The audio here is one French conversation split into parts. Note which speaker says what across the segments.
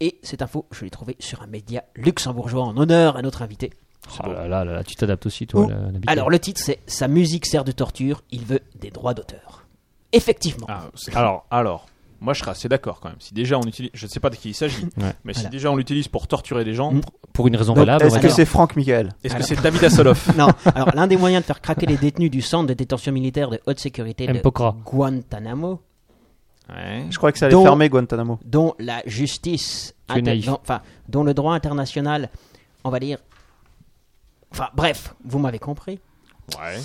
Speaker 1: Et cette info, je l'ai trouvée sur un média luxembourgeois en honneur à notre invité.
Speaker 2: Oh là là là là, tu t'adaptes aussi, toi,
Speaker 1: Ou-
Speaker 2: la- l'habitude.
Speaker 1: Alors, le titre, c'est Sa musique sert de torture, il veut des droits d'auteur. Effectivement.
Speaker 3: Ah, c'est- alors, alors, moi je serais assez d'accord quand même. Si déjà on utilise, je ne sais pas de qui il s'agit,
Speaker 2: Ouais.
Speaker 3: mais si
Speaker 1: Voilà.
Speaker 3: déjà on l'utilise pour torturer les gens,
Speaker 1: Mm.
Speaker 2: Pour une raison
Speaker 1: Donc,
Speaker 2: valable, on
Speaker 4: Est-ce
Speaker 2: va
Speaker 4: que
Speaker 2: dire.
Speaker 4: c'est Franck Michael
Speaker 3: est-ce que
Speaker 1: Alors-
Speaker 3: c'est David Hasselhoff
Speaker 1: Non, alors l'un des moyens de faire craquer les détenus du centre de détention militaire de haute sécurité de
Speaker 2: Mpokra.
Speaker 1: Guantanamo,
Speaker 3: Ouais.
Speaker 4: Je crois que ça allait
Speaker 1: Donc-
Speaker 4: fermer Guantanamo.
Speaker 1: dont la justice,
Speaker 2: Tu es
Speaker 1: inter-
Speaker 2: naïf.
Speaker 1: dont- enfin, dont le droit international, on va dire, enfin, bref, vous m'avez compris.
Speaker 3: Ouais.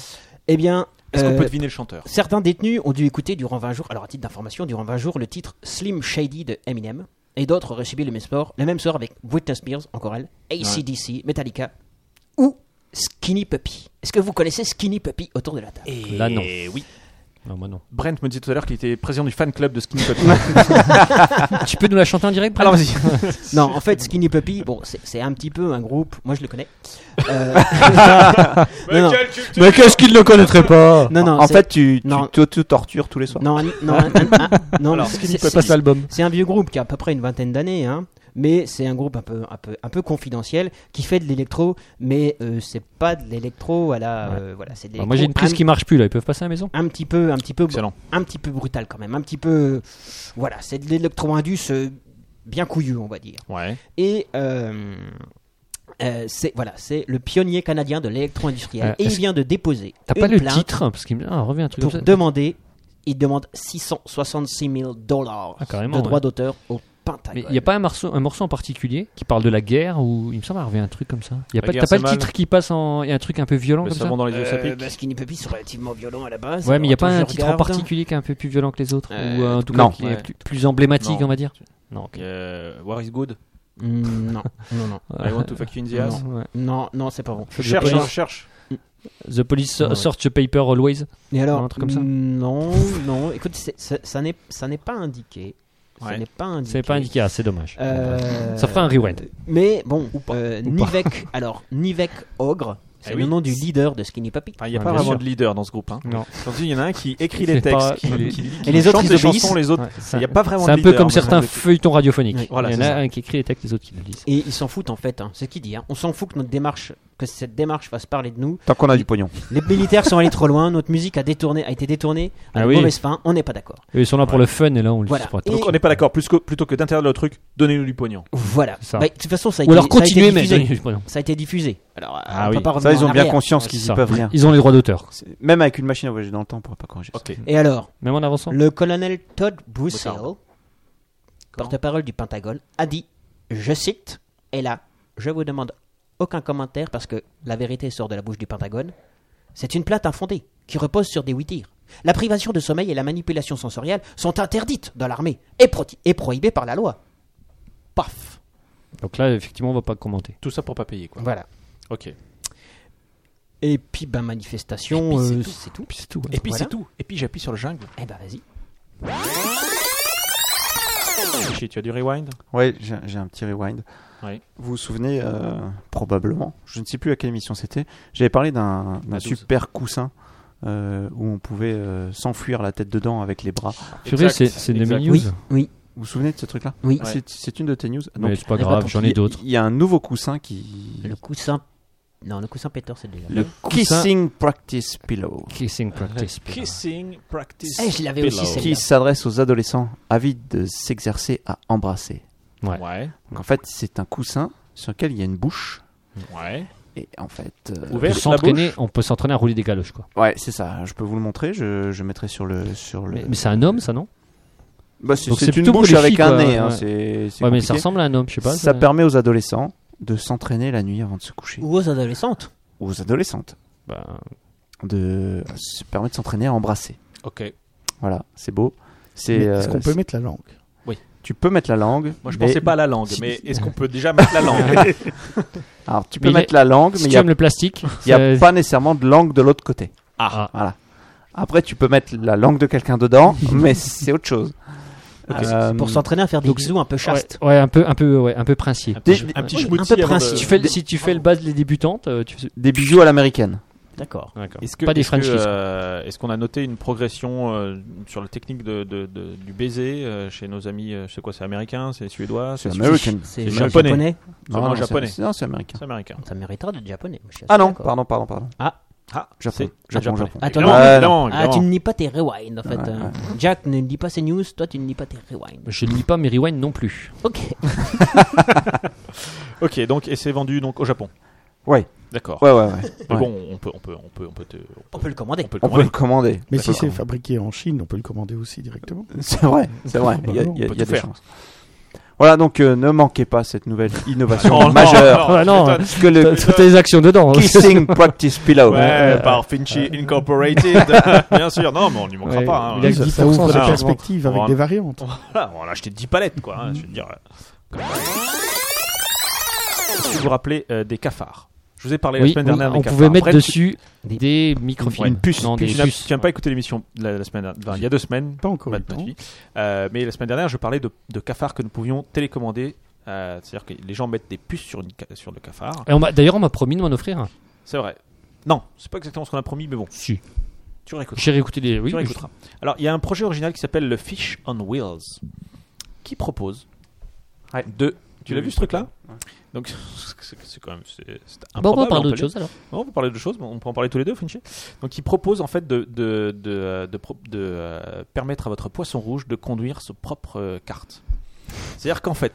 Speaker 1: Eh bien,
Speaker 3: Est-ce qu'on
Speaker 1: euh,
Speaker 3: peut deviner le chanteur
Speaker 1: Certains détenus ont dû écouter durant 20 jours, alors à titre d'information, durant 20 jours, le titre Slim Shady de Eminem, et d'autres auraient subi le même sort, le même sort avec Britney Spears, encore elle, ACDC, Metallica, ou Skinny Puppy. Est-ce que vous connaissez Skinny Puppy autour de la table
Speaker 2: Là, non.
Speaker 3: oui.
Speaker 2: Non, moi non.
Speaker 3: Brent me disait tout à l'heure qu'il était président du fan club de Skinny Puppy.
Speaker 2: tu peux nous la chanter en direct
Speaker 3: alors vas-y.
Speaker 1: Non, en fait, Skinny Puppy, bon, c'est c'est un petit peu un groupe, moi je le connais. Euh, non, non,
Speaker 2: Mais qu'est-ce qu'il ne connaîtrait pas
Speaker 1: non, non,
Speaker 4: en
Speaker 1: c'est-
Speaker 4: fait, tu
Speaker 1: non.
Speaker 4: t'auto-tortures tous les soirs.
Speaker 1: non, un- non, un- un- un- non,
Speaker 3: Alors,
Speaker 1: c'est-
Speaker 3: Skinny
Speaker 1: c'est-
Speaker 2: C'est pas
Speaker 1: c'est-
Speaker 2: cet album.
Speaker 1: C'est un vieux groupe qui a à peu près une vingtaine d'années, hein, mais c'est un groupe un peu, un, peu, un peu confidentiel qui fait de l'électro, mais euh, c'est pas de l'électro à la.
Speaker 2: Ouais.
Speaker 1: euh, voilà, c'est de
Speaker 2: Alors, moi j'ai une
Speaker 1: l'électro
Speaker 2: prise qui marche plus là, ils peuvent passer à la maison.
Speaker 1: un, un petit peu, un petit peu,
Speaker 3: Excellent.
Speaker 1: un petit peu brutal quand même, un petit peu. euh, Voilà, c'est de l'électro-indus euh, bien couillu, on va dire.
Speaker 3: Ouais.
Speaker 1: Et. euh, euh, c'est voilà, c'est le pionnier canadien de l'électro-industriel
Speaker 2: Euh,
Speaker 1: et il
Speaker 2: est-ce-
Speaker 1: vient de déposer
Speaker 2: T'as
Speaker 1: une
Speaker 2: pas le
Speaker 1: plainte
Speaker 2: titre Parce qu'il me ah, revient un truc
Speaker 1: pour
Speaker 2: comme ça.
Speaker 1: demander. Il demande 666 000 dollars
Speaker 2: Ah, carrément,
Speaker 1: de droits
Speaker 2: ouais.
Speaker 1: d'auteur au Pentagone.
Speaker 2: Mais il n'y a pas un morceau, un morceau en particulier qui parle de la guerre ou il me semble revient un truc comme ça. Y
Speaker 3: La
Speaker 2: a pas,
Speaker 3: guerre,
Speaker 2: t'as pas
Speaker 3: c'est
Speaker 2: le titre
Speaker 3: mal.
Speaker 2: qui passe en. Il y a un truc un peu violent
Speaker 3: Le
Speaker 2: comme ça.
Speaker 3: savon dans les yeux, ça
Speaker 1: Euh,
Speaker 3: pique.
Speaker 1: bah, Skinny Puppy sont relativement violents à la base.
Speaker 2: Ouais, mais il n'y a
Speaker 1: Alors,
Speaker 2: pas un
Speaker 1: attends, je
Speaker 2: titre en
Speaker 1: regarde.
Speaker 2: particulier qui est un peu plus violent que les autres
Speaker 1: Euh,
Speaker 2: ou en tout
Speaker 4: non.
Speaker 2: cas qui est
Speaker 3: Ouais.
Speaker 2: plus, plus emblématique,
Speaker 3: Non.
Speaker 2: on va dire. Non, ok.
Speaker 3: Euh, What is good
Speaker 1: Mm, non, non, non.
Speaker 2: Ouais.
Speaker 3: I want to fuck you in the
Speaker 2: Non,
Speaker 3: ass.
Speaker 2: ouais.
Speaker 1: Non, non, c'est pas bon.
Speaker 2: Faut que
Speaker 3: Cherche,
Speaker 2: je
Speaker 3: hein,
Speaker 2: pense.
Speaker 3: cherche.
Speaker 2: The police
Speaker 1: Ouais.
Speaker 2: sort the paper always.
Speaker 1: Et alors,
Speaker 2: Un truc comme ça.
Speaker 1: Non, non. Écoute, c'est- c'est- ça n'est, ça n'est pas indiqué.
Speaker 3: Ouais.
Speaker 1: Ça n'est pas indiqué.
Speaker 2: C'est pas indiqué, ah, c'est dommage.
Speaker 1: Euh,
Speaker 2: Ça fera un rewind.
Speaker 1: Mais bon,
Speaker 3: pas.
Speaker 1: euh, Nivek. Alors, Nivek Ogre, c'est
Speaker 3: Eh
Speaker 1: le
Speaker 3: oui.
Speaker 1: nom du leader de Skinny Puppy.
Speaker 3: Enfin, il n'y a
Speaker 2: Ouais,
Speaker 3: pas
Speaker 2: bien
Speaker 3: vraiment
Speaker 2: sûr.
Speaker 3: de leader dans ce groupe. Hein.
Speaker 2: Non.
Speaker 3: Tandis qu'il y en a un qui écrit
Speaker 2: C'est
Speaker 3: les textes,
Speaker 2: pas-
Speaker 3: qui, qui- qui
Speaker 1: Et les autres,
Speaker 3: chante
Speaker 1: ils
Speaker 3: les chansons,
Speaker 1: obéissent.
Speaker 3: les autres.
Speaker 2: Ouais,
Speaker 3: Il
Speaker 2: ça-
Speaker 3: n'y a pas vraiment
Speaker 2: C'est
Speaker 3: de
Speaker 2: un peu
Speaker 3: leader,
Speaker 2: comme
Speaker 3: me
Speaker 2: certains
Speaker 3: semble-t-il.
Speaker 2: feuilletons radiophoniques.
Speaker 1: Oui,
Speaker 3: voilà,
Speaker 2: il y en
Speaker 3: c'est
Speaker 2: a
Speaker 3: ça.
Speaker 2: un qui écrit les textes, les autres qui le lisent.
Speaker 1: Et ils s'en foutent en fait, hein. c'est ce qu'il dit. hein. On s'en fout que notre démarche, que cette démarche fasse parler de nous.
Speaker 4: Tant qu'on a du pognon.
Speaker 1: Les militaires sont allés trop loin. Notre musique a détourné, a été détournée à
Speaker 2: Ah
Speaker 1: une
Speaker 2: oui.
Speaker 1: mauvaise fin. On n'est pas d'accord.
Speaker 2: Eux, Ils sont là pour le fun et là on le
Speaker 1: Voilà.
Speaker 2: dit pour être-
Speaker 1: Et-
Speaker 3: Donc on n'est pas d'accord. Plus que- Plutôt que d'interdire le truc, donnez-nous du pognon.
Speaker 1: Voilà.
Speaker 2: C'est ça.
Speaker 1: Bah, de toute façon, ça a
Speaker 2: Ou
Speaker 1: été,
Speaker 2: alors
Speaker 1: ça a été
Speaker 2: continuez, mais.
Speaker 1: diffusé.
Speaker 2: Pardon.
Speaker 1: Ça a été diffusé. Alors,
Speaker 3: Ah
Speaker 1: on peut
Speaker 3: oui.
Speaker 1: pas revenir
Speaker 4: Ça, ils
Speaker 1: en
Speaker 4: ont bien
Speaker 1: arrière.
Speaker 4: conscience
Speaker 2: Ouais,
Speaker 4: qu'ils
Speaker 2: c'est
Speaker 4: y
Speaker 2: ça.
Speaker 4: peuvent rien.
Speaker 2: Ils ont les droits d'auteur.
Speaker 4: C'est- Même avec une machine à voyager dans le temps, on pourrait pas corriger ça.
Speaker 3: Ok.
Speaker 1: Et alors,
Speaker 2: Même en avançant.
Speaker 1: le colonel Todd Brussel,
Speaker 3: Bouchard.
Speaker 1: porte-parole du Pentagone, a dit, je cite, et là, je vous demande aucun commentaire parce que la vérité sort de la bouche du Pentagone. C'est une plainte infondée qui repose sur des tirs. La privation de sommeil et la manipulation sensorielle sont interdites dans l'armée et, pro- et prohibées par la loi. Paf.
Speaker 2: Donc là, effectivement, on va pas commenter.
Speaker 5: Tout ça pour pas payer, quoi.
Speaker 1: Voilà.
Speaker 5: Ok.
Speaker 1: Et puis, ben, manifestation,
Speaker 5: Et puis, c'est
Speaker 1: euh,
Speaker 5: tout.
Speaker 1: c'est tout.
Speaker 2: Puis c'est tout.
Speaker 5: Et puis
Speaker 1: Voilà.
Speaker 5: c'est tout. Et puis j'appuie sur le jungle.
Speaker 1: Eh ben, vas-y.
Speaker 3: Chier, tu as du rewind
Speaker 4: Ouais, j'ai j'ai un petit rewind.
Speaker 5: Ouais.
Speaker 4: Vous vous souvenez, euh, probablement, je ne sais plus à quelle émission c'était, j'avais parlé d'un d'un
Speaker 5: La 12.
Speaker 4: super coussin euh, où on pouvait euh, s'enfuir la tête dedans avec les bras.
Speaker 2: Purée, c'est c'est des
Speaker 5: exact.
Speaker 2: news.
Speaker 1: Oui, oui,
Speaker 4: Vous vous souvenez de ce truc-là
Speaker 1: oui.
Speaker 4: Ah, c'est- C'est une de tes news. Donc,
Speaker 2: Mais c'est pas
Speaker 1: Eh ben,
Speaker 2: grave,
Speaker 1: tant
Speaker 2: j'en
Speaker 4: il y
Speaker 2: ai
Speaker 4: a-
Speaker 2: d'autres.
Speaker 4: Il y a un nouveau coussin qui.
Speaker 1: Le coussin. Non, le coussin péteur, c'est déjà.
Speaker 4: Le
Speaker 2: coussin-
Speaker 4: Kissing Practice Pillow.
Speaker 2: Kissing practice.
Speaker 3: Kissing practice.
Speaker 1: Eh, je l'avais aussi,
Speaker 3: Pillow.
Speaker 1: celle-là.
Speaker 4: Qui s'adresse aux adolescents avides de s'exercer à embrasser.
Speaker 2: Ouais.
Speaker 5: Ouais.
Speaker 4: Donc, en fait, c'est un coussin sur lequel il y a une bouche.
Speaker 5: Ouais.
Speaker 4: Et en fait. euh,
Speaker 2: On peut
Speaker 3: Ouvert, la
Speaker 2: s'entraîner-
Speaker 3: bouche.
Speaker 2: on peut s'entraîner à rouler des galoches, quoi.
Speaker 4: Ouais, c'est ça. Je peux vous le montrer. Je, je mettrai sur le. Sur le...
Speaker 2: Mais, mais c'est un homme, ça, non
Speaker 4: Bah, c'est
Speaker 2: Donc
Speaker 4: c'est
Speaker 2: c'est
Speaker 4: une
Speaker 2: plutôt pour
Speaker 4: bouche
Speaker 2: les
Speaker 4: avec
Speaker 2: filles,
Speaker 4: un
Speaker 2: quoi,
Speaker 4: nez. hein,
Speaker 2: ouais.
Speaker 4: c'est- c'est
Speaker 2: Ouais, mais
Speaker 4: compliqué.
Speaker 2: ça ressemble à un homme, je sais pas.
Speaker 4: Ça permet aux adolescents de s'entraîner la nuit avant de se coucher.
Speaker 1: Ou aux adolescentes.
Speaker 4: Aux adolescentes.
Speaker 2: Bah,
Speaker 4: De... Ça permet de s'entraîner à embrasser.
Speaker 5: Ok.
Speaker 4: Voilà, c'est beau. C'est.
Speaker 6: Mais Est-ce
Speaker 4: euh,
Speaker 6: qu'on peut mettre la langue
Speaker 4: Tu peux mettre la langue.
Speaker 3: Moi, je
Speaker 4: mais-
Speaker 3: pensais pas à la langue, mais est-ce qu'on peut déjà mettre la langue
Speaker 4: Alors, tu
Speaker 2: Mais
Speaker 4: peux
Speaker 2: il
Speaker 4: mettre la langue, mais
Speaker 2: si
Speaker 4: il
Speaker 2: tu
Speaker 4: n'y a,
Speaker 2: aimes le plastique,
Speaker 4: il y a
Speaker 2: euh,
Speaker 4: pas nécessairement de langue de l'autre côté.
Speaker 2: Ah.
Speaker 4: Voilà. Après, tu peux mettre la langue de quelqu'un dedans, mais c'est autre chose.
Speaker 1: Ah, c'est- c'est pour
Speaker 4: Euh,
Speaker 1: s'entraîner à faire des
Speaker 2: donc-
Speaker 1: bisous un peu
Speaker 2: ouais,
Speaker 1: chastes.
Speaker 2: ouais, un peu, un peu, ouais, un peu princier.
Speaker 4: Des-
Speaker 3: Un petit
Speaker 1: Oui, un
Speaker 3: schmutzi
Speaker 1: peu
Speaker 3: avant
Speaker 1: prince,
Speaker 3: de-
Speaker 2: Si tu fais, le- si tu fais le bas des débutantes, euh, tu fais...
Speaker 4: des bijoux à l'américaine.
Speaker 1: D'accord.
Speaker 3: Est-ce que-
Speaker 2: Pas des
Speaker 3: est-ce que,
Speaker 2: French kiss,
Speaker 3: euh, Est-ce qu'on a noté une progression euh, sur la technique de, de- de- du baiser euh, chez nos amis euh, C'est quoi C'est américain C'est suédois
Speaker 4: C'est
Speaker 3: suisse
Speaker 4: américain.
Speaker 1: C'est
Speaker 3: C'est
Speaker 1: japonais.
Speaker 3: japonais.
Speaker 1: japonais.
Speaker 3: Non, non, japonais.
Speaker 4: c'est- Non, c'est américain.
Speaker 3: C'est américain.
Speaker 1: Ça mériterait d'être japonais. je suis assez
Speaker 4: Ah non,
Speaker 1: d'accord.
Speaker 4: pardon, pardon, pardon.
Speaker 3: Ah,
Speaker 4: Japon,
Speaker 3: c'est-
Speaker 4: Japon,
Speaker 3: japonais.
Speaker 4: Japon.
Speaker 1: Attends,
Speaker 4: non,
Speaker 3: Ah,
Speaker 4: non.
Speaker 3: non,
Speaker 1: Ah, tu ne lis pas tes rewinds en fait.
Speaker 4: Ouais,
Speaker 1: hein. Jack ne lis pas ses news, toi tu ne lis pas tes rewinds.
Speaker 2: je ne lis pas mes rewinds non plus.
Speaker 1: Ok.
Speaker 3: Ok, donc et c'est vendu donc au Japon.
Speaker 4: Ouais.
Speaker 3: D'accord.
Speaker 4: Ouais, ouais, ouais.
Speaker 3: Mais bon, on peut, on peut, on peut, on peut, te-
Speaker 1: On peut le commander.
Speaker 3: on peut le
Speaker 4: On peut
Speaker 3: commander.
Speaker 4: le commander.
Speaker 6: Mais si c'est fabriqué en Chine, on peut le commander aussi directement.
Speaker 4: C'est vrai, c'est vrai. Il y a, il y a-
Speaker 3: On peut
Speaker 4: il y a
Speaker 3: tout
Speaker 4: des
Speaker 3: faire.
Speaker 4: chances. Voilà, donc euh, ne manquez pas cette nouvelle innovation
Speaker 3: Oh, non,
Speaker 4: majeure
Speaker 2: Ah, non,
Speaker 3: je
Speaker 4: que le
Speaker 2: T'as t'as tes actions dedans. hein.
Speaker 4: Kissing Practice Pillow.
Speaker 3: Ouais,
Speaker 2: Euh,
Speaker 3: par Finchy Incorporated. Bien sûr, non, mais on n'y manquera
Speaker 2: Ouais,
Speaker 3: pas. hein.
Speaker 2: il a
Speaker 6: Ça,
Speaker 2: 10%
Speaker 6: ça ouvre
Speaker 3: ça,
Speaker 6: des
Speaker 3: ça
Speaker 6: perspectives avec
Speaker 3: rentre.
Speaker 6: des variantes.
Speaker 3: Voilà, on a acheté 10 palettes, quoi. hein, je veux dire. Comme- Est-ce que Vous vous rappelez euh, des cafards Je vous ai parlé la
Speaker 2: Oui,
Speaker 3: semaine
Speaker 2: oui,
Speaker 3: dernière des
Speaker 2: on
Speaker 3: cafards.
Speaker 2: pouvait mettre
Speaker 3: Après, tu-
Speaker 2: dessus
Speaker 1: Des-
Speaker 2: des microfilms.
Speaker 3: Une puce,
Speaker 2: Non,
Speaker 3: Tu
Speaker 2: des
Speaker 3: n'as
Speaker 2: puces.
Speaker 3: tu n'as pas écouté l'émission de la, la semaine dernière, enfin, il y a deux semaines.
Speaker 6: Pas encore. eu
Speaker 3: Pas
Speaker 6: le
Speaker 3: de
Speaker 6: temps.
Speaker 3: suite. Euh, mais la semaine dernière, je parlais de, de cafards que nous pouvions télécommander. euh, C'est-à-dire que les gens mettent des puces sur, une ca- sur le cafard.
Speaker 2: Et on m'a- D'ailleurs, on m'a promis de m'en offrir un.
Speaker 3: C'est vrai. Non, c'est pas exactement ce qu'on a promis, mais bon,
Speaker 2: Si.
Speaker 3: tu réécoutes.
Speaker 2: J'ai réécouté des. Oui,
Speaker 3: Tu réécouteras. Alors, il y a un projet original qui s'appelle le Fish on Wheels, qui propose
Speaker 4: Ouais.
Speaker 3: de. Tu l'as vu ce truc-là Donc, c'est c'est quand même. c'est- c'est
Speaker 2: Bon, on
Speaker 3: improbable,
Speaker 2: parle
Speaker 3: on
Speaker 2: d'autre
Speaker 3: peut
Speaker 2: chose alors.
Speaker 3: le- Non, on peut parler d'autre chose, mais on peut en parler tous les deux, Finchy. Donc, il propose en fait de, de, de, euh, de pro- de, euh, permettre à votre poisson rouge de conduire sa propre euh, carte. C'est-à-dire qu'en fait.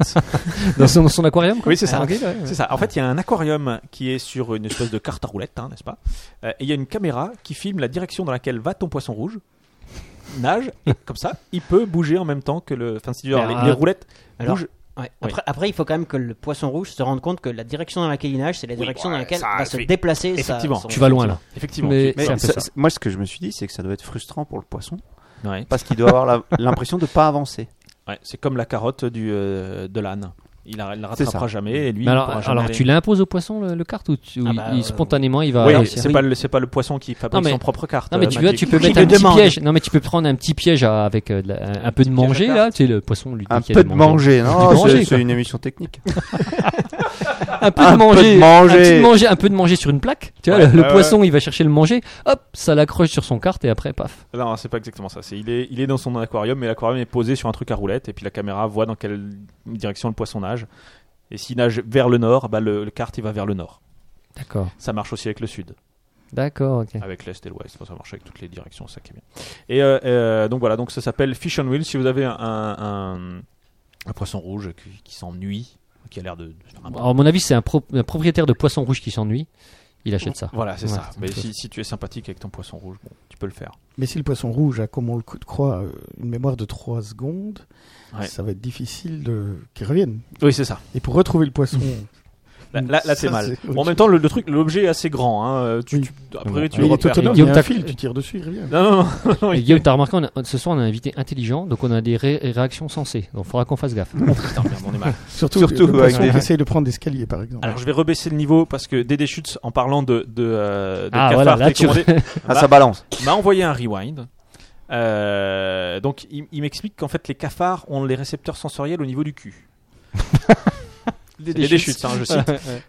Speaker 2: Dans son, dans son aquarium quoi.
Speaker 3: oui, c'est ça.
Speaker 2: Ah, ok, ouais, ouais.
Speaker 3: C'est ça. En fait, il y a un aquarium qui est sur une espèce de carte à roulette, hein, n'est-ce pas Euh, Et il y a une caméra qui filme la direction dans laquelle va ton poisson rouge. Nage, et comme ça, il peut bouger en même temps que le. Enfin, si tu veux,
Speaker 2: Mais
Speaker 3: les,
Speaker 2: un-
Speaker 3: les roulettes
Speaker 1: Alors,
Speaker 3: bougent.
Speaker 1: ouais. Après, après, il faut quand même que le poisson rouge se rende compte que la direction dans laquelle il nage, c'est la direction dans laquelle va se déplacer. sa-
Speaker 3: Effectivement.
Speaker 1: son-
Speaker 2: Tu vas loin là.
Speaker 3: Effectivement.
Speaker 2: Mais-
Speaker 4: Mais
Speaker 2: C'est un peu
Speaker 4: ça-
Speaker 2: ça.
Speaker 4: c'est- moi, ce que je me suis dit, c'est que ça doit être frustrant pour le poisson
Speaker 3: Ouais.
Speaker 4: parce qu'il doit avoir la- l'impression de ne pas avancer.
Speaker 3: Ouais, c'est comme la carotte du, euh, de l'âne. Il la, il la
Speaker 4: C'est
Speaker 3: rattrapera jamais et lui.
Speaker 2: Mais
Speaker 3: il
Speaker 2: alors,
Speaker 3: pourra jamais
Speaker 2: alors
Speaker 3: aller.
Speaker 2: tu l'imposes au poisson le, le carte ou, tu- ou
Speaker 1: Ah
Speaker 2: il-
Speaker 1: bah,
Speaker 2: il-
Speaker 1: euh,
Speaker 2: spontanément il va.
Speaker 3: Oui,
Speaker 2: réussir
Speaker 3: c'est pas, le- c'est pas le poisson qui fabrique
Speaker 2: Non, mais-
Speaker 3: son propre carte.
Speaker 2: Non mais
Speaker 3: euh,
Speaker 2: tu
Speaker 3: Magic.
Speaker 2: vois, tu peux
Speaker 1: Qui
Speaker 2: mettre
Speaker 1: le
Speaker 2: un petit
Speaker 1: demande.
Speaker 2: piège. Non mais tu peux prendre un petit piège à- avec euh, de la- un, un peu de
Speaker 3: piège à
Speaker 2: manger là. Tu sais, le poisson lui dit
Speaker 4: Un
Speaker 2: qu'il y
Speaker 4: peu
Speaker 2: a
Speaker 4: de manger, non
Speaker 2: Du
Speaker 4: c'est-
Speaker 2: manger, quoi.
Speaker 4: C'est une émission technique.
Speaker 2: Un peu
Speaker 4: Un peu
Speaker 2: de
Speaker 4: de
Speaker 2: manger.
Speaker 4: manger.
Speaker 2: Un petit de manger, un peu de manger sur une plaque. Tu vois,
Speaker 3: Ouais,
Speaker 2: le, le
Speaker 3: Ah ouais,
Speaker 2: poisson il va chercher le manger. Hop, ça l'accroche sur son carte et après paf.
Speaker 3: Non, c'est pas exactement ça. C'est il est il est dans son aquarium, mais l'aquarium est posé sur un truc à roulette, et puis la caméra voit dans quelle direction le poisson nage. Et s'il nage vers le nord, bah le, le kart il va vers le nord.
Speaker 2: D'accord.
Speaker 3: Ça marche aussi avec le sud,
Speaker 2: D'accord. ok.
Speaker 3: avec l'est et l'ouest. Enfin, ça marche avec toutes les directions, c'est ça qui est bien. Et euh, euh, donc voilà, donc ça s'appelle Fish on Wheel. Si vous avez un, un, un poisson rouge qui, qui s'ennuie, qui a l'air de, de faire un bras.
Speaker 2: Alors, à mon avis, c'est un, pro- un propriétaire de poisson rouge qui s'ennuie. Il achète ça.
Speaker 3: Voilà, c'est
Speaker 2: Ouais,
Speaker 3: ça.
Speaker 2: c'est
Speaker 3: Mais
Speaker 2: une chose.
Speaker 3: si, si tu es sympathique avec ton poisson rouge, bon, tu peux le faire.
Speaker 6: Mais si le poisson rouge a, comme on le cou- croit, euh, une mémoire de 3 secondes,
Speaker 3: Ouais.
Speaker 6: ça va être difficile de... qu'il revienne.
Speaker 3: Oui, c'est ça. Mmh.
Speaker 6: Et pour retrouver le poisson
Speaker 3: Là, là, là, c'est
Speaker 6: Ça,
Speaker 3: mal.
Speaker 6: c'est-
Speaker 3: Bon, en même temps, le, le truc, l'objet est assez grand. Hein. euh, Tu, tu- a priori,
Speaker 2: Mais
Speaker 3: tu le
Speaker 6: Mais il est
Speaker 3: repères.
Speaker 6: autonome, il
Speaker 2: Guillaume
Speaker 6: y a un
Speaker 2: Tafil.
Speaker 6: fil, tu tires dessus, il revient.
Speaker 3: Non, non, non, non.
Speaker 2: Et
Speaker 3: il-
Speaker 2: Guillaume, t'as remarqué, on a- ce soir, on a un invité intelligent, donc on a des ré- réactions sensées. Donc, il faudra qu'on fasse gaffe.
Speaker 3: Putain, merde, on est mal.
Speaker 6: Surtout,
Speaker 4: Surtout
Speaker 6: de
Speaker 4: avec
Speaker 6: façon,
Speaker 4: des-
Speaker 6: on essaye de prendre l'escalier, par exemple.
Speaker 2: Ah.
Speaker 3: Alors, je vais rebaisser le niveau parce que Dédé Schutz, en parlant de, de, euh, de
Speaker 2: Ah,
Speaker 3: cafard
Speaker 2: voilà, là, tu-
Speaker 3: télécommandé,
Speaker 4: Ah, ça balance.
Speaker 3: m'a envoyé un rewind. Euh, donc, il, il m'explique qu'en fait, les cafards ont les récepteurs sensoriels au niveau du cul. Des, des, chutes, hein, je cite.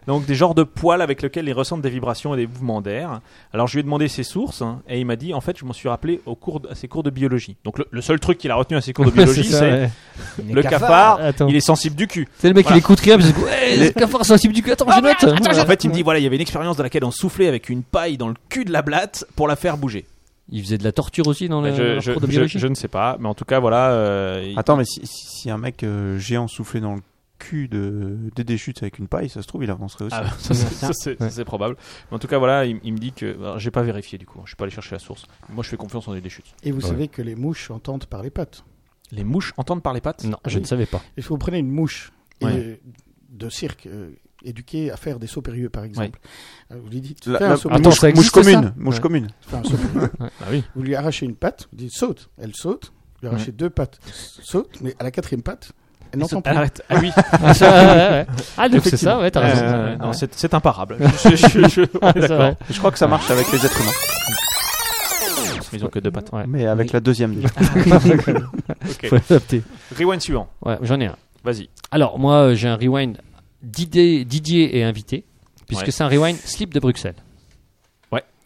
Speaker 3: Donc, des genres de poils avec lesquels ils ressentent des vibrations et des mouvements d'air. Alors, je lui ai demandé ses sources hein, et il m'a dit en fait, je m'en suis rappelé au cours de- à ses cours de biologie. Donc, le, le seul truc qu'il a retenu à ses cours de biologie,
Speaker 2: ça,
Speaker 3: c'est
Speaker 2: ouais. Ah.
Speaker 3: le cafard,
Speaker 2: Attends.
Speaker 3: il est sensible du cul.
Speaker 2: C'est le mec,
Speaker 3: Voilà. Oh,
Speaker 2: il écoute rien, parce que, ouais, c'est le cafard sensible du cul. Attends, je note.
Speaker 3: Attends,
Speaker 2: Voilà.
Speaker 3: en fait, il me dit voilà, il y avait une expérience dans laquelle on soufflait avec une paille dans le cul de la blatte pour la faire bouger.
Speaker 2: Il faisait de la torture aussi dans le,
Speaker 3: Bah, je,
Speaker 2: dans leur
Speaker 3: je-
Speaker 2: cours de
Speaker 3: je-
Speaker 2: biologie.
Speaker 3: je ne sais pas, mais en tout cas, voilà. euh, il-
Speaker 4: Attends, mais si, si- si un mec euh, géant soufflait dans le cul de Dédé Chutes avec une paille, ça se trouve, il avancerait aussi.
Speaker 3: Ah, ça, c'est- ça, c'est ça, c'est probable. Mais en tout cas, voilà, il, il me dit que. alors, J'ai pas vérifié du coup, je suis pas allé chercher la source. Moi, je fais confiance en des chutes.
Speaker 6: Et vous savez que les mouches entendent par les pattes.
Speaker 3: Les mouches entendent par les pattes
Speaker 2: Non, je ne savais pas.
Speaker 6: Et si vous prenez une mouche et,
Speaker 3: Ouais.
Speaker 6: euh, de cirque euh, éduquée à faire des sauts périlleux, par exemple, Alors, vous lui dites,
Speaker 4: La-
Speaker 6: fais un
Speaker 4: la-
Speaker 6: saut
Speaker 2: attends,
Speaker 6: périlleux.
Speaker 4: mouche,
Speaker 2: ça
Speaker 4: mouche
Speaker 2: existe,
Speaker 4: commune,
Speaker 2: ça
Speaker 4: mouche
Speaker 2: Ouais.
Speaker 4: commune.
Speaker 6: Fais un saut périlleux.
Speaker 2: Ah oui.
Speaker 6: vous lui arrachez une patte, vous dites saute, elle saute, vous lui arrachez deux pattes, saute, mais à la quatrième patte, elle n'entend plus.
Speaker 3: Ah, arrête. Ah oui,
Speaker 2: Ah, ça, ouais, ouais. Ah, donc c'est ça, ouais, t'as raison.
Speaker 3: Euh,
Speaker 2: Ouais,
Speaker 3: non,
Speaker 2: ouais.
Speaker 3: c'est c'est imparable. Je- je- je- on est
Speaker 2: C'est
Speaker 3: d'accord.
Speaker 2: vrai.
Speaker 4: Je crois que ça marche avec les êtres humains,
Speaker 3: Mais Ils ont que deux pattes.
Speaker 2: Ouais.
Speaker 4: mais avec la deuxième déjà.
Speaker 3: Ok.
Speaker 2: Faut adapter.
Speaker 3: Rewind suivant,
Speaker 2: Ouais, j'en ai un.
Speaker 3: vas-y.
Speaker 2: Alors, moi, euh, j'ai un rewind. Didier, Didier est invité, puisque
Speaker 3: Ouais.
Speaker 2: c'est un rewind slip de Bruxelles.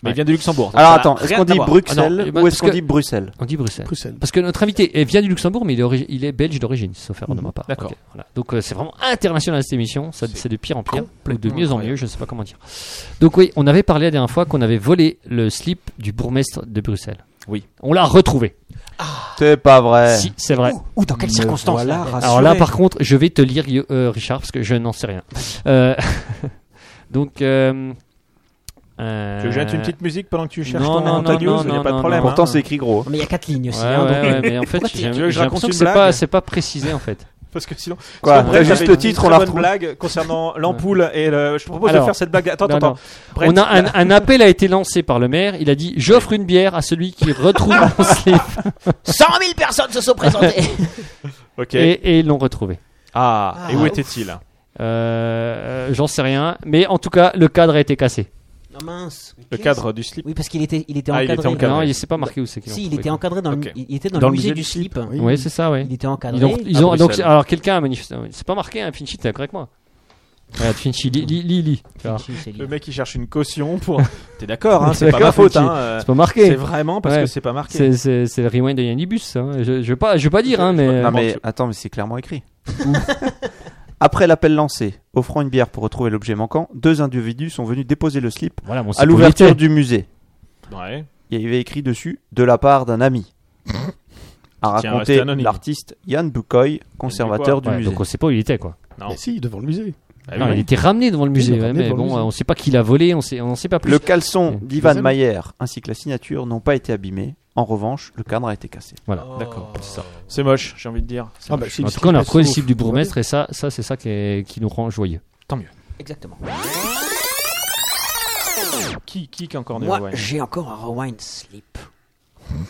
Speaker 3: Mais il vient de Luxembourg. donc
Speaker 4: Alors
Speaker 3: ça a
Speaker 4: attends, est-ce
Speaker 3: rien
Speaker 4: qu'on
Speaker 3: à
Speaker 4: dit
Speaker 3: voir.
Speaker 4: Bruxelles
Speaker 2: Ah non, bah,
Speaker 4: ou est-ce
Speaker 2: parce
Speaker 4: qu'on
Speaker 2: que-
Speaker 4: dit Bruxelles
Speaker 2: On dit Bruxelles.
Speaker 6: Bruxelles.
Speaker 2: Parce que notre invité eh, vient du Luxembourg, mais il est, ori- il est belge d'origine, sauf erreur de ma part.
Speaker 3: D'accord.
Speaker 2: Ok, voilà. Donc euh, c'est vraiment international cette émission, ça, c'est de pire en pire, ou de mieux en mieux, je ne sais pas comment dire. Donc oui, on avait parlé la dernière fois qu'on avait volé le slip du bourgmestre de Bruxelles.
Speaker 3: Oui. Euh.
Speaker 2: On l'a retrouvé.
Speaker 4: C'est pas vrai.
Speaker 2: Si, c'est vrai.
Speaker 1: Ou dans quelles circonstances là
Speaker 3: Ah,
Speaker 2: Alors là, par contre, je vais te lire, Guilla- euh, Richard, parce que je n'en sais rien. Euh, donc. Euh, euh,
Speaker 3: Tu veux que je mette une petite musique pendant que tu cherches
Speaker 2: non,
Speaker 3: ton,
Speaker 2: non,
Speaker 3: ta
Speaker 2: non,
Speaker 3: news
Speaker 2: non,
Speaker 3: Il n'y a
Speaker 2: non,
Speaker 3: pas de
Speaker 2: non,
Speaker 3: problème.
Speaker 2: non.
Speaker 4: Pourtant,
Speaker 3: hein.
Speaker 4: c'est écrit gros.
Speaker 1: Mais il y a quatre lignes aussi.
Speaker 2: Ouais,
Speaker 1: hein,
Speaker 2: ouais,
Speaker 1: donc-
Speaker 2: ouais, mais en fait, j'ai j'ai
Speaker 3: Tu veux que je raconte
Speaker 2: l'impression que
Speaker 3: une
Speaker 2: c'est
Speaker 3: blague
Speaker 2: pas, c'est pas précisé en fait.
Speaker 3: Parce que sinon.
Speaker 4: Quoi
Speaker 3: sinon, Brett
Speaker 4: Juste
Speaker 3: avait
Speaker 4: le
Speaker 3: une
Speaker 4: titre,
Speaker 3: très
Speaker 4: on la
Speaker 3: bonne
Speaker 4: retrouve.
Speaker 3: blague concernant l'ampoule et le. Je te propose de
Speaker 2: Alors,
Speaker 3: faire cette blague. Attends,
Speaker 2: Non,
Speaker 3: attends,
Speaker 2: non.
Speaker 3: Brett,
Speaker 2: On a un, un appel a été lancé par le maire. Il a dit j'offre une bière à celui qui retrouve mon slip.
Speaker 1: 100 000 personnes se sont présentées.
Speaker 3: Ok.
Speaker 2: Et, et ils l'ont retrouvé.
Speaker 3: Ah, et
Speaker 1: Ah,
Speaker 3: où
Speaker 1: ouf.
Speaker 3: était-il
Speaker 2: Euh, J'en sais rien, mais en tout cas le cadre a été cassé.
Speaker 1: non mince.
Speaker 3: Le cadre du slip.
Speaker 1: Oui, parce qu'il était, il était
Speaker 3: Ah, il
Speaker 1: encadré.
Speaker 3: était encadré.
Speaker 2: Non, il s'est pas marqué où c'est qu'il
Speaker 1: Si, il était encadré dans,
Speaker 3: Ok.
Speaker 1: le, il était dans, le musée du slip.
Speaker 6: Oui.
Speaker 2: Oui, c'est ça, Ah, oui.
Speaker 1: Il était encadré.
Speaker 2: Ils ont, ils
Speaker 3: à
Speaker 2: ont- donc,
Speaker 3: Bruxelles.
Speaker 2: alors quelqu'un a manifesté. C'est pas marqué, hein, Finchy, t'es d'accord avec moi. Regarde, Finchy, lis, lis, lis, lis. Tu vois.
Speaker 1: Si, c'est lui.
Speaker 3: Le mec il cherche une caution pour. T'es d'accord, hein, c'est pas
Speaker 2: D'accord,
Speaker 3: ma faute.
Speaker 2: ok.
Speaker 3: Hein, euh,
Speaker 2: C'est pas marqué.
Speaker 3: c'est vraiment parce
Speaker 2: Ouais.
Speaker 3: que c'est pas marqué.
Speaker 2: C'est c'est- c'est le rewind de Yannibus. ça, hein. Je, je, veux pas, je veux pas dire, hein, mais.
Speaker 4: Non mais attends, mais c'est clairement écrit. Après l'appel lancé, offrant une bière pour retrouver l'objet manquant, deux individus sont venus déposer le slip
Speaker 2: Voilà, bon,
Speaker 4: à
Speaker 2: c'est pour
Speaker 4: l'ouverture
Speaker 2: l'été.
Speaker 4: du musée.
Speaker 3: Ouais.
Speaker 4: Il y avait écrit dessus de la part d'un ami. A
Speaker 3: Tiens,
Speaker 4: raconté
Speaker 3: restez anonyme.
Speaker 4: l'artiste Yann Bukoy, conservateur du
Speaker 2: Ouais,
Speaker 4: musée.
Speaker 2: donc on sait pas où il était, quoi.
Speaker 3: Non.
Speaker 6: Mais Eh si, devant le musée.
Speaker 3: Ah
Speaker 2: Non,
Speaker 3: oui,
Speaker 2: il était ramené devant le musée,
Speaker 6: il est
Speaker 2: ouais, mais
Speaker 6: ramené devant le
Speaker 2: bon,
Speaker 6: musée.
Speaker 2: on sait pas qui l'a volé, on sait, on en sait pas plus.
Speaker 4: Le caleçon d'Ivan
Speaker 6: Désolé.
Speaker 4: Mayer ainsi que la signature n'ont pas été abîmés. En revanche, le cadre a été cassé.
Speaker 2: Voilà.
Speaker 3: D'accord. C'est ça. C'est moche, j'ai envie de dire. C'est
Speaker 6: Ah,
Speaker 3: moche.
Speaker 6: bah, si
Speaker 2: En
Speaker 6: le
Speaker 2: tout cas, on a
Speaker 6: slip
Speaker 2: retrouvé le
Speaker 6: reste
Speaker 2: slip du
Speaker 6: ouf, on va
Speaker 2: bourgmestre et ça, ça c'est ça qui, est- qui nous rend joyeux.
Speaker 1: Exactement.
Speaker 3: Qui, qui qui a encore des
Speaker 1: Moi,
Speaker 3: ouais.
Speaker 1: j'ai encore un rewind slip.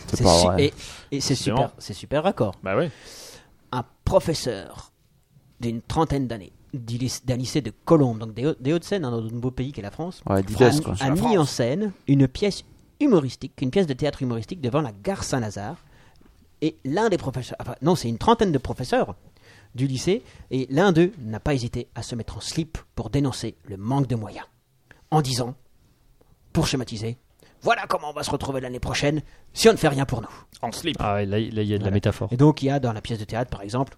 Speaker 4: C'est
Speaker 1: C'est
Speaker 4: pas
Speaker 1: su-
Speaker 4: vrai.
Speaker 1: Et, et c'est
Speaker 3: Excellent.
Speaker 1: super, c'est super raccord.
Speaker 3: Bah ouais.
Speaker 1: Un professeur d'une trentaine d'années du lyc- d'un lycée de Colombes, donc des Hauts- des Hauts-de-Seine, hein, un autre beau pays qu'est la France,
Speaker 4: Ouais,
Speaker 1: a,
Speaker 4: Didès, quoi.
Speaker 1: a mis en scène une pièce humoristique, une pièce de théâtre humoristique devant la gare Saint-Lazare. Et l'un des professeurs, enfin, non, c'est une trentaine de professeurs du lycée, et l'un d'eux n'a pas hésité à se mettre en slip pour dénoncer le manque de moyens, en disant, pour schématiser, voilà comment on va se retrouver l'année prochaine si on ne fait rien pour nous.
Speaker 3: En slip.
Speaker 2: Ah, ouais, là, là, il y a de la
Speaker 1: Voilà.
Speaker 2: métaphore.
Speaker 1: Et donc, il y a dans la pièce de théâtre, par exemple,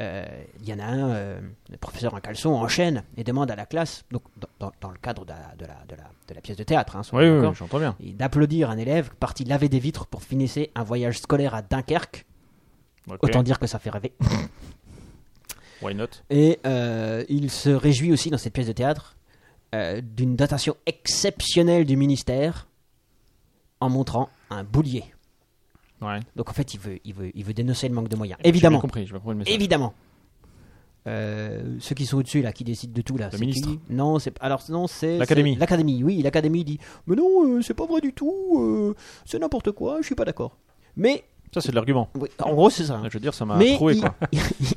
Speaker 1: euh, il y en a un, euh, le professeur en caleçon enchaîne et demande à la classe, donc dans, dans- dans le cadre de la, de la- de la- de la pièce de théâtre, hein,
Speaker 3: Oui,
Speaker 1: soyons
Speaker 3: oui, oui,
Speaker 1: d'accord,
Speaker 3: j'entends bien.
Speaker 1: et d'applaudir un élève parti laver des vitres pour finisser un voyage scolaire à Dunkerque.
Speaker 3: Ok.
Speaker 1: Autant dire que ça fait rêver.
Speaker 3: Why not
Speaker 1: Et euh, il se réjouit aussi dans cette pièce de théâtre euh, d'une dotation exceptionnelle du ministère en montrant un boulier.
Speaker 3: Ouais.
Speaker 1: Donc en fait, il veut, il veut, il veut dénoncer le manque de moyens.
Speaker 3: J'ai bien
Speaker 1: Évidemment,
Speaker 3: compris, je vais comprendre le message.
Speaker 1: évidemment, Euh, ceux qui sont au-dessus là, qui décident de tout là.
Speaker 3: Le
Speaker 1: c'est
Speaker 3: ministre.
Speaker 1: qui Non, c'est alors non c'est
Speaker 3: L'académie.
Speaker 1: c'est- L'académie, oui, l'académie dit mais non, euh, c'est pas vrai du tout, euh, c'est n'importe quoi, je suis pas d'accord. Mais
Speaker 3: Ça, c'est de l'argument.
Speaker 1: oui, en gros c'est ça. hein.
Speaker 3: Je veux dire, ça m'a
Speaker 1: Mais
Speaker 3: trouvé,
Speaker 1: il,
Speaker 3: quoi.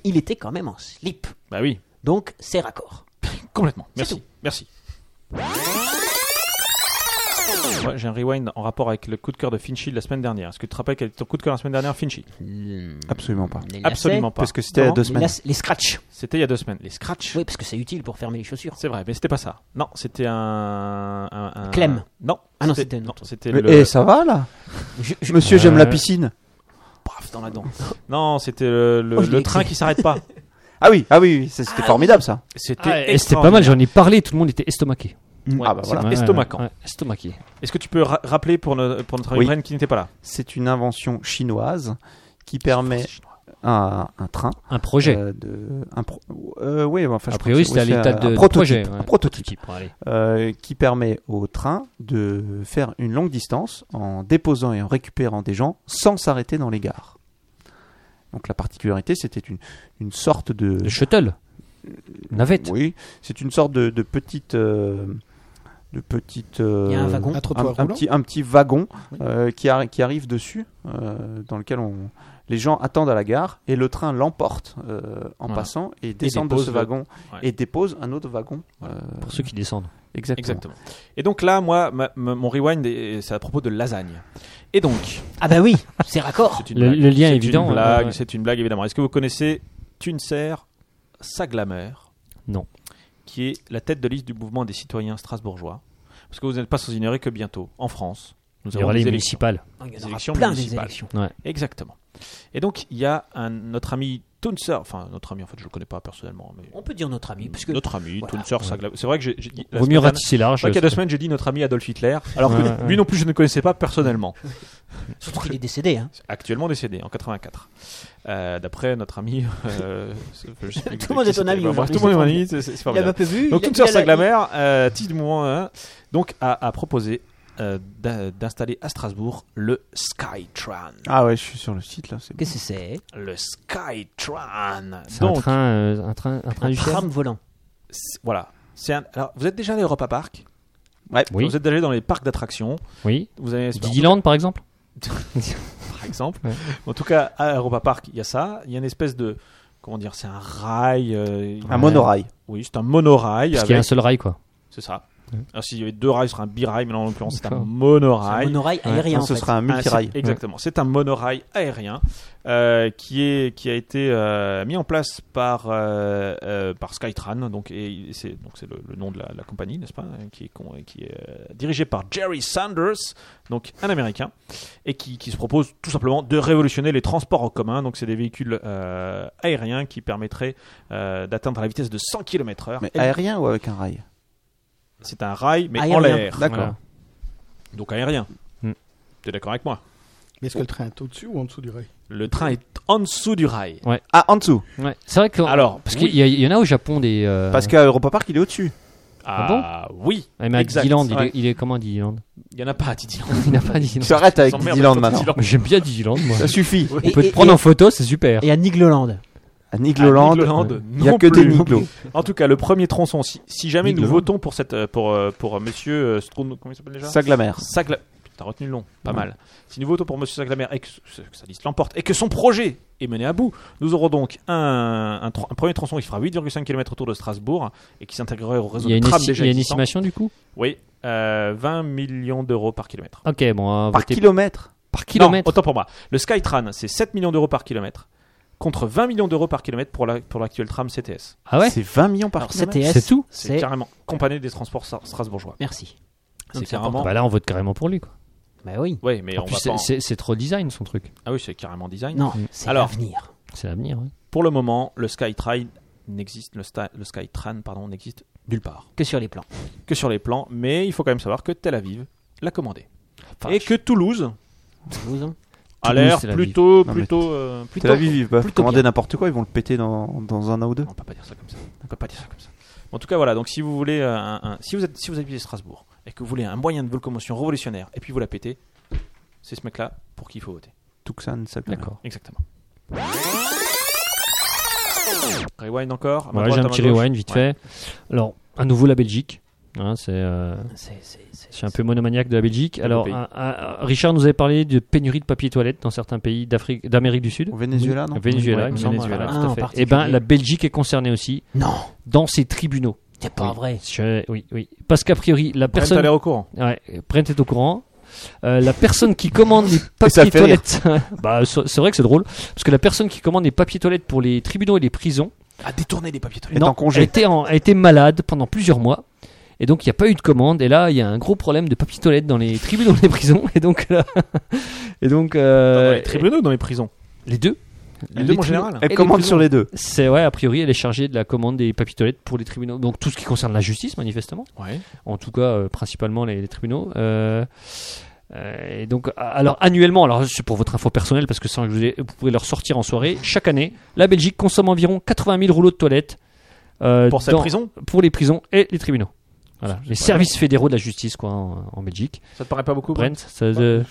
Speaker 1: il était quand même en slip,
Speaker 3: Bah oui,
Speaker 1: donc c'est raccord.
Speaker 3: complètement.
Speaker 1: C'est
Speaker 3: Merci.
Speaker 1: tout.
Speaker 3: Merci. Ouais, j'ai un rewind en rapport avec le coup de cœur de Finchy de la semaine dernière. Est-ce que tu te rappelles quel était ton coup de cœur la semaine dernière, Finchy
Speaker 4: Absolument pas.
Speaker 1: Hmm. Les lacets,
Speaker 3: Absolument pas.
Speaker 4: Parce que c'était il y a
Speaker 1: non,
Speaker 4: deux
Speaker 1: les
Speaker 4: semaines.
Speaker 1: lac- les scratchs.
Speaker 3: C'était il y a deux semaines. Les scratchs.
Speaker 1: Oui, parce que c'est utile pour fermer les chaussures.
Speaker 3: C'est vrai, mais c'était pas ça. Non, c'était un, un, un-
Speaker 1: Clem.
Speaker 3: Non.
Speaker 1: Ah non,
Speaker 3: c'était-
Speaker 1: c'était un
Speaker 3: non,
Speaker 1: autre.
Speaker 3: c'était
Speaker 4: Mais,
Speaker 3: le.
Speaker 4: eh, ça va là Monsieur, j'aime la piscine.
Speaker 3: Paf, dans la dent. Non, c'était euh, le, le-
Speaker 1: Oh, je
Speaker 3: le
Speaker 1: l'ai
Speaker 3: train
Speaker 1: écrit.
Speaker 3: qui s'arrête pas.
Speaker 4: Ah oui, ah oui, oui, ça, c'était formidable ça.
Speaker 3: C'était
Speaker 2: Ah, et C'était pas mal, j'en ai parlé, tout le monde était estomaqué.
Speaker 3: extraordinaire.
Speaker 4: Ah bah
Speaker 3: Ouais,
Speaker 4: voilà.
Speaker 3: c'était
Speaker 2: Ouais,
Speaker 3: Estomacant.
Speaker 2: ouais, estomaqué.
Speaker 3: Est-ce que tu peux ra- rappeler pour, no- pour notre
Speaker 4: Oui.
Speaker 3: ami Bren qui n'était pas là
Speaker 4: C'est une invention chinoise qui permet à un train
Speaker 2: Un projet.
Speaker 4: euh, de un pro- euh, ouais, enfin, je
Speaker 2: a priori,
Speaker 4: pense
Speaker 2: c'était
Speaker 4: que-
Speaker 2: à
Speaker 4: oui,
Speaker 2: l'état
Speaker 4: un-
Speaker 2: de
Speaker 4: un prototype,
Speaker 2: projet. ouais.
Speaker 4: un prototype
Speaker 2: Prototype, allez.
Speaker 4: euh, qui permet au train de faire une longue distance en déposant et en récupérant des gens sans s'arrêter dans les gares. Donc la particularité, c'était une, une sorte de
Speaker 2: Le shuttle. Navette.
Speaker 4: oui, c'est une sorte de, de petite euh, de petite euh,
Speaker 1: Il y a un wagon.
Speaker 6: Un
Speaker 4: un,
Speaker 6: trottoir
Speaker 4: un
Speaker 6: roulant.
Speaker 4: petit, un petit wagon euh, qui, arri- qui arrive dessus, euh, dans lequel on, les gens attendent à la gare et le train l'emporte euh, en
Speaker 3: Voilà.
Speaker 4: passant et descend de
Speaker 3: dépose
Speaker 4: ce
Speaker 3: le-
Speaker 4: wagon
Speaker 3: Ouais.
Speaker 4: et dépose un autre wagon.
Speaker 3: Voilà.
Speaker 4: Euh,
Speaker 2: Pour ceux qui descendent.
Speaker 4: exactement.
Speaker 3: Exactement. Et donc là, moi, ma- ma- mon rewind, est- c'est à propos de lasagne. Et donc,
Speaker 1: Ah bah oui, c'est raccord.
Speaker 3: c'est une
Speaker 2: Le,
Speaker 3: blague.
Speaker 2: le lien
Speaker 3: C'est
Speaker 2: est
Speaker 3: une
Speaker 2: évident.
Speaker 3: blague,
Speaker 2: euh, ouais.
Speaker 3: C'est une blague, évidemment. Est-ce que vous connaissez Tuncer Saglamer
Speaker 2: Non.
Speaker 3: Qui est la tête de liste du mouvement des citoyens strasbourgeois. Parce que vous n'êtes pas sans ignorer que bientôt, en France, nous
Speaker 2: Il y
Speaker 3: avons
Speaker 2: aura
Speaker 3: des
Speaker 2: les
Speaker 3: élections.
Speaker 2: municipales.
Speaker 1: Ah, Il y en
Speaker 3: Les
Speaker 1: aura
Speaker 3: élections
Speaker 1: plein des
Speaker 3: municipales.
Speaker 1: élections.
Speaker 3: Exactement. Et donc, il y a un- notre ami Tuncer, enfin, notre ami, en fait, je ne le connais pas personnellement, mais.
Speaker 1: On peut dire notre ami, parce que
Speaker 3: Notre ami,
Speaker 1: voilà.
Speaker 3: Tuncer Saglamer. C'est vrai que j'ai. j'ai dit- la
Speaker 2: Vaut mieux
Speaker 3: semaine
Speaker 2: ratisser large.
Speaker 3: Ouais, il y a deux
Speaker 2: euh,
Speaker 3: semaines, j'ai dit notre ami Adolf Hitler, alors que
Speaker 2: Ouais, ouais.
Speaker 3: lui non plus je ne connaissais pas personnellement.
Speaker 1: surtout qu'il est décédé. Hein.
Speaker 3: Actuellement décédé en 84. Euh, D'après notre ami. euh, je sais plus
Speaker 1: Tout le monde
Speaker 3: qui
Speaker 1: est
Speaker 3: c'était.
Speaker 1: ton ami
Speaker 3: Bah, bref,
Speaker 1: aujourd'hui,
Speaker 3: Tout le monde est mon
Speaker 1: c'est
Speaker 3: ami, c'est- c'est c'est
Speaker 1: Il a
Speaker 3: formidable.
Speaker 1: pas peu vu.
Speaker 3: Donc,
Speaker 1: il a-
Speaker 3: Tuncer
Speaker 1: il a-
Speaker 3: Saglamer, euh, titre du mouvement, hein, donc, a, a proposé euh, d'in- d'installer à Strasbourg le Skytran.
Speaker 4: Ah ouais, je suis sur le site là. c'est bon.
Speaker 1: Qu'est-ce que c'est
Speaker 3: Le Skytran.
Speaker 2: C'est un
Speaker 3: Donc,
Speaker 2: train, euh, un train, un
Speaker 3: Ah,
Speaker 2: train
Speaker 1: Un
Speaker 2: du ciel.
Speaker 1: tram volant.
Speaker 3: c'est- voilà. C'est un- alors, vous êtes déjà allé à Europa Park
Speaker 2: Oui,
Speaker 3: Vous êtes déjà allé dans les parcs d'attractions
Speaker 2: oui.
Speaker 3: Vous avez
Speaker 2: Digiland, par exemple.
Speaker 3: par exemple.
Speaker 2: Ouais.
Speaker 3: En tout cas, à Europa Park, il y a ça. Il y a une espèce de. Comment dire C'est un rail. euh,
Speaker 4: Un monorail.
Speaker 3: Oui, c'est un monorail.
Speaker 2: Parce qu'il y a un
Speaker 3: Avec...
Speaker 2: seul rail, quoi.
Speaker 3: C'est ça. Alors, s'il y avait deux rails, ce serait un birail, mais là, en l'occurrence, c'est un
Speaker 2: D'accord.
Speaker 1: C'est
Speaker 3: monorail.
Speaker 1: un monorail
Speaker 2: Ouais.
Speaker 1: aérien.
Speaker 4: Non,
Speaker 1: en
Speaker 4: ce
Speaker 1: fait.
Speaker 4: sera un
Speaker 3: Ah, c'est-
Speaker 4: multirail.
Speaker 3: exactement. C'est un monorail aérien euh, qui, est, qui a été euh, mis en place par, euh, euh, par Skytran. Donc, et c'est, donc c'est le, le nom de la, la compagnie, n'est-ce pas euh, Qui est, con- qui est euh, dirigé par Jerry Sanders, donc un Américain, et qui, qui se propose tout simplement de révolutionner les transports en commun. Donc, c'est des véhicules euh, aériens qui permettraient euh, d'atteindre la vitesse de 100 km/h.
Speaker 4: Mais
Speaker 3: Et
Speaker 4: aérien ou avec un rail
Speaker 3: C'est un rail, mais en
Speaker 1: Aérien.
Speaker 3: l'air.
Speaker 4: D'accord.
Speaker 2: Voilà.
Speaker 3: Donc, aérien.
Speaker 2: Hmm.
Speaker 3: T'es d'accord avec moi
Speaker 6: Mais est-ce que le train est au-dessus ou en dessous du rail
Speaker 3: Le train est en dessous du rail.
Speaker 4: Ah, en dessous.
Speaker 2: Ouais. C'est vrai que.
Speaker 3: Alors, parce
Speaker 2: parce
Speaker 3: que
Speaker 2: qu'il y, a- il y en a au Japon des. euh,
Speaker 4: Parce qu'à Europa Park, il est au-dessus.
Speaker 3: Ah, oui,
Speaker 2: ouais, mais à
Speaker 3: exact,
Speaker 2: Digiland, il,
Speaker 3: ouais.
Speaker 2: est, il est comment à Digiland
Speaker 3: il n'y en a pas à Didiland.
Speaker 2: Il n'a pas à Digiland.
Speaker 4: Tu arrêtes avec
Speaker 3: Ils s'emmerdent
Speaker 4: Disneyland
Speaker 3: sur
Speaker 4: maintenant.
Speaker 3: Disneyland.
Speaker 2: J'aime bien Digiland, moi.
Speaker 4: Ça suffit.
Speaker 1: Et-
Speaker 2: On peut
Speaker 1: et-
Speaker 2: te prendre
Speaker 1: et-
Speaker 2: en photo, c'est super.
Speaker 1: Et à Nigloland.
Speaker 4: À Nigloland,
Speaker 3: Nigloland,
Speaker 4: il n'y a
Speaker 3: non
Speaker 4: que des
Speaker 3: plus.
Speaker 4: Niglos.
Speaker 3: En tout cas, le premier tronçon, si, si jamais nous
Speaker 4: Nigloland.
Speaker 3: votons pour, cette, euh, pour, euh, pour euh, monsieur euh, Stroum- comment il s'appelle déjà
Speaker 4: Saglamer.
Speaker 3: Sagla- T'as retenu le nom, pas
Speaker 4: Mm.
Speaker 3: mal. Si nous votons pour monsieur Saglamer et que, ce- que sa liste l'emporte et que son projet est mené à bout, nous aurons donc un, un tron- un premier tronçon qui fera 8,5 km autour de Strasbourg et qui s'intégrerait au réseau
Speaker 2: Il y a
Speaker 3: de
Speaker 2: une,
Speaker 3: tram
Speaker 2: esti-
Speaker 3: déjà
Speaker 2: il y a une
Speaker 3: existant.
Speaker 2: estimation du coup
Speaker 3: Oui, euh, 20 millions d'euros par kilomètre.
Speaker 2: Ok, bon, on va
Speaker 4: Par
Speaker 2: voter
Speaker 4: kilomètre.
Speaker 2: par
Speaker 3: Non,
Speaker 2: kilomètre.
Speaker 3: autant pour moi. Le Skytran, c'est 7 millions d'euros par kilomètre, contre 20 millions d'euros par kilomètre pour l'actuel pour l'actuelle tram CTS.
Speaker 2: Ah ouais
Speaker 4: C'est 20 millions par
Speaker 1: Alors
Speaker 4: kilomètre.
Speaker 1: CTS.
Speaker 2: C'est tout
Speaker 3: C'est carrément compagnie des transports stra- strasbourgeois.
Speaker 1: Merci.
Speaker 3: C'est
Speaker 1: Donc,
Speaker 3: carrément-
Speaker 1: important.
Speaker 2: Bah là, on vote carrément pour lui. Quoi.
Speaker 1: Bah oui.
Speaker 3: Oui, mais
Speaker 2: En
Speaker 3: on
Speaker 2: plus,
Speaker 3: va
Speaker 2: c'est-
Speaker 3: pas en-
Speaker 2: c'est c'est trop design son truc.
Speaker 3: Ah oui, c'est carrément design.
Speaker 1: Non,
Speaker 2: Mm.
Speaker 1: c'est
Speaker 3: Alors.
Speaker 1: l'avenir.
Speaker 2: C'est l'avenir. ouais.
Speaker 3: Pour le moment, le Skytrain n'existe le, sta- le Skytran pardon, n'existe nulle part
Speaker 1: Que sur les plans.
Speaker 3: que sur les plans, mais il faut quand même savoir que Tel Aviv l'a commandé.
Speaker 2: Enfin,
Speaker 3: Et que Toulouse
Speaker 1: Toulouse, hein.
Speaker 3: a l'air
Speaker 2: Tel Aviv.
Speaker 3: plutôt
Speaker 4: Non, mais-
Speaker 3: plutôt euh, plutôt
Speaker 4: Tel Aviv, ils peuvent
Speaker 3: plutôt
Speaker 4: commander
Speaker 3: bien.
Speaker 4: n'importe quoi, ils vont le péter dans, dans un an ou deux.
Speaker 3: On peut pas dire ça comme ça. On peut pas dire ça comme ça. En tout cas, voilà. Donc, si vous voulez, euh, un, un- si vous êtes, si vous habitez Strasbourg et que vous voulez un moyen de locomotion révolutionnaire, et puis vous la pétez, c'est ce mec-là pour qui il faut voter.
Speaker 4: Tucson, ça
Speaker 2: D'accord.
Speaker 3: Exactement. Rewind encore. à ma
Speaker 2: Ouais,
Speaker 3: droite,
Speaker 2: j'ai
Speaker 3: à
Speaker 2: un
Speaker 3: ma
Speaker 2: petit
Speaker 3: gauche.
Speaker 2: rewind vite
Speaker 3: Ouais.
Speaker 2: fait. Alors, à nouveau la Belgique. Hein, c'est, euh,
Speaker 1: C'est- c'est- c'est-
Speaker 2: je suis un peu monomaniaque de la Belgique. Alors,
Speaker 3: pays.
Speaker 2: un- un- un- Richard nous avait parlé de pénurie de papier toilette dans certains pays d'Afrique, d'Amérique du Sud.
Speaker 4: Au Venezuela, non
Speaker 2: Venezuela,
Speaker 3: Ouais,
Speaker 2: il me
Speaker 3: au
Speaker 2: semble,
Speaker 3: Venezuela.
Speaker 2: voilà,
Speaker 1: Ah,
Speaker 2: tout à
Speaker 1: en
Speaker 2: fait.
Speaker 1: particulier.
Speaker 2: Eh ben, la Belgique est concernée aussi
Speaker 1: Non,
Speaker 2: dans ses tribunaux.
Speaker 1: c'est pas
Speaker 2: Oui.
Speaker 1: vrai.
Speaker 2: Je- oui, oui. Parce qu'a priori, la
Speaker 3: Brent a
Speaker 2: personne.
Speaker 3: l'air au courant.
Speaker 2: Ouais, Brent est au courant. Euh, la personne qui commande
Speaker 4: ça
Speaker 2: les papiers
Speaker 4: fait rire.
Speaker 2: toilettes, bah, c'est c'est vrai que c'est drôle, parce que la personne qui commande les papiers toilettes pour les tribunaux et les prisons,
Speaker 5: À détourner les papiers
Speaker 3: Euh,
Speaker 5: toilettes.
Speaker 4: Est en congé.
Speaker 2: elle était, en- elle était malade pendant plusieurs mois. Et donc, il n'y a pas eu de commande. Et là, il y a un gros problème de papier toilette dans les tribunaux et les prisons. Et donc, là- et donc euh,
Speaker 3: Dans les tribunaux, dans les prisons.
Speaker 2: les deux.
Speaker 5: Les deux en
Speaker 2: Euh, tribunaux-
Speaker 5: général.
Speaker 2: et
Speaker 4: Elle commande
Speaker 2: prisons.
Speaker 4: sur les deux.
Speaker 2: C'est ouais, a priori, elle est chargée de la commande des papiers toilettes pour les tribunaux. Donc, tout ce qui concerne la justice, manifestement.
Speaker 5: Ouais.
Speaker 2: en tout cas euh, principalement les, les tribunaux. Euh, euh, et donc, a- alors annuellement, alors c'est pour votre info personnelle parce que sans que je vous, ai- vous pouvez leur sortir en soirée. Chaque année, la Belgique consomme environ 80 000 rouleaux de toilettes euh,
Speaker 3: Pour sa
Speaker 2: dans-
Speaker 3: prison,
Speaker 2: pour les prisons et les tribunaux. Voilà,
Speaker 3: C'est
Speaker 2: les
Speaker 3: pas
Speaker 2: services fédéraux de la justice quoi en, en Belgique.
Speaker 3: ça te paraît pas beaucoup
Speaker 2: Brent, ça, euh,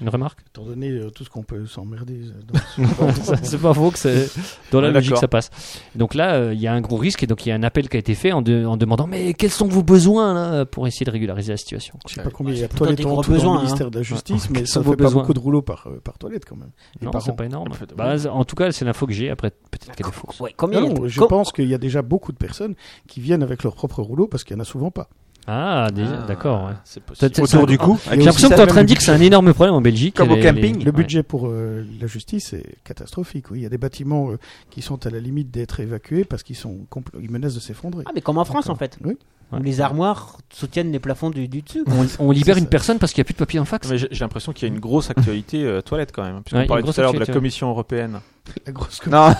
Speaker 2: une remarque
Speaker 6: Étant donné euh, tout ce qu'on peut s'emmerder. euh, dans ce-
Speaker 2: Ça, c'est pas faux que c'est- dans la
Speaker 3: Ouais,
Speaker 2: logique
Speaker 3: d'accord.
Speaker 2: ça passe. Donc là, euh, il y a un gros risque et donc il y a un appel qui a été fait en, de- en demandant mais quels sont vos besoins là, pour essayer de régulariser la situation.
Speaker 6: Je sais pas combien il y a de
Speaker 1: pourtant Bah, des
Speaker 6: toilettes en
Speaker 1: gros
Speaker 6: tout dans
Speaker 1: besoins,
Speaker 6: le
Speaker 1: hein.
Speaker 6: ministère de la Justice, mais
Speaker 2: Quels
Speaker 6: ça
Speaker 2: sont
Speaker 6: ne
Speaker 2: vos
Speaker 6: fait pas
Speaker 2: besoins
Speaker 6: beaucoup de rouleaux par, euh, par toilette quand même. Et
Speaker 2: Non,
Speaker 6: par
Speaker 2: c'est
Speaker 6: an.
Speaker 2: pas énorme.
Speaker 3: Peut-être,
Speaker 2: Bah, en tout cas, c'est l'info que j'ai. Après, peut-être qu'elle est fausse.
Speaker 1: Ouais, combien
Speaker 6: Non,
Speaker 1: il y a de-
Speaker 6: non, je
Speaker 1: com-
Speaker 6: pense qu'il y a déjà beaucoup de personnes qui viennent avec leurs propres rouleaux parce qu'il n'y en a souvent pas.
Speaker 2: Ah, déjà, d'accord. ouais.
Speaker 5: C'est
Speaker 2: Peut-être-
Speaker 5: possible.
Speaker 2: c'est-
Speaker 4: Autour du cou.
Speaker 2: J'ai l'impression que tu es en train de dire que c'est un énorme problème en Belgique.
Speaker 4: Comme au camping,
Speaker 6: Le budget pour euh, la justice est catastrophique. Oui. Il y a des bâtiments euh, qui sont à la limite d'être évacués parce qu'ils sont compl- ils menacent de s'effondrer.
Speaker 1: Ah, mais comme en France en fait.
Speaker 6: Oui.
Speaker 1: Où Les armoires soutiennent les plafonds du, du dessus.
Speaker 2: On, on libère
Speaker 6: C'est
Speaker 2: une
Speaker 6: ça.
Speaker 2: personne parce qu'il n'y a plus de papier en fax.
Speaker 3: Mais j'ai j'ai l'impression qu'il y a une grosse actualité euh, toilette quand même. Puisqu'on
Speaker 2: Ouais,
Speaker 3: parlait
Speaker 2: une
Speaker 3: tout
Speaker 2: grosse
Speaker 3: à l'heure de la
Speaker 2: actualité, ouais.
Speaker 3: Commission européenne.
Speaker 6: La grosse
Speaker 4: Non,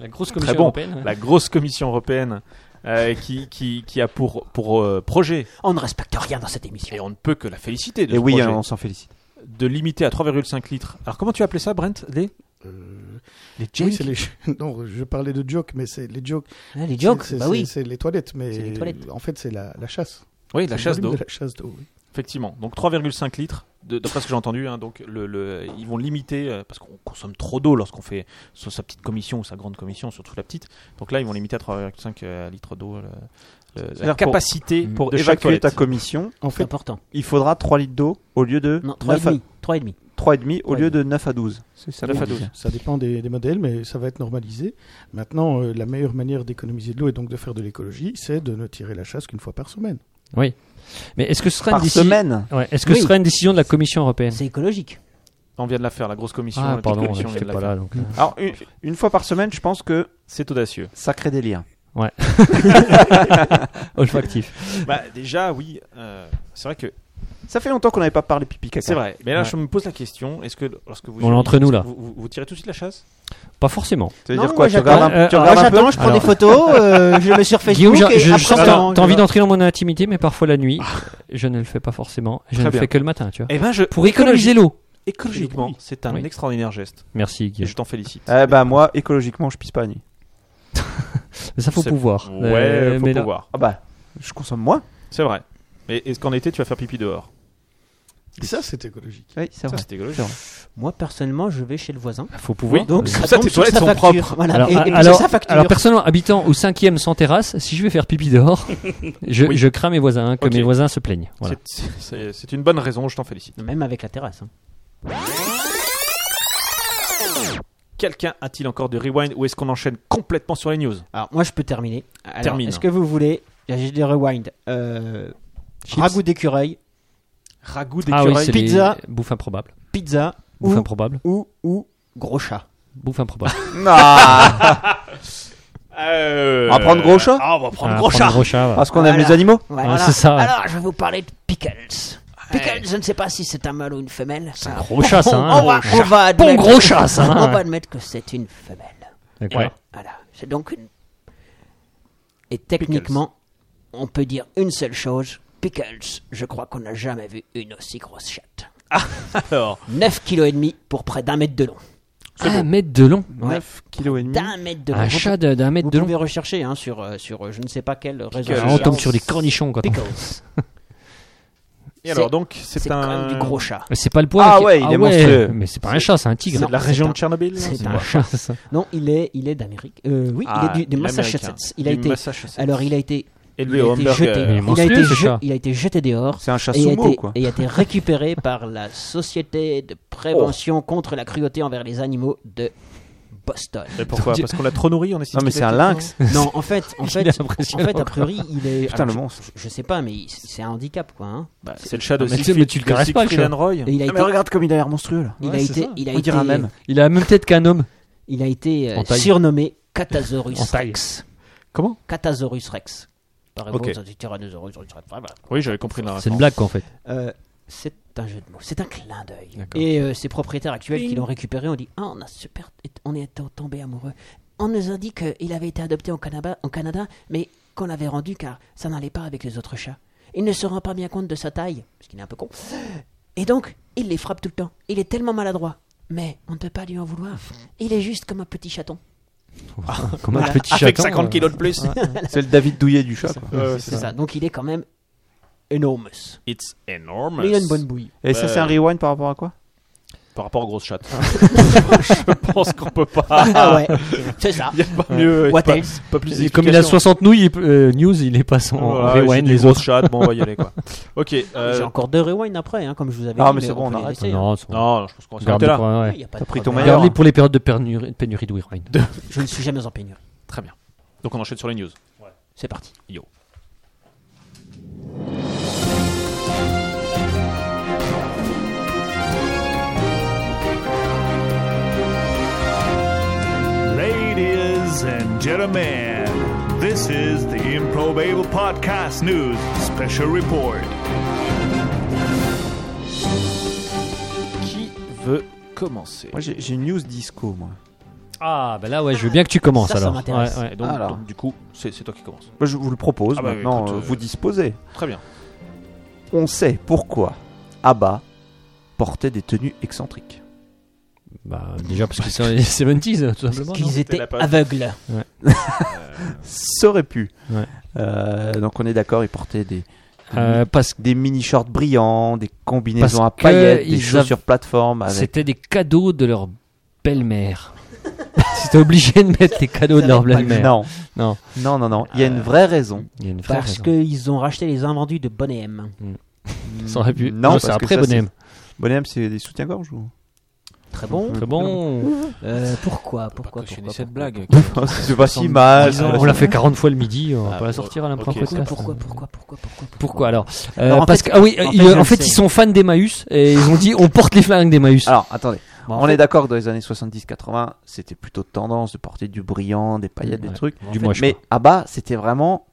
Speaker 2: La grosse
Speaker 3: commission
Speaker 2: commission
Speaker 3: bon.
Speaker 2: européenne.
Speaker 4: Bah.
Speaker 3: La grosse Commission européenne euh, qui, qui, qui a pour, pour euh, projet,
Speaker 1: On ne respecte rien dans cette émission.
Speaker 3: et on ne peut que la féliciter de
Speaker 4: et
Speaker 3: ce
Speaker 4: oui,
Speaker 3: projet,
Speaker 2: hein.
Speaker 4: on s'en félicite.
Speaker 3: de limiter à 3,5 litres. Alors comment tu appelais ça, Brent Des
Speaker 6: Euh,
Speaker 3: Les
Speaker 6: oui, c'est les- non, je parlais de jokes, mais c'est les jokes.
Speaker 1: Ah, les jokes,
Speaker 6: c'est,
Speaker 1: bah
Speaker 6: c'est-
Speaker 1: oui.
Speaker 6: c'est les toilettes, mais
Speaker 1: C'est les toilettes.
Speaker 6: en fait, c'est la, la chasse.
Speaker 3: Oui, la
Speaker 6: C'est le
Speaker 3: chasse
Speaker 6: volume
Speaker 3: d'eau.
Speaker 6: de La chasse d'eau. oui.
Speaker 3: Effectivement. Donc 3,5 litres, de- d'après ce que j'ai entendu. hein. donc le, le- ils vont limiter, euh, parce qu'on consomme trop d'eau lorsqu'on fait soit sa petite commission ou sa grande commission, surtout la petite. Donc là, ils vont limiter à 3,5 euh, litres d'eau le- le- la
Speaker 4: C'est-à-dire
Speaker 3: capacité
Speaker 2: pour-
Speaker 4: Pour
Speaker 3: de chaque
Speaker 4: évacuer
Speaker 3: toilette.
Speaker 4: ta commission,
Speaker 6: En
Speaker 1: C'est
Speaker 6: fait,
Speaker 1: important.
Speaker 4: il faudra 3 litres d'eau au lieu de
Speaker 1: Non,
Speaker 4: 9 à-
Speaker 1: 3,5. 3,5.
Speaker 4: 3,5 au
Speaker 1: Ouais.
Speaker 4: lieu de 9 à 12. C'est ça
Speaker 3: Neuf
Speaker 4: qu'on
Speaker 3: à douze.
Speaker 4: disait.
Speaker 6: ça dépend des, des modèles, mais ça va être normalisé. Maintenant, euh, la meilleure manière d'économiser de l'eau et donc de faire de l'écologie, c'est de ne tirer la chasse qu'une fois par semaine.
Speaker 2: Mais est-ce que ce sera une
Speaker 4: Par
Speaker 2: décision
Speaker 4: semaine.
Speaker 2: Ouais, Est-ce que
Speaker 1: Oui.
Speaker 2: ce sera une décision de la Commission européenne
Speaker 1: C'est écologique.
Speaker 3: On vient de la faire, la grosse commission. euh, la
Speaker 2: Ah,
Speaker 3: petite
Speaker 2: pardon,
Speaker 3: commission, on vient
Speaker 2: j'étais
Speaker 3: de la
Speaker 2: pas
Speaker 3: faire.
Speaker 2: là. donc, euh,
Speaker 4: Alors, une, une fois par semaine, je pense que
Speaker 3: C'est audacieux.
Speaker 4: ça crée des liens.
Speaker 2: euh, Olfactif.
Speaker 3: bah, déjà, oui, euh, c'est vrai que
Speaker 4: Ça fait longtemps qu'on n'avait pas parlé pipi caca.
Speaker 3: C'est vrai. Mais là,
Speaker 2: Ouais.
Speaker 3: je me pose la question est-ce que lorsque vous.
Speaker 2: On est entre nous, là.
Speaker 3: Vous, vous- vous tirez tout de suite la chasse
Speaker 2: Pas forcément.
Speaker 4: C'est-à-dire
Speaker 1: Non,
Speaker 4: quoi
Speaker 1: moi,
Speaker 4: Tu regardes
Speaker 2: j'attends.
Speaker 4: un, tu
Speaker 2: Euh,
Speaker 4: regardes
Speaker 1: Moi,
Speaker 4: un peu
Speaker 1: j'attends, je prends
Speaker 2: Alors.
Speaker 1: des photos, euh, je le mets sur Facebook
Speaker 2: Guillaume, je,
Speaker 1: et
Speaker 2: je-
Speaker 1: après,
Speaker 2: je-
Speaker 1: on
Speaker 2: t'as-
Speaker 1: verra.
Speaker 2: t'as
Speaker 3: euh,
Speaker 2: envie d'entrer dans mon intimité, mais parfois la nuit, je ne le fais pas forcément. Je ne le
Speaker 3: Ah. bien.
Speaker 2: fais que le matin, tu vois.
Speaker 3: Eh ben, je.
Speaker 2: Pour économiser l'eau.
Speaker 3: Écologiquement, c'est un
Speaker 2: Oui.
Speaker 3: extraordinaire geste.
Speaker 2: Merci,
Speaker 3: Et
Speaker 2: Guillaume.
Speaker 3: je t'en félicite.
Speaker 4: Eh ben moi, écologiquement, je pisse pas à nuit.
Speaker 2: Mais ça, faut
Speaker 3: C'est-
Speaker 2: pouvoir.
Speaker 3: Ouais,
Speaker 2: Euh,
Speaker 3: faut
Speaker 2: mais là-
Speaker 3: pouvoir.
Speaker 4: Ah bah, je consomme moins.
Speaker 3: C'est vrai. Mais est-ce qu'en été, tu vas faire pipi dehors
Speaker 6: Et ça, c'est écologique.
Speaker 4: Oui, c'est
Speaker 3: Ça, c'est écologique.
Speaker 1: Moi, personnellement, je vais chez le voisin.
Speaker 2: Faut pouvoir.
Speaker 1: Donc,
Speaker 2: Euh,
Speaker 1: ça,
Speaker 3: Ça,
Speaker 1: tombe
Speaker 3: tes
Speaker 1: sur
Speaker 3: toilettes
Speaker 1: sa
Speaker 3: sont
Speaker 1: facture.
Speaker 3: propres.
Speaker 1: Voilà.
Speaker 2: Alors, ah,
Speaker 1: et, et
Speaker 2: alors,
Speaker 1: c'est sa facture.
Speaker 2: alors, personnellement, habitant au cinquième sans terrasse, si je vais faire pipi dehors, je,
Speaker 3: Oui.
Speaker 2: je crains mes voisins, hein, que
Speaker 3: Ok.
Speaker 2: mes voisins se plaignent. Voilà.
Speaker 3: C'est- C'est c'est une bonne raison, je t'en félicite.
Speaker 1: Même avec la terrasse. hein.
Speaker 3: Quelqu'un a-t-il encore de rewind ou est-ce qu'on enchaîne complètement sur les news
Speaker 1: Alors, moi, je peux terminer. Alors,
Speaker 3: Termine.
Speaker 1: Est-ce que vous voulez. J'ai des rewind. Euh,
Speaker 2: Chips.
Speaker 1: ragoût d'écureuil,
Speaker 3: Ragout
Speaker 2: Ah oui, c'est les
Speaker 1: Pizza.
Speaker 2: bouffe improbable.
Speaker 1: pizza
Speaker 2: Bouffe
Speaker 1: ou,
Speaker 2: improbable.
Speaker 1: ou, ou gros chat.
Speaker 2: Bouffe improbable.
Speaker 4: On va prendre gros chat
Speaker 3: Ah, on va prendre
Speaker 2: Ah,
Speaker 3: gros
Speaker 2: prendre
Speaker 3: chat.
Speaker 2: gros chat, ouais.
Speaker 4: Parce qu'on aime
Speaker 1: Voilà.
Speaker 4: les animaux.
Speaker 2: Ah, c'est ça.
Speaker 1: Alors, je vais vous parler de pickles. Pickles, je ne sais pas si c'est un mâle ou une femelle. C'est un
Speaker 2: gros chat, ça, hein,
Speaker 1: on,
Speaker 2: gros
Speaker 1: va,
Speaker 2: chat.
Speaker 1: on va
Speaker 2: Bon
Speaker 1: admettre-
Speaker 2: gros chat, ça, hein.
Speaker 1: On va admettre que c'est une femelle.
Speaker 2: D'accord.
Speaker 3: Ah, Ouais.
Speaker 1: Voilà. C'est donc une. Et techniquement, on peut dire une seule chose. Pickles, je crois qu'on n'a jamais vu une aussi grosse chatte.
Speaker 3: Alors,
Speaker 1: 9 kg et demi pour près d'un mètre de long.
Speaker 2: Un mètre Ah, de long.
Speaker 1: Ouais.
Speaker 4: 9 kg et
Speaker 5: Hmm.
Speaker 4: demi.
Speaker 1: D'un mètre de long.
Speaker 2: Un
Speaker 1: Vous
Speaker 2: chat de- d'un mètre
Speaker 1: Vous
Speaker 2: de long.
Speaker 1: pouvez rechercher hein, sur, euh, sur euh, je ne sais pas quel réseau.
Speaker 2: Ah, on tombe sur des cornichons. Quoi.
Speaker 1: Pickles.
Speaker 5: Et alors, donc,
Speaker 1: C'est
Speaker 5: c'est
Speaker 1: quand même
Speaker 5: un.
Speaker 1: du gros chat.
Speaker 2: C'est pas le poil.
Speaker 4: Ah
Speaker 2: qui-
Speaker 4: ouais, il est monstrueux.
Speaker 2: Mais c'est pas un chat, c'est un
Speaker 5: C'est
Speaker 2: tigre.
Speaker 5: de la
Speaker 1: Non,
Speaker 5: région
Speaker 1: c'est
Speaker 5: de Tchernobyl
Speaker 1: C'est
Speaker 5: non
Speaker 1: un chat. Non, il est, il est d'Amérique. Euh, oui,
Speaker 5: Ah,
Speaker 1: il est du, de
Speaker 5: il est
Speaker 1: Massachusetts.
Speaker 5: américain.
Speaker 1: Il a
Speaker 5: Du
Speaker 1: été.
Speaker 5: Massachusetts.
Speaker 1: Alors, il a été, il
Speaker 5: Élevé
Speaker 1: a
Speaker 5: au
Speaker 1: été jeté.
Speaker 5: hamburger.
Speaker 2: Mais
Speaker 1: Il a été,
Speaker 2: monstrueux, ce
Speaker 1: je-
Speaker 2: chat.
Speaker 1: il a été jeté dehors.
Speaker 4: C'est un chat
Speaker 1: Et a,
Speaker 4: sumo,
Speaker 1: été,
Speaker 4: quoi.
Speaker 1: et a été récupéré par la Société de
Speaker 4: Oh.
Speaker 1: prévention contre la cruauté envers les animaux de Boston.
Speaker 5: Et pourquoi Parce qu'on l'a trop nourri, on est
Speaker 4: Non, mais c'est un lynx.
Speaker 1: Non, en fait, en fait,
Speaker 2: est
Speaker 1: en
Speaker 2: impressionnant,
Speaker 1: fait, a
Speaker 2: quoi.
Speaker 1: priori, il est.
Speaker 4: Putain,
Speaker 1: alors,
Speaker 4: le
Speaker 1: je-
Speaker 4: monstre.
Speaker 1: je, je sais pas, mais il- c'est un handicap, quoi. hein.
Speaker 5: Bah, C'est le chat de
Speaker 2: mais tu- mais
Speaker 5: Siegfried
Speaker 2: tu le
Speaker 5: de
Speaker 2: caresses pas, le
Speaker 5: Siegfried
Speaker 2: chat.
Speaker 5: and Roy.
Speaker 1: Et il a
Speaker 4: Ah,
Speaker 1: été,
Speaker 4: mais regarde comme il a l'air monstrueux là.
Speaker 1: il a
Speaker 5: Ouais, c'est
Speaker 1: été,
Speaker 5: ça.
Speaker 1: il a
Speaker 4: On dirait un
Speaker 1: été-
Speaker 4: même.
Speaker 2: Il a la même tête qu'un homme.
Speaker 1: Il a été euh,
Speaker 2: En taille.
Speaker 1: surnommé Catasaurus
Speaker 2: En taille.
Speaker 1: Rex.
Speaker 5: Comment
Speaker 1: Catasaurus Rex. Par
Speaker 5: Ok.
Speaker 1: exemple, Tyrannosaurus Rex. Enfin, voilà.
Speaker 5: Oui, j'avais compris la
Speaker 2: C'est une blague, quoi, en fait.
Speaker 1: Euh, c'est un jeu de mots, c'est un clin d'œil.
Speaker 2: D'accord.
Speaker 1: Et euh, ses propriétaires actuels qui l'ont récupéré ont dit Ah, on a super. On est tombé amoureux. On nous a dit qu'il avait été adopté au Canada, au Canada mais qu'on l'avait rendu car ça n'allait pas avec les autres chats. Il ne se rend pas bien compte de sa taille, parce qu'il est un peu con. Et donc, il les frappe tout le temps. Il est tellement maladroit. Mais on ne peut pas lui en vouloir. Il est juste comme un petit chaton.
Speaker 2: Comme un
Speaker 1: Voilà.
Speaker 2: petit chat.
Speaker 5: Avec 50 kilos de plus.
Speaker 4: C'est le David Douillet du chat. Quoi.
Speaker 1: c'est ça. Donc, il est quand même énorme. Mais
Speaker 5: It's enormous.
Speaker 1: il a une bonne bouille.
Speaker 4: Et ça, c'est un rewind par rapport à quoi
Speaker 5: Par rapport aux grosses chattes. Je pense qu'on peut pas.
Speaker 1: Ah ouais, c'est ça.
Speaker 5: Il n'y a pas mieux.
Speaker 1: What
Speaker 5: pas,
Speaker 1: else
Speaker 5: pas plus
Speaker 2: Et comme il a 60 nouilles, il- euh, news, il est passé en
Speaker 5: Voilà, j'ai
Speaker 2: rewind
Speaker 5: des
Speaker 2: les
Speaker 5: grosses
Speaker 2: autres.
Speaker 5: chattes, bon, on va y aller quoi. Ok. euh,
Speaker 1: J'ai encore deux rewinds après, hein, comme je vous avais
Speaker 4: Ah,
Speaker 1: dit.
Speaker 4: mais c'est bon, on
Speaker 1: peut les
Speaker 4: arrête.
Speaker 1: laisser, hein.
Speaker 2: Non, c'est bon.
Speaker 5: Non, non, je pense qu'on va s'arrêter
Speaker 2: Garde-les
Speaker 5: là.
Speaker 2: pour, ouais.
Speaker 1: Il y a pas
Speaker 4: T'as
Speaker 1: de
Speaker 4: pris ton
Speaker 1: problème.
Speaker 4: meilleur.
Speaker 2: Garde-les pour les périodes de pénurie, pénurie de rewind.
Speaker 1: Je ne suis jamais en pénurie.
Speaker 5: Très bien. Donc on enchaîne sur les news.
Speaker 1: C'est parti.
Speaker 7: Ladies and gentlemen, this is the Improbable Podcast News Special Report.
Speaker 5: Qui veut commencer
Speaker 4: Moi, j'ai j'ai une news disco, moi.
Speaker 2: Ah, bah là, ouais, je veux bien que tu commences
Speaker 1: Ça, ça
Speaker 2: alors.
Speaker 1: m'intéresse.
Speaker 2: Ouais, ouais.
Speaker 5: Et donc,
Speaker 4: Alors.
Speaker 5: donc, du coup, c'est c'est toi qui commence.
Speaker 4: Moi, je vous le propose
Speaker 5: Ah bah,
Speaker 4: maintenant,
Speaker 5: écoute,
Speaker 4: euh,
Speaker 5: euh,
Speaker 4: vous disposez.
Speaker 5: Très bien.
Speaker 4: On sait pourquoi Abba portait des tenues excentriques.
Speaker 2: Bah, déjà parce que c'est les 70s, tout simplement. non
Speaker 1: Qu'ils
Speaker 5: C'était
Speaker 1: étaient
Speaker 5: la poste.
Speaker 1: aveugles.
Speaker 4: Ça aurait pu.
Speaker 2: Ouais.
Speaker 4: Euh, donc on est d'accord, ils portaient des,
Speaker 2: Euh, parce que
Speaker 4: des mini-shorts brillants, des combinaisons
Speaker 2: Parce
Speaker 4: à paillettes,
Speaker 2: que
Speaker 4: des
Speaker 2: ils
Speaker 4: chaussures plateforme. Avec...
Speaker 2: c'était des cadeaux de leur belle-mère. C'était obligé de mettre les cadeaux de leur
Speaker 1: avaient pas le
Speaker 2: belle-mère.
Speaker 4: Non,
Speaker 2: Non,
Speaker 4: non, non, non. Il y
Speaker 5: Euh,
Speaker 4: a une vraie raison.
Speaker 2: il y a une vraie
Speaker 1: Parce
Speaker 2: raison.
Speaker 1: qu'ils ont racheté les invendus de Bonnet M.
Speaker 2: Ça aurait pu.
Speaker 4: Non,
Speaker 2: Non, c'est
Speaker 4: parce que
Speaker 2: après
Speaker 4: ça,
Speaker 2: Bonhomme.
Speaker 4: Bonhomme, c'est des soutiens-gorge ou
Speaker 1: Très bon.
Speaker 2: Très bon.
Speaker 1: Euh, pourquoi
Speaker 5: Pourquoi
Speaker 1: Pourquoi Pourquoi
Speaker 5: cette
Speaker 1: pourquoi,
Speaker 5: blague
Speaker 4: C'est pas si mal.
Speaker 2: Ils ont- on l'a fait 40 fois le midi, on va
Speaker 5: Ah,
Speaker 2: pas
Speaker 5: bon,
Speaker 2: la sortir à l'impro
Speaker 5: ok,
Speaker 2: podcast.
Speaker 1: pourquoi, pourquoi, pourquoi, pourquoi, pourquoi,
Speaker 2: Pourquoi alors Euh,
Speaker 1: Alors, en
Speaker 2: Parce
Speaker 1: fait-
Speaker 2: que ah oui,
Speaker 1: en
Speaker 2: ils-
Speaker 1: fait, je
Speaker 2: en
Speaker 1: le
Speaker 2: fait
Speaker 1: sais.
Speaker 2: ils sont fans d'Emmaüs et ils ont dit on porte les flingues d'Emmaüs.
Speaker 4: Alors, attendez.
Speaker 1: Bon, en
Speaker 4: on
Speaker 1: fait-
Speaker 4: est d'accord, dans les années 70-80, c'était plutôt tendance de porter du brillant, des paillettes,
Speaker 2: Ouais.
Speaker 4: des trucs.
Speaker 2: du moins je
Speaker 4: Mais Abba, c'était vraiment.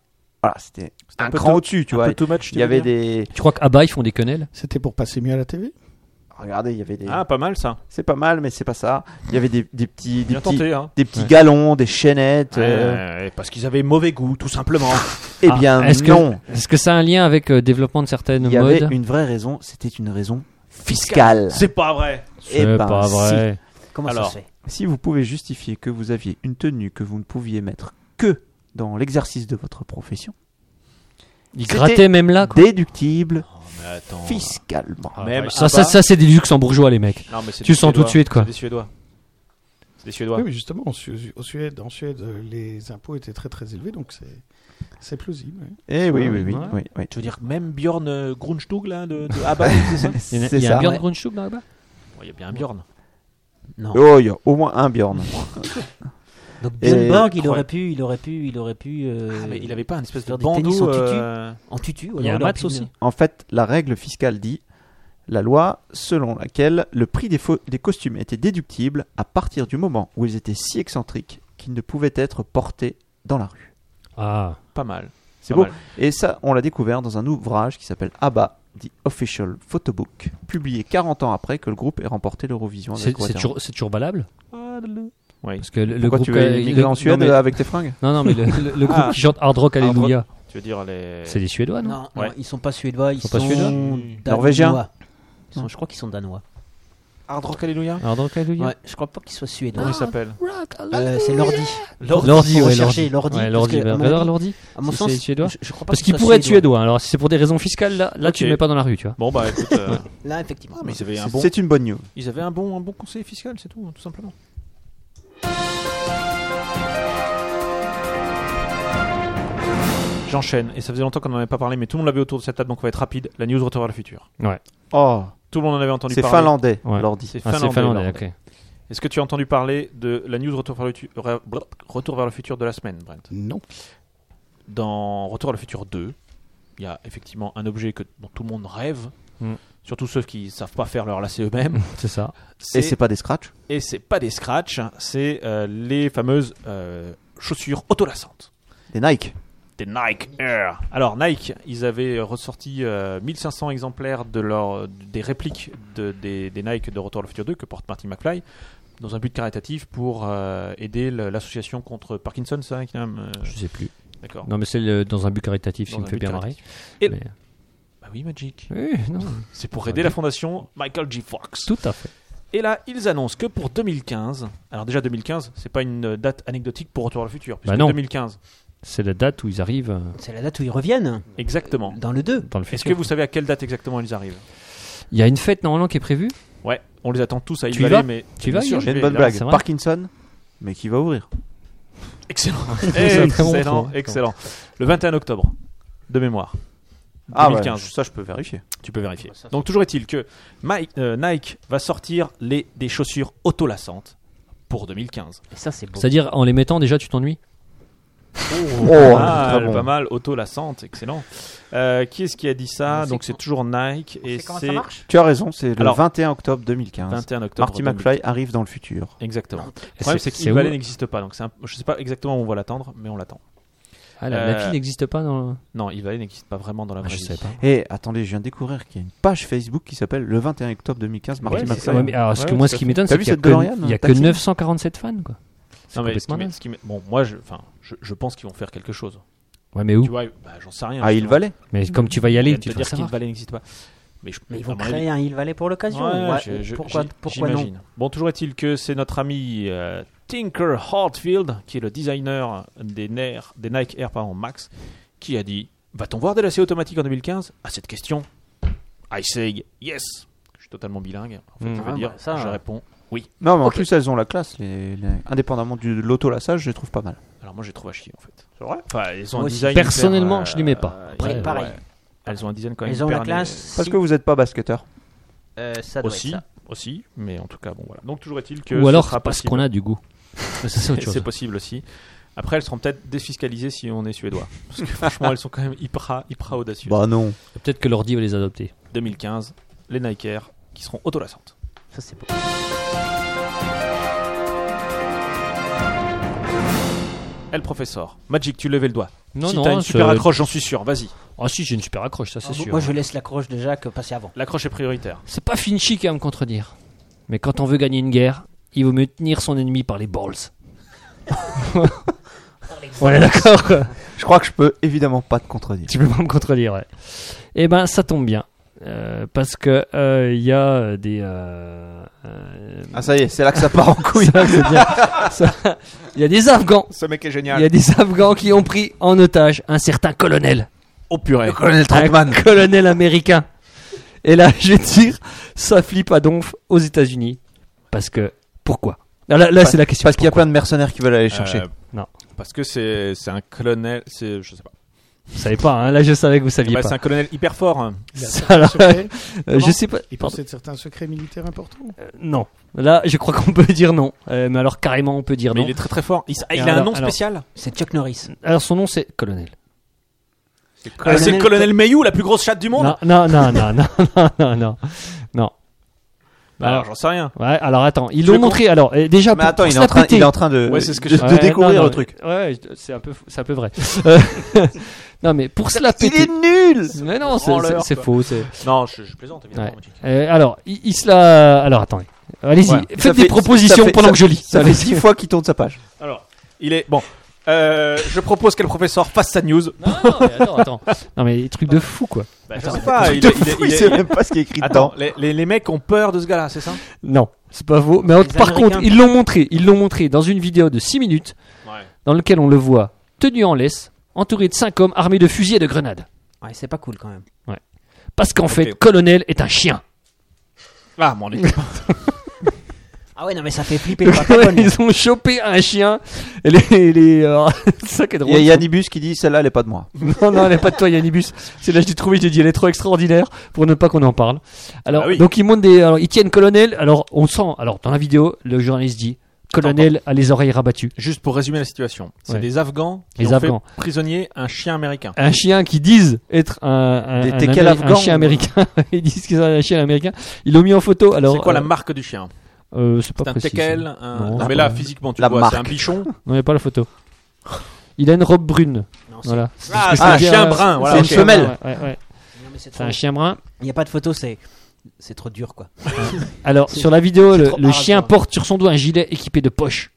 Speaker 4: Voilà, c'était
Speaker 5: un
Speaker 4: un,
Speaker 5: peu
Speaker 4: cran
Speaker 5: tôt-
Speaker 4: au-dessus, tu
Speaker 5: Un
Speaker 4: vois.
Speaker 5: peu too much, tu
Speaker 4: Il y
Speaker 5: veux
Speaker 4: avait
Speaker 5: dire
Speaker 4: des.
Speaker 2: Tu crois qu'Abba ils font des quenelles
Speaker 6: C'était pour passer mieux à la TV
Speaker 4: Regardez, il y avait des.
Speaker 5: Ah, pas mal ça.
Speaker 4: C'est pas mal, mais c'est pas ça. Il y avait des, des petits, des
Speaker 5: Bien
Speaker 4: petits,
Speaker 5: tenté, hein.
Speaker 4: des petits
Speaker 2: Ouais.
Speaker 4: galons, des chaînettes. euh,
Speaker 5: Euh, parce qu'ils avaient mauvais goût, tout simplement.
Speaker 4: Eh
Speaker 2: Ah,
Speaker 4: bien,
Speaker 2: est-ce que-
Speaker 4: non.
Speaker 2: Est-ce que ça a un lien avec le développement de certaines
Speaker 4: Il y avait
Speaker 2: modes
Speaker 4: une vraie raison. C'était une raison fiscale.
Speaker 5: C'est pas vrai.
Speaker 4: Eh
Speaker 2: C'est
Speaker 4: ben,
Speaker 2: pas vrai.
Speaker 1: Comment
Speaker 5: Alors.
Speaker 1: ça se fait
Speaker 4: Si vous pouvez justifier que vous aviez une tenue que vous ne pouviez mettre que dans l'exercice de votre profession,
Speaker 2: Ils
Speaker 4: C'était
Speaker 2: grattaient même là quoi.
Speaker 4: déductible fiscalement.
Speaker 2: Oh, Ah,
Speaker 5: Même
Speaker 2: ça,
Speaker 5: Abba-
Speaker 2: ça, ça, c'est des luxembourgeois les mecs.
Speaker 5: Non, mais c'est
Speaker 2: Tu
Speaker 5: des
Speaker 2: sens tout de
Speaker 5: Suédois.
Speaker 2: suite, quoi.
Speaker 5: C'est des Suédois. C'est des Suédois.
Speaker 6: Oui, mais justement, en, Su- au Suède, en Suède, euh, les impôts étaient très très élevés, donc c'est c'est plausible. ouais.
Speaker 4: Eh oui, oui, oui,
Speaker 5: Ouais.
Speaker 4: oui, oui.
Speaker 5: Tu veux dire même Bjorn euh, Grunstug là de, de Abba, c'est ça
Speaker 2: Il y en a,
Speaker 4: C'est
Speaker 2: il y a
Speaker 4: ça.
Speaker 2: un Björn Grunschub là-bas
Speaker 5: Bon, Il y a bien un Bjorn.
Speaker 1: Euh, Non.
Speaker 4: Oh, il y a au moins un Bjorn.
Speaker 1: Donc,
Speaker 4: Et-
Speaker 1: Björnborg, il
Speaker 5: Incroyable.
Speaker 1: aurait pu, il aurait pu, il aurait pu. euh,
Speaker 5: Ah, mais il avait pas un espèce de
Speaker 1: faire des tennis
Speaker 5: bandeau.
Speaker 1: en tutu.
Speaker 5: euh,
Speaker 1: En tutu.
Speaker 2: Il y a un
Speaker 1: aurait
Speaker 2: Mats
Speaker 1: pu-
Speaker 2: aussi.
Speaker 4: En fait, la règle fiscale dit la loi selon laquelle le prix des, faux- des costumes était déductible à partir du moment où ils étaient si excentriques qu'ils ne pouvaient être portés dans la rue.
Speaker 2: Ah,
Speaker 5: Pas mal.
Speaker 4: C'est
Speaker 5: Pas
Speaker 4: bon
Speaker 5: mal.
Speaker 4: Et ça, on l'a découvert dans un ouvrage qui s'appelle ABBA, The Official Photobook, publié 40 ans après que le groupe ait remporté l'Eurovision. avec
Speaker 2: c'est c'est
Speaker 4: Waterloo.
Speaker 2: toujours, c'est toujours valable
Speaker 1: Ah,
Speaker 5: Oui.
Speaker 2: Parce que le, le
Speaker 4: Pourquoi
Speaker 2: groupe.
Speaker 4: tu veux
Speaker 2: euh,
Speaker 4: immigrer
Speaker 2: le-
Speaker 4: en Suède
Speaker 2: non, mais-
Speaker 4: euh, avec tes fringues
Speaker 2: Non, non, mais le, le- le groupe
Speaker 5: Ah.
Speaker 2: qui chante Hard Rock
Speaker 5: Hard Rock.
Speaker 2: Alléluia,
Speaker 5: Tu veux dire les.
Speaker 2: c'est des Suédois, non,
Speaker 1: Non,
Speaker 5: Ouais.
Speaker 1: non, ils sont pas suédois, ils
Speaker 2: sont
Speaker 1: sont,
Speaker 2: pas suédois
Speaker 1: danois.
Speaker 4: Norvégiens
Speaker 1: Ils sont- Je crois qu'ils sont danois.
Speaker 5: Hard Rock Alléluia
Speaker 2: Alors, donc, Alléluia.
Speaker 1: Ouais, je crois pas qu'il soit suédois.
Speaker 5: Comment il s'appelle
Speaker 1: Euh, c'est l'ordi.
Speaker 2: L'ordi,
Speaker 1: faut
Speaker 2: ouais,
Speaker 1: rechercher
Speaker 2: l'ordi.
Speaker 1: l'ordi,
Speaker 2: Ouais,
Speaker 1: parce
Speaker 2: l'ordi.
Speaker 1: que, à
Speaker 2: bah,
Speaker 1: mon
Speaker 2: bah,
Speaker 1: avis-
Speaker 2: l'ordi.
Speaker 1: À mon
Speaker 2: Si
Speaker 1: sens,
Speaker 2: c'est suédois.
Speaker 1: je, je crois pas
Speaker 2: Parce
Speaker 1: qu'il
Speaker 2: qu'il
Speaker 1: soit
Speaker 2: pourrait être suédois. Alors, si c'est pour des raisons fiscales, là, là tu
Speaker 5: Ok.
Speaker 2: le mets pas dans la rue, tu vois.
Speaker 5: Bon, bah écoute, euh,
Speaker 1: Là, effectivement.
Speaker 5: mais ils avaient un
Speaker 4: C'est-
Speaker 5: bon,
Speaker 4: C'est une bonne news.
Speaker 5: ils avaient un bon, un bon conseiller fiscal, c'est tout, tout simplement. J'enchaîne, et ça faisait longtemps qu'on n'en avait pas parlé, mais tout le monde l'avait autour de cette table, donc on va être rapide. La news retour vers le futur.
Speaker 4: Oh,
Speaker 5: Tout le monde en avait entendu
Speaker 4: c'est
Speaker 5: parler.
Speaker 4: finlandais,
Speaker 2: Ouais.
Speaker 4: l'ordi.
Speaker 5: C'est
Speaker 2: Ah,
Speaker 5: finlandais.
Speaker 2: c'est finlandais,
Speaker 5: l'ordi.
Speaker 2: ok.
Speaker 5: Est-ce que tu as entendu parler de la news Retour vers le, tu- re- blop, Retour vers le futur de la semaine, Brent
Speaker 6: Non.
Speaker 5: Dans Retour vers le futur 2, il y a effectivement un objet que, dont tout le monde rêve,
Speaker 2: Mm.
Speaker 5: surtout ceux qui ne savent pas faire leur lacet eux-mêmes.
Speaker 2: C'est ça.
Speaker 4: Et c'est pas des scratchs
Speaker 5: et c'est pas des scratchs, c'est euh, les fameuses euh, chaussures autolassantes.
Speaker 4: Des Nike.
Speaker 5: Des Nike Air. Alors Nike, ils avaient ressorti euh, 1500 exemplaires de leur, des répliques de, des, des Nike de Retour à le futur 2 que porte Marty McFly dans un but caritatif pour euh, aider le- l'association contre Parkinson, ça, qui, euh,
Speaker 2: Je sais plus.
Speaker 5: D'accord.
Speaker 2: Non, mais c'est le- dans un but caritatif,
Speaker 5: Dans
Speaker 2: ça me
Speaker 5: un
Speaker 2: fait
Speaker 5: but
Speaker 2: bien marrer.
Speaker 5: caritatif. Et-
Speaker 2: Mais-
Speaker 5: Bah oui, Magic.
Speaker 2: Oui, non,
Speaker 5: C'est pour aider la fondation Michael G. Fox.
Speaker 2: tout à fait.
Speaker 5: Et là, ils annoncent que pour 2015, alors déjà 2015, c'est pas une euh, date anecdotique pour Retour à le futur, puisque
Speaker 2: non.
Speaker 5: 2015,
Speaker 2: C'est la date où ils arrivent euh,
Speaker 1: C'est la date où ils reviennent,
Speaker 5: exactement.
Speaker 1: dans le 2.
Speaker 2: dans le
Speaker 5: Est-ce
Speaker 2: futur.
Speaker 5: que vous savez à quelle date exactement ils arrivent
Speaker 2: Il y a une fête normalement qui est prévue
Speaker 5: Ouais, on les attend tous à
Speaker 2: Tu
Speaker 5: Hill
Speaker 2: y
Speaker 5: Valley,
Speaker 2: vas
Speaker 5: mais
Speaker 2: Tu y vas,
Speaker 5: Bien sûr,
Speaker 2: Guillaume
Speaker 5: j'y
Speaker 4: J'ai une
Speaker 5: vais,
Speaker 4: bonne
Speaker 5: là.
Speaker 4: blague.
Speaker 2: c'est vrai.
Speaker 4: Parkinson, mais qui va ouvrir.
Speaker 5: Excellent,
Speaker 2: C'est un très bon
Speaker 5: excellent,
Speaker 2: retour.
Speaker 5: excellent. Le 21 octobre, de mémoire.
Speaker 4: Ah,
Speaker 5: 2015.
Speaker 4: ouais, ça, je peux vérifier.
Speaker 5: Tu peux vérifier. Donc toujours est-il que Mike- euh, Nike va sortir les, des chaussures autolassantes pour 2015.
Speaker 1: Et ça, c'est beau.
Speaker 2: C'est-à-dire en les mettant déjà tu t'ennuies
Speaker 4: Oh,
Speaker 5: Ah,
Speaker 4: très
Speaker 5: elle est
Speaker 4: bon.
Speaker 5: pas mal, autolassante, excellent. Euh, qui est-ce qui a dit ça Donc c'est toujours Nike et c'est
Speaker 4: Tu as raison, c'est le
Speaker 5: Alors,
Speaker 4: 21 octobre 2015.
Speaker 5: 21 octobre.
Speaker 4: Marty
Speaker 5: 2015.
Speaker 4: McFly arrive dans le futur.
Speaker 5: Exactement.
Speaker 2: Et
Speaker 5: Le problème, c'est que
Speaker 2: c'est
Speaker 5: Hill
Speaker 2: où
Speaker 5: Valley n'existe pas, donc c'est un- je sais pas exactement où on va l'attendre, mais on l'attend.
Speaker 2: Ah, la, la
Speaker 5: Euh,
Speaker 2: fille n'existe pas dans.
Speaker 5: Non, Hill Valley n'existe pas vraiment dans la
Speaker 2: Ah,
Speaker 5: vraie
Speaker 2: je
Speaker 5: vie.
Speaker 2: sais pas.
Speaker 4: Et attendez, je viens de découvrir qu'il y a une page Facebook qui s'appelle le 21 octobre 2015
Speaker 5: Ouais,
Speaker 4: Marty
Speaker 2: Ouais,
Speaker 4: McFly.
Speaker 2: ouais, mais alors, ce
Speaker 5: Ouais,
Speaker 2: que moi,
Speaker 5: tout
Speaker 2: ce
Speaker 5: à
Speaker 2: qui
Speaker 5: fait.
Speaker 2: m'étonne,
Speaker 4: T'as
Speaker 2: c'est
Speaker 4: vu
Speaker 2: qu'il y a
Speaker 4: cette
Speaker 2: que,
Speaker 4: DeLorean,
Speaker 2: il y a que
Speaker 4: taxi
Speaker 2: 947 fans, quoi. C'est
Speaker 5: Non, mais ce qui
Speaker 2: complètement
Speaker 5: m'é-
Speaker 2: dingue.
Speaker 5: ce qui m'é- bon, moi, je, enfin, je, je pense qu'ils vont faire quelque chose.
Speaker 2: Ouais, mais où
Speaker 5: Tu vois, bah, j'en sais rien.
Speaker 4: Ah, il
Speaker 5: justement.
Speaker 4: valait.
Speaker 2: Mais comme tu vas y
Speaker 5: Je viens
Speaker 2: aller,
Speaker 5: de te
Speaker 2: tu vas
Speaker 5: dire qu'il
Speaker 2: savoir.
Speaker 5: valait n'existe pas. Mais, je,
Speaker 1: Mais ils vont
Speaker 5: à mon avis-
Speaker 1: créer un Hill Valley pour l'occasion.
Speaker 5: Ouais,
Speaker 1: ouais.
Speaker 5: je- je-
Speaker 1: pourquoi
Speaker 5: j'im-
Speaker 1: pourquoi non
Speaker 5: j'imagine. Bon, toujours est-il que c'est notre ami euh, Tinker Hartfield, qui est le designer des, Nair- des Nike Air pardon, Max, qui a dit Va-t-on voir des lacets automatiques en 2015 À cette question, I say yes. Je suis totalement bilingue. En fait,
Speaker 2: Mm.
Speaker 5: je
Speaker 1: Ah,
Speaker 5: veux dire,
Speaker 1: bah, ça,
Speaker 5: je
Speaker 1: euh.
Speaker 5: réponds oui.
Speaker 4: Non, mais en
Speaker 1: Ok.
Speaker 4: plus, elles ont la classe. les- les- Indépendamment du- de l'autolassage, je les trouve pas mal.
Speaker 5: Alors moi, j'ai trouvé à chier en fait. C'est vrai Enfin, elles ont
Speaker 1: Moi
Speaker 5: un
Speaker 1: aussi.
Speaker 5: design.
Speaker 2: Personnellement,
Speaker 5: hyper,
Speaker 2: je n'aimais pas.
Speaker 5: euh,
Speaker 1: Après,
Speaker 5: hyper-
Speaker 1: pareil.
Speaker 5: Elles ont un design quand même.
Speaker 1: Ils ont
Speaker 5: hyper
Speaker 1: la
Speaker 5: ané-
Speaker 1: classe.
Speaker 4: Parce
Speaker 1: si.
Speaker 4: que vous n'êtes pas basketteur.
Speaker 1: Euh, ça doit
Speaker 5: Aussi,
Speaker 1: être ça.
Speaker 5: aussi, mais en tout cas, bon voilà. Donc toujours est-il que.
Speaker 2: Ou
Speaker 5: ce
Speaker 2: alors,
Speaker 5: sera
Speaker 2: c'est parce
Speaker 5: possible.
Speaker 2: qu'on a du goût. Ça, c'est autre chose.
Speaker 5: C'est possible aussi. Après, elles seront peut-être défiscalisées si on est suédois. Parce que franchement, elles sont quand même hyper, hyper audacieuses.
Speaker 4: Bah non.
Speaker 2: Peut-être que l'ordi va les adopter.
Speaker 5: 2015, les Nike Air qui seront autolassantes.
Speaker 1: Ça, c'est beau.
Speaker 5: Elle, professeur. Magic, tu levais le doigt.
Speaker 2: Non,
Speaker 5: si
Speaker 2: non,
Speaker 5: t'as une
Speaker 2: c'est-
Speaker 5: super accroche, j'en suis sûr. Vas-y.
Speaker 2: Ah, si, j'ai une super accroche, ça, c'est
Speaker 1: Ah, vous-
Speaker 2: sûr.
Speaker 1: Moi, je laisse l'accroche de Jacques passer avant.
Speaker 5: L'accroche est prioritaire.
Speaker 2: C'est pas Finchy qui va me contredire. Mais quand on veut gagner une guerre, il vaut mieux tenir son ennemi par les balls. on est d'accord, quoi.
Speaker 4: Je crois que je peux évidemment pas te contredire.
Speaker 2: Tu peux pas me contredire, ouais. Eh ben, ça tombe bien. Euh, parce que euh, il y a des. euh, euh,
Speaker 4: Ah, ça y est, c'est là que ça part en couille.
Speaker 2: ça, c'est bien. Ça- Il y a des Afghans.
Speaker 4: Ce mec est
Speaker 2: Il y
Speaker 4: génial.
Speaker 2: a des Afghans qui ont pris en otage un certain colonel.
Speaker 5: Oh purée.
Speaker 4: Colonel
Speaker 2: Un colonel américain. Et là, je vais te dire, ça flippe à donf aux États-Unis. Parce que, pourquoi Là, là, là, c'est la question.
Speaker 4: Parce qu'il y a plein de mercenaires qui veulent aller chercher.
Speaker 5: Euh,
Speaker 2: Non.
Speaker 5: Parce que c'est c'est un colonel. C'est je sais pas.
Speaker 2: Vous savez pas, hein, là, je savais que vous saviez
Speaker 5: Bah, c'est
Speaker 2: pas.
Speaker 5: un colonel hyper fort. hein.
Speaker 6: Il a
Speaker 2: Ça,
Speaker 6: certains
Speaker 2: alors,
Speaker 6: secrets.
Speaker 2: Euh, je sais pas.
Speaker 6: Il
Speaker 2: pardon,
Speaker 6: possède certains secrets militaires importants.
Speaker 2: euh, non. Là, je crois qu'on peut dire non. Euh, mais alors, carrément, on peut dire
Speaker 5: Mais
Speaker 2: non.
Speaker 5: il est très très fort. Il, s- ah, il
Speaker 2: Et
Speaker 5: a un
Speaker 2: alors-
Speaker 5: nom
Speaker 2: alors-
Speaker 5: spécial.
Speaker 1: C'est Chuck Norris.
Speaker 2: Alors, son nom, c'est colonel.
Speaker 5: Ah, C'est le
Speaker 1: Colonel-
Speaker 5: colonel Mayou, la plus grosse chatte du monde.
Speaker 2: Non, non, non, non, non, non, non, non.
Speaker 5: Bah, alors j'en sais rien.
Speaker 2: Ouais, alors attends, ils
Speaker 5: Je
Speaker 2: l'ont
Speaker 5: com-
Speaker 2: montré. Alors, euh, déjà,
Speaker 4: Ah, Mais
Speaker 2: pour-
Speaker 4: attends,
Speaker 2: pour
Speaker 4: il
Speaker 2: se
Speaker 4: est,
Speaker 2: la
Speaker 4: en train,
Speaker 2: péter.
Speaker 4: il est en train de,
Speaker 5: Ouais, c'est ce que
Speaker 4: de-
Speaker 5: je-
Speaker 4: de
Speaker 2: Ouais,
Speaker 4: découvrir
Speaker 2: non,
Speaker 4: le
Speaker 2: non,
Speaker 4: truc.
Speaker 2: Ouais, je- c'est un peu, fou- c'est un peu vrai. Euh, non, mais pour se la péter.
Speaker 4: nul
Speaker 2: Mais non, c'est-
Speaker 5: Branleur,
Speaker 2: c'est c'est
Speaker 5: quoi.
Speaker 2: faux. c'est-
Speaker 5: Non, je, je plaisante évidemment.
Speaker 2: Ouais.
Speaker 5: Magic.
Speaker 2: Euh, alors, il, il se la. Alors, attendez. Allez-y,
Speaker 4: Ouais.
Speaker 2: faites
Speaker 4: Ça
Speaker 2: des
Speaker 4: fait-
Speaker 2: propositions
Speaker 4: ça fait-
Speaker 2: pendant
Speaker 4: ça-
Speaker 2: que je lis.
Speaker 4: Ça fait
Speaker 2: Allez-y.
Speaker 4: six fois qu'il tourne sa page.
Speaker 5: Alors, il est bon. Euh, je propose que le professeur fasse sa news.
Speaker 2: Non, non, mais attends, attends. Non, mais des trucs de fou, quoi.
Speaker 5: Bah, je sais pas. il
Speaker 4: De
Speaker 5: est- il est-
Speaker 4: fou,
Speaker 5: il
Speaker 4: il
Speaker 5: est-
Speaker 4: sait même pas ce qui est écrit
Speaker 5: Attends,
Speaker 4: dedans.
Speaker 5: les, les- les mecs ont peur de ce gars-là, c'est ça
Speaker 2: Non, c'est pas faux. Mais par
Speaker 1: Américains.
Speaker 2: contre, ils l'ont montré. Ils l'ont montré dans une vidéo de 6 minutes
Speaker 5: Ouais.
Speaker 2: dans laquelle on le voit tenu en laisse, entouré de 5 hommes armés de fusils et de grenades.
Speaker 1: Ouais, c'est pas cool quand même.
Speaker 2: Parce qu'en
Speaker 5: Ok.
Speaker 2: fait, Colonel est un chien.
Speaker 5: Ah, mon dieu.
Speaker 1: Ah ouais, non, mais ça fait flipper le Pacabon.
Speaker 2: Ils ont chopé un chien. Et les, les, euh, c'est ça qui est
Speaker 4: Il
Speaker 2: drôle.
Speaker 4: y a Yannibus qui dit celle-là, elle est pas de moi.
Speaker 2: Non, non, elle est pas de toi, Yannibus. C'est là que je l'ai trouvé, je l'ai dit, elle est trop extraordinaire pour ne pas qu'on en parle. Alors,
Speaker 5: Ah oui.
Speaker 2: donc ils montent des. alors, ils tiennent colonel. Alors, on sent. Alors, dans la vidéo, le journaliste dit Colonel a les oreilles rabattues.
Speaker 5: Juste pour résumer la situation, c'est
Speaker 2: Ouais.
Speaker 5: des Afghans qui
Speaker 2: Les
Speaker 5: ont
Speaker 2: Afghans.
Speaker 5: fait prisonnier un chien américain.
Speaker 2: Un chien qui disent être un, un,
Speaker 4: Des
Speaker 2: un,
Speaker 4: teckels
Speaker 2: Améri- un
Speaker 4: afghans.
Speaker 2: chien américain. ils disent qu'ils sont un chien américain. Ils l'ont mis en photo. Alors,
Speaker 5: C'est quoi la
Speaker 2: euh,
Speaker 5: marque du chien
Speaker 2: euh, C'est pas
Speaker 5: C'est un
Speaker 2: précis,
Speaker 5: teckel
Speaker 2: ça.
Speaker 5: un-
Speaker 2: Non,
Speaker 5: Non,
Speaker 2: la
Speaker 5: mais là,
Speaker 2: marque.
Speaker 5: physiquement, tu
Speaker 4: La
Speaker 5: vois, c'est un
Speaker 4: marque.
Speaker 5: bichon.
Speaker 2: Non, il n'y a pas la photo. Il a une robe brune.
Speaker 1: Non, c'est-
Speaker 2: Voilà. C'est
Speaker 5: Ah,
Speaker 2: ce que je
Speaker 5: c'est un
Speaker 2: veux dire,
Speaker 5: chien
Speaker 2: euh,
Speaker 5: brun, voilà,
Speaker 4: c'est
Speaker 5: ok.
Speaker 4: une femelle.
Speaker 2: Ouais, ouais, ouais.
Speaker 1: non, mais c'est
Speaker 2: C'est
Speaker 1: trop.
Speaker 2: un chien brun.
Speaker 1: Il n'y a pas de photo, c'est. C'est trop dur quoi.
Speaker 2: Alors,
Speaker 1: C'est-
Speaker 2: sur la vidéo,
Speaker 1: c'est
Speaker 2: le,
Speaker 1: trop
Speaker 2: le
Speaker 1: harassant.
Speaker 2: chien porte sur son dos un gilet équipé de poches.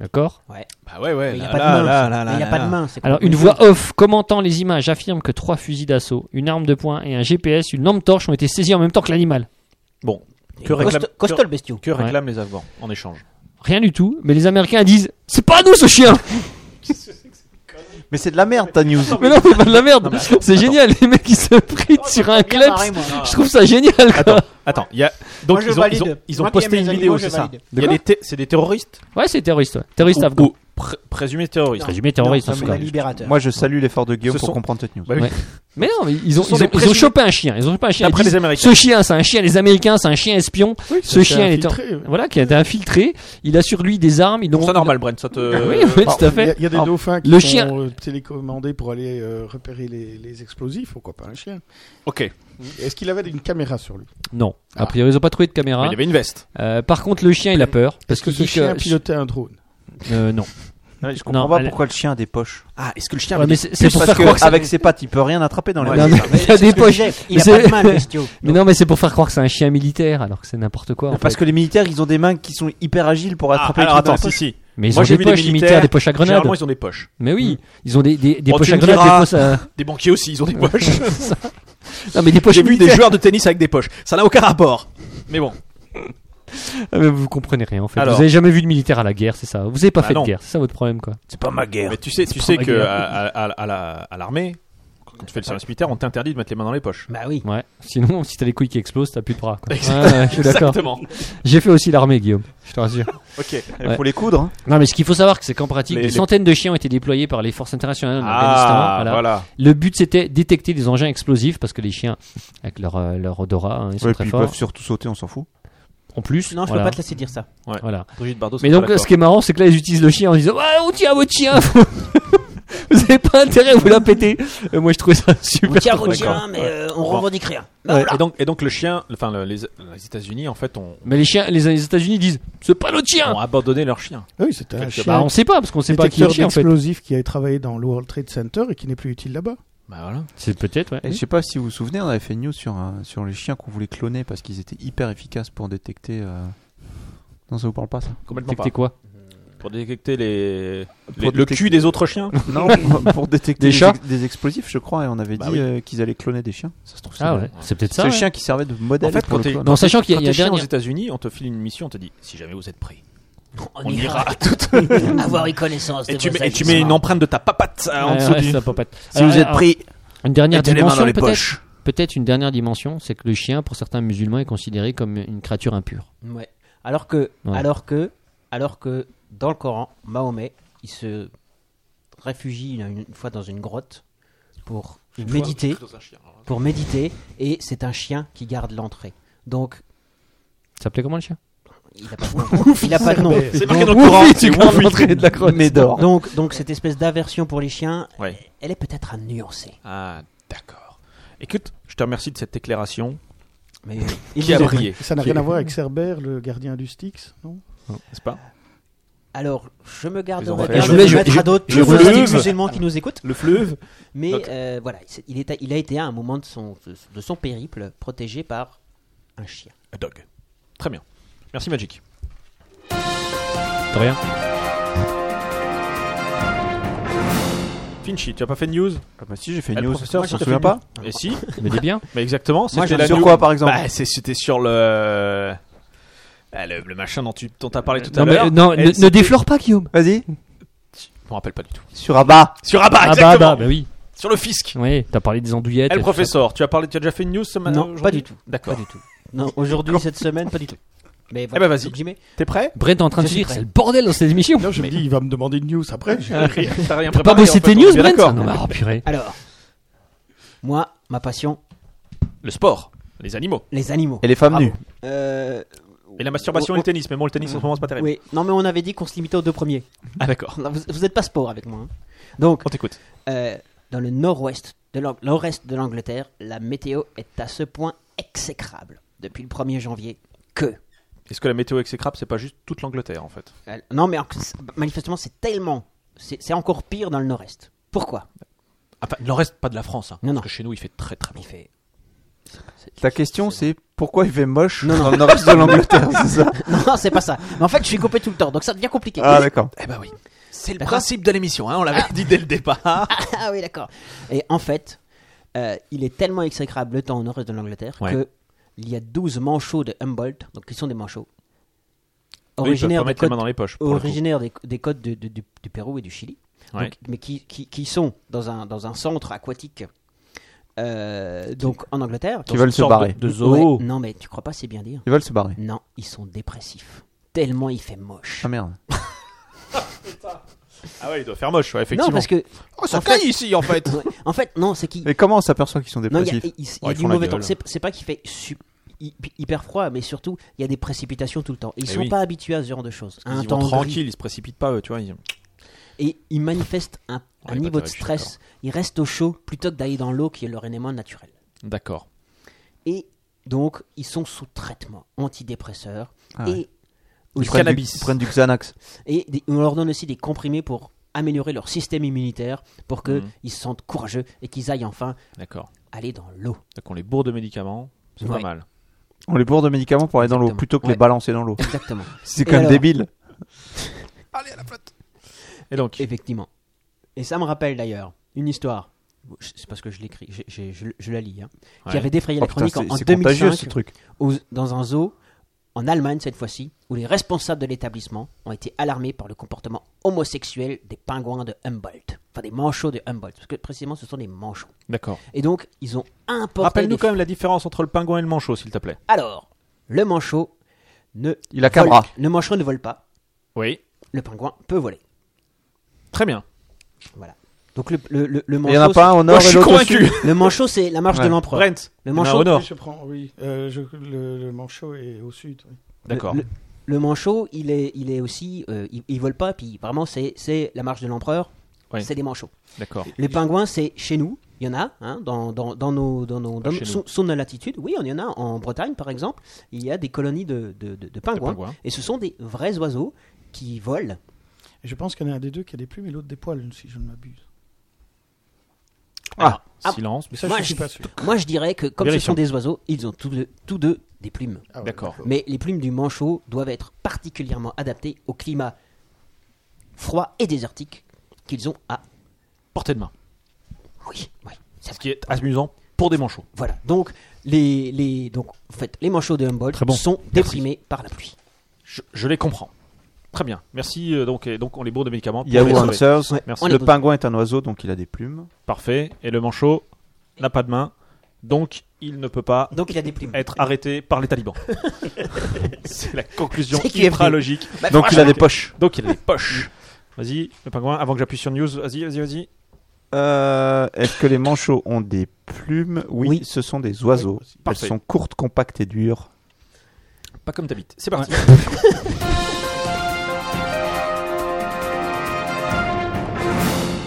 Speaker 2: D'accord
Speaker 5: Bah ouais, ouais.
Speaker 1: Mais il n'y a
Speaker 5: là,
Speaker 1: pas de
Speaker 5: là,
Speaker 1: main.
Speaker 5: là, là,
Speaker 1: Mais il n'y a
Speaker 5: là,
Speaker 1: pas de
Speaker 5: là.
Speaker 1: main. c'est
Speaker 2: Alors, une
Speaker 1: complètement-
Speaker 2: voix off commentant les images affirme que trois fusils d'assaut, une arme de poing et un GPS, une lampe torche ont été saisis en même temps que l'animal.
Speaker 5: Bon,
Speaker 1: Et
Speaker 5: que réclame-
Speaker 1: costo- Costaud le bestiau.
Speaker 5: que réclament les Afghans en échange
Speaker 2: Rien du tout, mais les Américains disent C'est pas à nous ce chien
Speaker 4: Mais c'est de la merde ta news.
Speaker 2: Mais non, c'est pas de la merde
Speaker 5: Non, mais attends,
Speaker 2: C'est
Speaker 5: attends.
Speaker 2: génial, les mecs ils se prêtent sur un
Speaker 1: Bien
Speaker 2: kleps
Speaker 1: marré, moi.
Speaker 2: Je trouve ça génial quoi.
Speaker 5: Attends, attends. il Y a... Donc, ils
Speaker 1: je
Speaker 5: ont, ils ont,
Speaker 1: valide.
Speaker 5: ils ont
Speaker 1: Moi qui
Speaker 5: posté
Speaker 1: aime
Speaker 5: une
Speaker 1: les
Speaker 5: vidéo,
Speaker 1: animaux,
Speaker 5: c'est
Speaker 1: je
Speaker 5: ça
Speaker 1: valide.
Speaker 5: Il y a des te- C'est des terroristes
Speaker 2: Ouais, c'est terroriste, ouais. terroriste
Speaker 5: Ou-
Speaker 2: afghan.
Speaker 5: ou pr- Présumés terroristes.
Speaker 2: Présumé terroriste en
Speaker 1: Non,
Speaker 2: tout
Speaker 1: mais
Speaker 2: cas.
Speaker 1: la libérateur.
Speaker 4: Moi je salue l'effort de Guillaume
Speaker 5: Ce
Speaker 4: pour
Speaker 5: sont-
Speaker 4: comprendre cette news.
Speaker 5: Bah oui.
Speaker 2: Ouais. Mais non, mais ils ont,
Speaker 5: Ce sont
Speaker 2: ils ont,
Speaker 5: des
Speaker 2: ils ont
Speaker 5: présumés-
Speaker 2: chopé un chien. Ils ont chopé un chien.
Speaker 5: D'après
Speaker 2: Ils disent,
Speaker 5: les Américains.
Speaker 2: Ce chien, c'est un chien des Américains, c'est un chien espion. ce chien est en- Voilà, qui a été infiltré. Il a sur lui des armes. Ils
Speaker 5: Donc,
Speaker 2: ont-
Speaker 5: ça Euh, normal, Brent. Ça te.
Speaker 2: Oui, oui, tout à
Speaker 6: Il y, a-
Speaker 2: fait.
Speaker 6: il y a des
Speaker 2: Alors,
Speaker 6: dauphins qui
Speaker 2: le
Speaker 6: sont
Speaker 2: chien-
Speaker 6: euh, télécommandés pour aller euh, repérer les, les explosifs, pourquoi pas un chien
Speaker 5: Ok.
Speaker 2: Mmh.
Speaker 6: Est-ce qu'il avait une caméra sur lui
Speaker 2: Non, a priori ils ont pas trouvé de
Speaker 5: Mais
Speaker 2: caméra.
Speaker 5: Ah. Il y avait une veste.
Speaker 2: Euh, par contre, le chien, il a peur parce
Speaker 6: Est-ce que
Speaker 2: qu'il
Speaker 6: ce
Speaker 2: dit
Speaker 6: chien
Speaker 2: que
Speaker 6: pilotait un drone
Speaker 2: Euh, non.
Speaker 4: je comprends
Speaker 2: Non,
Speaker 4: pas
Speaker 2: elle-
Speaker 4: pourquoi le chien a des poches.
Speaker 5: Ah, est-ce que le chien.
Speaker 2: Ouais, mais c'est c'est pour
Speaker 4: Parce
Speaker 2: faire croire que
Speaker 4: que
Speaker 2: c'est-
Speaker 4: avec ses pattes, il peut rien attraper dans les
Speaker 5: Ouais,
Speaker 2: Non,
Speaker 4: mains.
Speaker 2: mais il a des
Speaker 1: C'est ce que
Speaker 2: poches.
Speaker 1: j'ai. Il a
Speaker 2: Mais
Speaker 1: pas de
Speaker 2: c'est-
Speaker 1: main le bestiau.
Speaker 2: Mais non, mais c'est pour faire croire que c'est un chien militaire alors que c'est n'importe quoi. en
Speaker 4: Parce
Speaker 2: fait.
Speaker 4: que les militaires, ils ont des mains qui sont hyper agiles pour
Speaker 5: Ah,
Speaker 4: attraper
Speaker 5: alors
Speaker 4: les trucs dans
Speaker 5: attends,
Speaker 4: les
Speaker 5: si,
Speaker 4: poches.
Speaker 5: si.
Speaker 2: Mais ils
Speaker 5: Moi,
Speaker 2: ont
Speaker 5: j'ai
Speaker 2: des
Speaker 5: vu des
Speaker 2: poches militaires,
Speaker 5: militaires,
Speaker 2: des poches à grenades.
Speaker 5: Généralement, ils ont des poches.
Speaker 2: Mais oui, ils ont des, des, des
Speaker 5: Oh,
Speaker 2: poches
Speaker 5: tu
Speaker 2: à
Speaker 5: me
Speaker 2: grenades,
Speaker 5: diras.
Speaker 2: des poches à...
Speaker 5: Des banquiers aussi, ils ont des poches.
Speaker 2: Non, mais des poches
Speaker 5: J'ai vu des
Speaker 2: militaires.
Speaker 5: joueurs de tennis avec des poches. Ça n'a aucun rapport. Mais bon.
Speaker 2: Ah, mais vous comprenez rien en fait.
Speaker 5: Alors.
Speaker 2: Vous avez jamais vu de militaire à la guerre, c'est ça. Vous avez pas
Speaker 5: Bah
Speaker 2: fait
Speaker 5: non.
Speaker 2: de guerre, c'est ça votre problème quoi.
Speaker 4: C'est pas ma guerre.
Speaker 5: Mais tu sais, tu
Speaker 2: pas
Speaker 5: sais
Speaker 2: ma
Speaker 5: que
Speaker 2: guerre.
Speaker 5: à, à- à la- à l'armée, quand tu fais le service militaire, on t'interdit de mettre les mains dans les poches.
Speaker 1: Bah oui.
Speaker 2: Ouais. Sinon, si t'as les couilles qui explosent, t'as plus de bras. Quoi.
Speaker 5: Exact-
Speaker 2: Ouais, ouais, je suis d'accord.
Speaker 5: Exactement.
Speaker 2: J'ai fait aussi l'armée, Guillaume. Je te rassure.
Speaker 5: Ok.
Speaker 2: Ouais.
Speaker 4: Pour les coudres. hein.
Speaker 2: Non, mais ce qu'il faut savoir, c'est qu'en pratique,
Speaker 5: Les-
Speaker 2: des
Speaker 5: les-
Speaker 2: centaines de chiens ont été déployés par les forces internationales en Afghanistan.
Speaker 5: Ah,
Speaker 2: Voilà.
Speaker 5: voilà.
Speaker 2: Le but c'était détecter des engins explosifs parce que les chiens, avec leur, euh, leur odorat, hein, ils sont
Speaker 4: Ouais,
Speaker 2: très
Speaker 4: puis ils
Speaker 2: forts.
Speaker 4: peuvent surtout sauter, on s'en fout.
Speaker 2: En plus,
Speaker 1: Non, je peux
Speaker 2: voilà.
Speaker 1: pas te laisser dire ça.
Speaker 2: Voilà.
Speaker 5: Brigitte Bardot.
Speaker 2: Mais
Speaker 5: sera
Speaker 2: donc,
Speaker 5: pas
Speaker 2: ce qui est marrant, c'est que là, ils utilisent le chien en disant Ah, on tient à votre chien Vous n'avez pas intérêt à vous la péter Et Moi, je trouvais ça
Speaker 1: On
Speaker 2: super.
Speaker 1: tient
Speaker 2: drôle.
Speaker 1: votre chien, mais euh, on revendique rien.
Speaker 5: d'accord. Et donc, et donc le chien, enfin le- les, les États-Unis en fait ont,
Speaker 2: Mais les chiens, les, les États-Unis disent C'est pas notre chien
Speaker 5: ont abandonné leur chien.
Speaker 6: Ah Oui, c'était un
Speaker 5: Quelque
Speaker 6: chien.
Speaker 2: Bah, on sait pas, parce qu'on sait pas qui est
Speaker 6: détecteur
Speaker 2: le chien en fait.
Speaker 6: d'explosifs qui a travaillé dans le World Trade Center et qui n'est plus utile là-bas.
Speaker 5: Bah voilà.
Speaker 2: C'est peut-être, ouais.
Speaker 4: Et je sais pas si vous vous souvenez, on avait fait une news sur, un- sur les chiens qu'on voulait cloner parce qu'ils étaient hyper efficaces pour détecter. euh, Non, ça vous parle pas ça
Speaker 5: Complètement pas.
Speaker 2: Détecter quoi
Speaker 5: Pour détecter les, les-
Speaker 4: Pour
Speaker 5: le
Speaker 4: détecter-
Speaker 5: cul des autres chiens.
Speaker 4: Non, pour- pour détecter
Speaker 2: Des
Speaker 4: les
Speaker 2: chats
Speaker 4: ex- des explosifs, je crois, et on avait
Speaker 5: Bah
Speaker 4: dit
Speaker 5: oui.
Speaker 4: euh, qu'ils allaient cloner des chiens. Ça se trouve,
Speaker 2: Ah
Speaker 4: vrai.
Speaker 2: ouais, c'est peut-être
Speaker 4: C'est
Speaker 2: ça.
Speaker 4: le
Speaker 2: ouais.
Speaker 4: chien qui servait de modèle
Speaker 5: En fait,
Speaker 4: pour
Speaker 5: quand
Speaker 4: le
Speaker 5: t'es-
Speaker 4: clone.
Speaker 2: Non, sachant qu'il y a,
Speaker 5: Quand
Speaker 2: il y a
Speaker 5: t'es chien aux
Speaker 2: dernière-
Speaker 5: États-Unis, on te file une mission, on te dit si jamais vous êtes prêt,
Speaker 1: On,
Speaker 5: on ira.
Speaker 1: ira avoir eu connaissance
Speaker 5: Et
Speaker 1: de
Speaker 5: tu,
Speaker 1: vos
Speaker 5: mets, et tu mets une
Speaker 1: agissements.
Speaker 5: empreinte de ta papate euh, en
Speaker 2: Ouais,
Speaker 5: dessous
Speaker 2: ouais,
Speaker 5: du-
Speaker 2: ça peut pas être.
Speaker 4: Ah, Si vous
Speaker 2: Alors,
Speaker 4: êtes pris,
Speaker 2: Une dernière
Speaker 4: mettez les mains
Speaker 2: dimension,
Speaker 4: dans les
Speaker 2: peut-être.
Speaker 4: poches.
Speaker 2: Peut-être une dernière dimension, c'est que le chien, pour certains musulmans, est considéré comme une créature impure.
Speaker 1: Ouais. Alors que,
Speaker 2: Ouais.
Speaker 1: alors que, alors que dans le Coran, Mahomet, il se réfugie une, une fois dans une grotte pour méditer,
Speaker 5: hein.
Speaker 1: pour méditer, et c'est un chien qui garde l'entrée. Donc
Speaker 2: Ça s'appelait comment le chien
Speaker 1: il n'a pas de nom. il a pas de nom.
Speaker 5: C'est marqué dans le courant.
Speaker 2: tu gardes l'entrée de la grotte.
Speaker 4: Médor.
Speaker 1: Donc, donc cette espèce d'aversion pour les chiens,
Speaker 5: Ouais.
Speaker 1: elle est peut-être à nuancer.
Speaker 5: Ah, d'accord. Écoute, je te remercie de cette éclairation
Speaker 1: Mais
Speaker 5: qui a
Speaker 6: vous a
Speaker 5: brillé,
Speaker 6: Ça n'a rien à voir avec Cerber, le gardien du Styx, non
Speaker 5: n'est-ce pas
Speaker 1: alors, je me garde
Speaker 5: Ils ont
Speaker 1: de
Speaker 5: fait-
Speaker 1: le
Speaker 5: Je voulais- je-
Speaker 1: mettre
Speaker 5: je-
Speaker 1: à d'autres
Speaker 5: je voulais-
Speaker 1: fantastiques musulmans qui nous écoutent.
Speaker 5: Le fleuve
Speaker 1: Mais
Speaker 5: Donc-
Speaker 1: euh, voilà, c'est- il, est, il a été à un moment de son, de son périple protégé par un chien.
Speaker 5: A dog. Très bien. Merci Magic.
Speaker 2: De rien.
Speaker 5: Finchy, tu as pas fait de news
Speaker 4: Ah bah si, j'ai fait
Speaker 5: Eh,
Speaker 4: une
Speaker 5: le
Speaker 4: news,
Speaker 5: professeur,
Speaker 4: tu
Speaker 5: si,
Speaker 4: t'en
Speaker 5: t'as
Speaker 4: souviens
Speaker 5: fait une
Speaker 4: pas
Speaker 5: Et si,
Speaker 2: Mais des biens.
Speaker 5: mais exactement, c'était la
Speaker 4: Sur
Speaker 5: news.
Speaker 4: quoi, par exemple
Speaker 5: Bah, c'est- c'était sur le... euh, ah, le. le machin dont tu dont as parlé tout à
Speaker 2: Non, mais,
Speaker 5: l'heure.
Speaker 2: euh, non,
Speaker 5: Et
Speaker 2: ne, ne
Speaker 5: c'était-
Speaker 2: déflore pas, Guillaume.
Speaker 4: Vas-y.
Speaker 5: Je me rappelle pas du tout.
Speaker 4: Sur Abba.
Speaker 5: Sur Abba,
Speaker 2: Ah bah,
Speaker 5: exactement
Speaker 2: bah, bah oui.
Speaker 5: Sur le fisc
Speaker 2: Oui, t'as parlé des andouillettes.
Speaker 5: Eh, le
Speaker 2: et tout
Speaker 5: professeur, tu as, parlé, tu as déjà fait une news ce matin
Speaker 1: Non, pas du tout. Pas
Speaker 5: D'accord.
Speaker 1: du tout. Non, aujourd'hui, cette semaine, pas du tout. Mais
Speaker 5: ben, vas-y.
Speaker 1: donc j'y mets.
Speaker 5: T'es prêt
Speaker 2: ça. Brett est en train de
Speaker 1: Je
Speaker 2: se
Speaker 1: suis
Speaker 2: dire,
Speaker 1: prêt.
Speaker 2: c'est le bordel dans cette émission.
Speaker 6: Non, je me dis, il va me demander une news après. J'ai-
Speaker 5: T'as rien
Speaker 2: T'as pas
Speaker 5: préparé, en
Speaker 2: bossé
Speaker 5: fait, on
Speaker 2: tes
Speaker 5: est
Speaker 2: news,
Speaker 5: bien
Speaker 2: Brett
Speaker 5: d'accord.
Speaker 2: Non, mais oh, purée.
Speaker 1: Alors, moi, ma passion,
Speaker 5: Le sport, les animaux.
Speaker 1: les animaux.
Speaker 4: Et les femmes
Speaker 1: Bravo.
Speaker 4: nues.
Speaker 1: Euh,
Speaker 5: Et la masturbation
Speaker 1: on-
Speaker 5: et le tennis, mais bon, le tennis en ce moment, c'est pas terrible.
Speaker 1: Oui, non, mais on avait dit qu'on se limitait aux deux premiers.
Speaker 5: Ah, d'accord.
Speaker 1: Vous, vous êtes pas sport avec moi. hein. Donc,
Speaker 5: On t'écoute.
Speaker 1: euh, dans le nord-ouest de l'Ang- nord-est de l'Angleterre, la météo est à ce point exécrable depuis le 1er janvier que.
Speaker 5: Est-ce que la météo exécrable, c'est pas juste toute l'Angleterre en fait
Speaker 1: elle- euh, non, mais en- manifestement, c'est tellement. C'est c'est encore pire dans le nord-est. Pourquoi
Speaker 5: Ah, Enfin, il n'en reste pas de la France, hein,
Speaker 1: Non,
Speaker 5: parce
Speaker 1: non.
Speaker 5: que chez nous, il fait très très
Speaker 1: Il
Speaker 5: long.
Speaker 1: fait. c'est-
Speaker 4: Ta question, c'est pourquoi il fait moche
Speaker 1: Non, non.
Speaker 4: dans le nord-est de l'Angleterre, c'est ça
Speaker 1: Non, c'est pas ça. Mais en fait, je suis coupé tout le temps, donc ça devient compliqué.
Speaker 4: Ah, d'accord.
Speaker 5: Eh ben oui. C'est le
Speaker 1: D'accord.
Speaker 5: principe de l'émission, hein, on l'avait dit dès le départ.
Speaker 1: Ah oui, d'accord. Et en fait, euh, il est tellement exécrable le temps au nord-est de l'Angleterre
Speaker 5: Ouais.
Speaker 1: que il y a 12 manchots de Humboldt, donc qui sont des
Speaker 5: Oui,
Speaker 1: manchots,
Speaker 5: ils peuvent
Speaker 1: originaires,
Speaker 5: pas
Speaker 1: des,
Speaker 5: mettre les mains
Speaker 1: côtes-
Speaker 5: dans les poches. pour le coup.
Speaker 1: originaires des, des côtes de- de- du, du Pérou et du Chili,
Speaker 5: Ouais.
Speaker 1: Donc, mais qui, qui, qui sont dans un, dans un centre aquatique, euh, donc en Angleterre.
Speaker 4: Qui veulent se
Speaker 5: sorte
Speaker 4: barrer.
Speaker 5: de zoo.
Speaker 1: Ouais, non, mais tu crois pas, c'est bien dire.
Speaker 4: Ils veulent se barrer.
Speaker 1: Non, ils sont dépressifs. Tellement il fait moche.
Speaker 4: Ah merde.
Speaker 5: Ah ouais, il doit faire moche, ouais, effectivement.
Speaker 1: non, parce que.
Speaker 5: Oh, ça
Speaker 1: en fait-
Speaker 5: caille ici en fait
Speaker 1: Ouais, en fait, non, c'est qu'il
Speaker 4: Mais comment on s'aperçoit qu'ils sont
Speaker 1: Non, il y a,
Speaker 4: dépressifs
Speaker 1: il- il- il y a
Speaker 5: Ouais, ils
Speaker 1: du
Speaker 5: font la
Speaker 1: mauvais temps.
Speaker 5: gueule.
Speaker 1: C'est c'est pas qu'il fait su- hy- hyper froid, mais surtout, il y a des précipitations tout le temps. Ils
Speaker 5: Eh
Speaker 1: sont
Speaker 5: oui.
Speaker 1: pas habitués à ce genre de choses. Un
Speaker 5: Ils
Speaker 1: temps
Speaker 5: vont
Speaker 1: gris.
Speaker 5: tranquille, ils se précipitent pas, eux, tu vois. ils-
Speaker 1: Et ils manifestent un, un
Speaker 5: Ouais,
Speaker 1: niveau
Speaker 5: bah, t'as
Speaker 1: de
Speaker 5: raison, je suis
Speaker 1: stress. Ils restent au chaud plutôt que d'aller dans l'eau qui est leur élément naturel.
Speaker 5: D'accord.
Speaker 1: Et donc, ils sont sous traitement antidépresseur.
Speaker 4: Ah ouais.
Speaker 1: Et, aussi-
Speaker 4: prennent du-
Speaker 5: cannabis.
Speaker 4: ils prennent du Xanax.
Speaker 1: et des- on leur donne aussi des comprimés pour améliorer leur système immunitaire pour qu'ils
Speaker 5: Mhm.
Speaker 1: se sentent courageux et qu'ils aillent enfin
Speaker 5: D'accord.
Speaker 1: aller dans l'eau.
Speaker 5: Donc on les bourre de médicaments, c'est pas
Speaker 1: Ouais.
Speaker 5: mal.
Speaker 4: On les bourre de médicaments pour aller dans l'eau
Speaker 1: Exactement.
Speaker 4: plutôt que
Speaker 1: Ouais.
Speaker 4: les balancer dans l'eau.
Speaker 1: Exactement.
Speaker 4: C'est
Speaker 1: Et
Speaker 4: quand même
Speaker 1: alors
Speaker 4: débile.
Speaker 5: Et donc,
Speaker 1: Effectivement. Et ça me rappelle d'ailleurs une histoire. Bon, je- C'est parce que je l'écris, je, je- je- je la lis. hein,
Speaker 5: Ouais.
Speaker 1: Qui avait défrayé
Speaker 4: Oh
Speaker 1: la
Speaker 4: putain,
Speaker 1: chronique
Speaker 4: c'est
Speaker 1: en, en
Speaker 4: c'est contagieux
Speaker 1: 2005
Speaker 4: ce truc.
Speaker 1: aux- dans un zoo en Allemagne cette fois-ci, où les responsables de l'établissement ont été alarmés par le comportement homosexuel des pingouins de Humboldt, enfin des manchots de Humboldt, parce que précisément ce sont des manchots.
Speaker 5: d'accord.
Speaker 1: Et donc ils ont importé.
Speaker 5: Rappelle-nous
Speaker 1: des-
Speaker 5: quand même la différence entre le pingouin et le manchot, s'il te plaît.
Speaker 1: Alors, le manchot ne
Speaker 4: Il a qu'un
Speaker 1: vole-
Speaker 4: bras.
Speaker 1: Le manchot ne vole pas.
Speaker 5: Oui.
Speaker 1: Le pingouin peut voler.
Speaker 5: Très bien.
Speaker 1: Voilà. Donc le, le, le, le
Speaker 4: Il
Speaker 1: manchot.
Speaker 4: n'y en a pas un au nord
Speaker 5: je
Speaker 4: et
Speaker 5: suis
Speaker 4: l'autre au
Speaker 5: convaincu.
Speaker 4: sud.
Speaker 1: c'est- Le manchot c'est la marche
Speaker 4: Ouais.
Speaker 1: de l'empereur.
Speaker 5: Brent.
Speaker 1: Le
Speaker 5: il y en a un
Speaker 1: manchot-
Speaker 5: au nord.
Speaker 6: Je prends, oui. Euh, je- le, le manchot est au sud. oui.
Speaker 5: D'accord.
Speaker 1: Le, le manchot, il est, il est aussi, euh, il, il vole pas. Puis vraiment, c'est, c'est la marche de l'empereur.
Speaker 5: Ouais.
Speaker 1: C'est des manchots.
Speaker 5: D'accord.
Speaker 1: Les pingouins, c'est chez nous. Il y en a hein, dans, dans, dans nos, dans nos, dans
Speaker 5: chez
Speaker 1: son, son latitude. Oui, on y en a en Bretagne, par exemple. Il y a des colonies de, de, de- de pingouins.
Speaker 5: De pingouins.
Speaker 1: Et ce sont des vrais oiseaux qui volent.
Speaker 6: Et je pense qu'il y en a un des deux qui a des plumes et l'autre des poils, si je ne m'abuse.
Speaker 5: Ah,
Speaker 1: ah,
Speaker 5: silence.
Speaker 6: Mais ça,
Speaker 1: Moi,
Speaker 6: je ne suis
Speaker 1: je-
Speaker 6: pas sûr.
Speaker 1: Moi, je dirais que comme
Speaker 5: Vérifions.
Speaker 1: ce sont des oiseaux, ils ont tous deux, tous deux des plumes.
Speaker 6: Ah ouais,
Speaker 5: D'accord.
Speaker 1: Mais les plumes du manchot doivent être particulièrement adaptées au climat froid et désertique qu'ils ont à.
Speaker 5: Portée de main.
Speaker 1: Oui, oui. c'est
Speaker 5: Ce qui est amusant pour des manchots.
Speaker 1: Voilà. Donc les, les donc en fait les manchots de Humboldt
Speaker 2: Très bon.
Speaker 1: sont déprimés par la pluie.
Speaker 5: Je, je les comprends. Très bien. Merci. euh, donc, et donc on les bourre de médicaments. pour les
Speaker 4: Yahoo
Speaker 5: sauver.
Speaker 4: Answers.
Speaker 5: Merci.
Speaker 1: On les
Speaker 4: Le
Speaker 1: pose.
Speaker 4: pingouin est un oiseau, donc il a des plumes.
Speaker 5: Parfait. Et le manchot n'a pas de main. Donc il ne peut pas
Speaker 1: Donc il a des plumes.
Speaker 5: être arrêté par les talibans. C'est la conclusion
Speaker 1: C'est qui est
Speaker 5: ultra
Speaker 1: vrai.
Speaker 5: logique.
Speaker 4: Donc il a des poches.
Speaker 5: Donc il a des poches. Vas-y, le pingouin, avant que j'appuie sur news, vas-y, vas-y, vas-y.
Speaker 4: Euh, Est-ce que les manchots ont des plumes oui,
Speaker 1: Oui.
Speaker 4: ce sont des oiseaux. Elles
Speaker 5: Parfait.
Speaker 4: sont courtes, compactes et dures.
Speaker 5: Pas comme t'habites. C'est parti.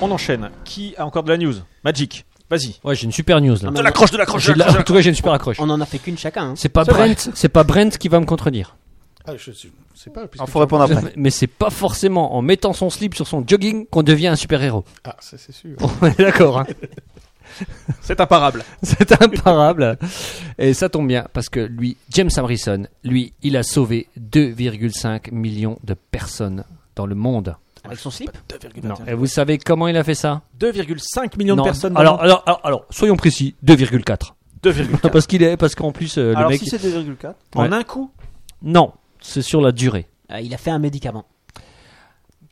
Speaker 5: On enchaîne. Qui a encore de la news Magic. Vas-y.
Speaker 2: Ouais, j'ai une super news là.
Speaker 1: Ah,
Speaker 5: De l'accroche, de l'accroche, de
Speaker 2: J'ai de la-
Speaker 5: l'accroche. de
Speaker 2: En tout cas, j'ai une super accroche.
Speaker 1: On en a fait qu'une chacun. hein.
Speaker 2: C'est pas
Speaker 5: C'est vrai.
Speaker 2: Brent, c'est pas Brent qui va me contredire.
Speaker 6: Ah, je ne sais pas. puisque
Speaker 4: Il faut répondre
Speaker 5: Ah,
Speaker 4: après.
Speaker 2: Mais c'est pas forcément en mettant son slip sur son jogging qu'on devient un super héros.
Speaker 6: tu- Ah, ça, c'est sûr.
Speaker 2: On est d'accord. hein.
Speaker 5: l'accroche. C'est imparable.
Speaker 2: C'est imparable. Et ça tombe bien parce que lui, James Harrison, lui, il a sauvé 2,5 millions de personnes dans le monde.
Speaker 1: Avec son slip
Speaker 2: Non. Et vous savez comment il a fait ça
Speaker 5: 2,5 millions
Speaker 2: Non.
Speaker 5: de personnes.
Speaker 2: Alors, alors, alors, alors, soyons précis, 2,4.
Speaker 5: 2,4.
Speaker 2: Parce qu'il est, parce qu'en plus euh, le
Speaker 4: Alors
Speaker 2: mec.
Speaker 4: si c'est 2,4,
Speaker 5: En
Speaker 2: Ouais.
Speaker 5: un coup
Speaker 2: Non, c'est sur la durée.
Speaker 1: Euh, Il a fait un médicament.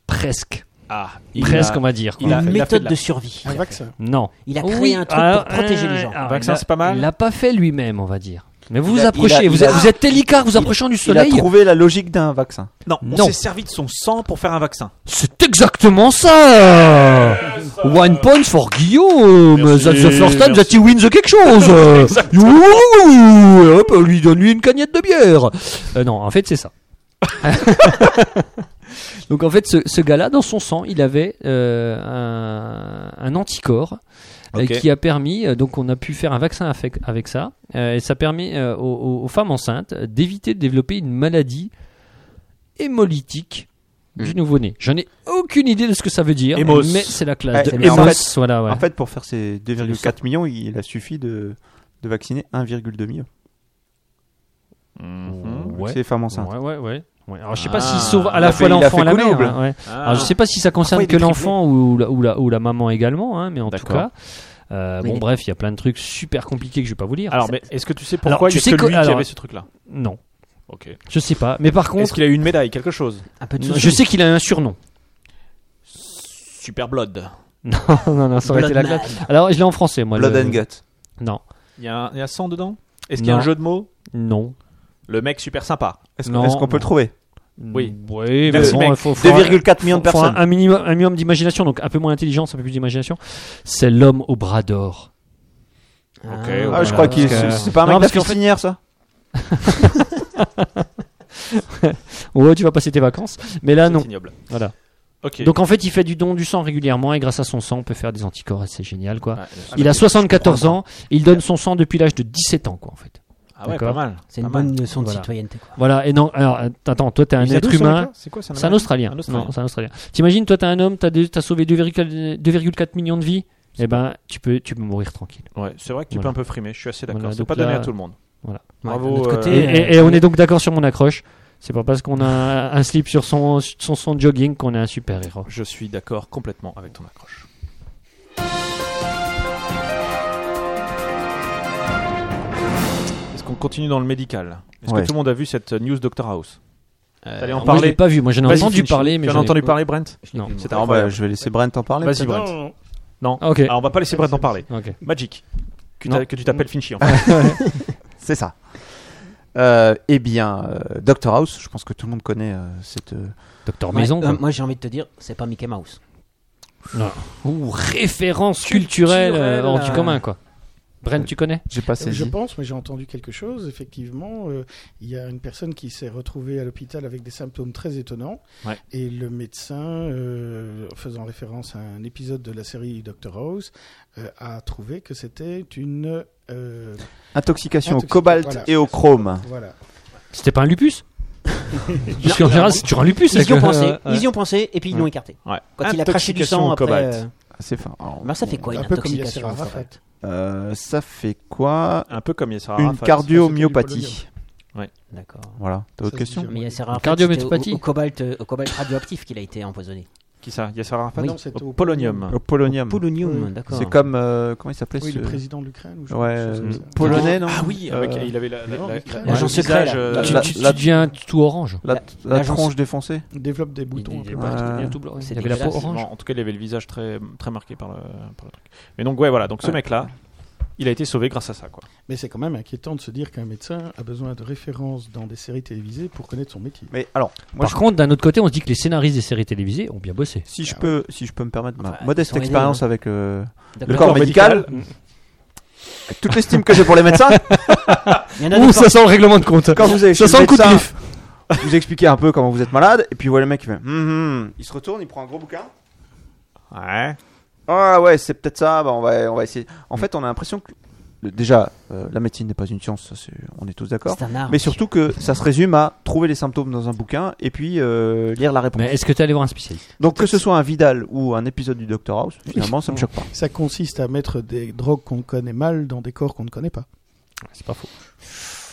Speaker 2: Presque,
Speaker 5: Ah,
Speaker 2: presque on va dire.
Speaker 5: il a-
Speaker 1: une
Speaker 5: fait
Speaker 1: méthode
Speaker 5: de la- Ah
Speaker 1: de survie.
Speaker 6: Un vaccin.
Speaker 2: Non.
Speaker 1: Il a créé
Speaker 2: Oui,
Speaker 1: un truc
Speaker 2: alors,
Speaker 1: pour protéger
Speaker 2: euh,
Speaker 1: les gens.
Speaker 2: alors,
Speaker 5: Vaccin,
Speaker 2: il a-
Speaker 5: c'est pas mal.
Speaker 2: Il l'a pas fait lui-même, on va dire. Mais vous
Speaker 4: Il
Speaker 2: vous
Speaker 4: a-
Speaker 2: approchez,
Speaker 4: il a-
Speaker 2: vous,
Speaker 4: il a-
Speaker 2: vous êtes télécar, vous approchant du
Speaker 4: il a
Speaker 2: soleil.
Speaker 4: trouvé la logique d'un vaccin.
Speaker 5: Non, on
Speaker 2: Non.
Speaker 5: s'est servi de son sang pour faire un vaccin.
Speaker 2: C'est exactement ça. One point for Guillaume.
Speaker 7: Merci,
Speaker 2: That's the first time that
Speaker 7: merci.
Speaker 2: he wins quelque chose. Youhou Hop, lui donne lui une cagnette de bière. Euh, non, en fait, c'est ça. Donc en fait, ce, ce gars-là, dans son sang, il avait euh, un, un anticorps euh,
Speaker 5: Ok.
Speaker 2: qui a permis, euh, donc on a pu faire un vaccin avec, avec ça, euh, et ça permet euh, aux- aux, aux femmes enceintes d'éviter de développer une maladie hémolytique
Speaker 4: Hmm.
Speaker 2: du nouveau-né. J'en ai aucune idée de ce que ça veut dire,
Speaker 5: Hémos.
Speaker 2: mais c'est la classe.
Speaker 4: Eh,
Speaker 2: de
Speaker 4: mais en
Speaker 2: Hémos,
Speaker 4: fait-
Speaker 2: voilà, ouais.
Speaker 4: En fait, pour faire ces 2,4 millions, il a suffi de, de vacciner 1,2 million.
Speaker 2: Ouais.
Speaker 4: C'est femmes enceintes.
Speaker 2: Ouais, ouais, ouais. Ouais. Alors, je sais pas
Speaker 5: Ah.
Speaker 2: s'il sauve à
Speaker 4: Il
Speaker 2: la
Speaker 4: a
Speaker 2: fois
Speaker 4: fait- il a
Speaker 2: l'enfant
Speaker 4: fait
Speaker 2: et la
Speaker 4: coup
Speaker 2: mère.
Speaker 4: double.
Speaker 2: hein, ouais.
Speaker 5: Ah.
Speaker 2: Alors, je sais pas si ça concerne
Speaker 5: Pourquoi il
Speaker 2: que
Speaker 5: est
Speaker 2: l'enfant ou la, ou, la, ou la maman également, hein, mais en tout
Speaker 5: D'accord.
Speaker 2: cas, euh,
Speaker 1: Mais
Speaker 2: bon,
Speaker 1: il-
Speaker 2: bref, il y a plein de trucs super compliqués que je vais pas vous lire.
Speaker 5: Alors, mais est-ce que tu sais
Speaker 2: Alors,
Speaker 5: pourquoi
Speaker 2: tu
Speaker 5: il y a
Speaker 2: sais
Speaker 5: que
Speaker 2: que-
Speaker 5: lui qui
Speaker 2: alors-
Speaker 5: avait ce truc-là
Speaker 2: non,
Speaker 5: Ok.
Speaker 2: je sais pas. Mais par
Speaker 5: Est-ce
Speaker 2: contre,
Speaker 5: qu'il a eu une médaille, quelque chose
Speaker 1: Un peu de
Speaker 2: je
Speaker 1: souci.
Speaker 2: sais qu'il a un surnom.
Speaker 5: Super Blood.
Speaker 2: Non, non, non, ça aurait été la
Speaker 1: Bloodman.
Speaker 2: classe. Alors, je l'ai en français, moi.
Speaker 4: Blood
Speaker 2: le-
Speaker 4: and gut.
Speaker 2: Non,
Speaker 5: Il y a, un- il y a sang dedans Est-ce qu'il y a
Speaker 2: Non. Ah,
Speaker 5: un jeu de mots
Speaker 2: non.
Speaker 5: Le mec super sympa.
Speaker 4: Est-ce
Speaker 2: Non,
Speaker 4: qu'on est-ce qu'on peut
Speaker 2: non.
Speaker 4: le trouver
Speaker 5: Oui.
Speaker 2: Oui, mais
Speaker 5: Merci,
Speaker 2: bon,
Speaker 5: mec.
Speaker 2: il faut, faut-
Speaker 4: 2,4 millions de
Speaker 2: faut- faut
Speaker 4: personnes.
Speaker 2: Un, un minimum, un minimum d'imagination, donc un peu moins d'intelligence, un peu plus d'imagination. C'est l'homme au bras d'or.
Speaker 5: Ok,
Speaker 1: Ah,
Speaker 5: ouais.
Speaker 4: Ah, je crois qu'il
Speaker 2: parce que-
Speaker 4: c'est pas un
Speaker 2: Non,
Speaker 4: mec de la
Speaker 2: parce qu'en fait-
Speaker 4: Fustinière, ça
Speaker 2: Ouais, tu vas passer tes vacances. Mais là,
Speaker 5: C'est
Speaker 2: non.
Speaker 5: ignoble.
Speaker 2: Voilà.
Speaker 5: Ok.
Speaker 2: Donc en fait, il fait du don du sang régulièrement et grâce à son sang, on peut faire des anticorps et c'est génial quoi.
Speaker 5: Ouais.
Speaker 2: il a 74 ans, il donne son sang depuis l'âge de 17 ans quoi en fait.
Speaker 5: Ah ouais, pas
Speaker 2: D'accord.
Speaker 5: mal.
Speaker 1: C'est une
Speaker 5: Pas mal.
Speaker 1: bonne leçon de
Speaker 2: Voilà.
Speaker 1: citoyenneté. quoi.
Speaker 2: Voilà, et non, alors att- attends, toi t'es un
Speaker 5: Il est
Speaker 2: être
Speaker 5: d'où, ce
Speaker 2: humain.
Speaker 5: mec-là C'est quoi
Speaker 2: C'est un Australien.
Speaker 5: Un Australien.
Speaker 2: Non, c'est un Australien. T'imagines, toi t'es un homme, t'as des- t'as sauvé 2,4 2,4 millions de vies, et ben tu peux, tu peux mourir tranquille.
Speaker 5: Ouais, c'est vrai qu'il
Speaker 2: Voilà.
Speaker 5: peut un peu frimer, je suis assez d'accord.
Speaker 2: Voilà,
Speaker 5: c'est
Speaker 2: donc
Speaker 5: pas donné
Speaker 2: là-
Speaker 5: à tout le monde.
Speaker 2: Voilà.
Speaker 5: Bravo.
Speaker 1: d'un autre
Speaker 5: euh,
Speaker 2: Et,
Speaker 1: côté,
Speaker 2: et- et on est donc d'accord sur mon accroche. C'est pas parce qu'on a un un slip sur son, son, son jogging qu'on est un super héros.
Speaker 5: Je suis d'accord complètement avec ton accroche. Est-ce qu'on continue dans le médical Est-ce
Speaker 4: Ouais.
Speaker 5: que tout le monde a vu cette news Doctor House T'allais en
Speaker 2: Moi je
Speaker 5: parler
Speaker 2: l'ai pas vu, moi j'en ai
Speaker 5: Vas-y,
Speaker 2: entendu
Speaker 5: finis.
Speaker 2: parler, mais
Speaker 5: Tu en
Speaker 2: j'en
Speaker 5: as
Speaker 2: ai-
Speaker 5: entendu parler, Brent
Speaker 2: Non.
Speaker 5: C'est
Speaker 4: Ah, bah,
Speaker 5: incroyable.
Speaker 4: Je vais laisser Brent t'en parler.
Speaker 5: Vas-y,
Speaker 4: peut-être.
Speaker 5: Brent. Non.
Speaker 2: Ah, ok.
Speaker 5: Alors, on va pas laisser Brent en parler.
Speaker 2: Ok.
Speaker 5: Magic. Que,
Speaker 2: Non.
Speaker 5: t'a- que tu t'appelles Finchy, en fait.
Speaker 4: C'est ça. Euh, eh bien, euh, Dr House, je pense que tout le monde connaît euh, cette. euh,
Speaker 2: Docteur
Speaker 1: Ouais,
Speaker 2: Maison.
Speaker 1: euh,
Speaker 2: quoi.
Speaker 1: moi, j'ai envie de te dire, c'est pas Mickey Mouse.
Speaker 2: Ou référence culturelle euh, hors du
Speaker 5: euh,
Speaker 2: commun, quoi. Bren, tu connais
Speaker 4: J'ai pas
Speaker 6: Je
Speaker 4: saisi.
Speaker 6: pense, mais j'ai entendu quelque chose. Effectivement, euh, il y a une personne qui s'est retrouvée à l'hôpital avec des symptômes très étonnants.
Speaker 5: Ouais.
Speaker 6: Et le médecin, euh, faisant référence à un épisode de la série Dr House, euh, a trouvé que c'était une. euh,
Speaker 4: Intoxication au
Speaker 6: Intoxication,
Speaker 4: cobalt
Speaker 6: voilà.
Speaker 4: et au chrome.
Speaker 6: voilà.
Speaker 2: C'était pas un lupus Parce qu'en
Speaker 1: Non,
Speaker 2: général, c'est toujours un lupus.
Speaker 1: Ils y ont
Speaker 2: avec,
Speaker 1: pensé,
Speaker 2: euh, ouais.
Speaker 1: ils y ont pensé, et puis ils l'ont écarté.
Speaker 5: Ouais.
Speaker 1: Quand il a craché du
Speaker 5: Intoxication
Speaker 1: sang
Speaker 5: au
Speaker 1: après.
Speaker 5: cobalt.
Speaker 1: euh,
Speaker 4: C'est fin. Alors,
Speaker 1: Mais ça fait quoi une
Speaker 6: Un peu comme
Speaker 1: intoxication
Speaker 6: Yasser
Speaker 1: au
Speaker 6: Arafat.
Speaker 1: cobalt
Speaker 4: euh, Ça fait quoi
Speaker 5: Un peu comme Yessara
Speaker 4: Une cardiomyopathie.
Speaker 1: D'accord.
Speaker 4: Voilà. T'as autre
Speaker 6: Ça se dit
Speaker 4: question
Speaker 6: jamais.
Speaker 1: Mais Yasser Arafat,
Speaker 2: cardiomyopathie.
Speaker 1: c'était au, au cobalt, euh, au cobalt radioactif qu'il a été empoisonné.
Speaker 5: Qui ça Yessara Arafat
Speaker 6: Oui. Non, c'était
Speaker 5: Au
Speaker 6: au
Speaker 5: polonium.
Speaker 4: Au polonium.
Speaker 1: Polonium,
Speaker 6: Oui.
Speaker 1: d'accord.
Speaker 4: C'est comme. euh, comment il s'appelait
Speaker 6: Oui,
Speaker 4: ce...
Speaker 6: le président de l'l'Ukraine ou je
Speaker 4: Ouais,
Speaker 6: sais pas,
Speaker 4: euh,
Speaker 6: chose comme ça.
Speaker 4: polonais, non
Speaker 5: Ah oui, avec, il avait la, la,
Speaker 6: non,
Speaker 5: la-
Speaker 6: Ukraine.
Speaker 5: la-
Speaker 1: L'agent
Speaker 5: le
Speaker 1: secret,
Speaker 5: visage,
Speaker 1: là.
Speaker 5: euh,
Speaker 2: Tu,
Speaker 4: La-
Speaker 2: tu- tu
Speaker 4: la-
Speaker 2: deviens tout orange.
Speaker 4: La, la
Speaker 1: l'agence-
Speaker 4: tronche défoncée.
Speaker 6: développe des boutons.
Speaker 2: Il- il-
Speaker 6: un peu
Speaker 2: ouais,
Speaker 6: partout.
Speaker 2: tu deviens tout blanc. Il avait la peau
Speaker 5: Effectivement,
Speaker 2: orange.
Speaker 5: En tout cas, il avait le visage très, très marqué par le, par le truc. Mais donc, ouais, voilà. Donc, ce mec-là, il a été sauvé grâce à ça, quoi.
Speaker 6: Mais c'est quand même inquiétant de se dire qu'un médecin a besoin de références dans des séries télévisées pour connaître son métier.
Speaker 4: Mais alors, moi,
Speaker 2: Par
Speaker 4: je-
Speaker 2: contre, d'un autre côté, on se dit que les scénaristes des séries télévisées ont bien bossé.
Speaker 4: si je peux, si je peux me permettre ma
Speaker 1: Enfin,
Speaker 4: modeste
Speaker 1: ils sont aidés,
Speaker 4: expérience avec euh,
Speaker 1: D'accord.
Speaker 4: le corps médical, Mm. avec toute l'estime que j'ai pour les médecins,
Speaker 1: Il y en a des
Speaker 2: Ouh,
Speaker 1: portes-
Speaker 2: ça sent le règlement de compte.
Speaker 4: quand vous allez
Speaker 2: Ça
Speaker 4: chez
Speaker 2: sent
Speaker 4: le
Speaker 2: le coup de
Speaker 4: médecin,
Speaker 2: pif.
Speaker 4: vous expliquez un peu comment vous êtes malade, et puis voilà le mec qui fait, Hum, hum. il se retourne, il prend un gros bouquin.
Speaker 5: Ouais.
Speaker 4: Ah ouais, c'est peut-être ça, bah, on, va, on va essayer. En fait, on a l'impression que le- déjà, euh, la médecine n'est pas une science, ça, c'est- on est tous d'accord.
Speaker 1: C'est un art.
Speaker 4: Mais surtout que ça se résume à trouver les symptômes dans un bouquin et puis euh, lire la réponse.
Speaker 2: Mais est-ce que t'es allé voir un spécialiste
Speaker 4: Donc que ce soit un Vidal ou un épisode du Dr House, finalement, ça me choque pas.
Speaker 6: Ça consiste à mettre des drogues qu'on connaît mal dans des corps qu'on ne connaît pas.
Speaker 2: C'est pas faux.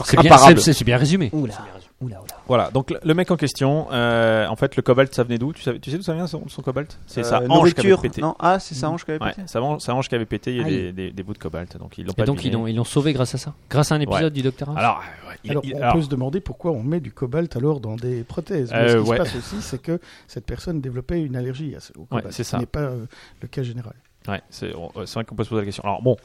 Speaker 2: C'est bien,
Speaker 4: Imparable.
Speaker 2: c'est- c'est- c'est bien résumé.
Speaker 1: Oula, oula, oula.
Speaker 5: Voilà, donc le- le mec en question, euh, en fait, le cobalt, ça venait d'où tu, savais- tu sais d'où ça vient son, son cobalt C'est sa
Speaker 4: Euh,
Speaker 5: hanche qui avait
Speaker 4: nourriture.
Speaker 5: pété.
Speaker 4: Non, ah, c'est sa hanche qui avait
Speaker 5: Ouais,
Speaker 4: pété.
Speaker 5: sa, han- sa hanche qui avait pété, il y a
Speaker 1: Aïe.
Speaker 5: des, des- des bouts de cobalt. Donc ils l'ont
Speaker 2: Et
Speaker 5: pas
Speaker 2: donc,
Speaker 5: deviné.
Speaker 2: ils l'ont ils l'ont sauvé grâce à ça Grâce à un épisode
Speaker 5: Ouais.
Speaker 2: du Docteur House
Speaker 3: Ah,
Speaker 5: Alors, euh, ouais, il-
Speaker 6: Alors,
Speaker 5: il-
Speaker 6: on
Speaker 5: alors,
Speaker 6: peut se demander pourquoi on met du cobalt alors dans des prothèses. Mais
Speaker 5: Euh,
Speaker 6: ce qui
Speaker 5: ouais.
Speaker 6: se passe aussi, c'est que cette personne développait une allergie à ce, au cobalt.
Speaker 5: c'est
Speaker 6: ce
Speaker 5: ça.
Speaker 6: n'est pas euh, le cas général.
Speaker 5: ouais, c'est on- euh, c'est vrai qu'on peut se poser la question. Alors bon,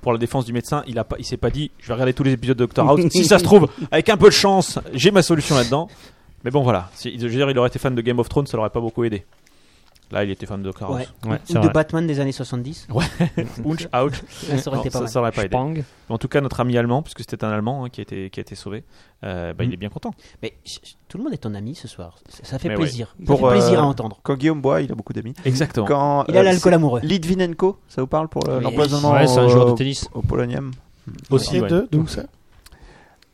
Speaker 5: pour la défense du médecin, il a pas, il s'est pas dit, je vais regarder tous les épisodes de Doctor House. si ça se trouve, avec un peu de chance, j'ai ma solution là-dedans. Mais bon, voilà. Si, je veux dire, il aurait été fan de Game of Thrones, ça l'aurait pas beaucoup aidé. Là, il était fan de Doctor House.
Speaker 1: Ouais.
Speaker 2: Ouais,
Speaker 1: Ou
Speaker 2: c'est
Speaker 1: de
Speaker 2: vrai.
Speaker 1: Batman des années 70.
Speaker 5: Ouch, ouch.
Speaker 1: Ça aurait
Speaker 5: Non, Ah,
Speaker 1: été pas
Speaker 5: ça,
Speaker 1: mal.
Speaker 5: ça aurait pas aidé.
Speaker 2: Spang.
Speaker 5: En tout cas, notre ami allemand, puisque c'était un allemand hein, qui, a été, qui a été sauvé, euh, bah,
Speaker 4: Mm.
Speaker 5: il est bien content.
Speaker 1: Mais ch- ch- tout le monde est ton ami ce soir. Ça, ça fait
Speaker 5: Mais ouais.
Speaker 1: plaisir. Ça
Speaker 4: Pour,
Speaker 1: fait plaisir
Speaker 4: euh,
Speaker 1: à entendre.
Speaker 4: Quand Guillaume boit, il a beaucoup d'amis.
Speaker 5: Exactement.
Speaker 4: Quand
Speaker 1: Il a
Speaker 4: euh,
Speaker 1: l'alcool amoureux.
Speaker 4: c'est- Litvinenko, ça vous parle pour le-
Speaker 1: Oui.
Speaker 4: l'empoisonnement
Speaker 2: Ouais, c'est un joueur de
Speaker 4: au-
Speaker 2: tennis.
Speaker 4: au polonium
Speaker 5: Aussi,
Speaker 6: Et
Speaker 5: ouais.
Speaker 6: de- d'où ça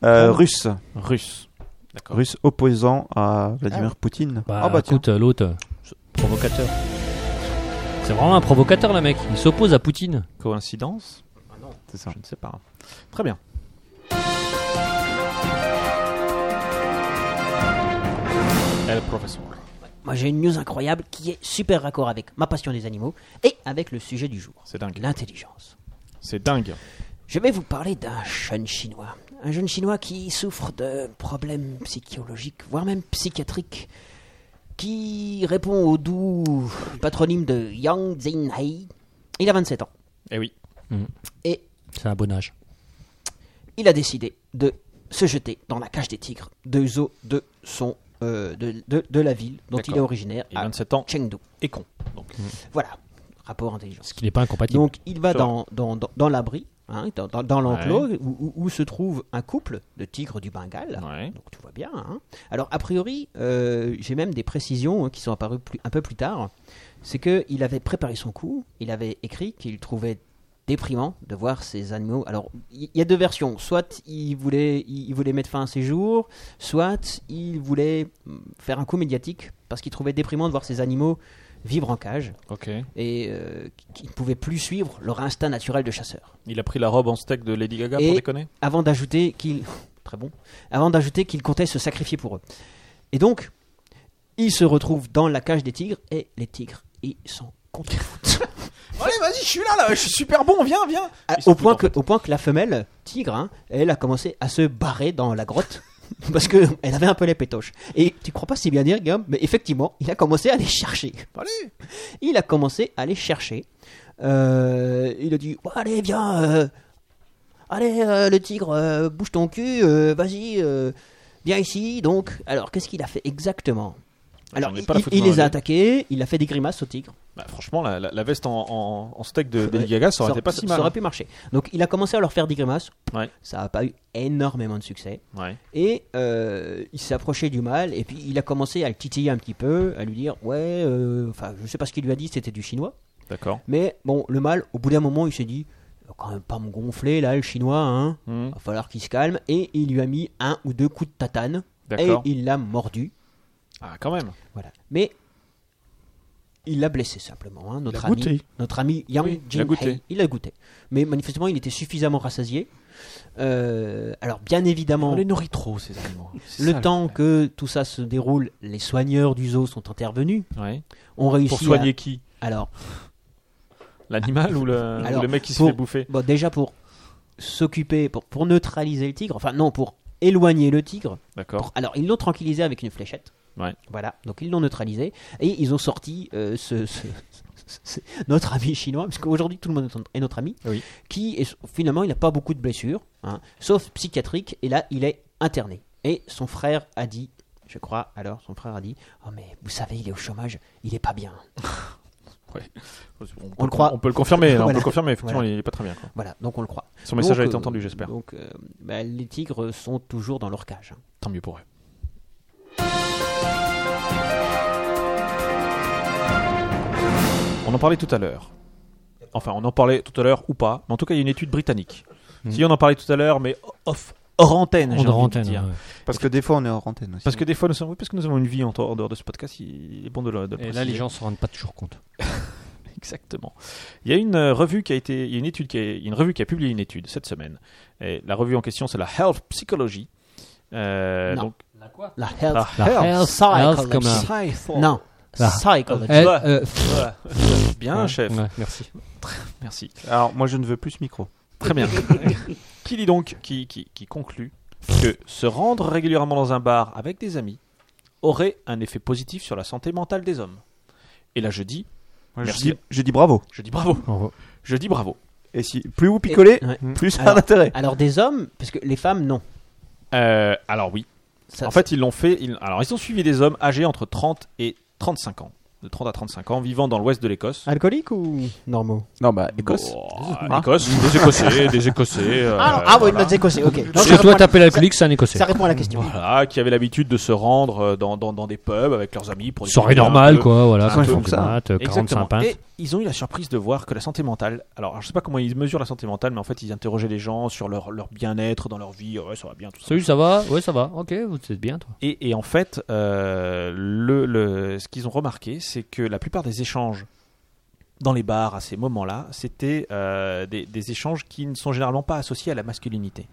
Speaker 4: Euh, russe,
Speaker 5: russe. D'accord.
Speaker 4: russe opposant à Vladimir Poutine.
Speaker 2: Bah,
Speaker 4: Ah bah tiens.
Speaker 2: écoute, euh, l'autre, euh, ce- provocateur. C'est vraiment un provocateur, le mec. Il s'oppose à Poutine.
Speaker 5: Coïncidence
Speaker 4: C'est ça.
Speaker 5: Ah Je ne sais pas. Très bien. Elle, professeur.
Speaker 1: Moi, j'ai une news incroyable qui est super raccord avec ma passion des animaux et avec le sujet du jour,
Speaker 5: C'est dingue.
Speaker 1: l'intelligence.
Speaker 5: C'est dingue.
Speaker 1: Je vais vous parler d'un jeune chinois. Un jeune chinois qui souffre de problèmes psychologiques, voire même psychiatriques, qui répond au doux patronyme de Yang Zhinhai. Il a 27 ans.
Speaker 5: Eh oui.
Speaker 1: Et
Speaker 2: C'est un bon âge.
Speaker 1: il a décidé de se jeter dans la cage des tigres de zoo de son euh, de, de- de la ville dont il
Speaker 5: D'accord.
Speaker 1: est originaire
Speaker 5: Il a
Speaker 1: à
Speaker 5: 27 ans
Speaker 1: Chengdu.
Speaker 5: et con. Donc,
Speaker 1: Voilà, rapport intelligence.
Speaker 2: Qu'il n'est pas incompatible.
Speaker 1: Donc il va
Speaker 5: Ça va.
Speaker 1: dans, dans, dans, dans l'abri, hein, dans, dans- dans l'enclos où, où- où se trouve un couple de tigres du Bengale.
Speaker 5: ouais.
Speaker 1: Donc tout va bien. hein. Alors a priori, euh, j'ai même des précisions hein, qui sont apparues plus- un peu plus tard. C'est qu'il avait préparé son coup, il avait écrit qu'il trouvait déprimant de voir ces animaux. Alors il y, y a deux versions. Soit il voulait, il, il voulait mettre fin à ses jours, soit il voulait mm, faire un coup médiatique parce qu'il trouvait déprimant de voir ces animaux vivre en cage
Speaker 5: Ok.
Speaker 1: et euh, qu'ils ne pouvaient plus suivre leur instinct naturel de chasseur.
Speaker 5: Il a pris la robe en steak de Lady Gaga
Speaker 1: Et-
Speaker 5: pour déconner
Speaker 1: Avant d'ajouter qu'il très bon, avant d'ajouter qu'il comptait se sacrifier pour eux. Et donc, il se retrouve dans la cage des tigres et les tigres, ils sont contre
Speaker 5: Allez, vas-y, je suis là, là, je suis super bon, viens, viens. Ils sont
Speaker 1: Ah, au point
Speaker 5: foutus,
Speaker 1: que
Speaker 5: en
Speaker 1: au point que la femelle tigre, hein, elle a commencé à se barrer dans la grotte. Parce que elle avait un peu les pétoches. Et tu crois pas si bien dire, Guillaume, mais effectivement, il a commencé à les chercher. Il a commencé à les chercher. Euh, il a dit Bon, Allez, viens, euh, allez, euh, le tigre, euh, bouge ton cul, euh, vas-y, euh, viens ici. Donc, alors, qu'est-ce qu'il a fait exactement Alors,
Speaker 5: J'en ai
Speaker 1: il,
Speaker 5: pas la
Speaker 1: il-
Speaker 5: photo
Speaker 1: il
Speaker 5: dans la
Speaker 1: les a
Speaker 5: gueule.
Speaker 1: attaqués, il a fait des grimaces au tigre.
Speaker 5: Bah, franchement, la, la- la veste en, en- en steak de Lady Gaga, ça aurait été pas si
Speaker 1: Ça
Speaker 5: mal. hein.
Speaker 1: aurait pu marcher. Donc, il a commencé à leur faire des grimaces.
Speaker 5: Ouais.
Speaker 1: Ça n'a pas eu énormément de succès.
Speaker 5: hein. Ouais.
Speaker 1: Et euh, il s'approchait du mâle, et puis il a commencé à le titiller un petit peu, à lui dire Ouais, euh, enfin, je sais pas ce qu'il lui a dit, c'était du chinois.
Speaker 5: D'accord.
Speaker 1: Mais bon, le mâle, au bout d'un moment, il s'est dit Il va quand même pas me gonfler là, le chinois, hein.
Speaker 5: Hmm.
Speaker 1: Va falloir qu'il se calme. Et il lui a mis un ou deux coups de tatane, et
Speaker 5: D'accord.
Speaker 1: il l'a mordu.
Speaker 5: Ah, quand même.
Speaker 1: Voilà. Mais il l'a blessé simplement, hein, notre
Speaker 6: l'a
Speaker 1: ami.
Speaker 6: goûté.
Speaker 1: Notre ami Yang
Speaker 5: Oui, il l'a
Speaker 1: Jin-hei.
Speaker 5: goûté.
Speaker 1: Il l'a goûté. Mais manifestement, il était suffisamment rassasié. Euh, alors, bien évidemment.
Speaker 5: On les nourrit trop, ces animaux. C'est
Speaker 1: Le
Speaker 5: ça,
Speaker 1: temps que tout ça se déroule, les soigneurs du zoo sont intervenus.
Speaker 5: Ouais.
Speaker 1: On
Speaker 5: Pour
Speaker 1: réussit à-
Speaker 5: soigner qui
Speaker 1: Alors,
Speaker 5: L'animal ou le,
Speaker 1: Alors,
Speaker 5: ou le mec qui se
Speaker 1: pour-
Speaker 5: fait bouffer
Speaker 1: bon, déjà pour s'occuper, pour, pour neutraliser le tigre, enfin non, pour éloigner le tigre.
Speaker 5: D'accord.
Speaker 1: Pour- alors, ils l'ont tranquillisé avec une fléchette.
Speaker 5: Ouais.
Speaker 1: Voilà, donc ils l'ont neutralisé et ils ont sorti euh, ce, ce- ce- ce- notre ami chinois, parce qu'aujourd'hui tout le monde est notre ami,
Speaker 5: Oui.
Speaker 1: qui est- finalement il n'a pas beaucoup de blessures, hein, sauf psychiatrique, et là il est interné. Et son frère a dit, je crois, alors son frère a dit, oh mais vous savez, il est au chômage, il est pas bien.
Speaker 5: On,
Speaker 1: On le croit.
Speaker 5: On peut le confirmer, hein, on peut
Speaker 1: Voilà.
Speaker 5: le confirmer, effectivement,
Speaker 1: Voilà.
Speaker 5: il est pas très bien. quoi.
Speaker 1: Voilà, donc on le croit.
Speaker 5: Son message
Speaker 1: Donc,
Speaker 5: a été
Speaker 1: euh,
Speaker 5: entendu, j'espère.
Speaker 1: Donc euh, bah, les tigres sont toujours dans leur cage. hein.
Speaker 5: Tant mieux pour eux. On en parlait tout à l'heure. Enfin, on en parlait tout à l'heure ou pas. Mais en tout cas, il y a une étude britannique. Si on en parlait tout à l'heure, mais off, hors antenne, j'ai envie
Speaker 2: On
Speaker 5: de
Speaker 2: Hmm. antenne.
Speaker 5: dire.
Speaker 2: ouais.
Speaker 4: Parce que des fois, on est hors antenne aussi.
Speaker 5: Parce que des fois, nous sommes, oui, parce que nous avons une vie en dehors de ce podcast, il est bon de le, de le
Speaker 2: Et là,
Speaker 5: préciser.
Speaker 2: les gens ne se rendent pas toujours compte.
Speaker 5: Exactement. Il y a une euh, revue qui a été, il y a une étude qui a, il y a une revue qui a publié une étude cette semaine. Et la revue en question, c'est la Health Psychology. Euh,
Speaker 1: Non.
Speaker 5: donc,
Speaker 2: La quoi
Speaker 1: La
Speaker 5: la
Speaker 1: health.
Speaker 5: Health.
Speaker 2: Health comme un-
Speaker 1: Non.
Speaker 2: Ah.
Speaker 1: Psychology.
Speaker 2: Eh,
Speaker 5: vois.
Speaker 2: euh,
Speaker 5: Voilà. Bien,
Speaker 2: ouais,
Speaker 5: chef.
Speaker 2: ouais, merci.
Speaker 5: Merci.
Speaker 4: Alors, moi, je ne veux plus ce micro.
Speaker 5: Très bien. qui lit donc, qui, qui, qui conclut que se rendre régulièrement dans un bar avec des amis aurait un effet positif sur la santé mentale des hommes. Et là, je dis,
Speaker 4: Moi, je,
Speaker 5: Merci.
Speaker 4: dis, je dis bravo.
Speaker 5: je dis bravo.
Speaker 2: Bravo.
Speaker 5: Je dis bravo.
Speaker 4: Et si plus vous picolez,
Speaker 1: Et- ouais.
Speaker 4: plus ça a
Speaker 1: Alors-
Speaker 4: d'intérêt.
Speaker 1: Alors des hommes, parce que les femmes, non.
Speaker 5: Euh, alors oui.
Speaker 1: Ça-
Speaker 5: en fait, ils l'ont fait. ils- alors, ils ont suivi des hommes âgés entre 30 et 35 ans, de 30 à 35 ans, vivant dans l'ouest de l'Écosse. Oh,
Speaker 1: Alcoolique ou normaux
Speaker 4: Non, bah, Écosse.
Speaker 5: Bon,
Speaker 4: Ah.
Speaker 5: Écosse, des Écossais, des Écossais. euh,
Speaker 1: Ah, non, ah oui,
Speaker 5: voilà.
Speaker 1: notre écossais, ok. Non,
Speaker 2: Parce
Speaker 1: ça
Speaker 2: que toi,
Speaker 1: répond à-
Speaker 2: t'appelles alcoolique, c'est un écossais.
Speaker 1: Ça répond à la question.
Speaker 5: Voilà, qui avaient l'habitude de se rendre euh, dans, dans, dans des pubs avec leurs amis pour
Speaker 2: Soirée
Speaker 5: discuter un
Speaker 2: normale,
Speaker 5: peu.
Speaker 2: quoi. Voilà,
Speaker 5: Ah,
Speaker 2: quand
Speaker 5: ils
Speaker 2: ils
Speaker 5: font
Speaker 2: font
Speaker 5: que
Speaker 4: ça.
Speaker 2: 45
Speaker 5: Exactement.
Speaker 2: pintes.
Speaker 5: Et ils ont eu la surprise de voir que la santé mentale. Alors, je sais pas comment ils mesurent la santé mentale, mais en fait, ils interrogeaient les gens sur leur, leur bien-être dans leur vie. Ouais, ça va bien, tout ça.
Speaker 2: Salut, ça va Ouais, ça va. Ok, vous êtes bien, toi.
Speaker 5: Et, et en fait, euh, le, le- ce qu'ils ont remarqué, c'est que la plupart des échanges dans les bars à ces moments-là, c'était euh, des, des échanges qui ne sont généralement pas associés à la masculinité.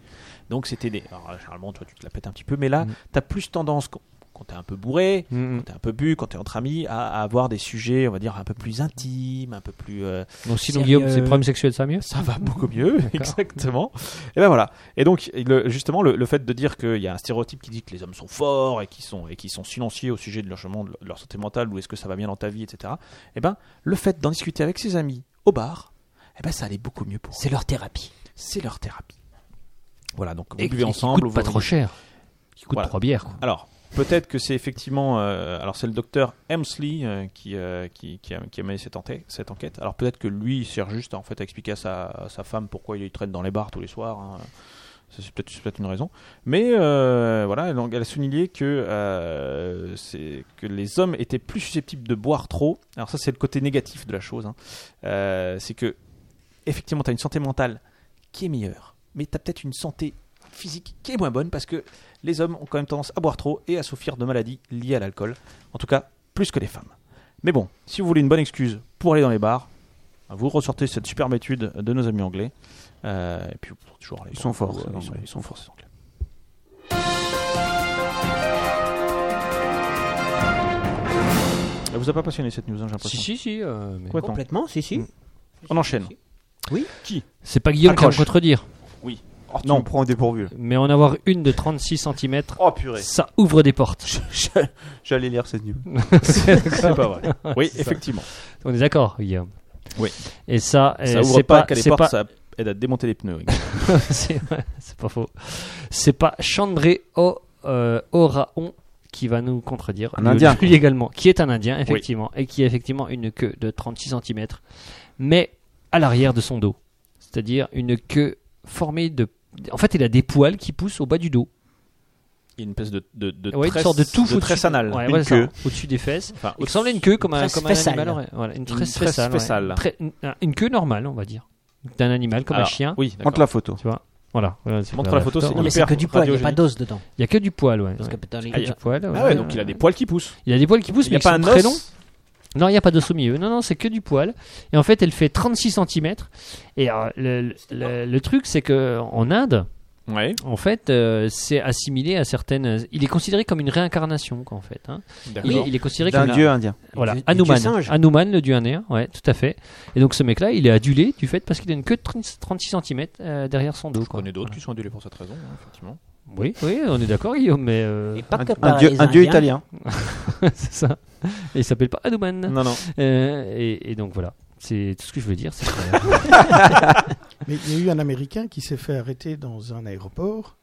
Speaker 5: Donc c'était des... Alors, euh, généralement, toi, tu te la pètes un petit peu, mais là,
Speaker 2: Mm.
Speaker 5: t'as plus tendance, quand, quand t'es un peu bourré, quand t'es un peu bu, quand t'es entre amis, à, à avoir des sujets, on va dire, un peu plus intimes, un peu plus... euh,
Speaker 2: Donc, sinon,
Speaker 1: Sérieux.
Speaker 2: Guillaume, ses problèmes sexuels, ça va mieux
Speaker 5: ça va beaucoup mieux, exactement. Et ben voilà. Et donc, le- justement, le, le fait de dire qu'il y a un stéréotype qui dit que les hommes sont forts et qui sont et qui sont silencieux au sujet de leur chemin, de leur santé mentale, ou est-ce que ça va bien dans ta vie, etc. Et ben, le fait d'en discuter avec ses amis au bar, et ben, ça allait beaucoup mieux pour eux.
Speaker 1: C'est leur thérapie.
Speaker 5: C'est leur thérapie. Voilà. Donc, vous
Speaker 2: Et
Speaker 5: buvez
Speaker 2: qui- qui
Speaker 5: ensemble.
Speaker 2: coûte
Speaker 5: vous
Speaker 2: pas
Speaker 5: vous-
Speaker 2: trop cher. Qui coûte
Speaker 5: Voilà.
Speaker 2: trois bières, quoi.
Speaker 5: alors, peut-être que c'est effectivement. euh, alors, c'est le docteur Hemsley euh, qui, euh, qui, qui a, qui a mené cette, enquête- cette enquête. Alors, peut-être que lui, il sert juste en fait, à expliquer à sa, à sa femme pourquoi il traîne dans les bars tous les soirs. hein. Ça, C'est peut-être peut une raison. Mais euh, voilà, elle, elle a souligné que, euh, c'est- que les hommes étaient plus susceptibles de boire trop. Alors, ça, c'est le côté négatif de la chose. hein. Euh, c'est que, effectivement, tu as une santé mentale qui est meilleure, mais tu as peut-être une santé physique qui est moins bonne parce que les hommes ont quand même tendance à boire trop et à souffrir de maladies liées à l'alcool. En tout cas, plus que les femmes. Mais bon, si vous voulez une bonne excuse pour aller dans les bars, vous ressortez cette superbe étude de nos amis anglais. Euh, et puis, vous pourrez toujours aller
Speaker 4: Ils
Speaker 5: dans-
Speaker 4: sont forts,
Speaker 5: euh,
Speaker 4: ces
Speaker 5: ils, sont,
Speaker 4: Anglais.
Speaker 5: ils sont forts, ces anglais. Elle vous a pas passionné cette news, hein, j'ai
Speaker 2: Si,
Speaker 5: l'impression.
Speaker 2: si, si. euh, mais-
Speaker 5: Quoi, attends,
Speaker 1: Complètement, si, si.
Speaker 5: On enchaîne.
Speaker 2: C'est pas Guillaume qui va me
Speaker 5: Accroche.
Speaker 2: contredire.
Speaker 4: Oh, tu
Speaker 5: Non.
Speaker 4: me prends au dépourvu. là.
Speaker 2: Mais en avoir une de 36 cm,
Speaker 4: Oh purée.
Speaker 2: ça ouvre des portes.
Speaker 4: J'allais lire cette news.
Speaker 5: C'est pas vrai. Oui, effectivement.
Speaker 2: On est d'accord, Guillaume
Speaker 5: Oui.
Speaker 2: Et ça, euh,
Speaker 5: Ça ouvre
Speaker 2: c'est
Speaker 5: pas,
Speaker 2: pas,
Speaker 5: qu'à les
Speaker 2: c'est
Speaker 5: portes,
Speaker 2: pas,
Speaker 5: ça aide à démonter les pneus.
Speaker 2: c'est ouais, c'est pas faux. C'est pas Chandré O- euh, Oraon qui va nous contredire.
Speaker 4: Un
Speaker 2: Lui-
Speaker 4: Indien.
Speaker 2: Lui également, qui est un Indien, effectivement, et qui a effectivement une queue de 36 cm, mais à l'arrière de son dos. C'est-à-dire une queue formée de. En fait, il a des poils qui poussent au bas du dos.
Speaker 5: Il y a une espèce de, de, de
Speaker 2: Ouais,
Speaker 5: tresse-
Speaker 2: une sorte de touffe
Speaker 5: de
Speaker 2: au-dessus-
Speaker 5: tresse anale.
Speaker 4: Hein
Speaker 2: Ouais,
Speaker 5: Une
Speaker 2: voilà ça,
Speaker 5: queue.
Speaker 2: au-dessus des fesses.
Speaker 5: Enfin,
Speaker 2: Il ressemblait à une queue comme un,
Speaker 1: Tresse
Speaker 2: comme un
Speaker 1: fessale.
Speaker 2: animal. aurait- Voilà, une tresse
Speaker 5: tresse
Speaker 2: fessale. ouais.
Speaker 5: fessale.
Speaker 2: Très- une, une queue normale, on va dire. D'un animal comme
Speaker 5: Alors,
Speaker 2: un chien.
Speaker 5: Oui, d'accord.
Speaker 4: Montre la photo.
Speaker 2: Tu vois Voilà. voilà, c'est
Speaker 5: Montre
Speaker 2: pas-
Speaker 5: la photo, c'est
Speaker 1: Non, mais
Speaker 5: hyper
Speaker 1: c'est que du poil, il n'y a pas
Speaker 5: radiogénique.
Speaker 1: d'os dedans.
Speaker 2: Il y a que du poil, ouais.
Speaker 1: Parce
Speaker 2: ouais.
Speaker 1: que dans les-
Speaker 5: Ah, il y a-
Speaker 2: Du poil,
Speaker 5: Ah
Speaker 2: ouais,
Speaker 5: ouais,
Speaker 2: ouais,
Speaker 5: donc il a
Speaker 2: ouais.
Speaker 5: des poils qui poussent.
Speaker 2: Il a des poils qui poussent,
Speaker 5: Il n'y
Speaker 2: mais
Speaker 5: a
Speaker 2: ils
Speaker 5: pas
Speaker 2: sont
Speaker 5: un
Speaker 2: très
Speaker 5: os.
Speaker 2: longs. Non, il n'y a pas d'os au milieu. Non, non, c'est que du poil. Et en fait, elle fait 36 cm. Et euh, le, le- le truc, c'est que en Inde,
Speaker 5: Ouais,
Speaker 2: en fait, euh, c'est assimilé à certaines. Il est considéré comme une réincarnation, quoi, en fait. hein. Il,
Speaker 5: d'accord.
Speaker 2: il est considéré
Speaker 4: D'un
Speaker 2: comme
Speaker 4: dieu indien.
Speaker 2: Voilà,
Speaker 1: Du- du
Speaker 2: Hanuman.
Speaker 1: dieu singe.
Speaker 2: Hanuman, le dieu indien, ouais, tout à fait. Et donc ce mec-là, il est adulé du fait parce qu'il a une queue de 30 36 cm euh, derrière son dos.
Speaker 5: Je
Speaker 2: quoi.
Speaker 5: connais d'autres qui sont adulés pour cette raison, hein, effectivement.
Speaker 2: Voilà. Oui, oui, on est d'accord, Guillaume, mais euh,
Speaker 1: Et pas
Speaker 4: Un,
Speaker 1: que
Speaker 4: un
Speaker 1: par
Speaker 4: dieu,
Speaker 1: les
Speaker 4: un dieu
Speaker 1: Indiens.
Speaker 4: italien.
Speaker 2: c'est ça. Et il s'appelle pas Hanuman.
Speaker 5: Non, non.
Speaker 2: Euh, et, et donc voilà, c'est tout ce que je veux dire. c'est que-
Speaker 6: Mais il y a eu un Américain qui s'est fait arrêter dans un aéroport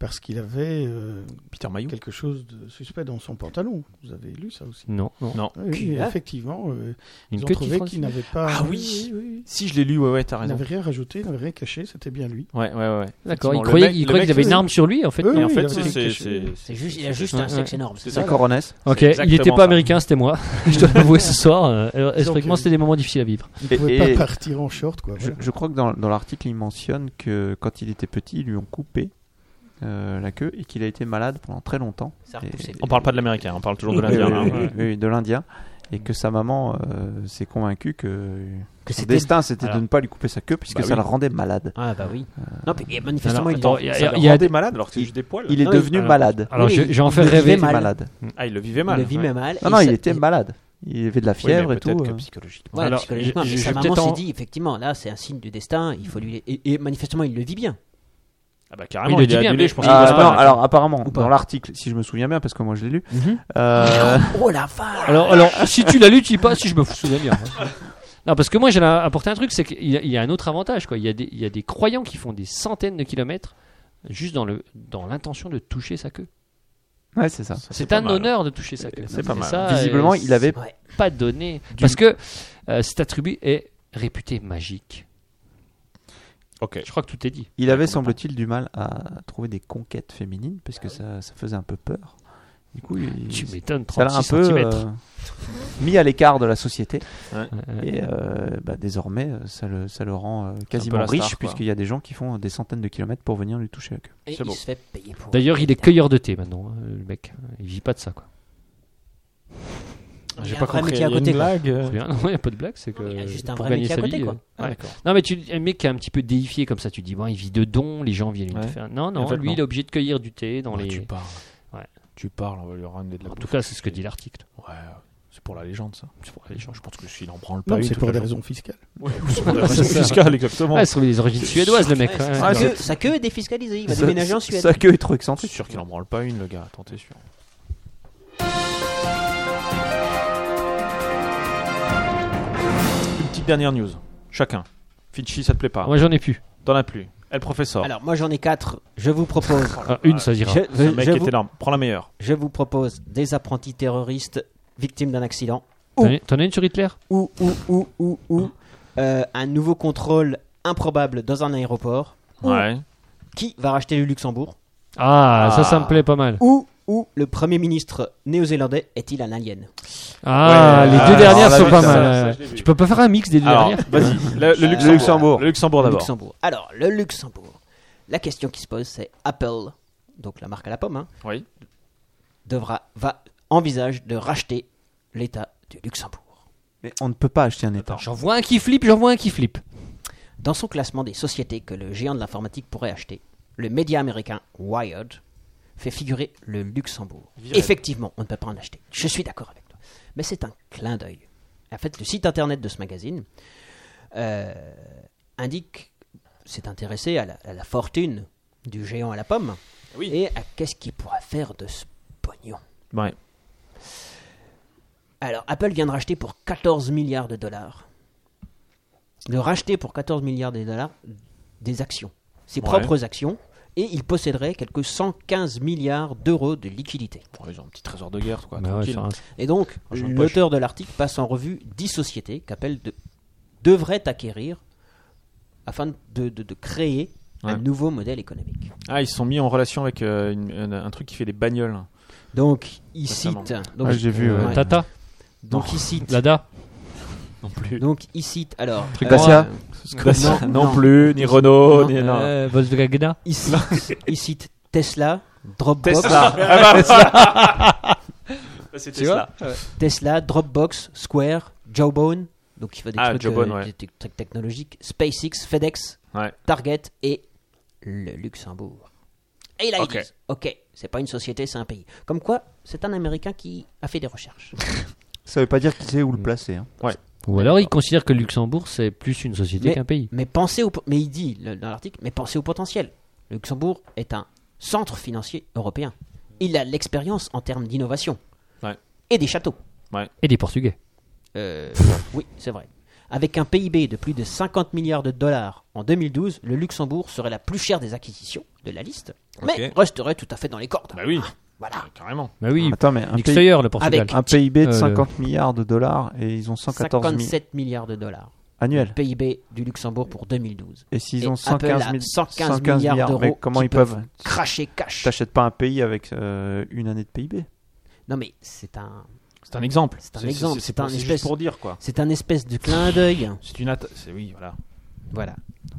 Speaker 6: parce qu'il avait euh,
Speaker 5: Peter Mayou.
Speaker 6: quelque chose de suspect dans son pantalon. Vous avez lu ça aussi.
Speaker 2: non, non.
Speaker 5: Non.
Speaker 6: Oui, oui,
Speaker 1: Qui a-
Speaker 6: effectivement, euh,
Speaker 2: Une
Speaker 6: ils ont
Speaker 2: queue de
Speaker 6: trouvé
Speaker 2: tigre,
Speaker 6: qu'il n'avait pas.
Speaker 5: Ah oui. Ah Si je l'ai lu, ouais, ouais, t'as
Speaker 6: Il
Speaker 5: raison.
Speaker 6: n'avait rien rajouté, il n'avait rien caché, c'était bien lui.
Speaker 5: Ouais, ouais, ouais. Effectivement,
Speaker 2: D'accord, il
Speaker 5: le
Speaker 2: croyait,
Speaker 5: mec-
Speaker 2: il
Speaker 5: le
Speaker 2: croyait
Speaker 5: mec
Speaker 2: qu'il avait une
Speaker 5: faisait-
Speaker 2: arme sur lui, en fait.
Speaker 6: Oui,
Speaker 2: non.
Speaker 5: Mais en
Speaker 6: oui, il
Speaker 5: fait,
Speaker 6: avait
Speaker 5: c'est-
Speaker 6: rien
Speaker 5: c'est.
Speaker 6: caché.
Speaker 5: c'est-
Speaker 1: C'est juste, il a juste un
Speaker 2: Ouais,
Speaker 1: sexe
Speaker 2: ouais.
Speaker 1: énorme.
Speaker 5: C'est
Speaker 1: C'est
Speaker 5: ça.
Speaker 1: ça.
Speaker 4: C'est coronès.
Speaker 2: Ok,
Speaker 5: exactement
Speaker 2: il n'était pas
Speaker 5: ça.
Speaker 2: américain, c'était moi. je dois l'avouer ce soir. euh, alors,
Speaker 6: Disons
Speaker 2: historiquement,
Speaker 6: que-
Speaker 2: c'était des moments difficiles à vivre.
Speaker 6: Il ne
Speaker 4: Et-
Speaker 6: pouvait
Speaker 4: et-
Speaker 6: pas partir en short, quoi.
Speaker 4: Je,
Speaker 6: voilà.
Speaker 4: je crois que dans, dans l'article, il mentionne que quand il était petit, ils lui ont coupé euh, la queue et qu'il a été malade pendant très longtemps.
Speaker 1: Ça a repoussé.
Speaker 5: On parle pas de l'américain, on parle toujours de
Speaker 4: Oui,
Speaker 5: l'indien.
Speaker 4: oui,
Speaker 5: hein.
Speaker 4: oui, oui, de l'Indien. et que sa maman euh, s'est convaincue que
Speaker 1: Que
Speaker 4: son
Speaker 1: c'était.
Speaker 4: destin c'était
Speaker 2: Alors.
Speaker 4: de ne pas lui couper sa queue puisque
Speaker 3: Bah
Speaker 4: ça
Speaker 3: oui.
Speaker 4: le rendait malade.
Speaker 1: Ah bah oui. Non, puis, et manifestement,
Speaker 2: Alors,
Speaker 1: il-
Speaker 2: attends, il y a-
Speaker 1: ça
Speaker 2: il y a-
Speaker 1: le
Speaker 2: il y a
Speaker 3: Rendez
Speaker 2: des-
Speaker 3: malade alors que c'est juste des poils.
Speaker 4: Il est
Speaker 1: Non, il-
Speaker 4: devenu
Speaker 2: alors-
Speaker 4: malade.
Speaker 2: Alors,
Speaker 1: Oui,
Speaker 2: je,
Speaker 1: mais
Speaker 2: je vais en faire
Speaker 1: il vivait
Speaker 2: rêver.
Speaker 4: Il était
Speaker 1: mal.
Speaker 4: malade.
Speaker 3: Ah, il le vivait
Speaker 1: il
Speaker 3: mal.
Speaker 1: le vivait
Speaker 3: ouais.
Speaker 1: mal.
Speaker 4: Non,
Speaker 1: et
Speaker 4: non,
Speaker 1: ça-
Speaker 4: il était
Speaker 1: et-
Speaker 4: malade. Il avait de la
Speaker 3: Oui, mais
Speaker 4: fièvre et
Speaker 3: peut-être
Speaker 4: tout.
Speaker 3: que
Speaker 4: euh.
Speaker 3: psychologiquement.
Speaker 1: Ouais,
Speaker 2: Alors,
Speaker 1: psychologiquement.
Speaker 2: je-
Speaker 1: mais
Speaker 2: je- je
Speaker 1: sa
Speaker 2: vais
Speaker 1: maman
Speaker 2: peut-être
Speaker 1: s'est
Speaker 2: en-
Speaker 1: dit, effectivement, là, c'est un signe du destin. Il faut lui. Et, et manifestement, il le vit bien.
Speaker 3: Ah bah carrément,
Speaker 2: Oui,
Speaker 3: il,
Speaker 2: il le
Speaker 3: est
Speaker 2: dit bien,
Speaker 3: annulé,
Speaker 2: mais-
Speaker 3: je pense.
Speaker 2: Ah,
Speaker 3: qu'il
Speaker 4: Euh,
Speaker 3: passe
Speaker 4: non,
Speaker 3: pas.
Speaker 4: alors apparemment,
Speaker 1: pas.
Speaker 4: dans l'article, si je me souviens bien, parce que moi je l'ai lu,
Speaker 2: Mhm.
Speaker 4: euh,
Speaker 1: Oh la vache
Speaker 2: Alors, alors, si tu la luttes, tu dis pas si je me fous souviens bien. Non, parce que moi, j'ai apporté un truc, c'est qu'il y, a- il y a un autre avantage. Quoi. Il, y a des, il y a des croyants qui font des centaines de kilomètres juste dans, le, dans l'intention de toucher sa queue.
Speaker 4: ouais, c'est ça.
Speaker 2: C'est,
Speaker 3: pas
Speaker 2: un
Speaker 3: mal.
Speaker 2: honneur de toucher sa queue.
Speaker 3: C'est pas
Speaker 2: Et
Speaker 3: mal.
Speaker 2: ça,
Speaker 4: Visiblement,
Speaker 2: euh,
Speaker 4: il avait
Speaker 2: c'est pas donné. Parce que euh, cet attribut est réputé magique.
Speaker 3: Ok.
Speaker 2: Je crois que tout est dit.
Speaker 4: Il avait, semble-t-il, du mal à trouver des conquêtes féminines, parce que ça, ça faisait un peu peur. Du coup,
Speaker 3: Mm.
Speaker 4: il,
Speaker 2: Tu m'étonnes,
Speaker 4: ça l'a
Speaker 2: 36
Speaker 4: un peu
Speaker 2: cm.
Speaker 4: euh, mis à l'écart de la société. Et euh, bah, désormais, ça le, ça le rend euh, quasiment
Speaker 3: la star,
Speaker 4: riche,
Speaker 3: quoi.
Speaker 4: puisqu'il y a des gens qui font des centaines de kilomètres pour venir lui toucher la queue.
Speaker 1: Et
Speaker 3: C'est
Speaker 1: il
Speaker 3: bon.
Speaker 1: se fait payer pour.
Speaker 2: D'ailleurs, il est cueilleur de thé maintenant, hein, le mec. Il vit pas de ça, quoi.
Speaker 1: Il y a
Speaker 3: J'ai
Speaker 1: un
Speaker 3: pas
Speaker 1: vrai
Speaker 3: compris.
Speaker 1: métier à
Speaker 3: Il y a une
Speaker 1: côté, quoi.
Speaker 3: blague. euh,
Speaker 2: Rien, non, il n'y a pas de blague, c'est que
Speaker 1: Non, il y a juste un
Speaker 2: pour
Speaker 1: vrai
Speaker 2: gagner
Speaker 1: métier à
Speaker 2: sa
Speaker 1: côté,
Speaker 2: vie.
Speaker 1: quoi.
Speaker 2: euh,
Speaker 3: Ah, d'accord.
Speaker 2: Non, mais tu, un mec qui est un petit peu déifié comme ça, tu dis, bon, il vit de dons, les gens viennent lui
Speaker 3: Ouais.
Speaker 2: faire. Non, non,
Speaker 3: En fait,
Speaker 2: lui,
Speaker 3: non.
Speaker 2: il est obligé de cueillir du thé dans
Speaker 3: Ouais,
Speaker 2: les.
Speaker 3: Tu parles.
Speaker 2: Ouais.
Speaker 3: Tu parles, on va lui ramener de la
Speaker 2: En tout
Speaker 3: bouffe.
Speaker 2: cas, c'est ce que dit l'article.
Speaker 3: Ouais, c'est pour la légende, ça.
Speaker 2: C'est pour les gens.
Speaker 3: Je pense que s'il en branle pas
Speaker 6: Non,
Speaker 3: une
Speaker 6: c'est
Speaker 3: toute
Speaker 6: pour
Speaker 3: la
Speaker 6: des
Speaker 3: journée-
Speaker 6: raisons fiscales.
Speaker 3: Ouais, ou c'est pour des raisons
Speaker 2: c'est ça.
Speaker 3: fiscales, exactement.
Speaker 2: Ah, il se trouve des origines suédoises, le mec. hein.
Speaker 1: Ouais,
Speaker 2: ouais,
Speaker 1: Ah, c'est-
Speaker 3: ouais,
Speaker 2: ouais.
Speaker 1: sa, queue, sa queue est défiscalisée. Il va
Speaker 4: Sa-
Speaker 1: déménager en
Speaker 4: Sa
Speaker 1: Suède.
Speaker 4: queue est trop
Speaker 3: C'est
Speaker 4: excentrique.
Speaker 3: sûr qu'il en branle pas une, le gars. Attends, t'es sûr. Une petite dernière news. Chacun. Finchi, ça te plaît pas
Speaker 2: Ah, Moi, j'en ai plus.
Speaker 3: T'en as plus. Elle professeur.
Speaker 1: Alors, moi, j'en ai quatre. Je vous propose.
Speaker 2: Ah, une, ça dira.
Speaker 1: Je,
Speaker 3: Le mec
Speaker 1: je
Speaker 3: est
Speaker 1: vous,
Speaker 3: énorme. Prends la meilleure.
Speaker 1: je vous propose des apprentis terroristes victimes d'un accident
Speaker 2: T'en as- T'en as une sur Hitler
Speaker 1: ou, ou, ou, ou, ou euh, un nouveau contrôle improbable dans un aéroport. Ou
Speaker 3: Ouais.
Speaker 1: qui va racheter le Luxembourg
Speaker 2: ah, ça, ça
Speaker 3: Ah.
Speaker 2: me plaît pas mal.
Speaker 1: Ou, ou le Premier ministre néo-zélandais est-il un alien
Speaker 2: Ah,
Speaker 3: Ouais,
Speaker 2: les
Speaker 3: ah,
Speaker 2: deux dernières
Speaker 4: alors là,
Speaker 2: sont
Speaker 4: oui,
Speaker 2: pas
Speaker 4: ça,
Speaker 2: mal.
Speaker 3: ça, je l'ai vu.
Speaker 2: tu peux pas faire un mix des deux
Speaker 3: Alors,
Speaker 2: dernières
Speaker 3: vas-y. Le, le Luxembourg.
Speaker 4: Luxembourg.
Speaker 3: Le Luxembourg
Speaker 1: Le
Speaker 3: d'abord.
Speaker 1: Luxembourg. Alors, le Luxembourg. La question qui se pose, c'est Apple, donc la marque à la pomme, hein,
Speaker 3: Oui.
Speaker 1: devra, va, envisage de racheter l'État du Luxembourg.
Speaker 4: Mais on ne peut pas acheter un état.
Speaker 2: J'en vois un qui flippe, j'en vois un qui flippe.
Speaker 1: Dans son classement des sociétés que le géant de l'informatique pourrait acheter, le média américain Wired fait figurer le Luxembourg. Effectivement, on ne peut pas en acheter. Je suis d'accord avec toi. Mais c'est un clin d'œil. En fait, le site internet de ce magazine euh, indique s'est intéressé à la, à la fortune du géant à la pomme
Speaker 3: Oui.
Speaker 1: et à qu'est-ce qu'il pourra faire de ce pognon.
Speaker 3: Ouais.
Speaker 1: Alors, Apple vient de racheter pour 14 milliards de dollars. De racheter pour 14 milliards de dollars des actions, ses
Speaker 3: Ouais.
Speaker 1: propres actions, et il posséderait quelque 115 milliards d'euros de liquidités.
Speaker 3: Bon, ils ont un petit trésor de guerre, quoi.
Speaker 2: Bah ouais,
Speaker 3: tranquille.
Speaker 2: ça, hein.
Speaker 1: Et donc,
Speaker 3: Argent de
Speaker 1: l'auteur de l'article passe en revue 10 sociétés qu'Apple de- devrait acquérir afin de, de- de créer un
Speaker 3: Ouais.
Speaker 1: nouveau modèle économique.
Speaker 3: ah, ils se sont mis en relation avec euh, une- une- un truc qui fait des bagnoles.
Speaker 1: Donc, il
Speaker 3: Récemment.
Speaker 1: cite. donc-
Speaker 4: Ah, j'ai vu,
Speaker 2: Euh,
Speaker 4: ouais.
Speaker 2: Tata,
Speaker 1: Donc, il cite.
Speaker 2: Lada.
Speaker 3: Non plus.
Speaker 1: Donc, il cite. Alors.
Speaker 4: Truc Dacia
Speaker 3: Scotia.
Speaker 1: Non,
Speaker 3: Bah, non,
Speaker 1: non.
Speaker 3: plus. Ni Renault.
Speaker 1: Non.
Speaker 3: Ni... non.
Speaker 2: Euh, Volkswagen.
Speaker 1: Il cite, il cite Tesla, Dropbox,
Speaker 3: Tesla. Ah,
Speaker 1: Tesla.
Speaker 3: C'est
Speaker 2: Tu vois
Speaker 1: Dropbox, Square, Jawbone, donc il fait des,
Speaker 3: Ah,
Speaker 1: trucs,
Speaker 3: Jawbone,
Speaker 1: euh,
Speaker 3: ouais.
Speaker 1: des trucs- trucs technologiques, SpaceX, FedEx,
Speaker 3: Ouais.
Speaker 1: Target et le Luxembourg. Et là,
Speaker 3: Ok.
Speaker 1: ils disent, ok, c'est pas une société, c'est un pays. Comme quoi, c'est un Américain qui a fait des recherches.
Speaker 4: Ça veut pas dire qu'il sait où le placer. hein.
Speaker 2: Ou alors il considère que le Luxembourg c'est plus une société
Speaker 1: Mais-
Speaker 2: qu'un pays.
Speaker 1: mais pensez au, po- mais il dit le- dans l'article, mais pensez au potentiel. Le Luxembourg est un centre financier européen. Il a l'expérience en termes d'innovation
Speaker 3: Ouais.
Speaker 1: et des châteaux.
Speaker 2: Et des Portugais.
Speaker 1: Euh, oui, c'est vrai. Avec un PIB de plus de 50 milliards de dollars en 2012, le Luxembourg serait la plus chère des acquisitions de la liste, mais
Speaker 3: Ok.
Speaker 1: resterait tout à fait dans les cordes.
Speaker 3: Bah oui.
Speaker 1: Voilà.
Speaker 3: Carrément.
Speaker 2: Bah oui,
Speaker 4: Attends, mais un, pays-
Speaker 2: l'extérieur le Portugal.
Speaker 1: Avec-
Speaker 4: un PIB de
Speaker 2: Euh,
Speaker 4: 50 milliards de dollars et ils ont 114 milliards
Speaker 1: 57 milliards de dollars. Le
Speaker 4: annuels.
Speaker 1: PIB du Luxembourg pour 2012.
Speaker 4: Et s'ils
Speaker 1: Et
Speaker 4: ont
Speaker 1: Apple
Speaker 4: 115,
Speaker 1: a
Speaker 4: 000
Speaker 1: 115
Speaker 4: 115
Speaker 1: milliards
Speaker 4: milliards,
Speaker 1: d'euros
Speaker 4: mais comment
Speaker 1: qui
Speaker 4: ils peuvent
Speaker 1: Craché cash.
Speaker 4: T'achètes pas un pays avec euh, une année de PIB
Speaker 1: Non mais c'est un,
Speaker 3: C'est un exemple.
Speaker 1: C'est un exemple, c'est
Speaker 3: pour-
Speaker 1: un
Speaker 3: juste
Speaker 1: espèce-
Speaker 3: pour dire quoi.
Speaker 1: c'est un espèce de clin d'œil.
Speaker 3: C'est une atta- c'est oui voilà.
Speaker 1: Voilà.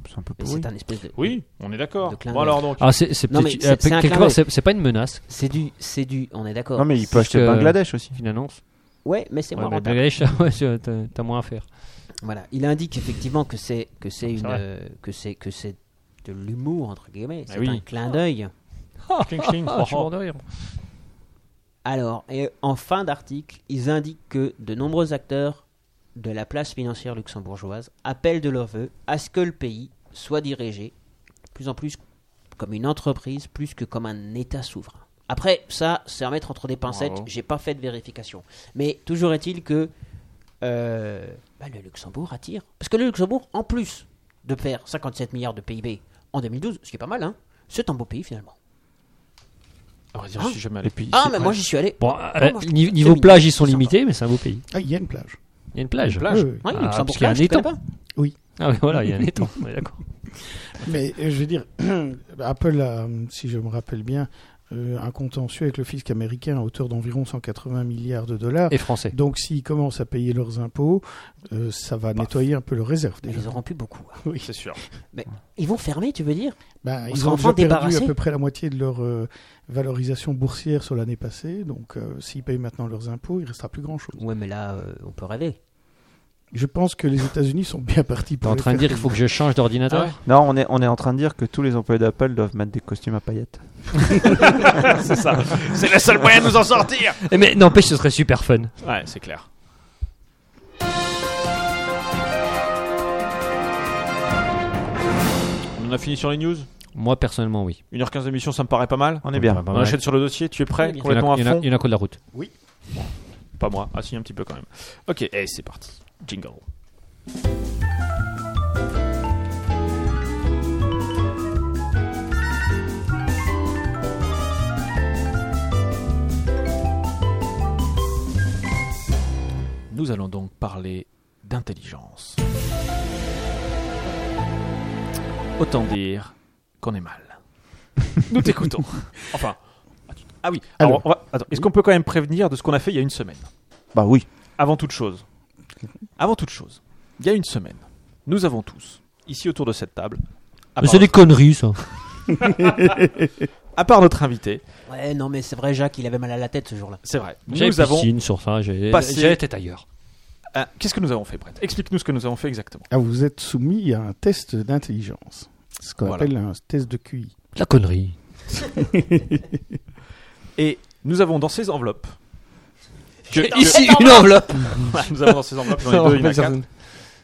Speaker 4: C'est un peu
Speaker 1: Mais
Speaker 4: pourri.
Speaker 1: c'est un espèce de.
Speaker 3: Oui, on est d'accord.
Speaker 1: Le clin
Speaker 3: Bon
Speaker 1: d'œil.
Speaker 3: alors donc.
Speaker 2: Ah, c'est c'est
Speaker 1: Non,
Speaker 2: peut-être-
Speaker 1: mais c'est-
Speaker 2: euh,
Speaker 1: c'est un
Speaker 2: quelque
Speaker 1: clin
Speaker 2: part,
Speaker 1: d'œil.
Speaker 2: c'est c'est pas une menace
Speaker 1: C'est du, c'est du. On est d'accord.
Speaker 4: Non, mais il peut acheter le
Speaker 2: que-
Speaker 4: Bangladesh aussi.
Speaker 2: une annonce.
Speaker 1: Ouais, mais c'est
Speaker 2: Ouais,
Speaker 1: moins
Speaker 2: mais
Speaker 1: rentable.
Speaker 2: Bangladesh, ouais, tu- t'as t'as moins à faire.
Speaker 1: Voilà, il indique effectivement que c'est que c'est une
Speaker 2: vrai.
Speaker 1: euh, que c'est que c'est de l'humour entre guillemets, c'est
Speaker 5: oui.
Speaker 1: un clin d'œil.
Speaker 2: Ching,
Speaker 5: ching.
Speaker 1: Ah,
Speaker 2: je suis mort de rire.
Speaker 1: Alors, et en fin d'article, ils indiquent que de nombreux acteurs de la place financière luxembourgeoise appellent de leur vœu à ce que le pays soit dirigé de plus en plus comme une entreprise plus que comme un État souverain. Après, ça, c'est à mettre entre des pincettes, j'ai pas fait de vérification. Mais toujours est-il que euh, bah, le Luxembourg attire. Parce que le Luxembourg, en plus de faire 57 milliards de PIB en 2012, ce qui est pas mal, hein, c'est un beau pays finalement.
Speaker 5: Ah, vas-y, je
Speaker 1: Hein
Speaker 5: suis jamais allé.
Speaker 4: Et puis,
Speaker 1: Ah,
Speaker 4: c'est-
Speaker 1: mais moi j'y suis allé.
Speaker 2: Bon, euh,
Speaker 1: Oh, moi, je
Speaker 2: ni-
Speaker 1: trouve
Speaker 2: niveau
Speaker 1: c'est
Speaker 2: plage,
Speaker 1: mignon,
Speaker 2: ils sont
Speaker 1: c'est sympa.
Speaker 2: limités, mais c'est un beau pays.
Speaker 6: Ah, il y a une plage.
Speaker 2: Il y a une plage.
Speaker 6: Oui, oui.
Speaker 1: Ouais,
Speaker 2: Ah,
Speaker 1: Luxembourg,
Speaker 2: parce qu'il y a
Speaker 1: là,
Speaker 2: un
Speaker 1: je connais
Speaker 2: étang.
Speaker 1: pas.
Speaker 2: Ah oui, voilà, il y a un étang. On est d'accord.
Speaker 6: Mais euh, je veux dire, Apple a, si je me rappelle bien, euh, un contentieux avec le fisc américain à hauteur d'environ 180 milliards de dollars.
Speaker 2: Et français.
Speaker 6: Donc s'ils commencent à payer leurs impôts, euh, ça va nettoyer un peu leurs réserves
Speaker 1: Mais
Speaker 6: déjà.
Speaker 1: Ils auront plus beaucoup.
Speaker 5: Oui, c'est sûr.
Speaker 1: Ils vont fermer, tu veux dire
Speaker 6: Ben,
Speaker 1: On
Speaker 6: ils
Speaker 1: sera
Speaker 6: ont
Speaker 1: enfin
Speaker 6: déjà perdu à
Speaker 1: débarrassés.
Speaker 6: peu près la moitié de leur euh, valorisation boursière sur l'année passée. Donc euh, s'ils payent maintenant leurs impôts, il restera plus grand-chose.
Speaker 1: Ouais, mais là, euh, on peut rêver.
Speaker 6: Je pense que les États-Unis sont bien partis
Speaker 2: T'es
Speaker 6: pour...
Speaker 2: en
Speaker 6: le
Speaker 2: train de
Speaker 6: faire.
Speaker 2: dire qu'il faut que je change d'ordinateur
Speaker 5: Ah ouais.
Speaker 4: Non, on est, on est en train de dire que tous les employés d'Apple doivent mettre des costumes à paillettes.
Speaker 5: c'est ça. C'est le seul moyen de nous en sortir.
Speaker 2: Eh, Mais n'empêche, ce serait super fun.
Speaker 5: Ouais, c'est clair. On en a fini sur les news
Speaker 2: Moi, personnellement, oui.
Speaker 5: 1h15 d'émission, ça me paraît pas mal.
Speaker 4: On est bien.
Speaker 2: Pas
Speaker 5: On
Speaker 2: mal.
Speaker 5: achète sur le dossier, tu es prêt
Speaker 1: Oui, bien
Speaker 2: Il y en
Speaker 5: Complètement
Speaker 2: a-
Speaker 5: à
Speaker 2: il y en a-
Speaker 5: fond Ah,
Speaker 2: il y en a qu'au de la route.
Speaker 5: Pas moi, ah si, un petit peu quand même. Ok, et c'est parti. Jingle. Nous allons donc parler d'intelligence. Autant dire qu'on est mal. Nous t'écoutons. Enfin. attends. Ah oui. Alors,
Speaker 6: Alors.
Speaker 5: on va- attends, est-ce qu'on peut quand même prévenir de ce qu'on a fait il y a une semaine
Speaker 4: Bah oui.
Speaker 5: Avant toute chose. Avant toute chose. Il y a une semaine. Nous avons tous, ici autour de cette table, à
Speaker 2: Mais
Speaker 5: part,
Speaker 2: c'est des
Speaker 5: notre,
Speaker 2: conneries, ça.
Speaker 5: à part notre invité,
Speaker 1: Ouais, non, mais c'est vrai, Jacques, il avait mal à la tête ce jour-là.
Speaker 5: c'est vrai.
Speaker 2: J'ai
Speaker 5: Nous avons.
Speaker 2: piscine sur ça. J'ai
Speaker 5: passé-
Speaker 2: j'ai la tête ailleurs.
Speaker 5: Ah, Qu'est-ce que nous avons fait, Brett Explique-nous ce que nous avons fait exactement.
Speaker 6: Ah, vous êtes soumis à un test d'intelligence. Ce qu'on
Speaker 5: Voilà.
Speaker 6: appelle un test de QI.
Speaker 2: De La connerie.
Speaker 5: Et nous avons dans ces enveloppes. que-
Speaker 2: Ici, une enveloppe.
Speaker 5: que- nous avons dans ces enveloppes, j'en ai deux, il y en a quatre,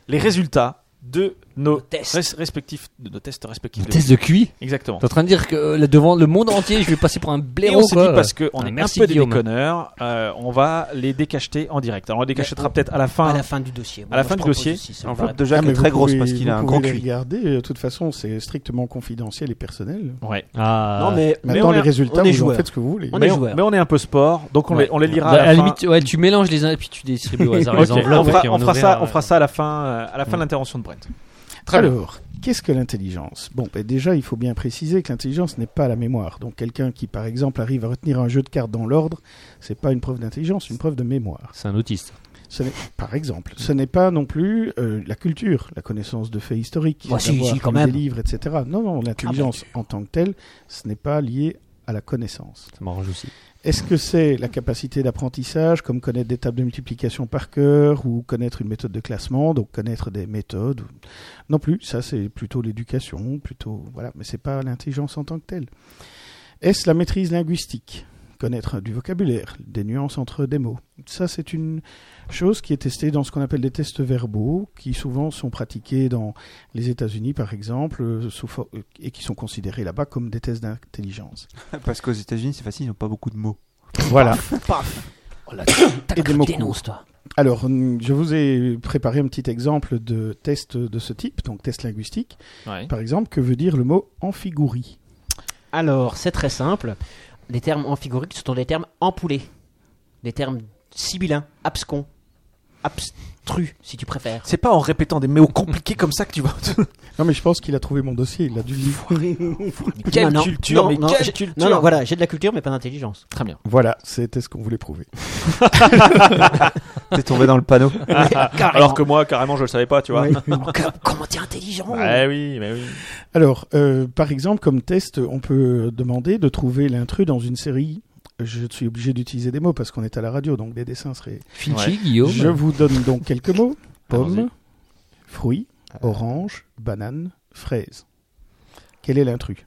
Speaker 5: les résultats de nos
Speaker 1: tests.
Speaker 5: res- respectifs, de nos tests respectifs.
Speaker 2: Test de QI
Speaker 5: Exactement.
Speaker 2: T'es en train de dire que euh, là, devant le monde entier, je vais passer pour un
Speaker 5: Et
Speaker 2: blaireau.
Speaker 5: on s'est dit
Speaker 2: quoi.
Speaker 5: parce qu'on
Speaker 2: Ah,
Speaker 5: est un
Speaker 2: merci,
Speaker 5: peu des
Speaker 2: Guillaume.
Speaker 5: déconneurs, euh, on va les décacheter en direct. Alors on les décachetera peut-être à la fin.
Speaker 1: à la fin du dossier. Moi,
Speaker 5: Ah. à la
Speaker 1: moi,
Speaker 5: fin
Speaker 1: je
Speaker 5: du
Speaker 1: propose
Speaker 5: dossier,
Speaker 1: aussi, ça me
Speaker 4: L'enveloppe
Speaker 1: paraît-
Speaker 4: de
Speaker 6: Ah,
Speaker 4: Jacques
Speaker 6: mais
Speaker 4: est très
Speaker 6: vous
Speaker 4: grosse
Speaker 6: pouvez-
Speaker 4: parce qu'il a
Speaker 6: vous
Speaker 4: un
Speaker 6: pouvez
Speaker 4: grand
Speaker 6: les
Speaker 4: QI.
Speaker 6: regarder, de toute façon, c'est strictement confidentiel et personnel.
Speaker 5: Ouais.
Speaker 2: Ah.
Speaker 5: Non mais, mais
Speaker 6: Maintenant,
Speaker 5: on est-
Speaker 6: les résultats,
Speaker 1: on est
Speaker 6: vous en
Speaker 1: joueur.
Speaker 6: faites ce que vous voulez.
Speaker 1: On
Speaker 5: mais
Speaker 1: est
Speaker 5: on-
Speaker 1: joueur.
Speaker 5: mais on est un peu sport, donc on,
Speaker 1: Ouais.
Speaker 5: les, on les lira
Speaker 2: Bah,
Speaker 5: à la,
Speaker 2: à la
Speaker 5: fin.
Speaker 2: limite, ouais, tu mélanges les uns et puis tu distribues au hasard
Speaker 5: Ok,
Speaker 2: les enveloppes.
Speaker 5: on fera,
Speaker 2: et
Speaker 5: on fera ça,
Speaker 2: ouvrira,
Speaker 5: on fera
Speaker 2: euh,
Speaker 5: ça à la fin, euh, à la fin de l'intervention de Brent. bien.
Speaker 6: Alors, qu'est-ce que l'intelligence Bon, ben déjà, il faut bien préciser que l'intelligence n'est pas la mémoire. Donc, quelqu'un qui, par exemple, arrive à retenir un jeu de cartes dans l'ordre, c'est pas une preuve d'intelligence, c'est une preuve de mémoire.
Speaker 2: C'est un autiste.
Speaker 6: Ce n'est- par exemple, ce n'est pas non plus euh, la culture, la connaissance de faits historiques,
Speaker 1: Bah, si,
Speaker 6: d'avoir
Speaker 1: si, quand
Speaker 6: lu
Speaker 1: même.
Speaker 6: des livres, etc. Non,
Speaker 4: Ah,
Speaker 6: non, l'intelligence
Speaker 4: bah.
Speaker 6: en tant que telle, ce n'est pas lié à la connaissance.
Speaker 2: Ça m'arrange aussi.
Speaker 6: Est-ce que c'est la capacité d'apprentissage, comme connaître des tables de multiplication par cœur ou connaître une méthode de classement, donc connaître des méthodes ou- Non plus, ça c'est plutôt l'éducation, plutôt voilà, mais c'est pas l'intelligence en tant que telle. Est-ce la maîtrise linguistique Connaître du vocabulaire, des nuances entre des mots. Ça, c'est une chose qui est testée dans ce qu'on appelle des tests verbaux, qui souvent sont pratiqués dans les États-Unis, par exemple, euh, sous for- et qui sont considérés là-bas comme des tests d'intelligence.
Speaker 4: Parce qu'aux États-Unis, c'est facile, ils n'ont pas beaucoup de mots.
Speaker 6: Voilà.
Speaker 1: Oh là,
Speaker 6: Et des mots courts.
Speaker 1: dénonce, toi.
Speaker 6: Alors, hum, je vous ai préparé un petit exemple de test de ce type, donc test linguistique.
Speaker 5: Ouais.
Speaker 6: Par exemple, que veut dire le mot amphigourie
Speaker 1: Alors, c'est très simple. Les termes amphigoriques, ce sont des termes empoulés. Des termes sibyllins, abscons, abstrus, si tu préfères.
Speaker 5: C'est pas en répétant des méos compliqués comme ça que tu vas.
Speaker 6: Non, mais je pense qu'il a trouvé mon dossier, il a dû le lire.
Speaker 5: quelle
Speaker 1: Non, non,
Speaker 5: culture,
Speaker 1: non,
Speaker 5: mais
Speaker 1: non,
Speaker 5: quelle
Speaker 1: j'ai-
Speaker 5: culture
Speaker 1: Non, non, voilà, j'ai de la culture, mais pas d'intelligence.
Speaker 5: Très bien.
Speaker 6: Voilà, c'était ce qu'on voulait prouver.
Speaker 4: T'es tombé dans le panneau.
Speaker 5: Ah, Alors que moi, carrément, je le savais pas, tu vois.
Speaker 1: Comment t'es intelligent
Speaker 5: Ouais, oui, mais oui.
Speaker 6: Alors, euh, par exemple, comme test, on peut demander de trouver l'intrus dans une série je suis obligé d'utiliser des mots parce qu'on est à la radio, donc les dessins seraient.
Speaker 2: Finchi, Guillaume.
Speaker 6: Je vous donne donc quelques mots
Speaker 5: Allons-y. Euh.
Speaker 6: pomme, fruit, orange, banane, fraise. Quel est l'intrus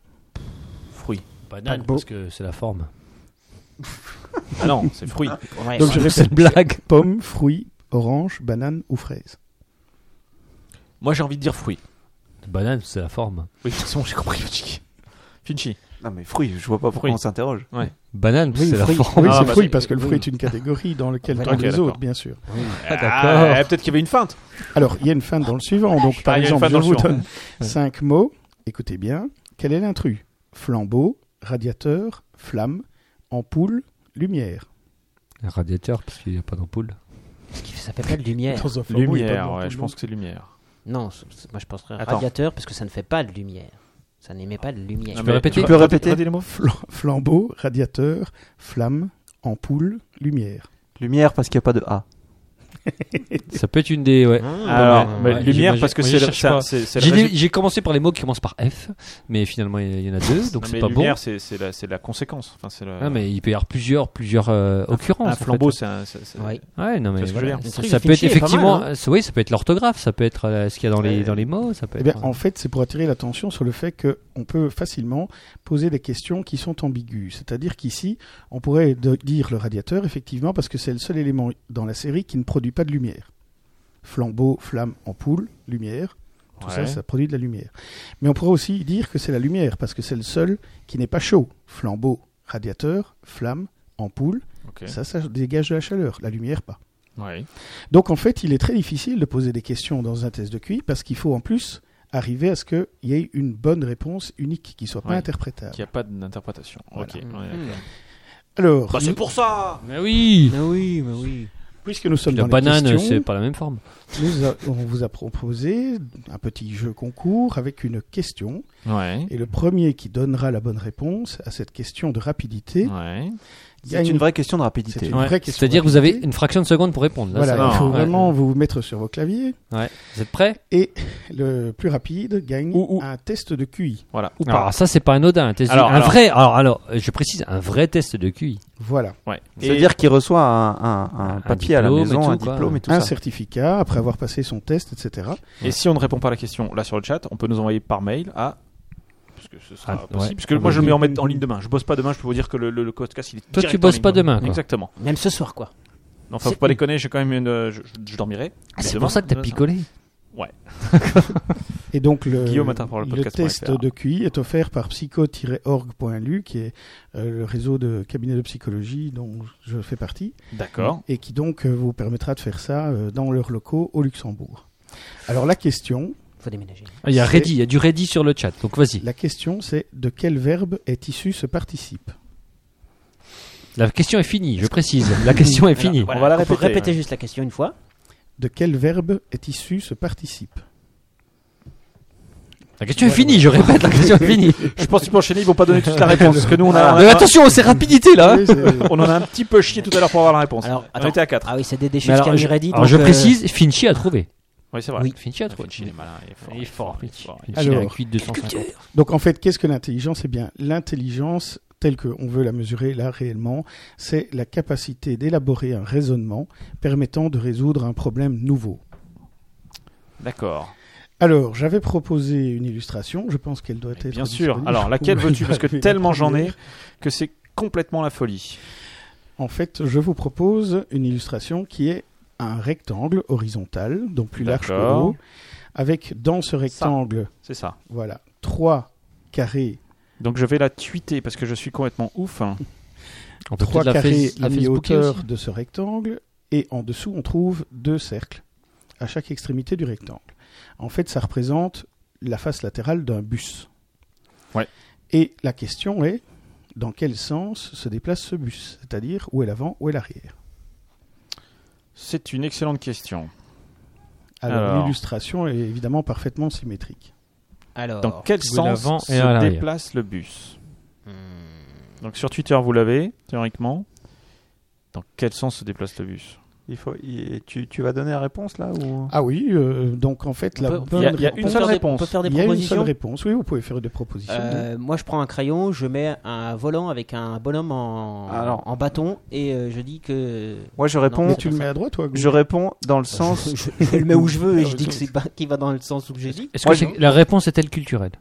Speaker 5: Fruit.
Speaker 2: Banane,
Speaker 1: Paquebot.
Speaker 2: parce que c'est la forme.
Speaker 5: Ah non, Eh, c'est fruit.
Speaker 1: Ouais,
Speaker 6: Donc je répète
Speaker 2: blague.
Speaker 6: pomme, fruit, orange, banane ou fraise.
Speaker 5: Moi, j'ai envie de dire fruit.
Speaker 2: Banane, c'est la forme.
Speaker 5: Oui, c'est bon, j'ai compris, Patrick. Finchi.
Speaker 4: Non, mais fruit, je vois pas pourquoi
Speaker 5: Fruit.
Speaker 4: on s'interroge.
Speaker 2: Banane, c'est la
Speaker 1: fruit.
Speaker 2: forme.
Speaker 6: oui,
Speaker 5: Ah,
Speaker 6: c'est
Speaker 5: bah,
Speaker 6: fruit
Speaker 5: c'est-
Speaker 6: parce que le fruit
Speaker 1: oui.
Speaker 6: est une catégorie dans laquelle
Speaker 1: Ouais,
Speaker 6: tombent
Speaker 5: ok,
Speaker 6: les
Speaker 5: d'accord.
Speaker 6: autres, bien sûr.
Speaker 5: Ah,
Speaker 2: Ah, d'accord.
Speaker 5: peut-être qu'il y avait une feinte.
Speaker 6: Alors, il y a une fin dans le suivant. Donc, par
Speaker 5: Ah, il y a une
Speaker 6: exemple,
Speaker 5: fin
Speaker 6: je
Speaker 5: dans le
Speaker 6: vous
Speaker 5: suivant.
Speaker 6: donne cinq mots. Écoutez bien. Quel est l'intrus Flambeau, radiateur, flamme, ampoule, lumière.
Speaker 2: Un radiateur, parce qu'il n'y a pas d'ampoule.
Speaker 1: ça fait pas de lumière.
Speaker 6: Dans un flambeau, il y a pas de
Speaker 5: Lumière,
Speaker 6: lampe
Speaker 5: ouais,
Speaker 6: de
Speaker 5: je
Speaker 6: lampe.
Speaker 5: pense que c'est lumière.
Speaker 1: Non, c'est- c'est- moi je penserais
Speaker 5: Attends.
Speaker 1: radiateur parce que ça ne fait pas de lumière. Ça n'émet pas de lumière.
Speaker 5: Non,
Speaker 2: peux
Speaker 5: mais-
Speaker 2: répéter
Speaker 4: Tu peux répéter
Speaker 5: Redis les mots.
Speaker 6: Fla- Flambeau, radiateur, flamme, ampoule, lumière.
Speaker 4: Lumière parce qu'il n'y a pas de A.
Speaker 2: Ça peut être une des. Ouais.
Speaker 5: Ah,
Speaker 2: Ah,
Speaker 5: Alors,
Speaker 1: ouais,
Speaker 5: mais
Speaker 2: ouais,
Speaker 5: lumière
Speaker 2: j'imagine-
Speaker 5: parce que
Speaker 2: moi,
Speaker 5: c'est
Speaker 2: je
Speaker 5: le-
Speaker 2: cherche
Speaker 5: ça-
Speaker 2: pas.
Speaker 5: c'est c'est le
Speaker 2: J'ai dit-
Speaker 5: résultat.
Speaker 2: J'ai commencé par les mots qui commencent par F, mais finalement il y en a deux, donc
Speaker 5: Non,
Speaker 2: c'est
Speaker 5: mais
Speaker 2: pas
Speaker 5: lumière,
Speaker 2: bon.
Speaker 5: c'est- c'est la, c'est la conséquence. Enfin, c'est le-
Speaker 2: Ah, mais il peut y avoir plusieurs, plusieurs euh, occurrences.
Speaker 5: Ah, un
Speaker 2: en fait.
Speaker 5: flambeau, c'est un. c'est- c'est-
Speaker 1: Ouais.
Speaker 2: Ouais, non,
Speaker 5: Tu vois
Speaker 2: mais
Speaker 5: ce que je veux
Speaker 2: voilà.
Speaker 5: dire
Speaker 2: ça,
Speaker 1: Le
Speaker 2: ça
Speaker 1: truc
Speaker 2: peut être
Speaker 1: affiché est pas
Speaker 2: effectivement,
Speaker 6: hein.
Speaker 1: mal,
Speaker 2: euh, oui, ça peut être l'orthographe, ça peut être euh, ce qu'il y a dans les,
Speaker 5: Ouais.
Speaker 2: dans les mots, ça peut
Speaker 6: Eh
Speaker 2: être.
Speaker 6: bien, en fait, c'est pour attirer l'attention sur le fait qu'on peut facilement poser des questions qui sont ambiguës. C'est-à-dire qu'ici, on pourrait de- dire le radiateur, effectivement, parce que c'est le seul élément dans la série qui ne produit pas de lumière. Flambeau, flamme, ampoule, lumière, tout ça,
Speaker 5: Ouais.
Speaker 6: ça produit de la lumière. Mais on pourrait aussi dire que c'est la lumière, parce que c'est le seul qui n'est pas chaud. Flambeau, radiateur, flamme, ampoule,
Speaker 5: Ok.
Speaker 6: ça, ça dégage de la chaleur. La lumière, pas.
Speaker 5: Ouais.
Speaker 6: Donc en fait, il est très difficile de poser des questions dans un test de QI parce qu'il faut en plus arriver à ce qu'il y ait une bonne réponse unique qui soit pas
Speaker 5: Ouais.
Speaker 6: interprétable.
Speaker 5: Qu'il n'y a pas d'interprétation.
Speaker 6: Voilà.
Speaker 5: Ok. on est d'accord.
Speaker 2: Hmm.
Speaker 6: Alors, nous-
Speaker 5: pour ça
Speaker 2: Mais Ah oui
Speaker 1: Mais oui, mais oui.
Speaker 6: puisque nous sommes
Speaker 2: La
Speaker 6: dans
Speaker 2: banane,
Speaker 6: les
Speaker 2: c'est
Speaker 6: questions,
Speaker 2: pas la même forme.
Speaker 6: nous a- on vous a proposé un petit jeu concours avec une question
Speaker 5: Ouais.
Speaker 6: et le premier qui donnera la bonne réponse à cette question de rapidité
Speaker 5: Ouais.
Speaker 4: C'est une vraie question de rapidité.
Speaker 6: C'est une
Speaker 2: Ouais.
Speaker 6: vraie question.
Speaker 2: C'est-à-dire que vous avez
Speaker 6: rapidité.
Speaker 2: une fraction de seconde pour répondre. Là,
Speaker 6: Voilà,
Speaker 2: ça-
Speaker 6: il faut
Speaker 5: Ouais.
Speaker 6: vraiment vous mettre sur vos claviers.
Speaker 2: Ouais. Vous êtes prêts
Speaker 6: Et le plus rapide gagne
Speaker 5: Ou- ou-
Speaker 6: un test de QI.
Speaker 5: Voilà.
Speaker 2: Alors ça, c'est pas anodin. Un, test
Speaker 5: Alors,
Speaker 2: un
Speaker 5: alors-
Speaker 2: vrai. Alors, alors, euh, je précise, un vrai test de QI.
Speaker 6: Voilà.
Speaker 2: Ah.
Speaker 5: Ouais. Et-
Speaker 4: C'est-à-dire qu'il reçoit un, un- un papier à la
Speaker 2: diplôme et
Speaker 4: maison,
Speaker 2: tout,
Speaker 4: un
Speaker 2: quoi.
Speaker 4: diplôme et tout
Speaker 6: un
Speaker 4: ça.
Speaker 6: certificat après avoir passé son test, etc.
Speaker 5: Et si on ne répond pas à la question là sur le chat, on peut nous envoyer par mail à. Parce que ce sera
Speaker 2: Ah,
Speaker 5: possible.
Speaker 2: ouais.
Speaker 5: Parce que moi, je le mets en, mettre en ligne demain. Je bosse pas demain, je peux vous dire que le, le, le podcast, il est.
Speaker 2: Toi,
Speaker 5: direct
Speaker 2: tu
Speaker 5: en
Speaker 2: bosses
Speaker 5: ligne
Speaker 2: pas demain, quoi.
Speaker 5: Exactement.
Speaker 1: Même ce soir, quoi.
Speaker 5: Non, enfin,
Speaker 1: C'est-
Speaker 5: faut pas déconner, j'ai quand même une. euh, Je, je- je dormirai. Mais
Speaker 2: Ah, c'est
Speaker 5: demain,
Speaker 2: pour ça que t'as
Speaker 5: demain,
Speaker 2: picolé.
Speaker 6: Et donc le,
Speaker 5: Guillaume atteint pour le podcast.fr.
Speaker 6: test de QI est offert par psycho-org.lu, qui est euh, le réseau de cabinet de psychologie dont je fais partie,
Speaker 5: D'accord.
Speaker 6: et qui donc euh, vous permettra de faire ça euh, dans leurs locaux au Luxembourg. Alors la question,
Speaker 1: Faut déménager.
Speaker 2: Ah, Il y a
Speaker 6: C'est-
Speaker 2: ready, il y a du ready sur le chat. Donc vas-y.
Speaker 6: la question c'est de quel verbe est issu ce participe
Speaker 2: La question est finie. Je précise. La question est finie.
Speaker 5: On va la
Speaker 1: Donc, faut
Speaker 5: répéter.
Speaker 1: répéter juste la question une fois.
Speaker 6: De quel verbe est issu ce participe
Speaker 2: La question est finie. Je répète. La question est finie. Ah.
Speaker 5: Je pense qu'ils vont enchaîner, ils vont pas donner toute la réponse. Parce que nous, on, a, on,
Speaker 2: Mais
Speaker 5: a-
Speaker 2: attention, c'est rapidité
Speaker 5: Ah
Speaker 2: là. hein.
Speaker 6: Oui, c'est-
Speaker 5: on en a un petit peu chié tout à l'heure pour avoir la réponse.
Speaker 1: Alors,
Speaker 5: on
Speaker 1: attends.
Speaker 5: était à 4.
Speaker 1: Ah oui, c'est des déchets
Speaker 2: Mais alors,
Speaker 1: Camille
Speaker 2: je,
Speaker 1: Reddy,
Speaker 2: alors,
Speaker 1: donc,
Speaker 2: je
Speaker 1: euh,
Speaker 2: précise, Finchy a trouvé.
Speaker 5: Oui, c'est vrai.
Speaker 1: Oui.
Speaker 2: Finchy a trouvé.
Speaker 5: Finchy, il est malin, il est fort.
Speaker 2: Il est fort.
Speaker 5: il est fort.
Speaker 2: Finchy,
Speaker 6: Alors,
Speaker 2: il a cuit 250.
Speaker 6: Donc en fait, qu'est-ce que l'intelligence Eh bien, l'intelligence, telle qu'on veut la mesurer là réellement, c'est la capacité d'élaborer un raisonnement permettant de résoudre un problème nouveau.
Speaker 5: D'accord.
Speaker 6: Alors, j'avais proposé une illustration, je pense qu'elle doit
Speaker 5: Et
Speaker 6: être...
Speaker 5: Bien sûr.
Speaker 6: disponible.
Speaker 5: Alors, laquelle
Speaker 6: Vous
Speaker 5: veux-tu Parce que
Speaker 6: m'avez
Speaker 5: tellement j'en ai
Speaker 6: proposé.
Speaker 5: que c'est complètement la folie.
Speaker 6: En fait, je vous propose une illustration qui est un rectangle horizontal, donc plus large que
Speaker 5: D'accord.
Speaker 6: haut, avec dans ce rectangle,
Speaker 5: C'est ça.
Speaker 6: voilà, trois carrés,
Speaker 5: Donc, je vais la tweeter parce que je suis complètement ouf. hein.
Speaker 2: On peut
Speaker 6: trois
Speaker 2: peut-être la
Speaker 6: carrés
Speaker 2: face-
Speaker 6: à
Speaker 2: la Facebooker aussi.
Speaker 6: mi-hauteur de ce rectangle, et en dessous, on trouve deux cercles à chaque extrémité du rectangle. En fait, ça représente la face latérale d'un bus.
Speaker 5: Ouais.
Speaker 6: Et la question est, dans quel sens se déplace ce bus C'est-à-dire, où est l'avant, où est l'arrière
Speaker 5: C'est une excellente question.
Speaker 6: Alors,
Speaker 5: Alors.
Speaker 6: l'illustration est évidemment parfaitement symétrique.
Speaker 1: Alors,
Speaker 5: Dans quel
Speaker 2: Oui, l'avant
Speaker 5: sens
Speaker 2: et à
Speaker 5: se
Speaker 2: l'arrière.
Speaker 5: déplace le bus Donc sur Twitter, vous l'avez, théoriquement. Dans quel sens se déplace le bus
Speaker 4: Il faut, il- tu, tu vas donner la réponse là ou...
Speaker 6: Ah oui, euh, donc en fait, la
Speaker 1: peut-
Speaker 6: bonne
Speaker 5: il y a- il y a
Speaker 6: réponse-
Speaker 5: une seule
Speaker 1: faire des-
Speaker 5: réponse.
Speaker 1: on peut faire des
Speaker 6: il y a une seule
Speaker 1: propositions.
Speaker 6: réponse. Oui, vous pouvez faire des propositions.
Speaker 1: Euh, moi, je prends un crayon, je mets un volant avec un bonhomme en,
Speaker 4: Alors.
Speaker 1: en bâton et euh, je dis que.
Speaker 4: Moi je
Speaker 1: Non,
Speaker 4: réponds,
Speaker 6: Mais
Speaker 1: mais
Speaker 6: tu le mets à droite ou à gauche
Speaker 4: je réponds dans le sens.
Speaker 1: Je, je le mets où je veux et je dis que c'est pas qui va dans le sens où j'ai dit.
Speaker 2: Est-ce
Speaker 4: Moi,
Speaker 2: que c'est- la réponse est-elle culturelle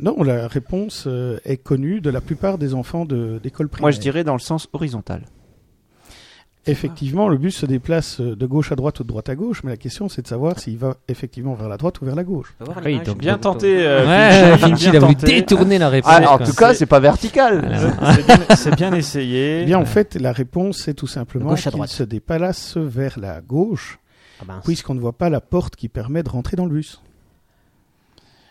Speaker 6: Non, la réponse euh, est connue de la plupart des enfants de- d'école primaire.
Speaker 4: Moi je dirais dans le sens horizontal.
Speaker 6: Effectivement, le bus se déplace euh, de gauche à droite ou de droite à gauche, mais la question c'est de savoir s'il va effectivement vers la droite ou vers la gauche.
Speaker 1: Tu vas voir
Speaker 2: Oui,
Speaker 1: l'image. Ah, ben.
Speaker 2: donc
Speaker 5: Bien tenté. euh,
Speaker 2: Ouais, Finchi, il a voulu
Speaker 5: tenté.
Speaker 2: détourner la réponse.
Speaker 4: Ah, en
Speaker 2: quoi.
Speaker 4: tout cas, c'est pas
Speaker 2: Ah,
Speaker 4: vertical.
Speaker 5: C'est bien- c'est bien essayé.
Speaker 6: Eh bien, en fait, la réponse c'est tout simplement
Speaker 1: gauche à
Speaker 6: qu'il
Speaker 1: droite.
Speaker 6: se déplace vers la gauche,
Speaker 1: Ah, mince.
Speaker 6: puisqu'on ne voit pas la porte qui permet de rentrer dans le bus.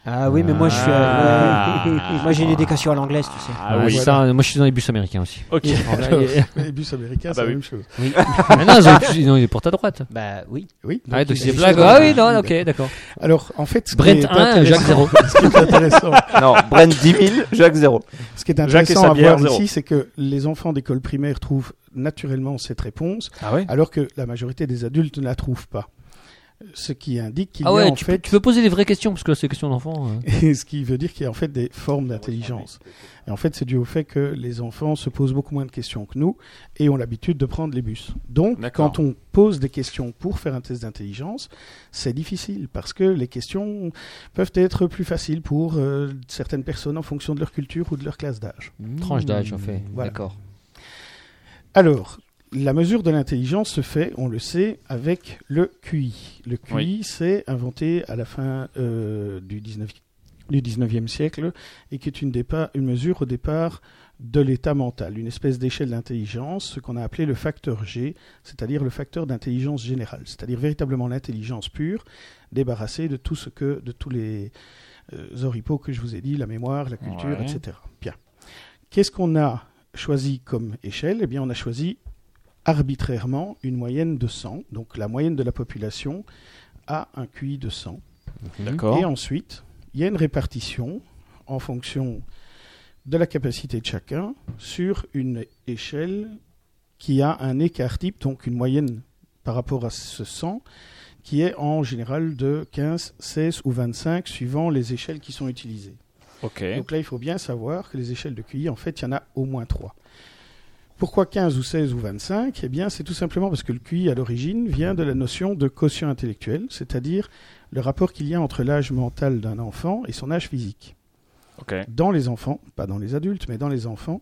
Speaker 1: Ah oui, mais moi je suis.
Speaker 5: Ah.
Speaker 1: euh, moi j'ai une éducation à l'anglaise, tu sais.
Speaker 2: Ah oui, ça, moi je suis dans les bus américains aussi.
Speaker 5: Ok.
Speaker 6: Les bus américains, c'est
Speaker 5: bah
Speaker 6: la
Speaker 5: oui.
Speaker 6: même chose.
Speaker 2: Mais non, ils, ont- ils ont des portes à droite.
Speaker 1: Bah oui.
Speaker 6: Oui.
Speaker 2: Ah, donc
Speaker 6: il-
Speaker 2: c'est blague. Ah oui, non, ok, d'accord.
Speaker 6: Alors, en fait, ce qui
Speaker 2: Brent
Speaker 6: est
Speaker 2: 1, Jacques
Speaker 6: intéressant-
Speaker 2: 0.
Speaker 6: ce qui est intéressant,
Speaker 4: non, Brent 10 000, Jacques 0.
Speaker 6: Ce qui est
Speaker 5: Jacques et
Speaker 6: intéressant à
Speaker 5: Sabière,
Speaker 6: voir
Speaker 5: zéro.
Speaker 6: ici, c'est que les enfants d'école primaire trouvent naturellement cette réponse,
Speaker 5: Ah ouais
Speaker 6: alors que la majorité des adultes ne la trouvent pas. Ce qui indique qu'il
Speaker 2: Ah
Speaker 6: y a
Speaker 2: ouais,
Speaker 6: en
Speaker 2: tu,
Speaker 6: fait,
Speaker 2: tu peux poser des vraies questions parce que c'est question d'enfant. euh.
Speaker 6: ce qui veut dire qu'il y a en fait des formes d'intelligence. Et en fait, c'est dû au fait que les enfants se posent beaucoup moins de questions que nous et ont l'habitude de prendre les bus. Donc,
Speaker 5: D'accord.
Speaker 6: quand on pose des questions pour faire un test d'intelligence, c'est difficile parce que les questions peuvent être plus faciles pour euh, certaines personnes en fonction de leur culture ou de leur classe d'âge.
Speaker 2: Tranche d'âge, en fait.
Speaker 6: Voilà.
Speaker 2: D'accord.
Speaker 6: Alors, la mesure de l'intelligence se fait, on le sait, avec le QI. Le QI,
Speaker 5: Oui.
Speaker 6: c'est inventé à la fin euh, du 19 du 19e siècle et qui est une, dépa- une mesure au départ de l'état mental, une espèce d'échelle d'intelligence, ce qu'on a appelé le facteur G, c'est-à-dire le facteur d'intelligence générale, c'est-à-dire véritablement l'intelligence pure, débarrassée de tout ce que, de tous les euh, oripeaux que je vous ai dit, la mémoire, la culture,
Speaker 5: Ouais.
Speaker 6: etc. Bien. Qu'est-ce qu'on a choisi comme échelle Eh bien, on a choisi arbitrairement une moyenne de 100, donc la moyenne de la population a un QI de 100.
Speaker 5: D'accord.
Speaker 6: Et ensuite, il y a une répartition en fonction de la capacité de chacun sur une échelle qui a un écart type, donc une moyenne par rapport à ce 100, qui est en général de 15, 16 ou 25, suivant les échelles qui sont utilisées.
Speaker 5: Ok.
Speaker 6: Donc là, il faut bien savoir que les échelles de QI, en fait, il y en a au moins 3. Pourquoi 15 ou 16 ou 25 Eh bien, c'est tout simplement parce que le QI, à l'origine, vient de la notion de quotient intellectuel, c'est-à-dire le rapport qu'il y a entre l'âge mental d'un enfant et son âge physique.
Speaker 5: Ok.
Speaker 6: Dans les enfants, pas dans les adultes, mais dans les enfants,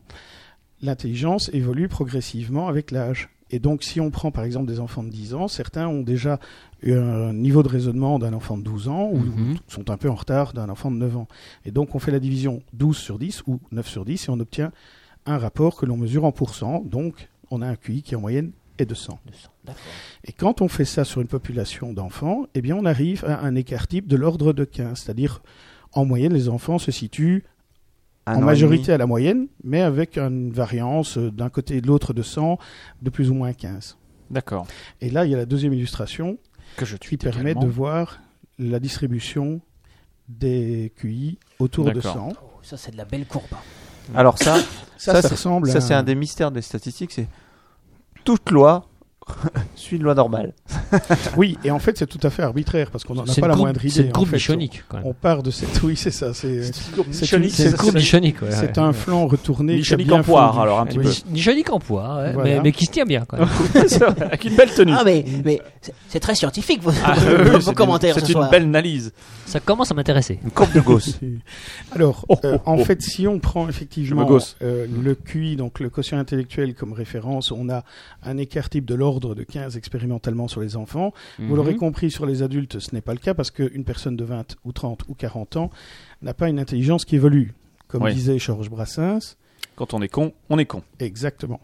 Speaker 6: l'intelligence évolue progressivement avec l'âge. Et donc, si on prend par exemple des enfants de 10 ans, certains ont déjà eu un niveau de raisonnement d'un enfant de 12 ans ou
Speaker 2: Mhm.
Speaker 6: sont un peu en retard d'un enfant de 9 ans. Et donc, on fait la division 12 sur 10 ou 9 sur 10 et on obtient un rapport que l'on mesure en pourcent. Donc, on a un QI qui en moyenne est de 100. Et quand on fait ça sur une population d'enfants, eh bien, on arrive à un écart type de l'ordre de 15. C'est-à-dire, en moyenne, les enfants se situent
Speaker 4: Un an
Speaker 6: en
Speaker 4: et
Speaker 6: majorité à la moyenne, mais avec une variance euh, d'un côté et de l'autre de 100, de plus ou moins 15.
Speaker 5: D'accord.
Speaker 6: Et là, il y a la deuxième illustration
Speaker 5: Que je
Speaker 6: qui
Speaker 5: tweete
Speaker 6: permet de
Speaker 5: également.
Speaker 6: voir la distribution des QI autour de
Speaker 5: D'accord.
Speaker 6: 100.
Speaker 1: Oh, ça, c'est de la belle courbe.
Speaker 4: demi. Alors ça,
Speaker 6: Ça,
Speaker 4: Ça,
Speaker 6: ça,
Speaker 4: c'est-
Speaker 6: ressemble à
Speaker 4: ça c'est un des mystères des statistiques, c'est toute loi suit une loi normale.
Speaker 6: Oui, et en fait, c'est tout à fait arbitraire parce qu'on n'en a
Speaker 2: C'est
Speaker 6: pas
Speaker 2: le
Speaker 6: la
Speaker 2: groupe-
Speaker 6: moindre idée.
Speaker 2: C'est le
Speaker 6: en
Speaker 2: groupe
Speaker 6: fait.
Speaker 2: Michonique, quand même.
Speaker 6: On part de cette... Oui, c'est ça. C'est c'est une-
Speaker 2: C'est le groupe Michonique, ouais.
Speaker 6: c'est un flanc retourné. qui est
Speaker 5: Michonique
Speaker 6: bien
Speaker 5: en poire,
Speaker 6: fondu.
Speaker 5: alors un petit peu.
Speaker 2: Mich- Michonique en poids, ouais,
Speaker 6: Voilà.
Speaker 2: mais, mais qui se tient bien, quand même.
Speaker 5: Avec une belle tenue.
Speaker 1: Ah, mais, mais c'est- c'est très scientifique vos,
Speaker 5: Ah,
Speaker 1: vos-
Speaker 5: oui,
Speaker 1: vos
Speaker 5: c'est une-
Speaker 1: commentaires
Speaker 5: C'est
Speaker 1: ce
Speaker 5: une
Speaker 1: soir.
Speaker 5: belle analyse.
Speaker 2: Ça commence à m'intéresser.
Speaker 4: Une courbe de Gauss.
Speaker 6: Alors,
Speaker 5: Oh,
Speaker 6: euh,
Speaker 5: oh,
Speaker 6: en
Speaker 5: oh.
Speaker 6: fait, si on prend
Speaker 5: Je
Speaker 6: effectivement
Speaker 5: me gosse.
Speaker 6: euh, le QI, donc le quotient intellectuel comme référence, on a un écart type de l'ordre de 15 expérimentalement sur les enfants. Vous
Speaker 2: Mhm.
Speaker 5: Mhm.
Speaker 6: l'aurez compris, sur les adultes, ce n'est pas le cas parce qu'une personne de 20 ou 30 ou 40 ans n'a pas une intelligence qui évolue. Comme
Speaker 5: Oui.
Speaker 6: disait Georges Brassens,
Speaker 5: Quand on est con, on est con.
Speaker 6: exactement.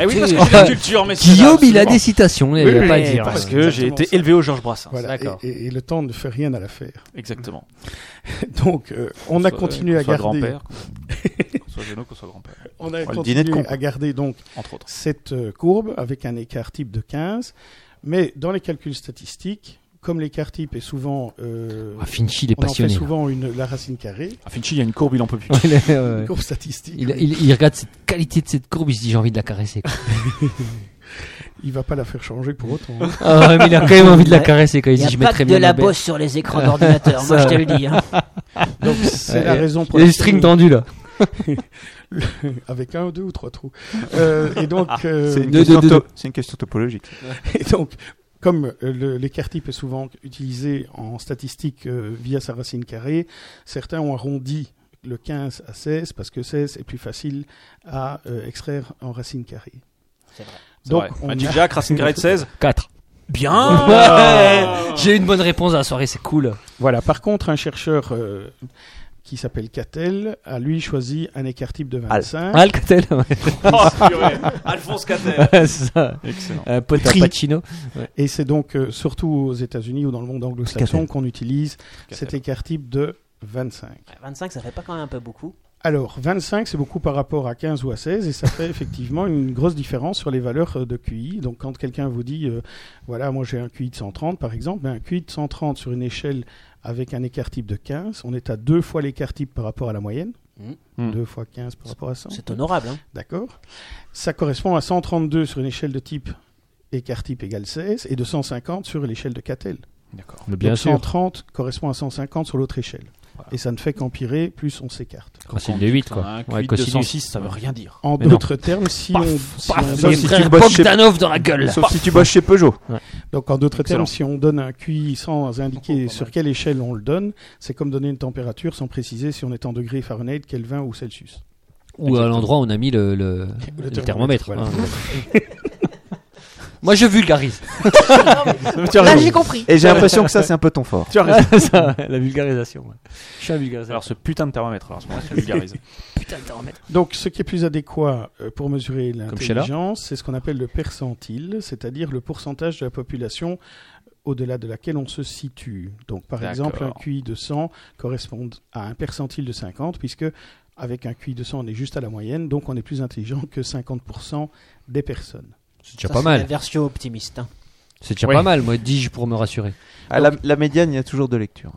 Speaker 5: Eh oui, parce que
Speaker 2: Culture.
Speaker 5: j'ai la culture, messieurs.
Speaker 2: Guillaume, il a
Speaker 5: absolument.
Speaker 2: des citations, il
Speaker 5: Oui,
Speaker 2: n'y a
Speaker 5: oui,
Speaker 2: pas à
Speaker 5: oui,
Speaker 2: dire. euh,
Speaker 5: Parce
Speaker 6: ouais.
Speaker 5: que j'ai
Speaker 6: Exactement
Speaker 5: été
Speaker 6: ça.
Speaker 5: élevé au Georges Brassens.
Speaker 6: Voilà. Et,
Speaker 5: D'accord.
Speaker 6: et- et le temps ne fait rien à l'affaire.
Speaker 5: Exactement.
Speaker 6: Donc, euh, on a
Speaker 5: Soit-
Speaker 6: continué
Speaker 5: qu'on
Speaker 6: à
Speaker 5: soit
Speaker 6: garder,
Speaker 5: grand-père, qu'on soit géno, qu'on soit grand-père,
Speaker 6: on a
Speaker 4: le dîner de
Speaker 6: continué
Speaker 4: con.
Speaker 6: à garder donc
Speaker 5: entre autres.
Speaker 6: cette euh, courbe avec un écart type de 15, mais dans les calculs statistiques, comme l'écart type est souvent. euh,
Speaker 2: Ah, Finchy, il est
Speaker 6: on en fait
Speaker 2: passionné.
Speaker 6: souvent une, la racine carrée,
Speaker 5: Ah, Finchi, il y a une courbe, il en peut plus.
Speaker 2: Ouais, il est- ouais, ouais.
Speaker 6: une courbe statistique.
Speaker 2: Il, il- il regarde cette qualité de cette courbe, il se dit j'ai envie de la caresser. quoi.
Speaker 6: Il va pas la faire changer pour autant. hein.
Speaker 2: Ah ouais, mais il a quand même envie de la caresser quand il,
Speaker 1: Il
Speaker 2: dit je
Speaker 1: n'y a pas que
Speaker 2: mettrais
Speaker 1: de
Speaker 2: bien
Speaker 1: la
Speaker 2: bête.
Speaker 1: bosse sur les écrans d'ordinateur, moi je te le dis. hein.
Speaker 6: Donc c'est
Speaker 2: Ouais,
Speaker 6: la raison pour
Speaker 2: Il y a des
Speaker 6: laquelle-
Speaker 2: strings tendus là.
Speaker 6: avec un, deux ou trois trous. Euh, et donc,
Speaker 2: Ah,
Speaker 6: euh,
Speaker 4: C'est une,
Speaker 2: deux,
Speaker 4: question
Speaker 2: deux, deux.
Speaker 4: to- c'est une question topologique.
Speaker 6: et donc, comme euh, le- l'écart type est souvent utilisé en statistique euh, via sa racine carrée, certains ont arrondi le 15 à 16 parce que 16 est plus facile à euh, extraire en racine carrée.
Speaker 1: C'est vrai.
Speaker 6: Donc,
Speaker 5: Ouais.
Speaker 6: on
Speaker 5: Magic
Speaker 6: a-
Speaker 5: Jack, Racing Grade 16.
Speaker 2: 4.
Speaker 5: Bien
Speaker 2: J'ai eu une bonne réponse à la soirée, c'est cool.
Speaker 6: voilà. Par contre, un chercheur euh, qui s'appelle Catel a lui choisi un écart type de 25.
Speaker 2: Alcatel, Ah, ouais,
Speaker 5: Oh, purée. Alphonse Catel.
Speaker 2: c'est ça.
Speaker 5: Excellent.
Speaker 2: Un pot
Speaker 6: Tri.
Speaker 2: Pacino.
Speaker 6: Et c'est donc euh, surtout aux États-Unis ou dans le monde anglo-saxon
Speaker 4: Catel.
Speaker 6: qu'on utilise cet écart type de 25.
Speaker 1: 25, ça fait pas quand même un peu beaucoup.
Speaker 6: Alors, 25, c'est beaucoup par rapport à 15 ou à 16, et ça fait effectivement une grosse différence sur les valeurs euh, de QI. Donc, quand quelqu'un vous dit, euh, voilà, moi j'ai un QI de 130, par exemple, ben, un QI de 130 sur une échelle avec un écart type de 15, on est à deux fois l'écart type par rapport à la moyenne.
Speaker 2: Mmh.
Speaker 1: Mhm.
Speaker 5: Mhm.
Speaker 6: Deux fois 15 par rapport à 100.
Speaker 1: C'est honorable. Hein.
Speaker 6: D'accord. Ça correspond à 132 sur une échelle de type écart type égale 16, et de 150 sur l'échelle de Catel.
Speaker 5: D'accord.
Speaker 2: Mais bien
Speaker 6: Donc,
Speaker 2: sûr.
Speaker 6: 130 correspond à 150 sur l'autre échelle. Et ça ne fait qu'empirer, plus on s'écarte.
Speaker 2: Ah, c'est le 8 quoi.
Speaker 5: Un
Speaker 2: Ouais,
Speaker 5: QI de
Speaker 2: cosinus.
Speaker 5: 106, ça veut rien dire.
Speaker 6: En
Speaker 2: Mais non.
Speaker 6: d'autres termes, si
Speaker 2: Paf,
Speaker 6: on, si on
Speaker 2: Paf,
Speaker 6: donne,
Speaker 2: les frères
Speaker 4: bosses chez-
Speaker 2: Bogdanov dans la gueule.
Speaker 4: Sauf si tu bosses chez Peugeot.
Speaker 6: donc en d'autres
Speaker 5: Excellent.
Speaker 6: termes, si on donne un QI sans indiquer sur quelle échelle on le donne, c'est comme donner une température sans préciser si on est en degrés Fahrenheit, Kelvin ou Celsius.
Speaker 2: Ou à l'endroit où on a mis le, le,
Speaker 6: Le
Speaker 2: le thermomètre.
Speaker 6: thermomètre, voilà.
Speaker 2: hein. Moi je vulgarise.
Speaker 1: Là, j'ai compris.
Speaker 4: Et j'ai l'impression que ça, c'est un peu ton fort.
Speaker 5: Tu as
Speaker 2: Ça, la vulgarisation. ouais. Je suis un vulgarisateur.
Speaker 5: Alors, ce putain de thermomètre, alors, c'est moi qui vulgarise.
Speaker 2: Putain de thermomètre.
Speaker 6: Donc ce qui est plus adéquat euh, pour mesurer
Speaker 2: chez là.
Speaker 6: l'intelligence, c'est ce qu'on appelle le percentile, c'est-à-dire le pourcentage de la population au-delà de laquelle on se situe. Donc par
Speaker 5: D'accord.
Speaker 6: exemple, un QI de 100 correspond à un percentile de 50, puisque avec un QI de 100, on est juste à la moyenne, donc on est plus intelligent que 50% des personnes.
Speaker 2: C'est déjà
Speaker 1: Ça,
Speaker 2: pas
Speaker 1: c'est La
Speaker 2: mal.
Speaker 1: version optimiste. hein.
Speaker 2: C'est déjà
Speaker 5: Ouais.
Speaker 2: pas mal, moi, dis-je pour me rassurer.
Speaker 5: Ah,
Speaker 4: À la, la médiane, il y a toujours de lecture.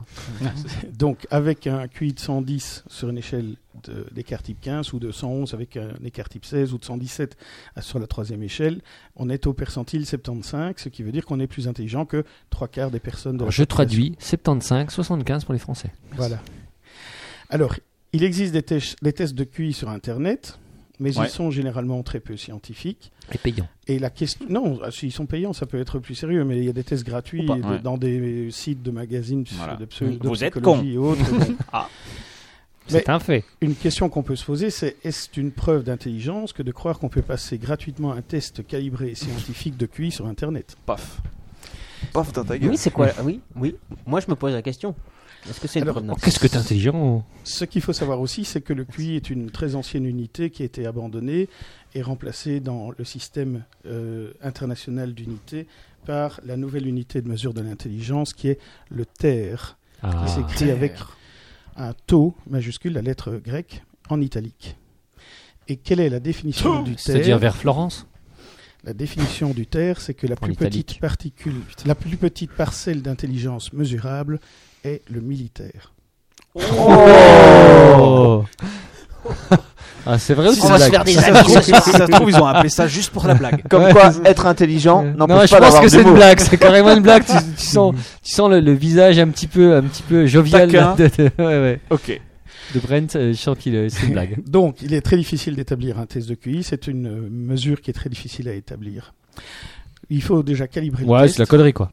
Speaker 6: Donc, avec un QI de 110 sur une échelle de- d'écart type 15 ou de 111 avec un écart type 16 ou de 117 sur la troisième échelle, on est au percentile 75, ce qui veut dire qu'on est plus intelligent que trois quarts des personnes de la
Speaker 2: Alors, je
Speaker 6: population.
Speaker 2: traduis 75, 75 pour les Français.
Speaker 6: Voilà. Alors, il existe des, tests- des tests de QI sur Internet, mais
Speaker 5: Ouais.
Speaker 6: ils sont généralement très peu scientifiques.
Speaker 2: Et payants.
Speaker 6: Et la question, non, ah, s'ils sont payants, ça peut être plus sérieux, mais il y a des tests gratuits
Speaker 5: pas,
Speaker 6: de-
Speaker 5: ouais.
Speaker 6: dans des sites de magazines psy-
Speaker 5: Voilà.
Speaker 6: de, psy- de
Speaker 5: Vous êtes
Speaker 6: psychologie et autres. Bon.
Speaker 2: C'est un fait.
Speaker 6: Une question qu'on peut se poser, c'est est-ce une preuve d'intelligence que de croire qu'on peut passer gratuitement un test calibré et scientifique de QI sur Internet
Speaker 5: Paf.
Speaker 4: Paf dans ta gueule.
Speaker 1: Oui, c'est quoi Oui, oui. Moi, je me pose la question. Est-ce que c'est une
Speaker 6: Alors,
Speaker 1: preuve d'intelligence
Speaker 2: Oh, Qu'est-ce que t'es intelligent
Speaker 6: Ce qu'il faut savoir aussi, c'est que le QI est une très ancienne unité qui a été abandonnée et remplacée dans le système euh, international d'unité par la nouvelle unité de mesure de l'intelligence qui est le TER,
Speaker 2: ah.
Speaker 6: qui s'écrit avec un taux majuscule, la lettre grecque, en italique. Et quelle est la définition du TER
Speaker 2: C'est-à-dire vers Florence
Speaker 6: La définition du TER, c'est que la plus petite
Speaker 2: italique.
Speaker 6: particule, la plus petite parcelle d'intelligence mesurable est le militaire.
Speaker 2: Oh Ah, c'est vrai ou
Speaker 1: On
Speaker 2: c'est
Speaker 1: va se
Speaker 2: blague
Speaker 1: faire des
Speaker 5: Ça se
Speaker 1: amis ce
Speaker 5: trouve-
Speaker 1: soir.
Speaker 5: si ça se trouve, ils ont appelé ça juste pour la blague.
Speaker 4: Comme
Speaker 2: Ouais.
Speaker 4: quoi, être intelligent
Speaker 2: Euh,
Speaker 4: n'empêche
Speaker 2: je
Speaker 4: pas
Speaker 2: pense
Speaker 4: d'avoir
Speaker 2: que
Speaker 4: des
Speaker 2: c'est une
Speaker 4: mots.
Speaker 2: blague, c'est carrément une blague. Tu, tu sens, tu sens le, le visage un petit peu, un petit peu jovial
Speaker 5: Taquin.
Speaker 2: de, de, ouais, ouais.
Speaker 5: Ok.
Speaker 2: de Brent. euh, Je sens qu'il euh, c'est une blague.
Speaker 6: Donc, il est très difficile d'établir un test de QI. C'est une euh, mesure qui est très difficile à établir. Il faut déjà calibrer le
Speaker 2: Ouais,
Speaker 6: test.
Speaker 2: c'est la connerie quoi.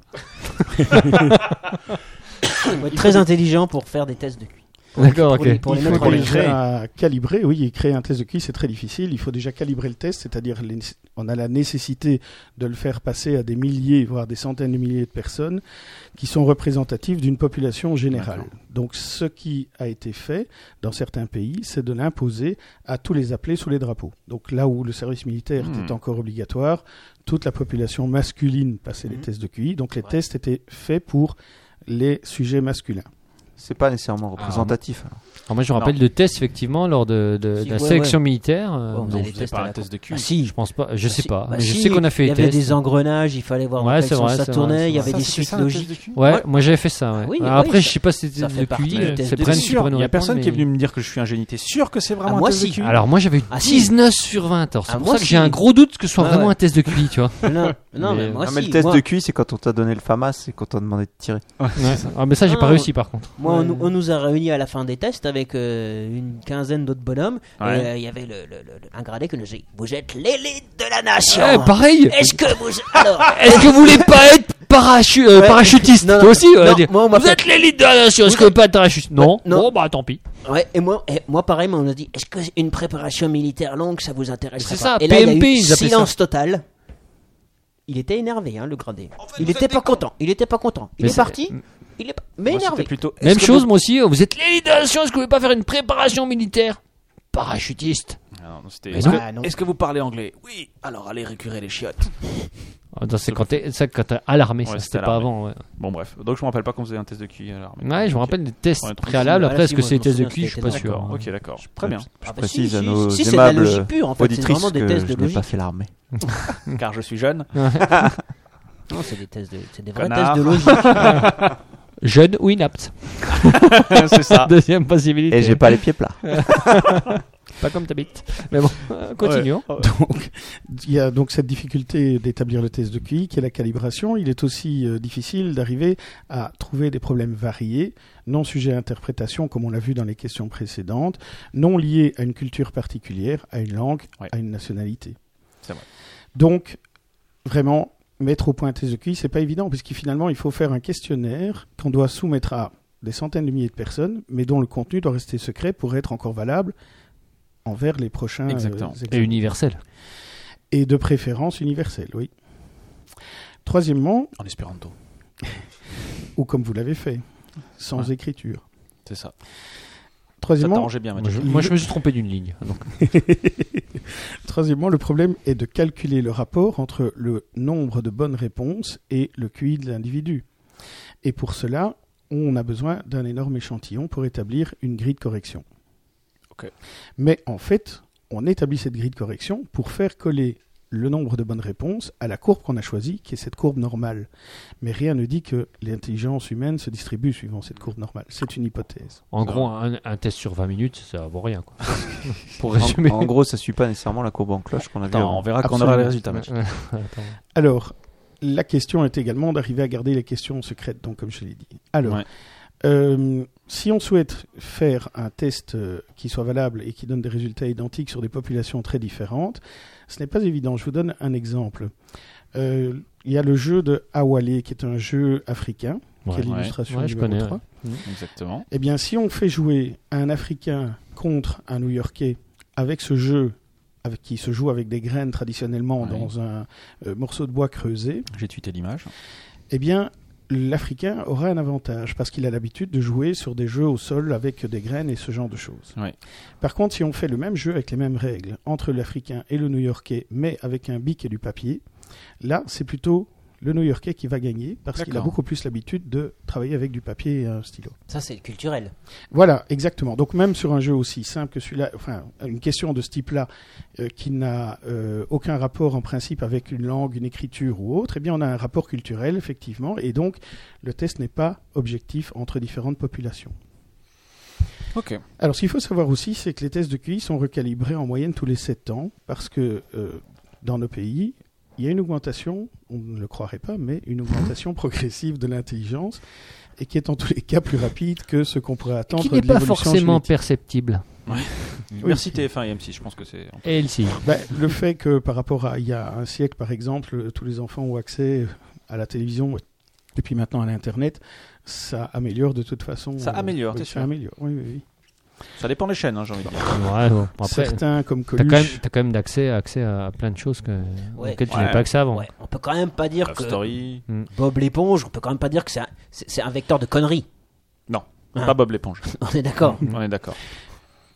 Speaker 1: Faut être très intelligent pour faire des tests de QI.
Speaker 2: D'accord,
Speaker 1: Pour les-
Speaker 2: ok.
Speaker 1: pour les
Speaker 6: il faut
Speaker 1: mettre en ligne.
Speaker 6: déjà calibrer, oui, et créer un test de QI, c'est très difficile. Il faut déjà calibrer le test, c'est-à-dire les- on a la nécessité de le faire passer à des milliers, voire des centaines de milliers de personnes qui sont représentatives d'une population générale. Donc ce qui a été fait dans certains pays, c'est de l'imposer à tous les appelés sous les drapeaux. Donc là où le service militaire
Speaker 5: Hmm.
Speaker 6: était encore obligatoire, toute la population masculine passait les tests de QI, donc les
Speaker 1: Ouais.
Speaker 6: tests étaient faits pour les sujets masculins.
Speaker 4: C'est pas nécessairement représentatif.
Speaker 5: Ah,
Speaker 4: alors.
Speaker 2: Alors moi, je me rappelle de tests, effectivement, lors de, de- de
Speaker 1: Si,
Speaker 2: la
Speaker 1: ouais,
Speaker 2: sélection militaire. euh,
Speaker 1: Ouais, on
Speaker 2: donc,
Speaker 1: faisait des tests à la con.
Speaker 5: de cul.
Speaker 2: ah, si, je pense pas. Je
Speaker 1: Bah,
Speaker 2: sais
Speaker 1: si.
Speaker 2: pas.
Speaker 1: Bah,
Speaker 2: mais je
Speaker 1: si,
Speaker 2: sais qu'on a fait
Speaker 1: Il y
Speaker 2: des
Speaker 1: avait
Speaker 2: tests.
Speaker 1: des engrenages, il fallait voir
Speaker 2: Ouais,
Speaker 1: en
Speaker 2: c'est
Speaker 1: quel sens
Speaker 2: vrai,
Speaker 1: ça
Speaker 2: c'est
Speaker 1: tournait,
Speaker 2: vrai,
Speaker 1: il y
Speaker 2: c'est
Speaker 1: avait
Speaker 2: vrai.
Speaker 1: des
Speaker 2: Ça,
Speaker 1: suites logiques.
Speaker 2: Ouais, moi j'avais fait ça. ouais.
Speaker 1: Ah oui, ah
Speaker 2: Alors
Speaker 1: oui,
Speaker 2: après, je
Speaker 1: ça-
Speaker 2: sais pas si c'était
Speaker 1: ça fait
Speaker 2: le
Speaker 1: partie
Speaker 2: QI.
Speaker 1: des tests
Speaker 2: C'est
Speaker 1: de
Speaker 2: Bren
Speaker 1: QI.
Speaker 2: qui pourrait
Speaker 5: Il
Speaker 2: nous
Speaker 5: n'y a
Speaker 2: répondre,
Speaker 5: personne qui est
Speaker 2: mais-
Speaker 5: venu me dire que je suis un génie. T'es sûr que c'est vraiment
Speaker 1: Ah,
Speaker 5: un
Speaker 1: moi,
Speaker 5: test de
Speaker 1: si.
Speaker 5: cul
Speaker 2: Alors moi j'avais eu
Speaker 1: Ah, si.
Speaker 2: 19 sur 20. Alors, C'est
Speaker 1: Ah,
Speaker 2: pour
Speaker 1: moi
Speaker 2: ça que
Speaker 1: si.
Speaker 2: j'ai un gros doute que ce soit
Speaker 1: Ah,
Speaker 2: vraiment
Speaker 1: ouais.
Speaker 2: un test de QI, tu vois.
Speaker 1: Non, non, mais,
Speaker 2: Mais-
Speaker 1: moi,
Speaker 4: Ah, mais
Speaker 1: si,
Speaker 4: le test
Speaker 1: moi,
Speaker 4: de QI, c'est quand on t'a donné le FAMAS et qu'on t'a demandé de tirer.
Speaker 2: Ah, mais ça j'ai
Speaker 1: Ah,
Speaker 2: pas
Speaker 1: ouais.
Speaker 2: réussi par contre.
Speaker 1: moi, on, nous- on nous a réunis à la fin des tests avec euh, une quinzaine d'autres bonhommes.
Speaker 5: Ouais.
Speaker 1: Et euh, il y avait le, le- le- le- un gradé qui nous dit Vous êtes l'élite de la nation
Speaker 2: Eh, pareil.
Speaker 1: Est-ce que vous. Alors,
Speaker 2: Est-ce que vous voulez pas être parachu- euh,
Speaker 1: Ouais.
Speaker 2: parachutiste
Speaker 1: Non, non.
Speaker 2: Toi aussi ouais,
Speaker 1: Non,
Speaker 2: dire,
Speaker 1: moi, on m'a
Speaker 2: Vous
Speaker 1: fait-
Speaker 2: êtes l'élite de la nation, est-ce que vous pouvez pas être parachutiste Non.
Speaker 1: Non.
Speaker 2: Bon bah tant pis.
Speaker 1: ouais, et moi, et moi, pareil, mais on nous a dit Est-ce qu'une préparation militaire longue, ça vous intéresse
Speaker 2: C'est ça,
Speaker 1: pas Et là, il y a eu
Speaker 2: PMP, ils appelaient
Speaker 1: silence total. Il était énervé, hein, le gradé. il était pas content. Il était pas content. Il
Speaker 2: Mais
Speaker 1: est
Speaker 2: c'est-
Speaker 1: parti. Il est pas... mais
Speaker 5: Moi, c'était
Speaker 1: énervé.
Speaker 5: plutôt. Est-ce
Speaker 2: Même
Speaker 5: que
Speaker 2: chose moi aussi, euh, vous êtes l'élite de la nation, est-ce que vous pouvez pas faire une préparation militaire Parachutiste.
Speaker 5: vous- Ah, non, c'était-
Speaker 2: Est-ce que-
Speaker 1: Ah, non.
Speaker 5: Est-ce que vous parlez anglais Oui. Alors allez récurer les chiottes.
Speaker 2: Ah, non, c'est quand t'es ça, quand t'es à l'armée,
Speaker 5: Ouais,
Speaker 2: ça
Speaker 5: c'était
Speaker 2: c'était
Speaker 5: à
Speaker 2: pas
Speaker 5: l'armée.
Speaker 2: avant. Ouais,
Speaker 5: Bon bref. Donc je me rappelle pas qu'on faisait un test de QI alors. mais-
Speaker 2: Ouais, je me
Speaker 5: Ok.
Speaker 2: rappelle des tests
Speaker 5: Ouais, tranquille.
Speaker 2: préalables.
Speaker 1: Ah,
Speaker 2: Après, est-ce
Speaker 1: si,
Speaker 2: que
Speaker 1: moi,
Speaker 2: c'est
Speaker 1: je
Speaker 2: les tests
Speaker 1: me
Speaker 2: de
Speaker 1: souviens,
Speaker 2: QI Je suis pas
Speaker 1: c'était
Speaker 2: sûr.
Speaker 5: D'accord. Ok, d'accord. Très bien.
Speaker 1: Ah, bah,
Speaker 4: Je précise
Speaker 1: si,
Speaker 4: à
Speaker 1: si,
Speaker 4: nos
Speaker 1: si, c'est de la
Speaker 4: aimables
Speaker 1: logique pure, en fait. C'est
Speaker 4: auditrices
Speaker 1: vraiment des
Speaker 4: que
Speaker 1: tests de
Speaker 4: je n'ai
Speaker 1: logique.
Speaker 4: pas fait l'armée.
Speaker 5: Car je suis jeune.
Speaker 1: Non, c'est des tests de, c'est des vrais
Speaker 5: Connard.
Speaker 1: tests de logique.
Speaker 2: Jeune ou inapte
Speaker 5: c'est ça.
Speaker 2: Deuxième possibilité.
Speaker 4: Et j'ai pas les pieds plats.
Speaker 2: Pas comme t'habites. Mais bon, euh, continuons.
Speaker 6: Donc, il y a donc cette difficulté d'établir le test de QI qui est la calibration. Il est aussi euh, difficile d'arriver à trouver des problèmes variés, non sujets à interprétation, comme on l'a vu dans les questions précédentes, non liés à une culture particulière, à une langue,
Speaker 5: Ouais.
Speaker 6: à une nationalité.
Speaker 5: C'est vrai.
Speaker 6: Donc, vraiment, mettre au point un test de QI, c'est pas évident, puisque finalement, il faut faire un questionnaire qu'on doit soumettre à des centaines de milliers de personnes, mais dont le contenu doit rester secret pour être encore valable envers les prochains euh,
Speaker 5: Exactement.
Speaker 6: examens
Speaker 2: Et universel.
Speaker 6: et de préférence universelle, oui. Troisièmement,
Speaker 5: En espéranto.
Speaker 6: ou comme vous l'avez fait, sans
Speaker 5: Ouais.
Speaker 6: écriture.
Speaker 5: C'est ça. Ça
Speaker 6: Troisièmement,
Speaker 5: t'arrangeait bien,
Speaker 2: Moi
Speaker 5: Mathieu.
Speaker 2: je, moi, je me suis trompé d'une ligne. Donc,
Speaker 6: troisièmement, le problème est de calculer le rapport entre le nombre de bonnes réponses et le QI de l'individu. Et pour cela, on a besoin d'un énorme échantillon pour établir une grille de correction.
Speaker 5: Ok.
Speaker 6: Mais en fait, on établit cette grille de correction pour faire coller le nombre de bonnes réponses à la courbe qu'on a choisie, qui est cette courbe normale. Mais rien ne dit que l'intelligence humaine se distribue suivant cette courbe normale. C'est une hypothèse.
Speaker 2: en gros, un, un test sur 20 minutes, ça vaut rien. Quoi. Pour résumer.
Speaker 4: En gros, ça suit pas nécessairement la courbe en cloche qu'on a vue.
Speaker 5: Attends,
Speaker 4: avant.
Speaker 5: on verra quand on aura les
Speaker 6: Absolument.
Speaker 5: résultats. Mathieu.
Speaker 2: Ouais, attends.
Speaker 6: Alors, la question est également d'arriver à garder les questions secrètes, donc comme je l'ai dit. Alors,
Speaker 5: Ouais.
Speaker 6: euh, si on souhaite faire un test euh, qui soit valable et qui donne des résultats identiques sur des populations très différentes, ce n'est pas évident. Je vous donne un exemple. Euh, il y a le jeu de Awale, qui est un jeu africain, qui
Speaker 2: Ouais.
Speaker 6: est l'illustration
Speaker 2: Ouais, je
Speaker 6: numéro
Speaker 2: connais,
Speaker 6: 3.
Speaker 2: ouais. Mm.
Speaker 5: Exactement.
Speaker 6: Eh bien, si on fait jouer un Africain contre un New-Yorkais avec ce jeu avec, qui se joue avec des graines traditionnellement
Speaker 5: Ouais.
Speaker 6: dans un euh, morceau de bois creusé,
Speaker 5: J'ai tweeté l'image.
Speaker 6: eh bien, l'Africain aura un avantage parce qu'il a l'habitude de jouer sur des jeux au sol avec des graines et ce genre de choses.
Speaker 5: Ouais.
Speaker 6: Par contre, si on fait le même jeu avec les mêmes règles entre l'Africain et le New-Yorkais, mais avec un bic et du papier, là, c'est plutôt le New-Yorkais qui va gagner parce qu'il a
Speaker 5: D'accord.
Speaker 6: beaucoup plus l'habitude de travailler avec du papier et un stylo.
Speaker 1: Ça, c'est culturel.
Speaker 6: Voilà, exactement. Donc même sur un jeu aussi simple que celui-là, enfin une question de ce type-là euh, qui n'a euh, aucun rapport en principe avec une langue, une écriture ou autre, eh bien on a un rapport culturel effectivement, et donc le test n'est pas objectif entre différentes populations.
Speaker 5: Ok.
Speaker 6: Alors ce qu'il faut savoir aussi, c'est que les tests de QI sont recalibrés en moyenne tous les 7 ans, parce que euh, dans nos pays, il y a une augmentation, on ne le croirait pas, mais une augmentation progressive de l'intelligence, et qui est en tous les cas plus rapide que ce qu'on pourrait attendre.
Speaker 2: Qui n'est
Speaker 6: de
Speaker 2: pas
Speaker 6: l'évolution
Speaker 2: forcément
Speaker 6: génétique.
Speaker 2: perceptible.
Speaker 5: Merci TF1 et M6. Je pense que c'est.
Speaker 2: Et elle, si.
Speaker 6: Bah, le fait que par rapport à il y a un siècle, par exemple, tous les enfants ont accès à la télévision et puis maintenant à l'Internet, ça améliore de toute façon. euh,
Speaker 5: Ça améliore,
Speaker 6: oui,
Speaker 5: t'es
Speaker 6: ça
Speaker 5: sûr
Speaker 6: améliore, oui, oui, oui.
Speaker 5: Ça dépend des chaînes, hein, j'ai envie de
Speaker 3: Ah,
Speaker 5: dire.
Speaker 2: Ouais, bon. Après, t'as
Speaker 6: Certains comme
Speaker 2: quand même,
Speaker 6: Coluche.
Speaker 2: t'as quand même d'accès accès à plein de choses que,
Speaker 1: Ouais.
Speaker 2: auxquelles tu
Speaker 5: Ouais.
Speaker 2: n'avais pas accès avant.
Speaker 1: Ouais. On peut quand même pas dire
Speaker 5: Love
Speaker 1: que
Speaker 5: Story.
Speaker 1: Bob l'éponge, on peut quand même pas dire que c'est un, c'est- c'est un vecteur de conneries.
Speaker 5: Non.
Speaker 3: Ah.
Speaker 1: Hein.
Speaker 5: Pas Bob l'éponge.
Speaker 1: On est d'accord.
Speaker 5: On est d'accord.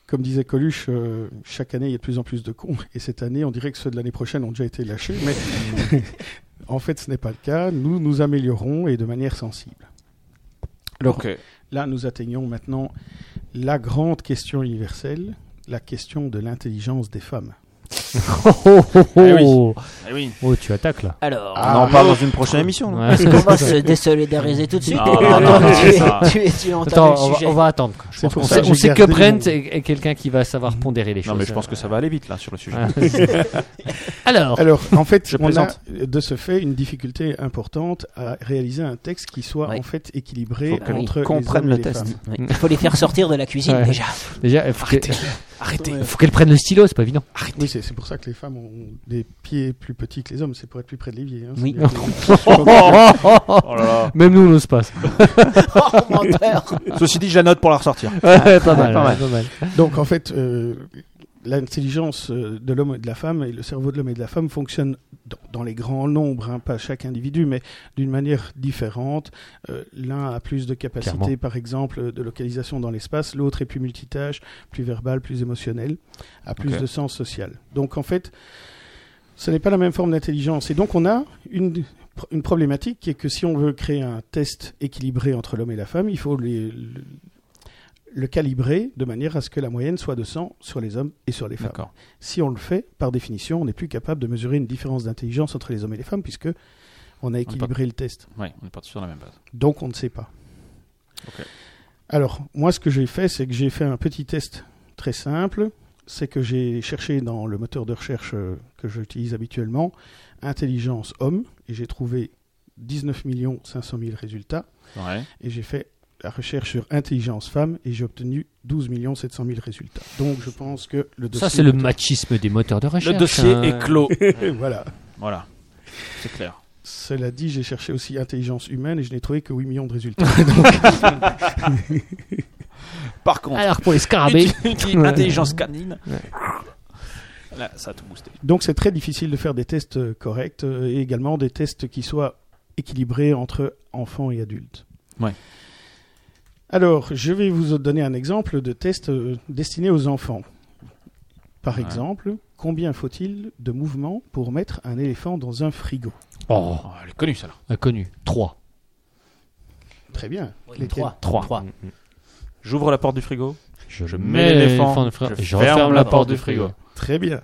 Speaker 6: Comme disait Coluche, euh, chaque année il y a de plus en plus de cons. Et cette année, on dirait que ceux de l'année prochaine ont déjà été lâchés, mais en fait ce n'est pas le cas. Nous nous améliorons et de manière sensible. Alors là, nous atteignons maintenant la grande question universelle, la question de l'intelligence des femmes.
Speaker 2: Oh, oh, oh,
Speaker 3: Eh oui.
Speaker 2: oh.
Speaker 3: Eh oui.
Speaker 2: Oh, tu attaques là.
Speaker 1: Alors,
Speaker 4: On
Speaker 5: Ah,
Speaker 4: en parle dans une prochaine émission. là.
Speaker 2: Ouais, c'est-
Speaker 1: Ah, on va se désolidariser tout de suite.
Speaker 3: Non, non, non,
Speaker 1: tu,
Speaker 3: c'est ça.
Speaker 1: tu, tu as entendu
Speaker 2: Attends,
Speaker 1: le
Speaker 2: on va,
Speaker 1: sujet.
Speaker 2: on va attendre. quoi. Je
Speaker 6: C'est
Speaker 2: pense
Speaker 6: pour
Speaker 2: qu'on
Speaker 6: ça
Speaker 2: sait-
Speaker 6: que
Speaker 2: on
Speaker 6: j'ai
Speaker 2: sait que
Speaker 6: gardé
Speaker 2: Brent
Speaker 6: mon-
Speaker 2: est, est quelqu'un qui va savoir pondérer les choses.
Speaker 3: Non, mais je pense que ça va aller vite là sur le sujet.
Speaker 2: Alors,
Speaker 6: Alors, en fait,
Speaker 3: Je
Speaker 6: on
Speaker 3: plaisante.
Speaker 6: a de ce fait une difficulté importante à réaliser un texte qui soit
Speaker 1: Ouais.
Speaker 6: en fait équilibré
Speaker 1: Faut qu'on
Speaker 6: entre les
Speaker 4: comprenne
Speaker 6: hommes et
Speaker 4: le
Speaker 6: les
Speaker 4: test.
Speaker 6: femmes.
Speaker 1: Oui, Il faut les faire sortir de la cuisine
Speaker 2: Ouais.
Speaker 1: déjà.
Speaker 2: déjà, il faut que- il faut qu'elle prenne le stylo, c'est pas évident.
Speaker 6: Oui, c'est c'est pour ça que les femmes ont des pieds plus petits que les hommes, c'est pour être plus près de l'évier. hein, c'est
Speaker 1: Oui.
Speaker 6: bien que-
Speaker 2: Même nous, on n'ose pas.
Speaker 1: Oh, menteur
Speaker 3: Ceci dit, je la note pour la ressortir.
Speaker 2: Ouais, pas mal.
Speaker 4: mal.
Speaker 2: pas mal.
Speaker 6: Donc en fait, euh, l'intelligence euh, de l'homme et de la femme et le cerveau de l'homme et de la femme fonctionnent dans, dans les grands nombres, hein, pas chaque individu, mais d'une manière différente. Euh, L'un a plus de capacité,
Speaker 2: Clairement.
Speaker 6: par exemple, de localisation dans l'espace, l'autre est plus multitâche, plus verbal, plus émotionnel, a plus
Speaker 3: Ok.
Speaker 6: de sens social. Donc en fait, ce n'est pas la même forme d'intelligence. Et donc on a une, une problématique qui est que si on veut créer un test équilibré entre l'homme et la femme, il faut les- le, le calibrer de manière à ce que la moyenne soit de 100 sur les hommes et sur les femmes.
Speaker 3: D'accord.
Speaker 6: Si on le fait, par définition, on n'est plus capable de mesurer une différence d'intelligence entre les hommes et les femmes puisque on a équilibré le test.
Speaker 3: Ouais, on est parti sur la même base.
Speaker 6: Donc on ne sait pas.
Speaker 3: Ok.
Speaker 6: Alors, moi, ce que j'ai fait, c'est que j'ai fait un petit test très simple. C'est que j'ai cherché dans le moteur de recherche euh, que j'utilise habituellement intelligence homme et j'ai trouvé 19 500 000 résultats.
Speaker 3: Ouais.
Speaker 6: Et j'ai fait la recherche sur intelligence femme et j'ai obtenu 12 700 000 résultats. Donc je pense que le dossier.
Speaker 2: Ça, c'est le machisme des moteurs de recherche.
Speaker 3: Le dossier
Speaker 2: hein.
Speaker 3: est clos.
Speaker 6: voilà.
Speaker 3: voilà. C'est clair.
Speaker 6: Cela dit, j'ai cherché aussi intelligence humaine et je n'ai trouvé que 8 millions de résultats.
Speaker 3: Par contre,
Speaker 2: Alors, pour les scarabées,
Speaker 3: utilise intelligence canine. Là, ça a tout boosté.
Speaker 6: Donc c'est très difficile de faire des tests euh, corrects euh, et également des tests qui soient équilibrés entre enfants et adultes.
Speaker 3: Ouais.
Speaker 6: Alors, je vais vous donner un exemple de test euh, destiné aux enfants. Par
Speaker 3: Ouais.
Speaker 6: exemple, combien faut-il de mouvements pour mettre un éléphant dans un frigo
Speaker 2: oh,
Speaker 3: Oh, elle est connue, celle-là.
Speaker 2: inconnu. 3.
Speaker 6: Très bien.
Speaker 1: Oui,
Speaker 6: Lesquels
Speaker 1: trois.
Speaker 3: Trois.
Speaker 1: Trois.
Speaker 3: J'ouvre la porte du frigo.
Speaker 2: Je,
Speaker 3: mets l'éléphant,
Speaker 2: dans le frigo, je, referme la porte du frigo.
Speaker 6: Très bien.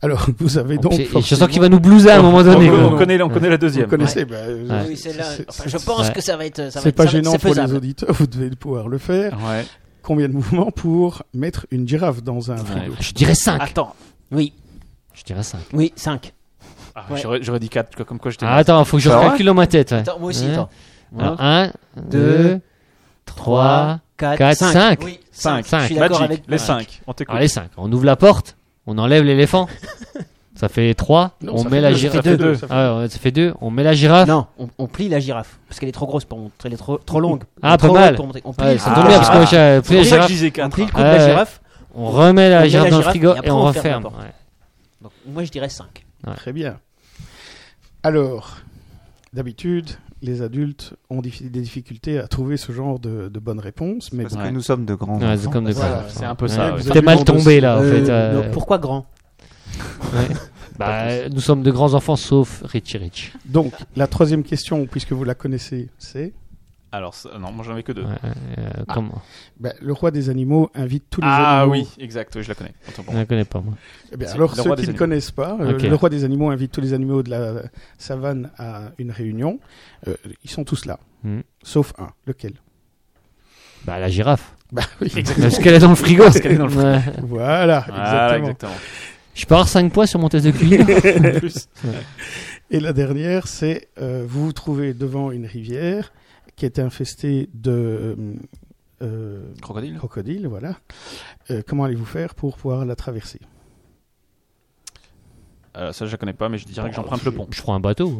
Speaker 6: Alors, vous avez donc...
Speaker 2: C'est- Je
Speaker 6: forcément-
Speaker 2: sens qu'il va nous blouser à un moment
Speaker 3: On,
Speaker 2: donné.
Speaker 6: non,
Speaker 2: quoi.
Speaker 6: non,
Speaker 3: on connaît, on connaît la
Speaker 6: Vous
Speaker 3: deuxième.
Speaker 6: connaissez bah, euh,
Speaker 2: Ouais.
Speaker 1: Oui, c'est là.
Speaker 6: c'est-
Speaker 1: Enfin,
Speaker 6: c'est-
Speaker 1: je pense
Speaker 2: ouais.
Speaker 1: que ça va être. ça va
Speaker 6: C'est
Speaker 1: être-
Speaker 6: pas
Speaker 1: ça va-
Speaker 6: gênant
Speaker 1: c'est
Speaker 6: pour les
Speaker 1: faisable.
Speaker 6: auditeurs, vous devez pouvoir le faire.
Speaker 3: Ouais.
Speaker 6: Combien de mouvements pour mettre une girafe dans un frigo
Speaker 2: Je dirais 5.
Speaker 3: Attends.
Speaker 1: Oui,
Speaker 2: Je dirais 5.
Speaker 1: oui, 5.
Speaker 3: Ah,
Speaker 1: Ouais.
Speaker 3: J'aurais j'aurais dit 4, comme quoi j'étais.
Speaker 2: Ah, attends, faut que je
Speaker 3: Ça va
Speaker 2: recalcule dans ma tête.
Speaker 1: Attends, moi aussi,
Speaker 2: Ouais.
Speaker 1: attends.
Speaker 2: Alors, 1, 2, 3.
Speaker 1: 4,
Speaker 2: Quatre, cinq.
Speaker 1: Oui,
Speaker 3: Cinq.
Speaker 1: 5. Je suis d'accord
Speaker 3: Magic,
Speaker 1: avec
Speaker 3: les
Speaker 1: toi.
Speaker 3: 5. On t'écoute.
Speaker 2: Allez, 5. On ouvre la porte, on enlève l'éléphant. Ça fait 3.
Speaker 6: Non,
Speaker 2: On met
Speaker 6: ça fait
Speaker 2: la
Speaker 6: deux, ça
Speaker 2: girafe.
Speaker 6: fait deux, ça fait
Speaker 2: Ah, ouais, Ça fait 2. On met la girafe.
Speaker 1: Non, on, on plie la girafe parce qu'elle est trop grosse pour montrer, elle est trop, trop longue.
Speaker 2: Ah,
Speaker 1: trop
Speaker 2: pas
Speaker 1: haute
Speaker 2: mal.
Speaker 1: pour montrer. On plie,
Speaker 2: Ouais,
Speaker 1: on
Speaker 2: ça
Speaker 1: plie
Speaker 2: tombe bien parce que moi, j'ai pris
Speaker 3: C'est pour ça
Speaker 2: la
Speaker 3: que je
Speaker 2: girafe.
Speaker 3: disais
Speaker 1: on
Speaker 3: 4.
Speaker 1: plie le coup de
Speaker 2: Ah,
Speaker 1: la
Speaker 2: ouais.
Speaker 1: girafe.
Speaker 2: On remet
Speaker 1: On
Speaker 2: la
Speaker 1: met
Speaker 2: girafe
Speaker 1: la
Speaker 2: dans le
Speaker 1: girafe,
Speaker 2: frigo
Speaker 1: et après,
Speaker 2: et
Speaker 1: on
Speaker 2: on
Speaker 1: referme la
Speaker 2: referme.
Speaker 1: porte.
Speaker 2: Ouais.
Speaker 1: Donc, moi, je dirais 5.
Speaker 6: Très bien. Alors, d'habitude, les adultes ont diffi- des difficultés à trouver ce genre de, de bonnes réponses, mais
Speaker 4: Parce
Speaker 6: bon,
Speaker 4: que nous sommes de grands.
Speaker 2: Ouais, c'est
Speaker 4: enfants.
Speaker 2: comme des
Speaker 6: Voilà,
Speaker 2: giraffes.
Speaker 3: c'est un peu
Speaker 2: Ouais.
Speaker 3: ça,
Speaker 6: ouais.
Speaker 2: T'es mal tombé là, en
Speaker 1: Euh,
Speaker 2: fait. euh,
Speaker 1: donc, pourquoi grand
Speaker 2: bah, nous sommes de grands enfants sauf Richie Rich.
Speaker 6: donc la troisième question, puisque vous la connaissez, c'est
Speaker 3: Alors, ça- non, moi j'en avais que 2.
Speaker 2: Ouais, euh, comment
Speaker 6: ben, le roi des animaux invite tous les
Speaker 3: Ah
Speaker 6: animaux.
Speaker 3: oui, exact, oui, je la connais. Autant pour
Speaker 2: Je
Speaker 3: moi.
Speaker 2: ne connais pas moi.
Speaker 6: Eh bien,
Speaker 3: C'est
Speaker 6: alors
Speaker 3: le roi
Speaker 6: ceux
Speaker 3: des
Speaker 6: qui ne
Speaker 3: animaux.
Speaker 6: connaissent pas, euh,
Speaker 2: Ok.
Speaker 6: le roi des animaux invite tous les animaux de la savane à une réunion. Euh, ils sont tous là,
Speaker 2: Hmm.
Speaker 6: sauf un. Lequel
Speaker 2: Bah, la girafe.
Speaker 6: Bah oui,
Speaker 2: Parce qu'elle est dans le frigo.
Speaker 3: qu'elle est dans le frigo.
Speaker 2: Ouais.
Speaker 6: voilà,
Speaker 3: Voilà,
Speaker 6: exactement.
Speaker 3: exactement.
Speaker 2: Je peux avoir 5 points sur mon test de
Speaker 3: Ah,
Speaker 2: cuir
Speaker 3: En plus.
Speaker 6: Et la dernière, c'est euh, vous vous trouvez devant une rivière qui est infestée de euh, euh,
Speaker 3: Crocodile
Speaker 6: crocodiles, voilà. Euh, comment allez-vous faire pour pouvoir la traverser
Speaker 3: Euh, Ça, je la connais pas, mais je dirais que j'emprunte le pont.
Speaker 2: Je prends un bateau.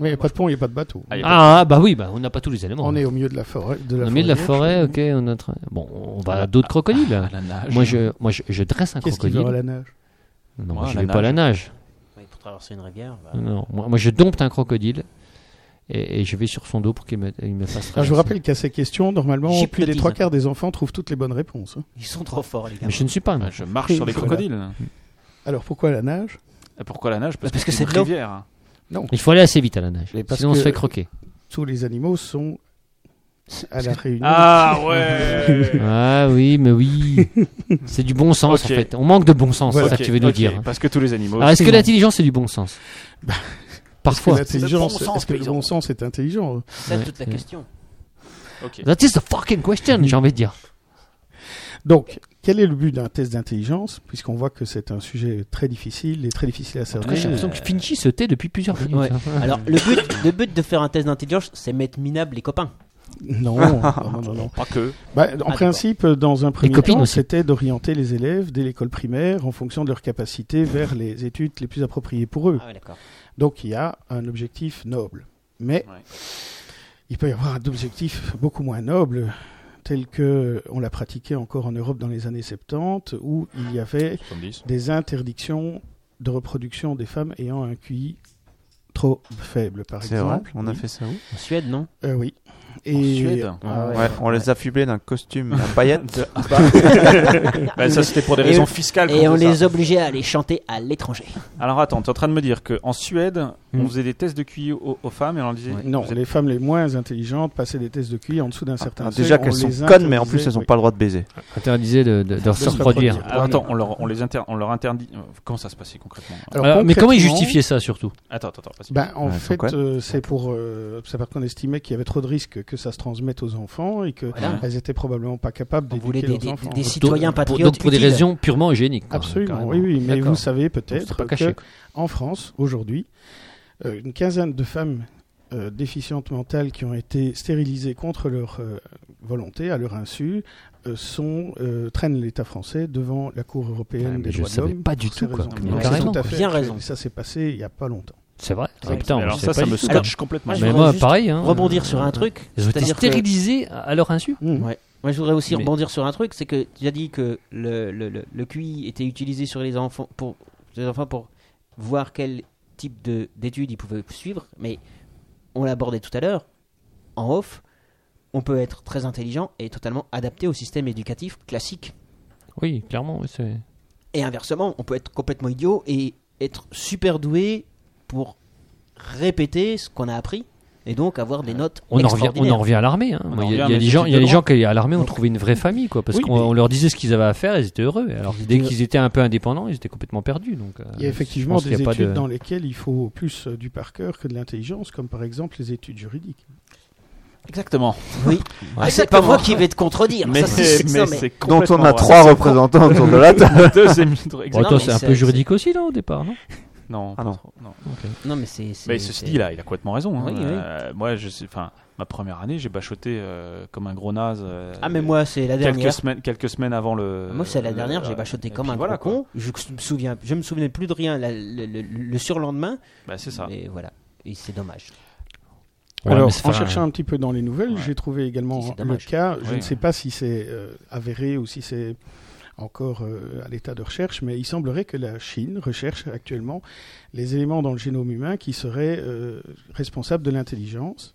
Speaker 6: Oui, il n'y a pas de pont, il n'y a pas de bateau.
Speaker 3: Ah, y a
Speaker 2: Ah, bah oui, bah, on n'a pas tous les éléments.
Speaker 6: on est au milieu de la forêt. De la
Speaker 2: On est de la
Speaker 6: forêt.
Speaker 2: forêt, ok. On est en train- Bon, on va à d'autres crocodiles.
Speaker 3: pas Ah, la nage.
Speaker 2: Moi, je, moi je, je dresse un
Speaker 6: Qu'est-ce qu'il
Speaker 2: crocodile.
Speaker 6: veut à la nage
Speaker 2: Non,
Speaker 3: Moi,
Speaker 2: moi, je
Speaker 3: la
Speaker 2: vais pas à la nage.
Speaker 1: Oui, Pour traverser une rivière. bah.
Speaker 2: Non, moi, moi, je dompte un crocodile et, et je vais sur son dos pour qu'il me, il me fasse.
Speaker 6: Alors, Je vous
Speaker 2: traverser.
Speaker 6: rappelle qu'à ces questions, normalement,
Speaker 1: J'hypnotise.
Speaker 6: plus des trois quarts des enfants trouvent toutes les bonnes réponses. hein.
Speaker 1: Ils sont trop forts, les gars.
Speaker 2: Mais je ne suis pas. un
Speaker 3: Bah,
Speaker 2: nage.
Speaker 3: Je marche sur les
Speaker 6: Voilà.
Speaker 3: crocodiles.
Speaker 6: Alors pourquoi la nage
Speaker 3: Et Pourquoi la nage Parce,
Speaker 1: Parce
Speaker 3: que
Speaker 1: que
Speaker 3: c'est
Speaker 1: c'est
Speaker 3: une
Speaker 1: de l'eau.
Speaker 3: rivière.
Speaker 2: Il faut aller assez vite à la nage.
Speaker 6: Mais parce
Speaker 2: Sinon, on se
Speaker 6: que-
Speaker 2: fait croquer.
Speaker 6: Tous les animaux sont à la réunion.
Speaker 5: Ah ouais
Speaker 2: Ah oui, mais oui. C'est du bon sens
Speaker 5: Ok.
Speaker 2: en fait. On manque de bon sens,
Speaker 5: Ok,
Speaker 2: c'est ça que tu veux nous
Speaker 5: ok,
Speaker 2: dire. hein.
Speaker 5: Parce que tous les animaux.
Speaker 2: Alors est-ce que l'intelligence c'est du bon sens Parfois.
Speaker 6: Est-ce que l'intelligence-
Speaker 5: C'est le bon sens,
Speaker 6: est-ce que le
Speaker 5: paysan.
Speaker 6: bon sens est intelligent
Speaker 1: C'est
Speaker 2: Ouais.
Speaker 1: toute la question.
Speaker 5: Ok.
Speaker 2: That is the fucking question, j'ai envie de dire.
Speaker 6: Donc, quel est le but d'un test d'intelligence Puisqu'on voit que c'est un sujet très difficile et très difficile à
Speaker 2: En tout cas,
Speaker 6: cerner.
Speaker 2: J'ai l'impression que Finchy se tait depuis plusieurs minutes.
Speaker 1: Ouais.
Speaker 2: hein.
Speaker 1: Alors, le but, le but de faire un test d'intelligence, c'est mettre minable les copains.
Speaker 6: Non, non, non, non.
Speaker 5: Pas que.
Speaker 6: Bah, en
Speaker 1: d'accord.
Speaker 6: principe, dans un premier
Speaker 2: Ah, copines
Speaker 6: temps,
Speaker 2: aussi.
Speaker 6: c'était d'orienter les élèves dès l'école primaire en fonction de leur capacité vers les études les plus appropriées pour eux.
Speaker 1: Ah ouais, d'accord.
Speaker 6: Donc il y a un objectif noble. Mais il peut y avoir un objectif beaucoup moins noble tel que on l'a pratiqué encore en Europe dans les années 70 où il y avait des interdictions de reproduction des femmes ayant un QI trop faible par
Speaker 4: C'est vrai,
Speaker 6: exemple.
Speaker 4: on a
Speaker 6: Oui.
Speaker 4: fait ça où
Speaker 1: En Suède, non
Speaker 6: Euh, oui. Et
Speaker 5: Suède
Speaker 1: Ah ouais.
Speaker 4: Ouais, on les a fublés d'un costume à paillettes.
Speaker 5: Bah, ça, c'était pour des
Speaker 1: Et-
Speaker 5: raisons fiscales. qu'on
Speaker 1: Et on
Speaker 5: faisait
Speaker 1: les
Speaker 5: ça.
Speaker 1: obligeait à aller chanter à l'étranger.
Speaker 5: Alors attends, t'es en train de me dire qu'en Suède,
Speaker 2: Hmm.
Speaker 5: on faisait des tests de QI aux, aux femmes et on leur disait.
Speaker 6: Non, les femmes les moins intelligentes passaient des tests de QI en dessous d'un certain
Speaker 4: Ah,
Speaker 6: seuil,
Speaker 4: déjà
Speaker 6: on
Speaker 4: qu'elles sont
Speaker 6: les
Speaker 4: connes, mais en plus
Speaker 6: interdisait,
Speaker 4: elles n'ont
Speaker 6: oui.
Speaker 4: pas le droit de baiser.
Speaker 2: Interdisait de, de, de se reproduire.
Speaker 6: reproduire.
Speaker 5: Alors, attends, on leur, on les inter- on leur interdit. euh, Comment ça se passait concrètement
Speaker 6: Alors,
Speaker 2: Alors, mais comment ils
Speaker 6: concrètement,
Speaker 2: justifiaient ça surtout
Speaker 5: Attends, attends, attends. vas-y.
Speaker 6: Ben, en
Speaker 4: Ouais, elles sont
Speaker 6: fait,
Speaker 4: connes.
Speaker 6: euh, c'est pour euh, c'est parce qu'on estimait qu'il y avait trop de risques que ça se transmette aux enfants et que
Speaker 1: Voilà.
Speaker 6: elles étaient probablement pas capables
Speaker 1: On voulait
Speaker 6: d'éduquer
Speaker 1: des,
Speaker 6: leurs
Speaker 1: des-
Speaker 6: enfants.
Speaker 1: des citoyens
Speaker 2: Donc, pour-
Speaker 1: patriotes.
Speaker 2: Donc pour des
Speaker 1: utiles.
Speaker 2: raisons purement hygiéniques. quoi, hein,
Speaker 6: Absolument,
Speaker 2: carrément.
Speaker 6: oui, oui. Mais
Speaker 2: D'accord.
Speaker 6: vous savez
Speaker 2: C'est
Speaker 6: peut-être
Speaker 2: pas caché.
Speaker 6: que en France aujourd'hui, euh, une quinzaine de femmes euh, déficientes mentales qui ont été stérilisées contre leur euh, volonté, à leur insu, euh, sont euh, traînent l'État français devant la Cour
Speaker 2: Ouais,
Speaker 6: européenne
Speaker 2: mais
Speaker 6: des
Speaker 2: je
Speaker 6: droits de
Speaker 2: savais
Speaker 6: l'homme.
Speaker 2: pas du
Speaker 6: pour ces
Speaker 2: tout. quoi.
Speaker 6: raisons.
Speaker 5: Mais
Speaker 6: Donc, c'est
Speaker 2: carrément,
Speaker 6: tout à fait
Speaker 1: bien
Speaker 6: actuel.
Speaker 1: raison.
Speaker 6: Ça s'est passé il n'y a pas longtemps.
Speaker 2: C'est vrai.
Speaker 1: Ouais.
Speaker 2: Putain,
Speaker 5: Alors
Speaker 2: je
Speaker 5: ça,
Speaker 2: savais
Speaker 5: ça
Speaker 2: pas
Speaker 5: me
Speaker 2: du tout.
Speaker 5: scotche complètement.
Speaker 1: Ah, je
Speaker 2: Mais
Speaker 1: voudrais
Speaker 2: moi,
Speaker 1: juste
Speaker 2: pareil. Hein,
Speaker 1: Rebondir sur un truc.
Speaker 2: Ils ont été
Speaker 1: c'est-à-dire que-
Speaker 2: stérilisés à leur insu.
Speaker 6: Mmh.
Speaker 1: Ouais. Moi, je voudrais aussi
Speaker 2: Mais-
Speaker 1: rebondir sur un truc, c'est que tu as dit que le, le, le, le QI était utilisé sur les enfants pour les enfants pour voir quel type de d'études ils pouvaient suivre, mais on l'abordait tout à l'heure en off. On peut être très intelligent et totalement adapté au système éducatif classique.
Speaker 2: Oui, clairement. oui, c'est-
Speaker 1: Et inversement, on peut être complètement idiot et être super doué pour répéter ce qu'on a appris et donc avoir des notes
Speaker 2: On en, revient, on
Speaker 1: extraordinaires.
Speaker 2: en revient à l'armée. hein.
Speaker 5: On
Speaker 2: Moi,
Speaker 5: en
Speaker 2: Il y
Speaker 5: revient
Speaker 2: a, il y a
Speaker 5: à
Speaker 2: des
Speaker 5: mes
Speaker 2: gens, il y a des
Speaker 5: études de
Speaker 2: gens qui, à l'armée, ont trouvé une vraie famille, quoi, parce
Speaker 6: Oui,
Speaker 2: qu'on
Speaker 6: mais-
Speaker 2: on leur disait ce qu'ils avaient à faire, ils étaient heureux. Alors que dès
Speaker 6: étaient-
Speaker 2: qu'ils étaient un peu indépendants, ils étaient complètement perdus. Donc, euh,
Speaker 6: Il y a
Speaker 2: je
Speaker 6: effectivement
Speaker 2: pense
Speaker 6: des
Speaker 2: qu'il y a
Speaker 6: études
Speaker 2: pas de-
Speaker 6: dans lesquelles il faut plus euh, du par cœur que de l'intelligence, comme par exemple les études juridiques.
Speaker 5: Exactement.
Speaker 1: Et c'est pas moi qui vais te contredire.
Speaker 5: Mais
Speaker 1: ça, c'est-
Speaker 5: c'est
Speaker 1: c'est ça, mais-
Speaker 4: Dont
Speaker 5: complètement
Speaker 4: on a
Speaker 5: vrai.
Speaker 4: trois représentants autour de la table.
Speaker 5: Deux émigrants,
Speaker 2: Bon,
Speaker 5: exactement.
Speaker 2: attends,
Speaker 1: mais
Speaker 2: Oh, c'est un
Speaker 1: c'est-
Speaker 2: peu juridique aussi, là, au départ, non
Speaker 5: Non,
Speaker 4: Ah
Speaker 5: pas
Speaker 4: non.
Speaker 5: trop, non.
Speaker 1: Non, mais c'est. c'est-
Speaker 5: Mais ceci
Speaker 1: c'est-
Speaker 5: dit, là, il a complètement raison. hein.
Speaker 1: Oui, oui.
Speaker 5: Euh, moi, je sais, enfin, ma première année, j'ai bachoté euh, comme un gros naze. euh,
Speaker 1: Ah, mais moi, c'est la
Speaker 5: quelques
Speaker 1: dernière.
Speaker 5: semaines, quelques semaines avant le.
Speaker 1: Moi, c'est la
Speaker 5: le-
Speaker 1: dernière, j'ai
Speaker 5: euh,
Speaker 1: bachoté
Speaker 5: et
Speaker 1: comme
Speaker 5: puis
Speaker 1: un
Speaker 5: voilà,
Speaker 1: gros
Speaker 5: quoi.
Speaker 1: con. Je me souviens, je me souvenais plus de rien la- le, le- le surlendemain.
Speaker 5: Bah, c'est ça.
Speaker 1: Et voilà. Et c'est dommage.
Speaker 2: Ouais,
Speaker 6: Alors,
Speaker 2: mais c'est
Speaker 6: en
Speaker 2: faire un-
Speaker 6: cherchant un petit peu dans les nouvelles,
Speaker 5: Ouais.
Speaker 6: j'ai trouvé
Speaker 1: C'est
Speaker 6: également le
Speaker 1: dommage.
Speaker 6: cas. Je
Speaker 5: Oui.
Speaker 6: ne sais pas si c'est euh, avéré ou si c'est encore euh, à l'état de recherche, mais il semblerait que la Chine recherche actuellement les éléments dans le génome humain qui seraient euh, responsables de l'intelligence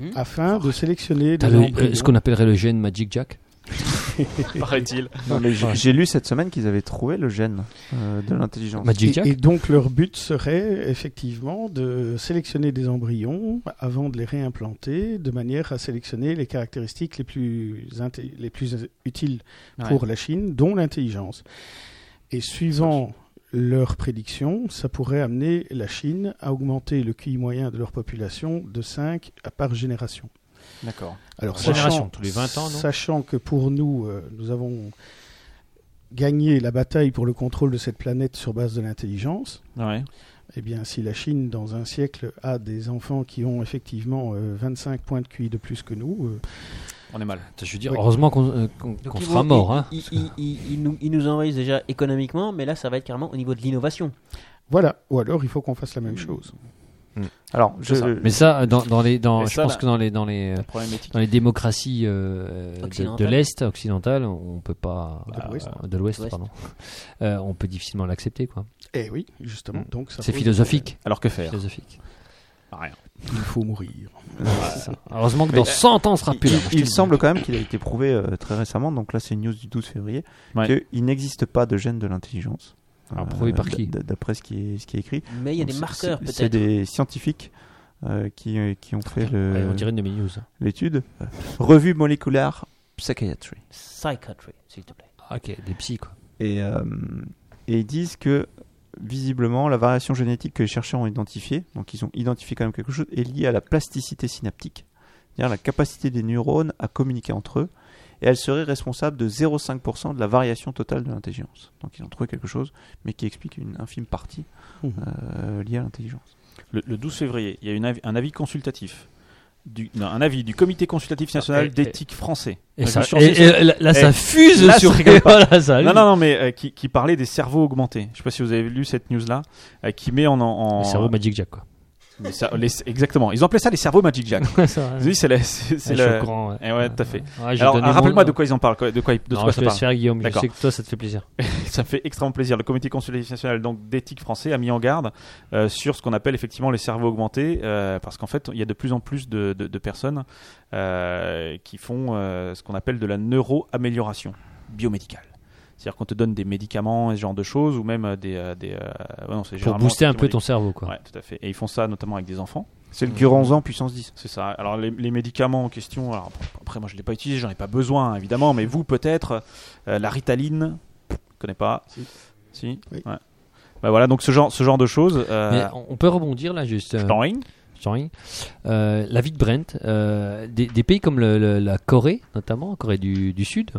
Speaker 1: Mhm.
Speaker 6: afin de sélectionner
Speaker 2: T'as
Speaker 6: des
Speaker 2: le-
Speaker 6: embryons.
Speaker 2: euh, ce qu'on appellerait le gène Magic Jack.
Speaker 5: Paraît-il.
Speaker 2: Ouais.
Speaker 4: J'ai lu cette semaine qu'ils avaient trouvé le gène euh, de l'intelligence.
Speaker 2: Magic Jack
Speaker 6: Et, et donc leur but serait effectivement de sélectionner des embryons avant de les réimplanter, de manière à sélectionner les caractéristiques les plus, inté- les plus utiles pour la Chine, dont l'intelligence. Et suivant leurs prédictions, ça pourrait amener la Chine à augmenter le QI moyen de leur population de 5 à par génération.
Speaker 5: D'accord.
Speaker 6: Alors,
Speaker 2: Par génération,
Speaker 6: sachant-
Speaker 2: tous les 20 ans, non
Speaker 6: Sachant que pour nous, euh, nous avons gagné la bataille pour le contrôle de cette planète sur base de l'intelligence,
Speaker 5: Ouais.
Speaker 6: eh bien, si la Chine, dans un siècle, a des enfants qui ont effectivement euh, 25 points de QI de plus que nous, euh,
Speaker 5: On est mal.
Speaker 2: Attends, Je veux dire,
Speaker 6: Oui.
Speaker 2: heureusement qu'on euh, qu'on-
Speaker 1: Donc,
Speaker 2: qu'on
Speaker 1: ils
Speaker 2: sera
Speaker 1: vont-
Speaker 2: mort. hein.
Speaker 1: Ils, ils- ils- ils nous, ils nous envahissent déjà économiquement, mais là, ça va être carrément au niveau de l'innovation.
Speaker 6: voilà. Ou alors, il faut qu'on fasse la même chose.
Speaker 4: Alors, je,
Speaker 5: C'est ça.
Speaker 2: Mais ça, dans, dans les, dans,
Speaker 5: Mais
Speaker 2: je
Speaker 5: ça,
Speaker 2: pense
Speaker 5: là-
Speaker 2: que dans les, dans les, euh,
Speaker 5: Problème éthique.
Speaker 2: dans les démocraties euh, de- de,
Speaker 1: Occidentales.
Speaker 2: l'Est occidentale, on peut pas
Speaker 6: De l'Ouest.
Speaker 2: euh, de l'Ouest,
Speaker 1: Ouest.
Speaker 2: pardon, Euh, on peut difficilement l'accepter quoi.
Speaker 6: Eh oui, justement. Donc, ça
Speaker 2: C'est
Speaker 6: pose-
Speaker 2: philosophique.
Speaker 5: Alors que faire
Speaker 2: Philosophique.
Speaker 5: Rien.
Speaker 6: Il faut mourir.
Speaker 2: Heureusement que dans 100 ans, on sera plus là.
Speaker 4: il, il semble quand même qu'il a été prouvé euh, très récemment, donc là c'est une news du 12 février,
Speaker 5: Ouais.
Speaker 4: qu'il n'existe pas de gène de l'intelligence.
Speaker 2: Alors, prouvé par qui
Speaker 4: d- d- D'après ce qui est, ce qui est écrit.
Speaker 1: Mais il y a
Speaker 4: Donc,
Speaker 1: des
Speaker 4: c'est-
Speaker 1: marqueurs,
Speaker 4: c'est- C'est
Speaker 1: peut-être.
Speaker 4: des scientifiques euh, qui, euh, qui ont fait
Speaker 2: Ouais,
Speaker 4: le-
Speaker 2: on dirait une demi-news.
Speaker 4: l'étude. Euh, Revue moléculaire psychiatry.
Speaker 1: Psychiatry, s'il te plaît.
Speaker 2: Ah, ok, des psys, quoi.
Speaker 4: Et, euh, et ils disent que visiblement la variation génétique que les chercheurs ont identifiée, donc ils ont identifié quand même quelque chose, est liée à la plasticité synaptique, c'est-à-dire la capacité des neurones à communiquer entre eux, et elle serait responsable de 0,5% de la variation totale de l'intelligence. Donc ils ont trouvé quelque chose, mais qui explique une infime partie
Speaker 6: Mhm.
Speaker 4: euh, liée à l'intelligence.
Speaker 5: Le, le 12 février, il y a une avi- un avis consultatif. Du, non, un avis du Comité consultatif national
Speaker 2: Ah, et-
Speaker 5: d'éthique français.
Speaker 2: Et, ça,
Speaker 5: D'accord.
Speaker 2: et- et là, là, ça
Speaker 5: Eh,
Speaker 2: fuse
Speaker 5: là,
Speaker 2: sur.
Speaker 5: ça rigole pas.
Speaker 2: Voilà, ça-
Speaker 5: Non, non, non, mais euh, qui, qui parlait des cerveaux augmentés. Je ne sais pas si vous avez lu cette news-là, euh, qui met en. en- en-
Speaker 2: Le cerveau Magic Jack, quoi.
Speaker 5: les cer- les- exactement. Ils ont appelé ça les cerveaux Magic Jack.
Speaker 2: ça,
Speaker 5: Oui, c'est la- c'est- c'est
Speaker 2: Ah, je suis
Speaker 5: le-
Speaker 2: au courant, ouais.
Speaker 5: Eh ouais, tout à fait.
Speaker 2: Ouais, j'ai
Speaker 5: Alors,
Speaker 2: donné
Speaker 5: ah,
Speaker 2: mon-
Speaker 5: rappelle-moi de quoi ils en parlent, quoi- de quoi, ils- de
Speaker 2: Non,
Speaker 5: quoi
Speaker 2: je
Speaker 5: ça
Speaker 2: te laisse
Speaker 5: parle.
Speaker 2: faire, Guillaume. Je
Speaker 5: D'accord.
Speaker 2: sais que toi, ça te fait plaisir.
Speaker 5: Ça me fait extrêmement plaisir. Le Comité consultatif national donc d'éthique français a mis en garde euh, sur ce qu'on appelle effectivement les cerveaux augmentés, euh, parce qu'en fait, il y a de plus en plus de, de- de personnes euh, qui font euh, ce qu'on appelle de la neuroamélioration biomédicale. C'est-à-dire qu'on te donne des médicaments et ce genre de choses, ou même euh, des. euh, des euh, ouais, non, c'est
Speaker 2: Pour
Speaker 5: généralement
Speaker 2: booster un peu ton
Speaker 5: effectivement
Speaker 2: cerveau,
Speaker 5: des-
Speaker 2: quoi.
Speaker 5: Ouais, tout à fait. Et ils font ça notamment avec des enfants.
Speaker 4: C'est le Guranzan puissance 10.
Speaker 5: C'est ça. Alors les, les médicaments en question, alors, après moi je ne l'ai pas utilisé, j'en ai pas besoin évidemment, mais vous peut-être, euh, la ritaline, je connais pas. Si.
Speaker 6: Oui.
Speaker 5: Ouais. Bah voilà, donc ce genre, ce genre de choses. euh,
Speaker 2: Mais on on peut rebondir là, juste. euh,
Speaker 5: je t'en ring.
Speaker 2: Sorry. Euh, la vie de Brent, euh, des, des pays comme le- le- la Corée, notamment, Corée du, du Sud,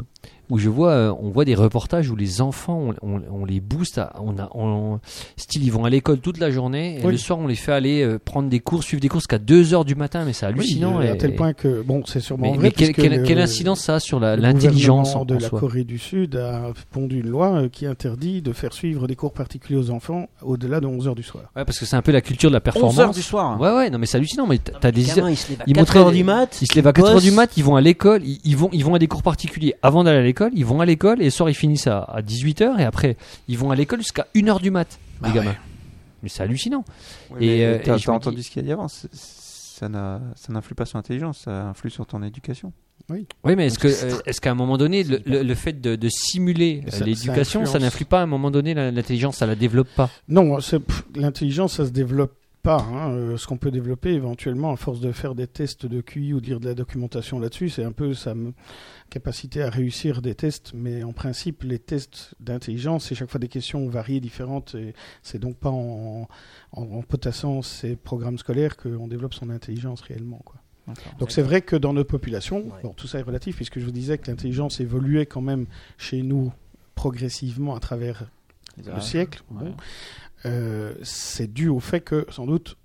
Speaker 2: où je vois, euh, on voit des reportages où les enfants, on, on- on les booste, à- on a, on- style, ils vont à l'école toute la journée, et
Speaker 6: Oui.
Speaker 2: le soir, on les fait aller euh, prendre des cours, suivre des courses qu'à 2h du matin, mais c'est hallucinant.
Speaker 6: Oui, euh,
Speaker 2: et-
Speaker 6: à tel point que, bon, c'est sûrement
Speaker 2: mais
Speaker 6: vrai.
Speaker 2: mais quelle,
Speaker 6: puisque
Speaker 2: quelle-
Speaker 6: le-
Speaker 2: quelle incidence ça a sur la-
Speaker 6: le
Speaker 2: euh, l'intelligence en,
Speaker 6: gouvernement de
Speaker 2: en
Speaker 6: la
Speaker 2: soi
Speaker 6: Corée du Sud a pondu une loi euh, qui interdit de faire suivre des cours particuliers aux enfants au-delà de 11 heures du soir.
Speaker 2: Ouais, Parce que c'est un peu la culture de la
Speaker 5: 11 heures
Speaker 2: performance.
Speaker 5: du soir.
Speaker 2: Ouais, ouais, non, mais c'est hallucinant, mais t- t'as
Speaker 1: Les
Speaker 2: des,
Speaker 1: gamins, ils se lèvent à
Speaker 2: ils
Speaker 1: 4
Speaker 2: montraient
Speaker 1: heures
Speaker 2: les-
Speaker 1: du mat.
Speaker 2: Ils se lèvent à 4h
Speaker 1: bossent.
Speaker 2: du mat, ils vont à l'école, ils, ils vont, ils vont à des cours particuliers avant d'aller à l'école, ils vont à l'école et le soir ils finissent à, 18h et après ils vont à l'école jusqu'à 1h du mat,
Speaker 4: Bah
Speaker 2: les gamins. Mais c'est hallucinant. Et,
Speaker 4: et
Speaker 2: euh,
Speaker 4: t'as
Speaker 2: et je
Speaker 4: t'as
Speaker 2: me
Speaker 4: entendu
Speaker 2: dis-
Speaker 4: ce qu'il y a dit avant, c'est- ça n'a- ça n'influe pas sur l'intelligence, ça influe sur ton éducation.
Speaker 2: Oui, mais est-ce que, euh, est-ce qu'à un moment donné, le, le- le fait de, de simuler
Speaker 6: Et
Speaker 2: euh,
Speaker 6: ça-
Speaker 2: l'éducation,
Speaker 6: ça
Speaker 2: ça
Speaker 6: influence.
Speaker 2: n'influe pas à un moment donné la- l'intelligence, ça la développe pas
Speaker 6: Non, c'est- pff, l'intelligence, ça se développe pas. hein. Euh, Ce qu'on peut développer éventuellement à force de faire des tests de QI ou de lire de la documentation là-dessus, c'est un peu sa m- capacité à réussir des tests. Mais en principe, les tests d'intelligence, c'est chaque fois des questions variées, différentes. et C'est donc pas en, en, en potassant ces programmes scolaires qu'on développe son intelligence réellement. Quoi. Donc c'est vrai que dans notre population, bon, tout ça est relatif, puisque je vous disais que l'intelligence évoluait quand même chez nous progressivement à travers le siècle.
Speaker 5: Ah. ouais.
Speaker 6: bon. Euh, c'est dû au fait que, sans doute,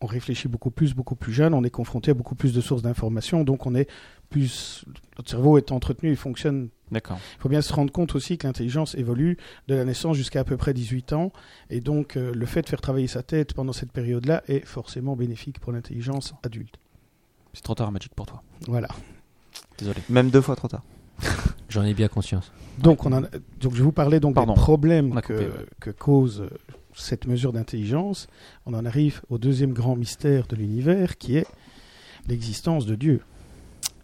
Speaker 6: on réfléchit beaucoup plus, beaucoup plus jeune, on est confronté à beaucoup plus de sources d'informations, donc on est plus. Notre cerveau est entretenu, il fonctionne.
Speaker 5: D'accord.
Speaker 6: Il faut bien se rendre compte aussi que l'intelligence évolue de la naissance jusqu'à à peu près 18 ans, et donc euh, le fait de faire travailler sa tête pendant cette période-là est forcément bénéfique pour l'intelligence adulte.
Speaker 5: C'est trop tard, Magic, pour toi.
Speaker 6: Voilà.
Speaker 5: Désolé.
Speaker 4: Même deux fois trop tard.
Speaker 2: J'en ai bien conscience.
Speaker 6: Donc, on en a- donc je vous parlais donc
Speaker 5: Pardon.
Speaker 6: des problèmes
Speaker 5: On a
Speaker 6: que,
Speaker 5: coupé, ouais.
Speaker 6: que cause euh, cette mesure d'intelligence. On en arrive au deuxième grand mystère de l'univers qui est l'existence de Dieu.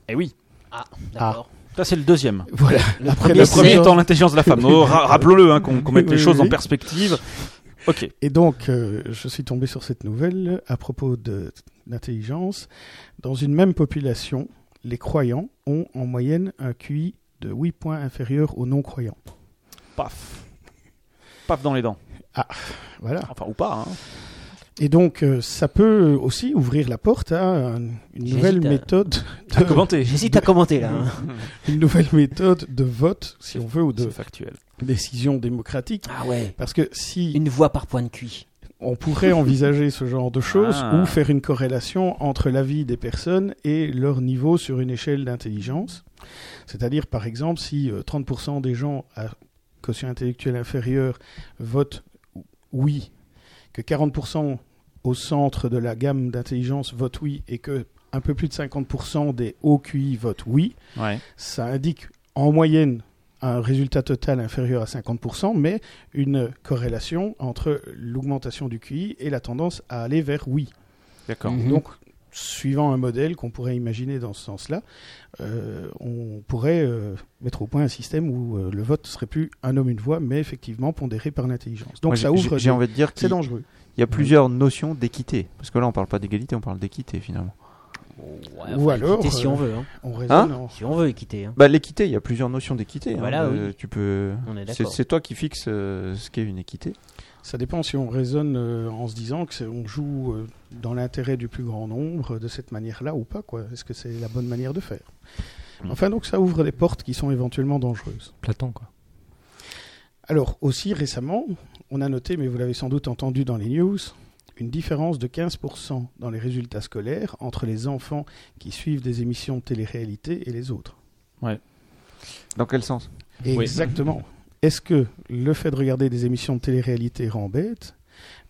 Speaker 5: Eh oui.
Speaker 1: D'accord.
Speaker 5: Ça, c'est le deuxième.
Speaker 6: Voilà.
Speaker 1: Ah. Le
Speaker 6: Après
Speaker 1: premier,
Speaker 5: Le premier
Speaker 6: la
Speaker 1: c'est
Speaker 6: première-
Speaker 5: étant l'intelligence de la femme. Oh, ra- Rappelons-le, hein, qu'on qu'on mette les
Speaker 6: Oui,
Speaker 5: choses
Speaker 6: oui.
Speaker 5: en perspective. Ok.
Speaker 6: Et donc, euh, je suis tombé sur cette nouvelle à propos de l'intelligence. Dans une même population, les croyants ont en moyenne un QI de 8 points inférieur aux non-croyants.
Speaker 5: Paf. Paf dans les dents.
Speaker 6: Voilà.
Speaker 5: Enfin, ou pas. hein.
Speaker 6: Et donc, euh, ça peut aussi ouvrir la porte à un- une nouvelle
Speaker 1: J'hésite à-
Speaker 6: méthode
Speaker 5: À
Speaker 6: de,
Speaker 5: commenter.
Speaker 1: J'hésite à commenter là. hein.
Speaker 6: une nouvelle méthode de vote, si on veut, ou de
Speaker 5: C'est factuel.
Speaker 6: décision démocratique.
Speaker 1: Ah ouais.
Speaker 6: Parce que si
Speaker 1: Une voix par point de cuit.
Speaker 6: on pourrait envisager ce genre de choses
Speaker 5: Ah.
Speaker 6: ou faire une corrélation entre la vie des personnes et leur niveau sur une échelle d'intelligence. C'est-à-dire, par exemple, si euh, 30% des gens à quotient intellectuel inférieur votent oui, que 40% au centre de la gamme d'intelligence votent oui et que un peu plus de 50% des hauts QI votent oui,
Speaker 5: Ouais.
Speaker 6: ça indique en moyenne un résultat total inférieur à 50%, mais une corrélation entre l'augmentation du QI et la tendance à aller vers oui.
Speaker 5: D'accord.
Speaker 2: Mhm.
Speaker 6: Donc, suivant un modèle qu'on pourrait imaginer dans ce sens-là, euh, on pourrait euh, mettre au point un système où euh, le vote serait plus un homme une voix, mais effectivement pondéré par l'intelligence. Donc
Speaker 4: Moi,
Speaker 6: ça
Speaker 4: j'ai-
Speaker 6: ouvre.
Speaker 4: J'ai
Speaker 6: des-
Speaker 4: envie de dire
Speaker 6: C'est
Speaker 4: qu'il
Speaker 6: dangereux.
Speaker 4: il y a plusieurs notions d'équité. Parce que là, on parle pas d'égalité, on parle d'équité finalement.
Speaker 1: Ouais,
Speaker 6: Ou
Speaker 1: faut
Speaker 6: alors,
Speaker 1: équiter si
Speaker 6: euh,
Speaker 1: on veut. hein.
Speaker 6: On raisonne
Speaker 4: Hein
Speaker 6: en-
Speaker 1: Si on veut équiter. hein.
Speaker 4: Bah, l'équité, il y a plusieurs notions d'équité. hein,
Speaker 1: Voilà,
Speaker 4: de- Tu peux.
Speaker 1: On est
Speaker 4: C'est
Speaker 1: d'accord.
Speaker 4: c'est toi qui fixes euh, ce qu'est une équité.
Speaker 6: Ça dépend si on raisonne euh, en se disant que c'est- on joue euh, dans l'intérêt du plus grand nombre euh, de cette manière-là ou pas. quoi. Est-ce que c'est la bonne manière de faire Enfin, donc ça ouvre des portes qui sont éventuellement dangereuses.
Speaker 2: Platon, quoi.
Speaker 6: Alors aussi récemment, on a noté, mais vous l'avez sans doute entendu dans les news, une différence de 15% dans les résultats scolaires entre les enfants qui suivent des émissions de télé-réalité et les autres.
Speaker 4: Dans quel sens
Speaker 6: Exactement. Est-ce que le fait de regarder des émissions de télé-réalité rend bête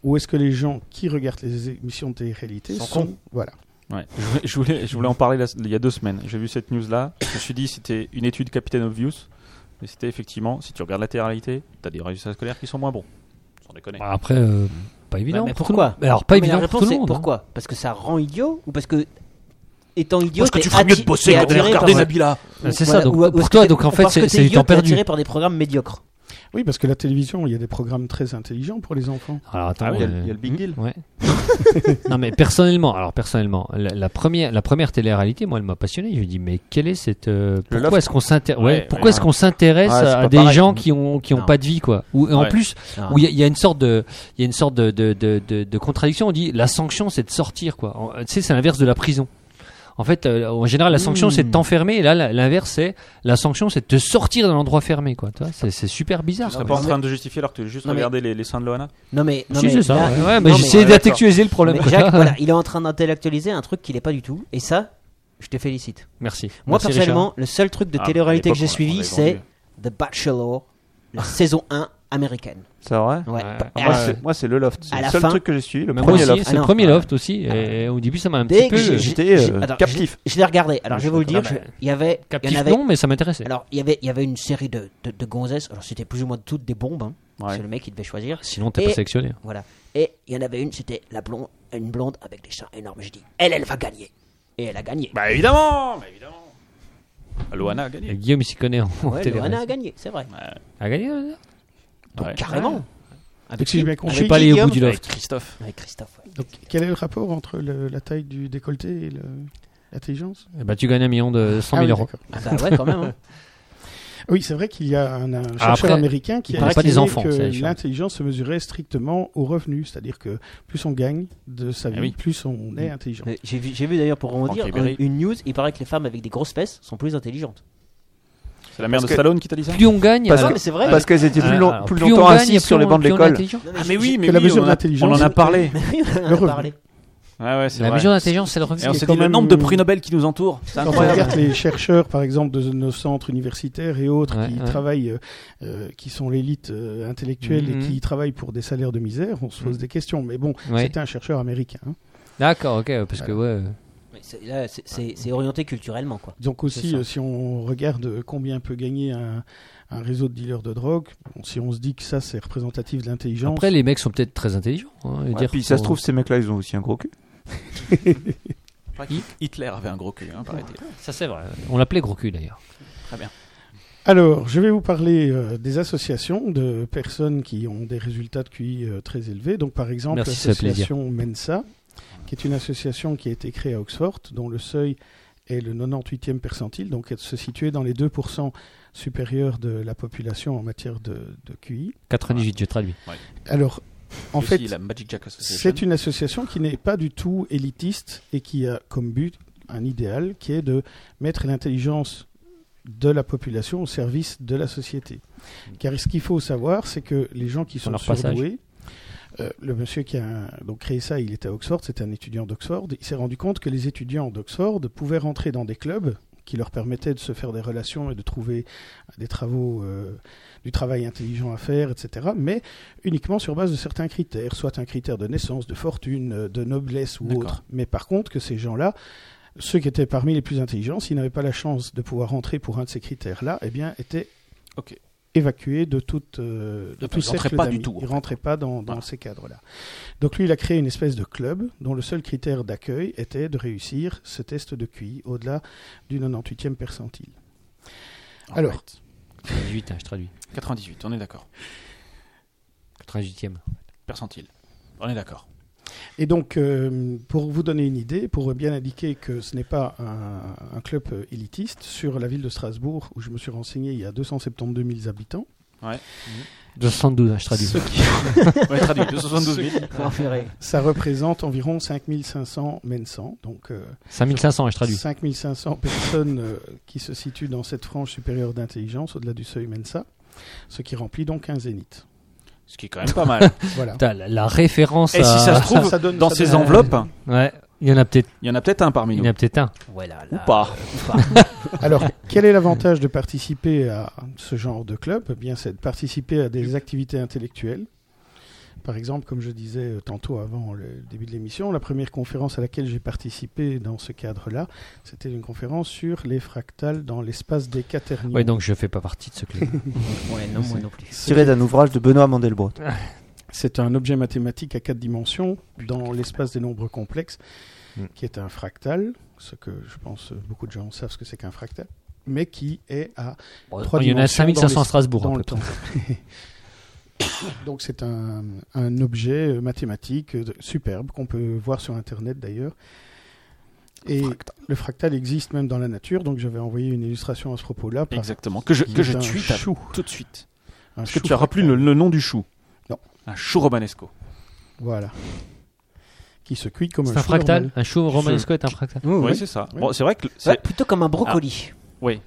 Speaker 6: ou est-ce que les gens qui regardent les émissions de télé-réalité
Speaker 3: Sont
Speaker 6: sont,
Speaker 3: cons.
Speaker 6: voilà
Speaker 3: Ouais. Je, voulais, je, voulais, je voulais en parler la- il y a deux semaines. J'ai vu cette news-là. Je me suis dit c'était une étude Captain Obvious. Mais c'était effectivement, si tu regardes la télé-réalité, t'as des résultats scolaires qui sont moins bons. Sans déconner.
Speaker 2: Bah, après, euh, pas évident.
Speaker 1: Bah, mais
Speaker 2: pour
Speaker 1: pourquoi
Speaker 2: tout le monde. Alors, pas
Speaker 1: Mais
Speaker 2: évident
Speaker 1: la
Speaker 2: pour
Speaker 1: réponse
Speaker 2: tout le
Speaker 1: c'est
Speaker 2: monde. hein.
Speaker 1: pourquoi Parce que ça rend idiot ou parce que étant idiot
Speaker 5: Parce que
Speaker 1: t'es
Speaker 5: tu ferais mieux de
Speaker 1: atti-
Speaker 5: bosser
Speaker 1: t'es
Speaker 5: que d'aller
Speaker 1: attiré par-
Speaker 5: regarder Nabila.
Speaker 2: Euh, C'est
Speaker 1: Voilà,
Speaker 2: ça, donc
Speaker 1: ou- ou est-ce
Speaker 2: pour
Speaker 1: que
Speaker 2: toi,
Speaker 1: t'es-
Speaker 2: donc en
Speaker 1: ou
Speaker 2: fait,
Speaker 1: parce que
Speaker 2: c'est
Speaker 1: t'es
Speaker 2: c'est du
Speaker 1: idiot,
Speaker 2: temps
Speaker 1: t'es
Speaker 2: perdu.
Speaker 1: attiré par des programmes médiocres.
Speaker 6: Oui, parce que la télévision, il y a des programmes très intelligents pour les enfants.
Speaker 2: Alors, attends,
Speaker 4: Ah oui, il y a-
Speaker 2: euh,
Speaker 4: il y a le Big Deal.
Speaker 2: Ouais. non mais personnellement, alors personnellement, la, la première, la première télé-réalité, moi, elle m'a passionné. Je me dis, mais quelle est cette, euh,
Speaker 4: loft.
Speaker 2: pourquoi est-ce qu'on s'intéresse,
Speaker 5: Ouais,
Speaker 2: ouais,
Speaker 5: ouais,
Speaker 2: pourquoi est-ce
Speaker 5: ouais.
Speaker 2: qu'on s'intéresse
Speaker 4: Ouais, c'est
Speaker 2: à
Speaker 4: pas
Speaker 2: des
Speaker 4: pareil.
Speaker 2: gens qui ont qui ont
Speaker 1: Non.
Speaker 2: pas de vie quoi. Ou et en
Speaker 5: Ouais.
Speaker 2: plus,
Speaker 1: Non.
Speaker 2: où il y, a- il y a une sorte de, il y a une sorte de de, de, de de contradiction. On dit la sanction, c'est de sortir quoi. En- Tu sais, c'est l'inverse de la prison. En fait, euh, en général, la sanction,
Speaker 4: Hmm.
Speaker 2: c'est de t'enfermer. Et là, la- l'inverse, c'est la sanction, c'est de te sortir d'un endroit fermé, quoi. Tu vois, c'est c'est super bizarre.
Speaker 3: Tu serais
Speaker 2: quoi.
Speaker 3: pas en train de justifier alors que tu as juste
Speaker 1: Non, mais-
Speaker 3: regardé les, les seins de Loana
Speaker 1: Non mais non
Speaker 2: Si,
Speaker 1: mais
Speaker 2: c'est ça.
Speaker 1: là-
Speaker 2: ouais. Ouais, mais
Speaker 1: non,
Speaker 2: j'essaie
Speaker 1: mais-
Speaker 2: d'actualiser le problème.
Speaker 1: Mais
Speaker 2: quoi.
Speaker 1: Jacques, voilà, il est en train d'intellectualiser un truc qu'il n'est pas du tout, et ça, je te félicite.
Speaker 2: Merci.
Speaker 1: Moi,
Speaker 2: Merci,
Speaker 1: personnellement,
Speaker 2: Richard.
Speaker 1: le seul truc de
Speaker 5: Ah,
Speaker 1: télé-réalité
Speaker 5: à
Speaker 1: que j'ai
Speaker 5: l'époque, on
Speaker 1: suivi,
Speaker 5: l'avait
Speaker 1: c'est
Speaker 5: vendu.
Speaker 1: The Bachelor, la saison 1 américaine.
Speaker 4: C'est vrai
Speaker 1: Ouais. Ah,
Speaker 2: Ouais.
Speaker 1: Et
Speaker 4: Moi,
Speaker 1: à-
Speaker 4: c'est- Moi, c'est le loft. C'est
Speaker 1: à
Speaker 4: le
Speaker 1: la
Speaker 4: seul
Speaker 1: fin-
Speaker 4: truc que j'ai suivi. Le
Speaker 2: Mais moi
Speaker 4: premier
Speaker 2: aussi,
Speaker 4: loft.
Speaker 2: c'est
Speaker 1: Ah
Speaker 2: le
Speaker 1: non.
Speaker 2: premier loft aussi. Et, et au début, ça m'a un
Speaker 1: Dès
Speaker 2: petit peu
Speaker 1: que j'ai- j'ai-
Speaker 4: J'étais
Speaker 1: j'ai-
Speaker 4: euh,
Speaker 1: attends,
Speaker 4: captif.
Speaker 1: Je l'ai regardé. Alors, je vais vous le
Speaker 2: Non,
Speaker 1: dire,
Speaker 2: mais-
Speaker 1: je- il y avait, il y en
Speaker 2: captif.
Speaker 1: avait
Speaker 2: Non, mais ça m'intéressait.
Speaker 1: Alors, il y avait, il y avait une série de, de, de gonzesses. Alors, c'était plus ou moins toutes des bombes. hein.
Speaker 4: Ouais.
Speaker 1: C'est le mec qui devait choisir.
Speaker 2: Sinon, t'es
Speaker 1: Et-
Speaker 2: pas sélectionné.
Speaker 1: Voilà. Et il y en avait une, c'était la blonde, une blonde avec des seins énormes. J'ai dit, elle, elle va gagner. Et elle a gagné.
Speaker 5: Bah évidemment, bah, évidemment. Loana a
Speaker 2: Et
Speaker 5: gagné.
Speaker 2: Guillaume, il s'y connaît en en
Speaker 1: ouais,
Speaker 2: télé.
Speaker 1: Lorena a gagné, c'est vrai.
Speaker 2: A gagné euh,
Speaker 5: Ouais.
Speaker 1: Carrément.
Speaker 6: Donc, si j'ai bien
Speaker 2: On
Speaker 6: compris,
Speaker 2: n'est pas allé au bout du
Speaker 5: Avec
Speaker 2: loft.
Speaker 5: Christophe.
Speaker 1: Avec Christophe, ouais.
Speaker 6: donc, quel est le rapport entre le- la taille du décolleté et le- l'intelligence
Speaker 2: Eh ben, tu gagnes un million de 100 000
Speaker 6: Ah oui,
Speaker 2: euros.
Speaker 6: d'accord.
Speaker 1: Ah bah ouais, quand même. hein.
Speaker 6: Oui, c'est vrai qu'il y a un, un
Speaker 2: Ah,
Speaker 6: chercheur
Speaker 2: après,
Speaker 6: américain qui
Speaker 2: il
Speaker 6: a
Speaker 2: parle pas des
Speaker 6: estimé
Speaker 2: enfants, c'est
Speaker 6: que
Speaker 2: sûr.
Speaker 6: l'intelligence se mesurait strictement au revenu, c'est-à-dire que plus on gagne de
Speaker 2: Eh
Speaker 6: sa vie,
Speaker 5: oui.
Speaker 6: plus on est intelligent.
Speaker 1: Mais J'ai vu, j'ai vu d'ailleurs, pour rebondir,
Speaker 5: Franck Ribéry.
Speaker 1: une, une news, il paraît que les femmes avec des grosses fesses sont plus intelligentes.
Speaker 5: C'est la mère de
Speaker 4: Parce que-
Speaker 5: Stallone qui t'a dit ça
Speaker 2: Plus on gagne,
Speaker 4: Parce
Speaker 2: alors-
Speaker 1: Ah non, mais c'est vrai.
Speaker 4: Parce qu'elles étaient plus, long-
Speaker 2: alors,
Speaker 4: plus
Speaker 2: on
Speaker 4: longtemps
Speaker 2: gagne,
Speaker 4: assises
Speaker 2: Ah, plus
Speaker 4: sur les
Speaker 2: on-
Speaker 4: bancs de
Speaker 2: plus on est
Speaker 4: l'école.
Speaker 2: intelligent.
Speaker 1: Non,
Speaker 5: Ah
Speaker 1: je-
Speaker 5: mais oui,
Speaker 1: je-
Speaker 5: mais
Speaker 6: que la
Speaker 5: oui,
Speaker 6: mesure
Speaker 5: on,
Speaker 6: de
Speaker 5: a,
Speaker 6: l'intelligence-
Speaker 5: on en a parlé. Ah
Speaker 1: Oui, on en
Speaker 6: Le
Speaker 1: a
Speaker 6: revenu.
Speaker 1: parlé.
Speaker 5: Ouais, ouais, c'est
Speaker 2: La
Speaker 5: vrai.
Speaker 2: mesure d'intelligence, c'est le revenu.
Speaker 5: Et on s'est
Speaker 6: quand
Speaker 5: dit le
Speaker 6: même-
Speaker 5: nombre de prix Nobel qui nous entourent. C'est
Speaker 6: Quand on
Speaker 5: incroyable.
Speaker 6: regarde les chercheurs, par exemple, de nos centres universitaires et autres
Speaker 2: Ouais,
Speaker 6: qui
Speaker 2: ouais.
Speaker 6: travaillent, euh, euh, qui sont l'élite euh, intellectuelle
Speaker 2: Mhm.
Speaker 6: et qui travaillent pour des salaires de misère, on se pose des questions. Mais bon,
Speaker 2: Ouais.
Speaker 6: c'était un chercheur américain. hein.
Speaker 2: D'accord, ok, parce que ouais.
Speaker 1: Mais c'est- Là, c'est- c'est c'est orienté culturellement, quoi.
Speaker 6: Donc
Speaker 1: C'est
Speaker 6: aussi,
Speaker 1: ça.
Speaker 6: euh, si on regarde combien peut gagner un, un réseau de dealers de drogue, bon, si on se dit que ça c'est représentatif de l'intelligence,
Speaker 2: Après, les mecs sont peut-être très intelligents. hein, et
Speaker 4: Ouais,
Speaker 2: dire
Speaker 4: Puis ça
Speaker 2: qu'on-
Speaker 4: se trouve, ces mecs-là, ils ont aussi un gros cul.
Speaker 5: Hitler avait un gros cul, hein, paraît-il.
Speaker 2: ça c'est vrai. On l'appelait gros cul d'ailleurs.
Speaker 6: Alors, je vais vous parler euh, des associations de personnes qui ont des résultats de QI euh, très élevés. Donc, par exemple,
Speaker 2: Merci, ça fait
Speaker 6: l'association Mensa, qui est une association qui a été créée à Oxford, dont le seuil est le 98e percentile, donc elle se situait dans les 2% supérieurs de la population en matière de, de QI.
Speaker 2: 98, je traduis.
Speaker 6: Alors, en fait,
Speaker 5: la Magic Jack Association.
Speaker 6: c'est une association qui n'est pas du tout élitiste et qui a comme but un idéal qui est de mettre l'intelligence de la population au service de la société. Car ce qu'il faut savoir, c'est que les gens qui
Speaker 2: Dans
Speaker 6: sont
Speaker 2: leur passage.
Speaker 6: surdoués, euh, le monsieur qui a donc créé ça, il était à Oxford, c'était un étudiant d'Oxford, il s'est rendu compte que les étudiants d'Oxford pouvaient rentrer dans des clubs qui leur permettaient de se faire des relations et de trouver des travaux, euh, du travail intelligent à faire, etc. Mais uniquement sur base de certains critères, soit un critère de naissance, de fortune, euh, de noblesse ou
Speaker 5: D'accord.
Speaker 6: autre. Mais par contre, que ces gens-là, ceux qui étaient parmi les plus intelligents, s'ils n'avaient pas la chance de pouvoir rentrer pour un de ces critères-là, eh bien, étaient
Speaker 5: Ok.
Speaker 6: évacué de toute euh,
Speaker 3: Enfin, il
Speaker 6: de tout
Speaker 3: rentrait
Speaker 6: cercle
Speaker 3: pas du
Speaker 6: d'amis.
Speaker 3: tout, en
Speaker 6: Il
Speaker 3: fait.
Speaker 6: rentrait pas dans, dans
Speaker 3: Voilà.
Speaker 6: ces cadres-là. Donc lui, il a créé une espèce de club dont le seul critère d'accueil était de réussir ce test de QI au-delà du 98e percentile. Alors,
Speaker 2: 98, hein, je traduis.
Speaker 5: 98, on est d'accord.
Speaker 2: 98e.
Speaker 5: Percentile. On est d'accord.
Speaker 6: Et donc, euh, pour vous donner une idée, pour bien indiquer que ce n'est pas un, un club euh, élitiste, sur la ville de Strasbourg, où je me suis renseigné, il y a 272 000 habitants.
Speaker 2: 272, hein, je traduis.
Speaker 6: Ce qui-
Speaker 5: On est traduit, 272 000.
Speaker 6: ça représente environ 5500 mensans, donc euh,
Speaker 2: 5500, hein, je traduis.
Speaker 6: 5500 personnes euh, qui se situent dans cette frange supérieure d'intelligence, au-delà du seuil mensa, ce qui remplit donc un zénith.
Speaker 5: Ce qui est quand même pas mal.
Speaker 6: Voilà.
Speaker 2: Putain, la, la référence
Speaker 5: Et
Speaker 2: à...
Speaker 5: Eh, si ça se trouve,
Speaker 6: ça donne-
Speaker 5: dans
Speaker 6: ça
Speaker 5: ces
Speaker 6: donne-
Speaker 5: enveloppes,
Speaker 2: Ouais, il y en a peut-être
Speaker 5: il y en a peut-être un parmi
Speaker 2: il
Speaker 5: nous.
Speaker 2: y en a peut-être un.
Speaker 1: Voilà,
Speaker 5: Ou pas.
Speaker 6: Alors, quel est l'avantage de participer à ce genre de club Eh bien, c'est de participer à des activités intellectuelles. Par exemple, comme je disais euh, tantôt avant le début de l'émission, la première conférence à laquelle j'ai participé dans ce cadre-là, c'était une conférence sur les fractales dans l'espace des quaternions.
Speaker 2: Ouais, donc je fais pas partie de ce club.
Speaker 1: Ouais, non, moi non plus.
Speaker 4: Tiré d'un ouvrage de Benoît Mandelbrot.
Speaker 6: C'est un objet mathématique à quatre dimensions dans l'espace des nombres complexes,
Speaker 2: Mm.
Speaker 6: qui est un fractal, ce que je pense euh, beaucoup de gens savent ce que c'est qu'un fractal, mais qui est à
Speaker 2: Bon,
Speaker 6: Trois
Speaker 2: il y en a
Speaker 6: dimensions
Speaker 2: 5500
Speaker 6: dans
Speaker 2: à
Speaker 6: les-
Speaker 2: Strasbourg.
Speaker 6: dans
Speaker 2: à
Speaker 6: le
Speaker 2: peu près.
Speaker 6: temps. Donc c'est un, un objet euh, mathématique euh, de- superbe qu'on peut voir sur Internet d'ailleurs. Et le fractal existe même dans la nature, donc j'avais envoyé une illustration à ce propos-là. par-
Speaker 5: Exactement. Que je,
Speaker 6: qui
Speaker 5: que
Speaker 6: est
Speaker 5: je
Speaker 6: un
Speaker 5: tweete à-
Speaker 6: chou.
Speaker 5: tout de suite.
Speaker 6: un
Speaker 5: Est-ce que
Speaker 6: chou
Speaker 5: tu as rappelé
Speaker 6: fractal.
Speaker 5: le, le nom du chou
Speaker 6: Non.
Speaker 5: Un chou romanesco.
Speaker 6: Voilà. Qui se cuit comme un,
Speaker 2: C'est un
Speaker 6: chou
Speaker 2: fractal
Speaker 6: normal.
Speaker 2: Un chou romanesco est un fractal.
Speaker 5: Oui,
Speaker 6: oui.
Speaker 5: c'est ça.
Speaker 6: Oui.
Speaker 5: Bon, c'est vrai que c'est-
Speaker 1: Ouais, plutôt comme un brocoli.
Speaker 5: mais,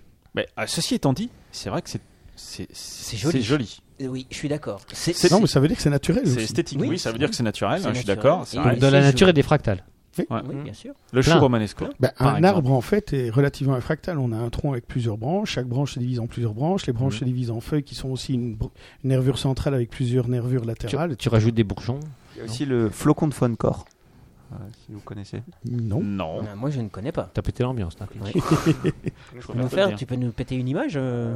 Speaker 5: euh, ceci étant dit, c'est vrai que c'est c'est c'est
Speaker 1: joli.
Speaker 5: c'est joli.
Speaker 1: Euh, Oui, je suis d'accord. C'est
Speaker 5: C'est-
Speaker 6: Non, mais ça veut dire que c'est naturel.
Speaker 5: C'est
Speaker 6: aussi.
Speaker 5: esthétique.
Speaker 1: Oui,
Speaker 5: Oui, ça veut
Speaker 1: c'est-
Speaker 5: dire que c'est naturel.
Speaker 1: c'est
Speaker 5: hein, je suis
Speaker 1: naturel.
Speaker 5: d'accord. c'est
Speaker 1: Et-
Speaker 5: vrai.
Speaker 2: De la
Speaker 1: c'est
Speaker 2: nature
Speaker 1: joli.
Speaker 2: et des fractales.
Speaker 5: Ouais.
Speaker 1: Oui, bien sûr.
Speaker 5: Le chou
Speaker 2: Plein.
Speaker 5: romanesco.
Speaker 6: Ben,
Speaker 5: Par
Speaker 6: un
Speaker 5: exemple.
Speaker 6: arbre, en fait, est relativement un fractal. On a un tronc avec plusieurs branches. Chaque branche se divise en plusieurs branches. Les branches
Speaker 5: Mhm.
Speaker 6: se divisent en feuilles qui sont aussi une, br- une nervure centrale avec plusieurs nervures
Speaker 2: Tu,
Speaker 6: latérales.
Speaker 2: tu rajoutes des bourgeons.
Speaker 4: Il y a aussi le flocon de Foncor, euh, si vous connaissez.
Speaker 6: Non.
Speaker 5: Non.
Speaker 1: Euh, Moi, je ne connais pas.
Speaker 2: T'as pété l'ambiance. là.
Speaker 1: Ouais.
Speaker 5: Je
Speaker 1: Tu peux nous
Speaker 5: préfère te le
Speaker 1: faire,
Speaker 5: dire.
Speaker 1: tu peux nous péter une image, euh,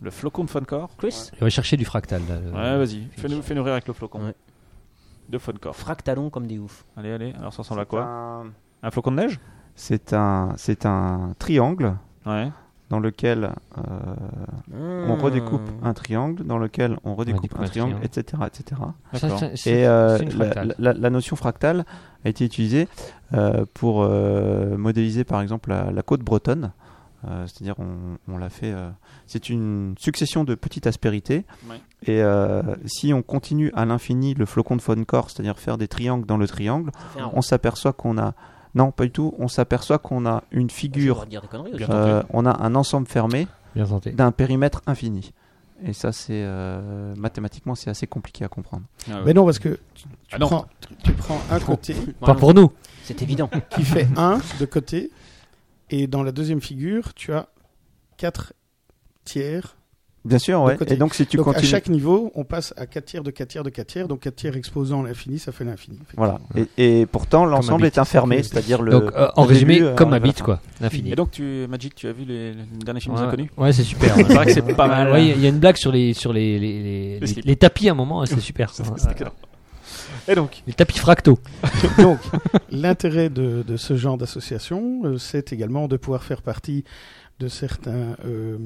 Speaker 5: Le flocon de Foncore.
Speaker 1: Chris
Speaker 2: On va chercher du fractal. là, le-
Speaker 5: Ouais, vas-y. Fais-nous fais-nous rire avec le flocon.
Speaker 1: Ouais.
Speaker 5: De Foncore.
Speaker 1: Fractalon comme des oufs.
Speaker 5: Allez, allez. Alors ça ressemble à
Speaker 4: C'est
Speaker 5: quoi
Speaker 4: un-
Speaker 5: Un flocon de neige
Speaker 4: C'est un, c'est un triangle
Speaker 5: Ouais.
Speaker 4: dans lequel euh,
Speaker 1: Mmh.
Speaker 4: on redécoupe hein. un triangle, dans lequel on redécoupe
Speaker 2: découpe
Speaker 4: un
Speaker 2: un
Speaker 4: triangle, etc., etc.
Speaker 2: Ça,
Speaker 5: D'accord.
Speaker 2: c'est- c'est-
Speaker 4: Et euh,
Speaker 2: c'est une
Speaker 4: la,
Speaker 2: fractale.
Speaker 4: la- la notion fractale a été utilisée euh, pour euh, modéliser par exemple la, la côte bretonne. Euh, C'est-à-dire on, on l'a fait. euh, c'est une succession de petites aspérités.
Speaker 5: Ouais.
Speaker 4: Et euh, si on continue à l'infini le flocon de Foncor, c'est-à-dire faire des triangles dans le triangle,
Speaker 5: Ah
Speaker 4: on s'aperçoit qu'on a non pas du tout. On s'aperçoit qu'on a une figure.
Speaker 1: dire des conneries aussi.
Speaker 5: Ah, Bien
Speaker 4: euh, on a un ensemble fermé
Speaker 2: Bien tenté.
Speaker 4: d'un périmètre infini. Et ça, c'est euh, mathématiquement, c'est assez compliqué à comprendre.
Speaker 5: Ah ouais.
Speaker 6: Mais non, parce que tu, tu
Speaker 5: Ah non.
Speaker 6: prends, tu prends un côté
Speaker 2: Pas pour nous.
Speaker 1: C'est évident. Euh,
Speaker 6: qui fait 1 de côté, et dans la deuxième figure, tu as 4 tiers.
Speaker 4: Bien sûr, ouais.
Speaker 6: côté.
Speaker 4: Et donc, si tu
Speaker 6: donc à
Speaker 4: continues,
Speaker 6: chaque niveau, on passe à 4 tiers de 4 tiers de 4 tiers, donc 4 tiers exposant à l'infini, ça fait l'infini.
Speaker 4: Voilà. Et, et pourtant, l'ensemble
Speaker 2: un
Speaker 4: est infirmé, c'est-à-dire le.
Speaker 2: Donc, euh, en
Speaker 4: le
Speaker 2: résumé,
Speaker 4: début, euh,
Speaker 2: comme ma
Speaker 4: vers la
Speaker 2: bite,
Speaker 4: fin.
Speaker 2: quoi. L'infini.
Speaker 5: Et donc, tu, Magic, tu as vu les, les derniers films des
Speaker 2: Ouais.
Speaker 5: inconnus
Speaker 2: Ouais, c'est super.
Speaker 5: C'est vrai que c'est pas mal.
Speaker 2: Ouais, Il y a une blague sur les, sur les, les, les,
Speaker 5: Le
Speaker 2: les-
Speaker 5: slip.
Speaker 2: les tapis à un moment, hein, c'est super. Ouais.
Speaker 5: Et donc
Speaker 2: Les tapis fractaux.
Speaker 6: Donc, l'intérêt de, de ce genre d'association, euh, c'est également de pouvoir faire partie de certains euh,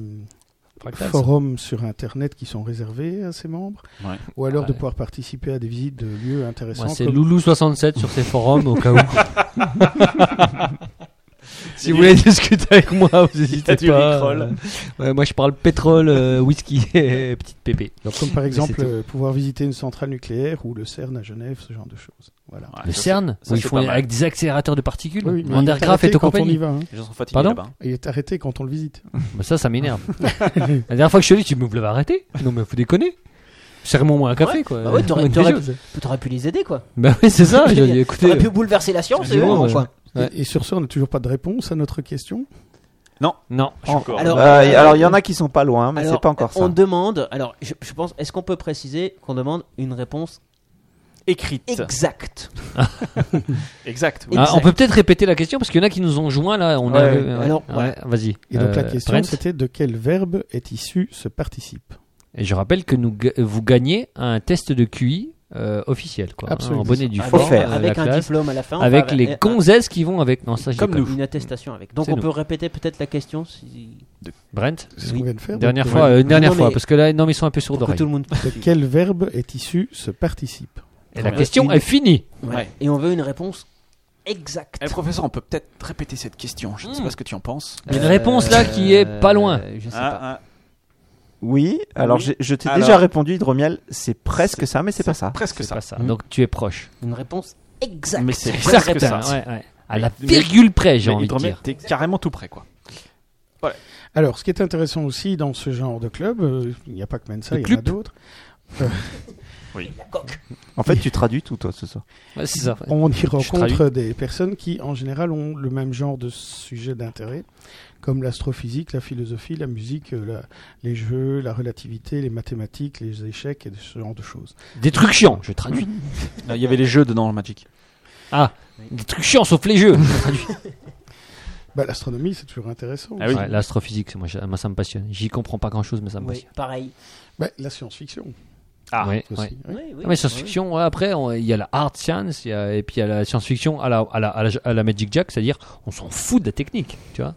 Speaker 2: Fractales, ça.
Speaker 6: forums sur Internet qui sont réservés à ses membres,
Speaker 5: Ouais.
Speaker 6: ou alors
Speaker 2: Ah
Speaker 6: de
Speaker 2: ouais.
Speaker 6: pouvoir participer à des visites de lieux
Speaker 2: Moi,
Speaker 6: intéressants.
Speaker 2: c'est
Speaker 6: comme-
Speaker 2: Loulou67 sur ces forums, au cas où. si vous voulez discuter avec moi, vous n'hésitez
Speaker 5: du
Speaker 2: pas.
Speaker 5: rickroll.
Speaker 2: Euh, ouais, moi, je parle pétrole, euh, whisky et petite pépé.
Speaker 6: Donc, comme
Speaker 2: Mais
Speaker 6: par
Speaker 2: c'est
Speaker 6: exemple
Speaker 2: tout.
Speaker 6: euh, pouvoir visiter une centrale nucléaire ou le CERN à Genève, ce genre de choses. Voilà.
Speaker 5: Ouais,
Speaker 2: Le
Speaker 5: ça,
Speaker 2: CERN,
Speaker 5: ça,
Speaker 2: où ils
Speaker 5: c'est
Speaker 2: font
Speaker 5: pas mal.
Speaker 2: avec des accélérateurs de particules,
Speaker 6: Oui, oui, mais il est
Speaker 2: Vandergraaf et
Speaker 6: arrêté
Speaker 2: tout
Speaker 6: quand on y
Speaker 2: compagnie.
Speaker 6: va. hein.
Speaker 5: Les gens sont fatigués
Speaker 2: Pardon
Speaker 5: là-bas. hein.
Speaker 6: Il est arrêté quand on le visite.
Speaker 2: Bah, ça, ça m'énerve. la dernière fois que je suis allé, tu me l'avais arrêté. Non, mais vous déconnez. Serre-moi au moins un café, quoi.
Speaker 1: Bah ouais, t'aurais-
Speaker 2: Quelque
Speaker 1: t'aurais-
Speaker 2: chose.
Speaker 1: T'aurais pu les aider, quoi.
Speaker 2: Bah oui, c'est ça. J'ai dit, écoutez,
Speaker 1: T'aurais pu bouleverser la science,
Speaker 2: c'est
Speaker 1: et
Speaker 2: bon,
Speaker 1: bon,
Speaker 2: ouais.
Speaker 1: quoi.
Speaker 2: Ouais.
Speaker 6: Et, et sur ce, on n'a toujours pas de réponse à notre question.
Speaker 2: non.
Speaker 5: Je suis encore-
Speaker 1: Alors,
Speaker 4: Euh, y- alors, il y en a qui sont pas loin, mais c'est pas encore ça.
Speaker 1: On demande, alors je, je pense, est-ce qu'on peut préciser qu'on demande une réponse
Speaker 5: Écrite.
Speaker 1: exacte
Speaker 5: Exact. oui.
Speaker 2: Ah,
Speaker 1: Exact.
Speaker 2: on peut peut-être répéter la question parce qu'il y en a qui nous ont joints là. On
Speaker 4: Ouais,
Speaker 2: a-
Speaker 4: ouais.
Speaker 2: ouais,
Speaker 1: Alors,
Speaker 2: ouais, vas-y.
Speaker 6: Et donc, la
Speaker 2: Euh,
Speaker 6: question,
Speaker 2: Brent
Speaker 6: c'était de quel verbe est issu ce participe
Speaker 2: Et je rappelle que nous, ga- vous gagnez un test de QI euh, officiel, quoi, hein,
Speaker 6: Absolument.
Speaker 2: en bonnet du
Speaker 1: Avec-
Speaker 2: fort,
Speaker 4: Offert.
Speaker 2: euh,
Speaker 1: Avec
Speaker 2: la
Speaker 1: un
Speaker 2: classe,
Speaker 1: diplôme à la fin.
Speaker 2: avec
Speaker 1: enfin, euh,
Speaker 2: les
Speaker 1: un-
Speaker 2: gonzesses qui vont avec. Non, ça, je dis
Speaker 5: Comme
Speaker 2: pas.
Speaker 5: nous.
Speaker 1: Une attestation avec. Donc
Speaker 2: C'est
Speaker 1: on
Speaker 2: nous.
Speaker 1: peut répéter peut-être la question si...
Speaker 2: Brent,
Speaker 6: C'est ce qu'on vient de faire.
Speaker 2: dernière
Speaker 6: donc,
Speaker 2: fois,
Speaker 6: euh,
Speaker 2: euh, une dernière
Speaker 1: Non,
Speaker 2: fois,
Speaker 1: mais-
Speaker 2: parce que là, non, mais ils sont un peu sourds
Speaker 1: pour que
Speaker 2: d'oreille.
Speaker 1: tout le monde.
Speaker 6: De quel verbe est issu ce participe
Speaker 2: Et la question est finie.
Speaker 1: Ouais.
Speaker 5: Ouais.
Speaker 1: Et on veut une réponse exacte.
Speaker 5: Eh, professeur, on peut peut-être répéter cette question. Je ne sais
Speaker 2: Mm.
Speaker 5: pas ce que tu en penses.
Speaker 2: Il y a une réponse là qui est pas loin. Ah,
Speaker 1: Euh, Je sais
Speaker 5: Ah,
Speaker 7: Hein,
Speaker 1: pas.
Speaker 7: hein.
Speaker 4: Oui, alors j'ai- je t'ai
Speaker 5: Alors-
Speaker 4: déjà répondu, hydromiel, c'est presque ça, mais c'est pas ça.
Speaker 5: Presque
Speaker 2: C'est
Speaker 5: ça.
Speaker 2: pas ça.
Speaker 1: Mm.
Speaker 2: Mmh. Donc tu es proche.
Speaker 1: Une réponse exacte.
Speaker 5: Mais c'est
Speaker 2: ah. C'est
Speaker 5: presque ça.
Speaker 2: À la
Speaker 5: Mais-
Speaker 2: virgule près, j'ai
Speaker 5: Mais
Speaker 2: envie de
Speaker 5: Hydromel,
Speaker 2: dire.
Speaker 5: t'es carrément tout près, quoi.
Speaker 6: Alors, ce qui est intéressant aussi dans ce genre de club, euh, il n'y a pas que Mensa,
Speaker 2: Le
Speaker 6: il y en a
Speaker 2: club.
Speaker 6: d'autres.
Speaker 4: En fait, tu traduis tout, toi, ce soir.
Speaker 2: Ouais, c'est ça.
Speaker 6: On y rencontre
Speaker 2: traduis.
Speaker 6: des personnes qui, en général, ont le même genre de sujet d'intérêt, comme l'astrophysique, la philosophie, la musique, euh, la- les jeux, la relativité, les mathématiques, les échecs et ce genre de choses.
Speaker 2: Des trucs chiants, je traduis.
Speaker 5: Non, Il y avait les jeux dedans, le Magic.
Speaker 2: Des trucs chiants, sauf les jeux.
Speaker 6: Bah, L'astronomie, c'est toujours intéressant.
Speaker 5: Ah oui.
Speaker 2: Ouais, L'astrophysique, moi, je- moi, ça me passionne. J'y comprends pas grand chose, mais ça me
Speaker 1: Oui,
Speaker 2: passionne.
Speaker 1: pareil.
Speaker 6: Bah, la science-fiction
Speaker 5: Ah,
Speaker 2: Ouais,
Speaker 6: aussi. hein.
Speaker 2: ouais.
Speaker 6: oui.
Speaker 1: Oui, oui,
Speaker 2: Ah, mais science-fiction, ouais, après, on- il y a la hard science, il y a- et puis il y a la science-fiction à la, à, la, à, la, à la Magic Jack, c'est-à-dire on s'en fout de la technique, tu vois.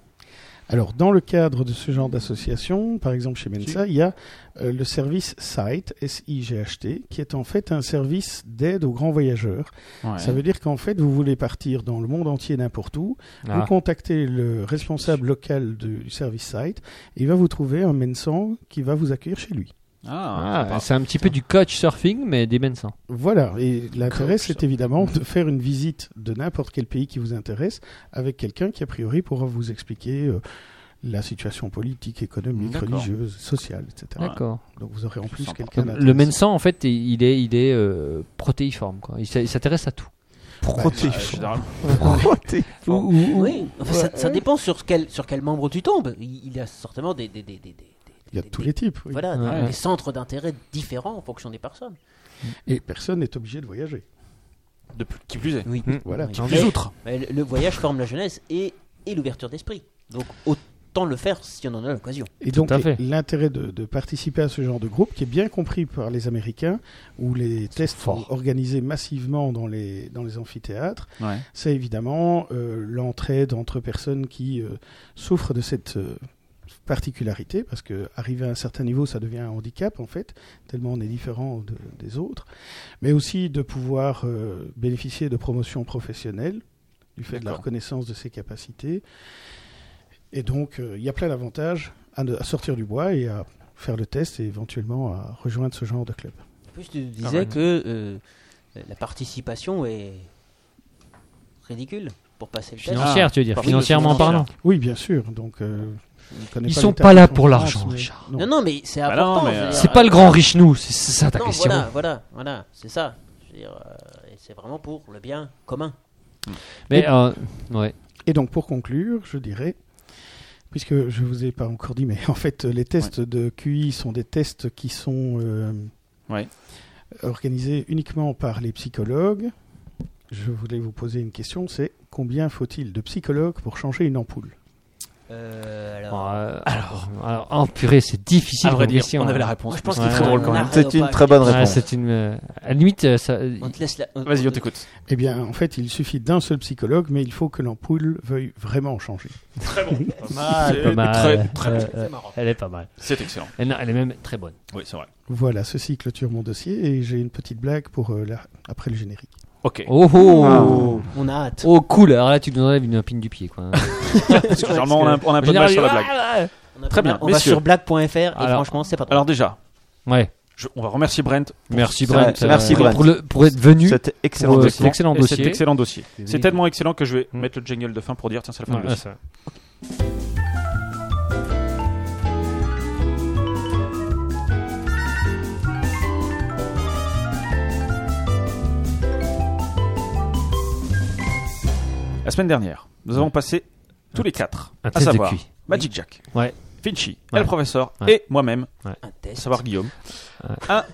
Speaker 6: Alors, dans le cadre de ce genre d'association, par exemple chez Mensa, il y a euh, le service SIGHT, S-I-G-H-T, qui est en fait un service d'aide aux grands voyageurs. Ça veut dire qu'en fait, vous voulez partir dans le monde entier n'importe où, vous
Speaker 2: Ah.
Speaker 6: contactez le responsable local de- du service SIGHT, et il va vous trouver un Mensan qui va vous accueillir chez lui.
Speaker 2: Ah,
Speaker 5: Ah,
Speaker 2: c'est un petit peu du coach surfing, mais des mensans.
Speaker 6: Voilà, et l'intérêt,
Speaker 5: Cool, ça.
Speaker 6: c'est évidemment de faire une visite de n'importe quel pays qui vous intéresse avec quelqu'un qui, a priori, pourra vous expliquer euh, la situation politique, économique,
Speaker 5: D'accord.
Speaker 6: religieuse, sociale, etc.
Speaker 2: D'accord.
Speaker 6: Donc vous aurez en plus
Speaker 5: sympa.
Speaker 6: quelqu'un
Speaker 2: Donc, Le
Speaker 6: d'intéressant.
Speaker 2: mensan, en fait, il est, il est euh, protéiforme, quoi. Il s'a- il s'intéresse à tout.
Speaker 5: bah, généralement.
Speaker 2: Ou- ou- ou-
Speaker 1: Oui, enfin, ça, ça dépend sur quel, sur quel membre tu tombes. Il, il y a certainement des, des, des, des, des-
Speaker 6: Il y a
Speaker 1: des-
Speaker 6: tous
Speaker 1: des-
Speaker 6: les types. oui.
Speaker 1: Voilà,
Speaker 2: Ouais.
Speaker 1: des- des centres d'intérêt différents en fonction des personnes.
Speaker 6: Et personne n'est obligé de voyager.
Speaker 5: De plus- qui plus est.
Speaker 1: Oui.
Speaker 2: Mmh.
Speaker 6: Voilà.
Speaker 1: Oui.
Speaker 5: Des outres.
Speaker 1: Mais le, le voyage forme la jeunesse et, et l'ouverture d'esprit. Donc autant le faire si on en a l'occasion.
Speaker 6: Et donc
Speaker 2: à fait.
Speaker 6: l'intérêt de, de participer à ce genre de groupe, qui est bien compris par les Américains, où les tests sont
Speaker 2: forts.
Speaker 6: organisés massivement dans les, dans les amphithéâtres,
Speaker 5: Ouais.
Speaker 6: c'est évidemment euh, l'entraide entre personnes qui euh, souffrent de cette euh, particularité, parce que arriver à un certain niveau, ça devient un handicap en fait, tellement on est différent de- des autres, mais aussi de pouvoir euh, bénéficier de promotions professionnelles du fait de la
Speaker 5: D'accord.
Speaker 6: reconnaissance de ses capacités. Et donc, euh, il y a plein d'avantages à, ne- à sortir du bois et à faire le test et éventuellement à rejoindre ce genre de club.
Speaker 1: En plus, tu disais que euh, la participation est ridicule pour passer le test.
Speaker 2: Financière, tu veux dire,
Speaker 5: Ah, oui,
Speaker 2: financièrement
Speaker 5: financière.
Speaker 2: parlant.
Speaker 6: Oui, bien sûr. Donc, euh, je ne connais
Speaker 2: Ils
Speaker 6: pas
Speaker 2: sont
Speaker 6: les
Speaker 2: pas là
Speaker 6: tarifs en
Speaker 2: pour
Speaker 6: France,
Speaker 2: l'argent,
Speaker 6: mais-
Speaker 2: Richard.
Speaker 6: Non.
Speaker 1: Ah. Non, non, mais c'est
Speaker 5: Bah non,
Speaker 1: important.
Speaker 5: mais,
Speaker 1: je veux
Speaker 5: euh,
Speaker 1: dire,
Speaker 2: C'est pas le grand riche nous, c'est c'est ça ta
Speaker 1: Non,
Speaker 2: question.
Speaker 1: voilà, voilà, voilà, c'est ça. Je veux dire, euh, et c'est vraiment pour le bien commun.
Speaker 2: Mais euh, ouais.
Speaker 6: Et donc, pour conclure, je dirais, puisque je vous ai pas encore dit, mais en fait, les tests de QI sont des tests qui sont euh,
Speaker 5: Ouais.
Speaker 6: organisés uniquement par les psychologues. Je voulais vous poser une question, c'est combien faut-il de psychologues pour changer une ampoule
Speaker 1: Euh, alors,
Speaker 2: Bon, euh, alors, alors, oh purée, c'est difficile.
Speaker 5: À vrai
Speaker 2: comme
Speaker 5: dire,
Speaker 2: question,
Speaker 5: on
Speaker 2: hein.
Speaker 5: avait la réponse.
Speaker 1: moi, je pense
Speaker 2: Ouais.
Speaker 1: qu'il faut
Speaker 2: C'est drôle
Speaker 1: qu'on
Speaker 2: quand même.
Speaker 1: arrête
Speaker 4: C'est
Speaker 1: au
Speaker 4: une
Speaker 1: pas-
Speaker 4: très bonne
Speaker 2: Ouais,
Speaker 4: réponse.
Speaker 2: c'est une. euh, à la limite, euh, ça.
Speaker 1: On te laisse la- on-
Speaker 5: Vas-y,
Speaker 1: on
Speaker 5: on
Speaker 1: te-
Speaker 5: t'écoute.
Speaker 6: Eh bien, en fait, il suffit d'un seul psychologue, mais il faut que l'ampoule veuille vraiment changer.
Speaker 2: c'est pas mal.
Speaker 5: Très- très
Speaker 2: Euh,
Speaker 5: bon.
Speaker 2: euh,
Speaker 1: C'est marrant.
Speaker 2: elle est pas mal.
Speaker 5: C'est excellent.
Speaker 2: Elle, non, elle est même très bonne.
Speaker 5: Oui, c'est vrai.
Speaker 6: Voilà, ceci clôture mon dossier et j'ai une petite blague pour euh, la- après le générique.
Speaker 5: Ok.
Speaker 2: Oh
Speaker 5: Ah.
Speaker 2: oh
Speaker 1: On a hâte.
Speaker 2: Oh cool, alors là tu nous enlèves une pine du pied quoi.
Speaker 5: Parce que généralement, on a un- on a un peu de mal
Speaker 2: Général-
Speaker 5: Ah, sur la blague.
Speaker 1: On a-
Speaker 5: Très bien,
Speaker 1: On va
Speaker 5: messieurs.
Speaker 1: sur black.fr et
Speaker 2: Alors-
Speaker 1: franchement, c'est pas drôle.
Speaker 5: Alors, déjà,
Speaker 2: Ouais,
Speaker 5: je- on va remercier Brent. pour
Speaker 2: merci
Speaker 5: ce-
Speaker 2: Brent. Euh,
Speaker 4: c'est- merci,
Speaker 2: pour-
Speaker 4: Brent.
Speaker 2: Pour, le, pour être venu.
Speaker 4: C'était excellent.
Speaker 2: pour, euh,
Speaker 4: dossier.
Speaker 2: cet excellent
Speaker 5: et cet
Speaker 2: dossier.
Speaker 5: excellent dossier. C'est tellement excellent que je vais
Speaker 2: Mm.
Speaker 5: mettre le jingle de fin pour dire tiens, c'est la fin
Speaker 2: Ouais,
Speaker 5: du
Speaker 2: ouais,
Speaker 5: dossier.
Speaker 2: ça.
Speaker 5: La semaine dernière, nous avons passé tous les quatre,
Speaker 2: Un
Speaker 5: à
Speaker 2: test de
Speaker 5: savoir
Speaker 2: QI.
Speaker 5: Magic Jack,
Speaker 2: Ouais.
Speaker 5: Finchy,
Speaker 2: Ouais.
Speaker 5: et le professeur,
Speaker 2: Ouais.
Speaker 5: et moi-même,
Speaker 1: Un
Speaker 5: à
Speaker 1: test.
Speaker 5: savoir Guillaume.
Speaker 2: Ouais.
Speaker 5: Un-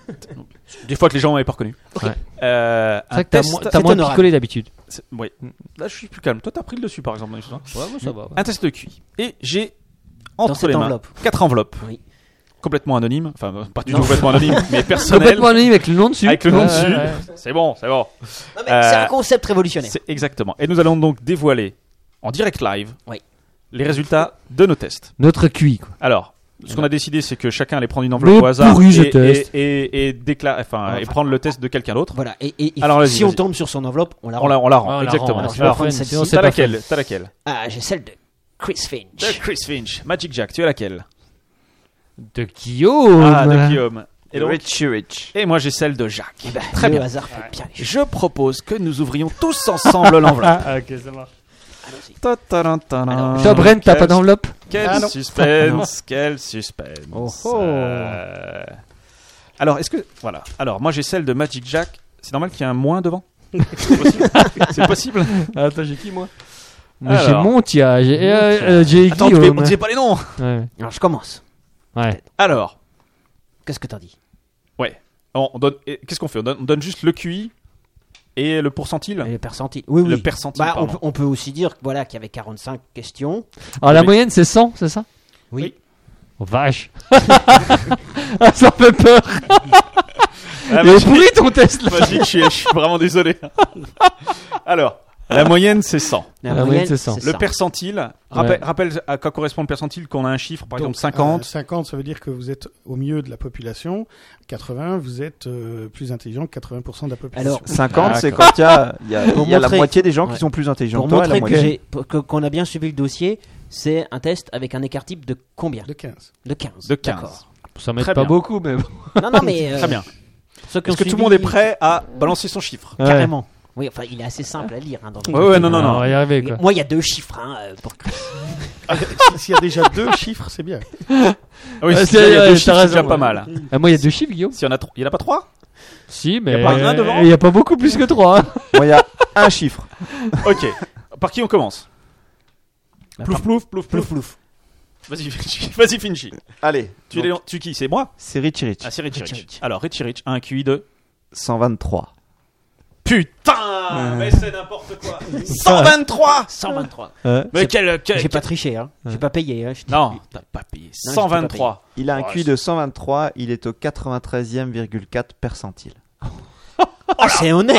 Speaker 5: Des fois que les gens m'avaient pas reconnu.
Speaker 1: Ok.
Speaker 2: Ouais.
Speaker 5: Euh,
Speaker 2: C'est
Speaker 5: un
Speaker 2: vrai que t'as
Speaker 5: test-
Speaker 2: moins- t'as moins
Speaker 1: honorable.
Speaker 2: picolé d'habitude.
Speaker 5: c'est- Oui. Là, je suis plus calme. Toi, t'as pris le dessus, par exemple. dans les choses, hein.
Speaker 2: Ouais, ça va.
Speaker 5: Un test de QI. Et j'ai
Speaker 1: Dans
Speaker 5: entre
Speaker 1: cette
Speaker 5: les mains
Speaker 1: enveloppe.
Speaker 5: quatre enveloppes.
Speaker 1: Oui.
Speaker 5: complètement anonyme, enfin euh, pas du tout
Speaker 2: Non.
Speaker 5: complètement anonyme, mais personnel,
Speaker 2: Complètement anonyme avec le nom dessus.
Speaker 5: avec le nom
Speaker 2: Ouais,
Speaker 5: dessus.
Speaker 2: ouais, ouais.
Speaker 5: C'est bon, c'est bon.
Speaker 1: Non, mais c'est
Speaker 5: Euh,
Speaker 1: un concept révolutionnaire.
Speaker 5: C'est exactement. Et nous allons donc dévoiler en direct live
Speaker 1: Oui.
Speaker 5: les résultats de nos tests.
Speaker 2: Notre QI, quoi.
Speaker 5: Alors, ce qu'on a décidé, c'est que chacun allait prendre une enveloppe
Speaker 2: Le
Speaker 5: au hasard
Speaker 2: pourri, je
Speaker 5: et,
Speaker 2: teste.
Speaker 5: et- et- et décla- enfin, et prendre le test de quelqu'un d'autre.
Speaker 1: Voilà. Et, et- et
Speaker 5: Alors, vas-y,
Speaker 1: si on
Speaker 5: vas-y.
Speaker 1: tombe sur son enveloppe, on la
Speaker 5: On la, on la rend,
Speaker 2: Ah, on la
Speaker 5: Oh, exactement.
Speaker 2: rend,
Speaker 1: Alors,
Speaker 2: c'est
Speaker 1: je vais
Speaker 2: pas
Speaker 1: prendre
Speaker 2: fun,
Speaker 1: celle-ci.
Speaker 2: sinon c'est
Speaker 5: T'as
Speaker 2: pas fun.
Speaker 5: laquelle T'as laquelle
Speaker 1: Ah, j'ai celle de Chris Finch.
Speaker 5: De Chris Finch. Magic Jack, tu as laquelle
Speaker 2: De Guillaume.
Speaker 5: Ah, de Guillaume. Et, donc-
Speaker 4: Rich Rich.
Speaker 5: et moi, j'ai celle de Jacques.
Speaker 1: Eh ben,
Speaker 5: Très
Speaker 1: le
Speaker 5: bien.
Speaker 1: hasard fait bien les choses.
Speaker 5: Je propose que nous ouvrions tous ensemble l'enveloppe.
Speaker 2: Ah, ok, ça marche.
Speaker 1: Allons-y.
Speaker 5: Ta-ta-da-ta-da.
Speaker 2: Toi, Brent, t'as
Speaker 5: Quel-
Speaker 2: pas d'enveloppe
Speaker 5: Quel
Speaker 6: Ah, non.
Speaker 5: suspense, quel suspense.
Speaker 2: Oh, oh.
Speaker 5: Euh, Alors, est-ce que. Voilà. Alors, moi, j'ai celle de Magic Jack. C'est normal qu'il y ait un moins devant C'est possible
Speaker 2: Ah, Attends, j'ai qui, moi Moi, j'ai
Speaker 5: Alors.
Speaker 2: Montia. J'ai euh, euh, j'ai
Speaker 5: Attends, tu
Speaker 2: Guillaume.
Speaker 5: ne pas les noms
Speaker 2: Ouais,
Speaker 1: Alors, je commence.
Speaker 2: ouais.
Speaker 5: Alors,
Speaker 1: Qu'est-ce que t'en dis
Speaker 5: on on donne... eh, qu'est-ce qu'on fait on donne, on donne juste le QI et le pourcentile
Speaker 1: Le percentile. Oui, oui.
Speaker 5: Ben, Le percentile,
Speaker 1: Bah, on,
Speaker 5: pardon.
Speaker 1: peut- on peut aussi dire voilà, qu'il y avait 45 questions.
Speaker 2: Alors, la
Speaker 5: Oui.
Speaker 2: moyenne, c'est 100, c'est ça
Speaker 1: Oui.
Speaker 2: Oh, vache Ah, Ça fait peur
Speaker 5: Ah,
Speaker 2: Il est
Speaker 5: Magic-
Speaker 2: pourri ton test, là
Speaker 5: Magic, je suis, je suis vraiment désolé. Alors, la moyenne, c'est 100.
Speaker 2: La moyenne, c'est cent.
Speaker 5: Le percentile, rappelle,
Speaker 2: Ouais.
Speaker 5: rappelle à quoi correspond le percentile qu'on a un chiffre, par
Speaker 6: Donc,
Speaker 5: exemple 50.
Speaker 6: euh, 50, ça veut dire que vous êtes au milieu de la population. 80, vous êtes euh, plus intelligent que 80% de la population.
Speaker 1: Alors,
Speaker 4: 50, c'est
Speaker 5: D'accord.
Speaker 4: quand il y a, il y a-
Speaker 1: Pour
Speaker 4: il y a la
Speaker 1: montrer-
Speaker 4: moitié des gens
Speaker 1: ouais.
Speaker 4: qui sont plus intelligents
Speaker 1: pour
Speaker 4: que toi, la
Speaker 1: montrer que
Speaker 4: moitié.
Speaker 1: j'ai- pour- que- qu'on a bien suivi le dossier, c'est un test avec un écart type de combien
Speaker 6: de 15.
Speaker 1: De 15.
Speaker 5: De 15.
Speaker 1: euh, D'accord.
Speaker 2: Ça m'aide
Speaker 5: Très
Speaker 2: pas
Speaker 5: bien.
Speaker 2: beaucoup, mais bon.
Speaker 1: Non, non, mais. euh,
Speaker 5: Très bien.
Speaker 1: pour ceux qui
Speaker 5: Est-ce
Speaker 1: ont
Speaker 5: que tout
Speaker 1: suivi-
Speaker 5: le monde est prêt à balancer son chiffre
Speaker 2: Ouais.
Speaker 5: Carrément.
Speaker 1: Oui, enfin, il est assez simple à lire. hein, dans le
Speaker 5: Ouais, ouais, Ah, non, non,
Speaker 2: Alors, On
Speaker 5: non.
Speaker 2: va y arriver, quoi.
Speaker 1: Moi, il y a deux chiffres hein, euh, pour Chris.
Speaker 6: S'il y a déjà deux chiffres, c'est bien.
Speaker 5: Oui,
Speaker 2: Ouais,
Speaker 5: Euh, c'est
Speaker 2: c'est-
Speaker 5: déjà- il y a deux
Speaker 2: ouais, t'as
Speaker 5: chiffres, c'est
Speaker 2: raison,
Speaker 5: déjà pas
Speaker 2: ouais.
Speaker 5: mal.
Speaker 2: Ah, moi, il y a deux chiffres, Guillaume
Speaker 5: Si on a trois- il n'y en a pas trois
Speaker 2: Si, mais.
Speaker 5: a pas un devant
Speaker 2: Il n'y a pas beaucoup plus que trois. hein.
Speaker 4: Moi, il y a un chiffre.
Speaker 5: Ok. Par qui on commence Plouf, plouf, plouf, plouf.
Speaker 1: plouf.
Speaker 5: Vas-y, Finchy. Vas-y, Finchy.
Speaker 4: Allez,
Speaker 5: Tu, l'es- tu qui C'est moi
Speaker 4: c'est Rich Rich.
Speaker 5: Ah, c'est Richie Rich.
Speaker 1: Richie Rich.
Speaker 5: Alors, Richie Rich a un QI de.
Speaker 4: 123.
Speaker 5: Putain Mais c'est Euh, n'importe quoi 123
Speaker 1: 123.
Speaker 5: Mais quel. quel-
Speaker 1: J'ai pas triché, hein. J'ai pas payé. Hein. Je t'ai-
Speaker 5: Non, t'as pas payé.
Speaker 1: Non, j'ai pas
Speaker 5: 123.
Speaker 4: Il a un
Speaker 5: Oh,
Speaker 4: QI de 123, il est au 93,4 percentile.
Speaker 1: Ah, c'est honnête.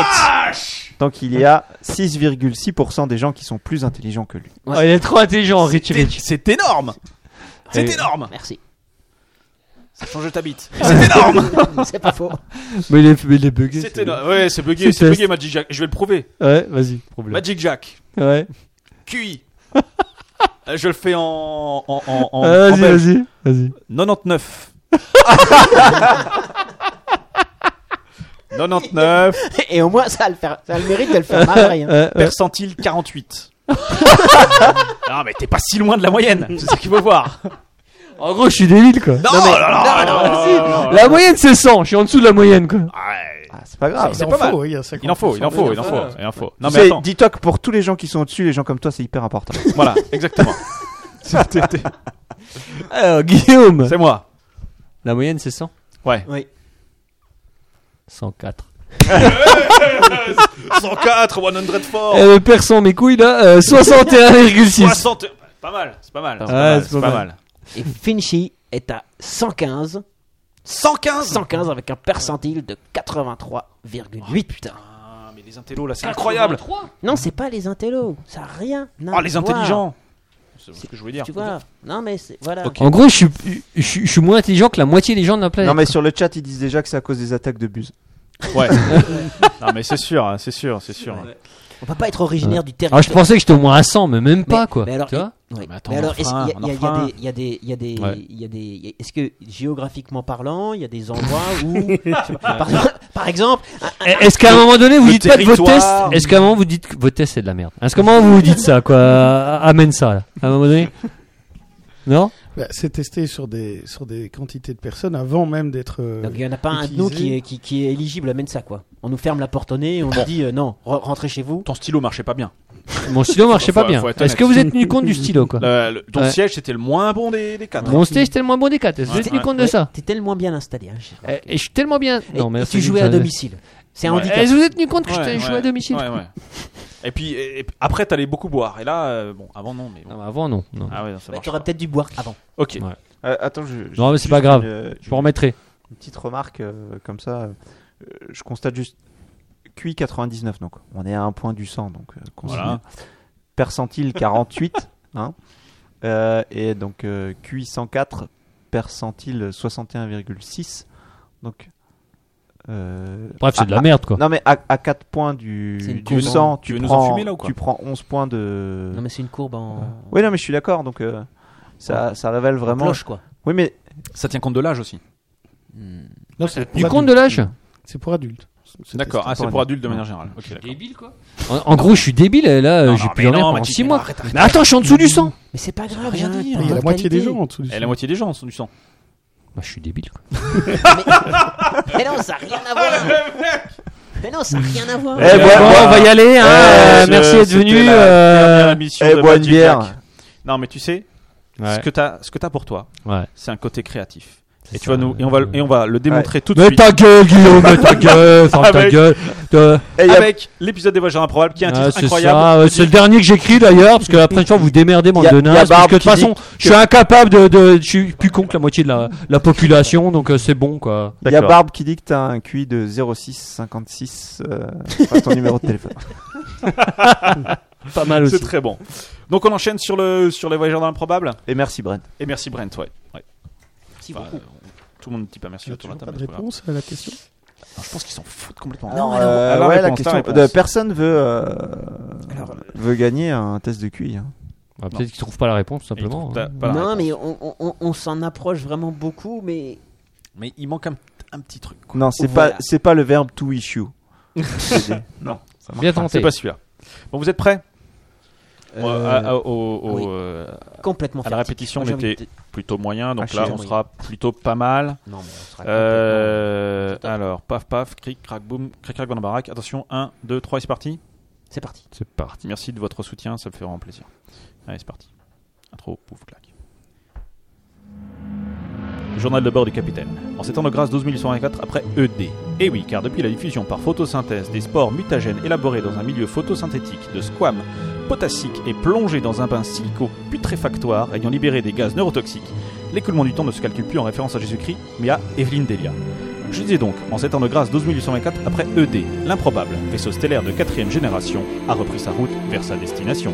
Speaker 4: Donc il y a 6,6% des gens qui sont plus intelligents que lui.
Speaker 1: Ouais.
Speaker 2: Oh, il est trop intelligent, Rich
Speaker 5: C'est-
Speaker 2: Rich.
Speaker 5: C'est énorme C'est
Speaker 2: Et-
Speaker 5: énorme
Speaker 1: Merci.
Speaker 5: Ça change ta bite. C'est énorme
Speaker 1: C'est pas faux.
Speaker 2: Mais il est, mais il est bugué.
Speaker 5: C'est
Speaker 2: c'est-
Speaker 5: énorme. Ouais, c'est bugué,
Speaker 2: C'est
Speaker 5: c'est
Speaker 2: test.
Speaker 5: bugué, Magic Jack. Je vais le prouver.
Speaker 2: Ouais, vas-y, problème.
Speaker 5: Magic Jack,
Speaker 2: Ouais.
Speaker 5: QI. Euh, Je le fais en. en, en, en-
Speaker 2: Ah,
Speaker 5: en
Speaker 2: vas-y,
Speaker 5: belge.
Speaker 2: vas-y, vas-y.
Speaker 5: 99. 99,
Speaker 1: Et au moins, ça a le, faire- ça a le mérite de le faire pareil. Hein.
Speaker 2: Ouais, ouais.
Speaker 5: percentile 48. non, Ah, mais t'es pas si loin de la moyenne, c'est ça qu'il faut voir.
Speaker 2: En gros, je suis débile, quoi.
Speaker 5: Non, non, non, non, non, non.
Speaker 2: La moyenne, c'est 100. Je suis en dessous de la moyenne, quoi.
Speaker 5: Ouais.
Speaker 4: Ah, c'est pas grave.
Speaker 6: il
Speaker 5: c'est
Speaker 6: en
Speaker 5: pas
Speaker 6: faut,
Speaker 5: mal.
Speaker 6: oui, il y a 50%.
Speaker 5: Il en faut, il en faut, il en faut, il en faut. Non,
Speaker 4: Tu
Speaker 5: mais
Speaker 4: sais,
Speaker 5: attends,
Speaker 4: Dis-toi que pour tous les gens qui sont au-dessus, les gens comme toi, c'est hyper important.
Speaker 5: voilà, exactement.
Speaker 2: Alors, Guillaume.
Speaker 5: C'est moi.
Speaker 2: La moyenne, c'est 100.
Speaker 5: Ouais.
Speaker 1: Oui.
Speaker 2: 104.
Speaker 5: 104, 104.
Speaker 2: Et Eh, le persan, mes couilles, là, euh, 61,6.
Speaker 5: 60. Pas mal, c'est pas mal.
Speaker 2: c'est pas Ouais, mal, c'est c'est pas pas mal.
Speaker 1: Et Finchy est à 115.
Speaker 5: 115
Speaker 1: 115 avec un percentile de 83,8. putain.
Speaker 5: Ah, mais les intellos là, c'est incroyable.
Speaker 1: Non, c'est pas les intellos. Ça a rien. à
Speaker 5: Oh, les
Speaker 1: voir.
Speaker 5: intelligents. C'est ce que je voulais dire.
Speaker 1: Tu vois Non, mais c'est- voilà.
Speaker 5: Ok.
Speaker 2: En gros, je suis, je, suis- je suis moins intelligent que la moitié des gens de la planète.
Speaker 4: non mais sur le chat, ils disent déjà que c'est à cause des attaques de bus.
Speaker 5: Ouais. non, mais c'est sûr, hein, c'est sûr, c'est sûr.
Speaker 1: On peut pas être originaire du territoire.
Speaker 2: Alors, Ah, je pensais que j'étais au moins à 100, mais même
Speaker 1: Mais-
Speaker 2: pas, quoi.
Speaker 1: Mais alors,
Speaker 2: tu vois
Speaker 1: et- ouais.
Speaker 5: mais attends,
Speaker 1: Mais
Speaker 5: on en
Speaker 1: alors, est-ce
Speaker 5: fera
Speaker 1: qu'il y a-
Speaker 5: un, on en
Speaker 1: il y
Speaker 5: fera
Speaker 1: a
Speaker 5: un.
Speaker 1: des- il y a des, il y a des,
Speaker 2: Ouais.
Speaker 1: il y a des, il y a- est-ce que géographiquement parlant, il y a des endroits où, je sais pas, par, par exemple,
Speaker 2: Est-ce qu'à un moment donné, vous
Speaker 5: Le
Speaker 2: dites pas que votre test,
Speaker 5: territoire.
Speaker 2: est-ce qu'à un moment vous dites que votre test c'est de la merde Est-ce qu'à un moment vous vous dites ça, quoi Amène ça, là. À un moment donné Non
Speaker 6: Bah, c'est testé sur des, sur des quantités de personnes avant même d'être. euh,
Speaker 1: donc il y en a pas un de nous qui
Speaker 6: utiliser.
Speaker 1: est, qui, qui est éligible à Mensa quoi. On nous ferme la porte au nez, on nous dit euh, non, re- rentrez chez vous.
Speaker 5: Ton stylo marchait pas bien.
Speaker 2: Mon stylo marchait pas
Speaker 5: Faut-
Speaker 2: bien.
Speaker 5: faut être
Speaker 2: Est-ce que vous êtes tenu compte du stylo, quoi
Speaker 5: Le- le- ton
Speaker 2: Ouais.
Speaker 5: siège, c'était le moins bon des, des quatre.
Speaker 2: Mon stage c'était le moins bon des quatre. Est-ce que vous
Speaker 5: Ouais.
Speaker 2: êtes tenu compte de ça
Speaker 1: T'es tellement bien installé. Hein, j'ai-
Speaker 2: Et et je suis tellement bien.
Speaker 1: Et-
Speaker 2: Non, mais
Speaker 1: et
Speaker 2: c'est-
Speaker 1: tu jouais
Speaker 2: ça-
Speaker 1: à domicile. C'est un
Speaker 5: Ouais.
Speaker 1: handicap.
Speaker 2: Est-ce que vous êtes tenu compte que
Speaker 5: Ouais,
Speaker 2: je
Speaker 5: ouais,
Speaker 2: jouais à domicile
Speaker 5: ouais, ouais. Et puis, et- et puis après, t'allais beaucoup boire. Et là, euh, bon, avant non, mais bon.
Speaker 2: Non, mais avant, non. non.
Speaker 5: Ah ouais, non, ça
Speaker 1: Bah,
Speaker 5: marche.
Speaker 1: T'aurais
Speaker 5: pas.
Speaker 1: peut-être dû boire avant.
Speaker 5: Ok.
Speaker 2: Ouais.
Speaker 4: Euh, attends, je, je-
Speaker 2: Non, mais c'est
Speaker 4: juste
Speaker 2: pas grave.
Speaker 4: Une,
Speaker 2: Je vous remettrai.
Speaker 4: une petite remarque euh, comme ça. euh, je constate juste QI 99, donc on est à un point du 100, donc euh, considéré.
Speaker 5: Voilà.
Speaker 4: Percentile 48, hein, Euh, et donc euh, QI 104, percentile 61,6. Donc. euh,
Speaker 2: Bref, c'est
Speaker 4: à-
Speaker 2: de
Speaker 1: Ah,
Speaker 2: la merde, quoi.
Speaker 4: Non mais à, à 4 points du,
Speaker 1: C'est une
Speaker 4: du
Speaker 1: courbe.
Speaker 4: 100,
Speaker 5: Tu
Speaker 4: tu,
Speaker 5: veux nous
Speaker 4: prends,
Speaker 5: enfumer, là, ou quoi
Speaker 4: tu prends 11 points de...
Speaker 1: Non, mais c'est une courbe en.
Speaker 4: Oui non mais je suis d'accord, donc euh, ça, ça révèle vraiment...
Speaker 1: cloche, quoi.
Speaker 4: Oui mais
Speaker 8: Ça tient compte de l'âge aussi.
Speaker 6: Non, c'est pour
Speaker 2: Du
Speaker 6: adultes.
Speaker 2: compte de l'âge
Speaker 6: C'est pour adultes. C'est-
Speaker 5: D'accord,
Speaker 4: c'est
Speaker 5: ah, c'est
Speaker 4: pas
Speaker 5: pour
Speaker 4: un-
Speaker 5: adultes de manière générale. Ok, d'accord.
Speaker 2: Débile, quoi. En, en gros, je suis débile, et là,
Speaker 5: Non,
Speaker 2: j'ai
Speaker 5: non,
Speaker 2: pu
Speaker 5: mais
Speaker 2: dormir
Speaker 5: non,
Speaker 2: pendant
Speaker 5: Mathilde,
Speaker 2: 6
Speaker 5: mais
Speaker 2: mois.
Speaker 5: arrête,
Speaker 2: Mais attends, je suis en dessous du
Speaker 5: Mmh.
Speaker 2: sang
Speaker 1: Mais c'est pas grave,
Speaker 5: rien
Speaker 1: regarde,
Speaker 5: dire.
Speaker 1: on
Speaker 6: Il y a la
Speaker 1: de
Speaker 6: moitié des
Speaker 1: qualité.
Speaker 6: gens en dessous du
Speaker 5: Et
Speaker 6: sang.
Speaker 5: la moitié des gens sont du sang.
Speaker 2: Bah, je suis débile, quoi.
Speaker 1: Mais non, ça n'a rien à voir. Mais non, ça n'a rien à voir.
Speaker 4: Eh,
Speaker 2: bon,
Speaker 4: bois- bois-
Speaker 2: on va y aller, hein,
Speaker 4: Euh,
Speaker 2: euh,
Speaker 5: Je-
Speaker 2: merci d'être
Speaker 5: c'était
Speaker 2: venu.
Speaker 5: la dernière
Speaker 2: euh,
Speaker 5: émission
Speaker 4: Eh,
Speaker 5: de
Speaker 4: bois une
Speaker 5: Magic Jack.
Speaker 4: bière
Speaker 5: Non, mais tu sais, ce
Speaker 2: Ouais.
Speaker 5: que t'as, ce que t'as pour toi,
Speaker 2: Ouais.
Speaker 5: c'est un côté créatif.
Speaker 2: C'est
Speaker 5: Et tu
Speaker 2: ça,
Speaker 5: vas nous, et on
Speaker 2: euh,
Speaker 5: va, et on va le démontrer tout de
Speaker 2: Mais
Speaker 5: suite
Speaker 2: ta gueule, Guillaume, mais ta gueule, ferme ta
Speaker 5: Avec-
Speaker 2: gueule. Te-
Speaker 4: Eh, y a-
Speaker 5: avec l'épisode des voyageurs improbables qui est un
Speaker 2: Ah,
Speaker 5: titre
Speaker 2: c'est
Speaker 5: incroyable.
Speaker 2: ça, euh, c'est le dernier que j'écris d'ailleurs, parce que la prochaine fois vous démerdez,
Speaker 4: Y
Speaker 2: bande
Speaker 4: a-
Speaker 2: de
Speaker 4: y a
Speaker 2: nazes, parce
Speaker 4: Barbe
Speaker 2: que de toute
Speaker 4: qui dit
Speaker 2: façon, je suis incapable de, de, je suis plus con que la moitié de la, la population, donc euh, c'est bon, quoi.
Speaker 4: Il y a Barbe qui dit que t'as un QI de 0656, euh, enfin, ton numéro de téléphone.
Speaker 2: Pas mal
Speaker 5: C'est
Speaker 2: aussi.
Speaker 5: très bon. Donc on enchaîne sur le, sur les voyageurs dans l'improbable.
Speaker 4: Et merci Brent.
Speaker 5: Et merci Brent, ouais. ouais.
Speaker 1: Merci
Speaker 5: Enfin,
Speaker 1: beaucoup.
Speaker 5: euh, on- tout le monde ne dit pas merci
Speaker 6: Tu as
Speaker 5: autour de
Speaker 6: toujours
Speaker 5: la table.
Speaker 6: pas de
Speaker 5: mais c'est pas grave.
Speaker 6: réponse à la question
Speaker 5: Non, je pense qu'ils s'en foutent complètement.
Speaker 4: Non, euh,
Speaker 5: alors, la
Speaker 4: ouais, la
Speaker 5: réponse,
Speaker 4: question.
Speaker 5: la réponse.
Speaker 4: de- personne veut, euh,
Speaker 1: Alors,
Speaker 4: veut gagner un test de QI. hein.
Speaker 2: Ah, Peut-être qu'ils trouvent pas la réponse, tout
Speaker 5: Et ils
Speaker 2: simplement.
Speaker 5: trouvent
Speaker 2: hein.
Speaker 5: pas- pas la
Speaker 1: non,
Speaker 5: réponse.
Speaker 1: mais on, on- on- on s'en approche vraiment beaucoup, mais.
Speaker 5: Mais il manque un, un petit truc.
Speaker 4: Non, c'est
Speaker 1: Voilà.
Speaker 4: pas, c'est pas le verbe to issue. non.
Speaker 2: Bien tenté.
Speaker 5: C'est pas celui-là. Bon, vous êtes prêts
Speaker 1: euh,
Speaker 5: Moi, à- à- au- au-
Speaker 1: oui.
Speaker 5: euh,
Speaker 1: complètement
Speaker 5: à la
Speaker 1: fertile.
Speaker 5: répétition,
Speaker 1: Moi, j'ai
Speaker 5: on
Speaker 1: envie
Speaker 5: était plutôt moyen, donc
Speaker 4: Ah,
Speaker 5: là,
Speaker 1: chez
Speaker 5: on
Speaker 1: les
Speaker 5: sera plutôt pas mal.
Speaker 1: de- Non, mais on sera
Speaker 5: Euh,
Speaker 1: complètement-
Speaker 5: alors, paf paf, cric, crac, boum, cric, crac, dans la baraque. Attention, 1, 2, 3, c'est parti.
Speaker 1: C'est parti.
Speaker 2: C'est parti.
Speaker 5: Merci de votre soutien, ça me fait vraiment plaisir. Allez, c'est parti. Intro, pouf, clac. Journal de bord du capitaine. En ces temps de grâce 12824 après ED. Et oui, car depuis la diffusion par photosynthèse des spores mutagènes élaborés dans un milieu photosynthétique de squam potassique et plongés dans un bain silico-putréfactoire ayant libéré des gaz neurotoxiques, l'écoulement du temps ne se calcule plus en référence à Jésus-Christ, mais à Evelyne Delia. Je disais donc, en 7 ans de grâce 12824 après ED, l'improbable vaisseau stellaire de quatrième génération a repris sa route vers sa destination.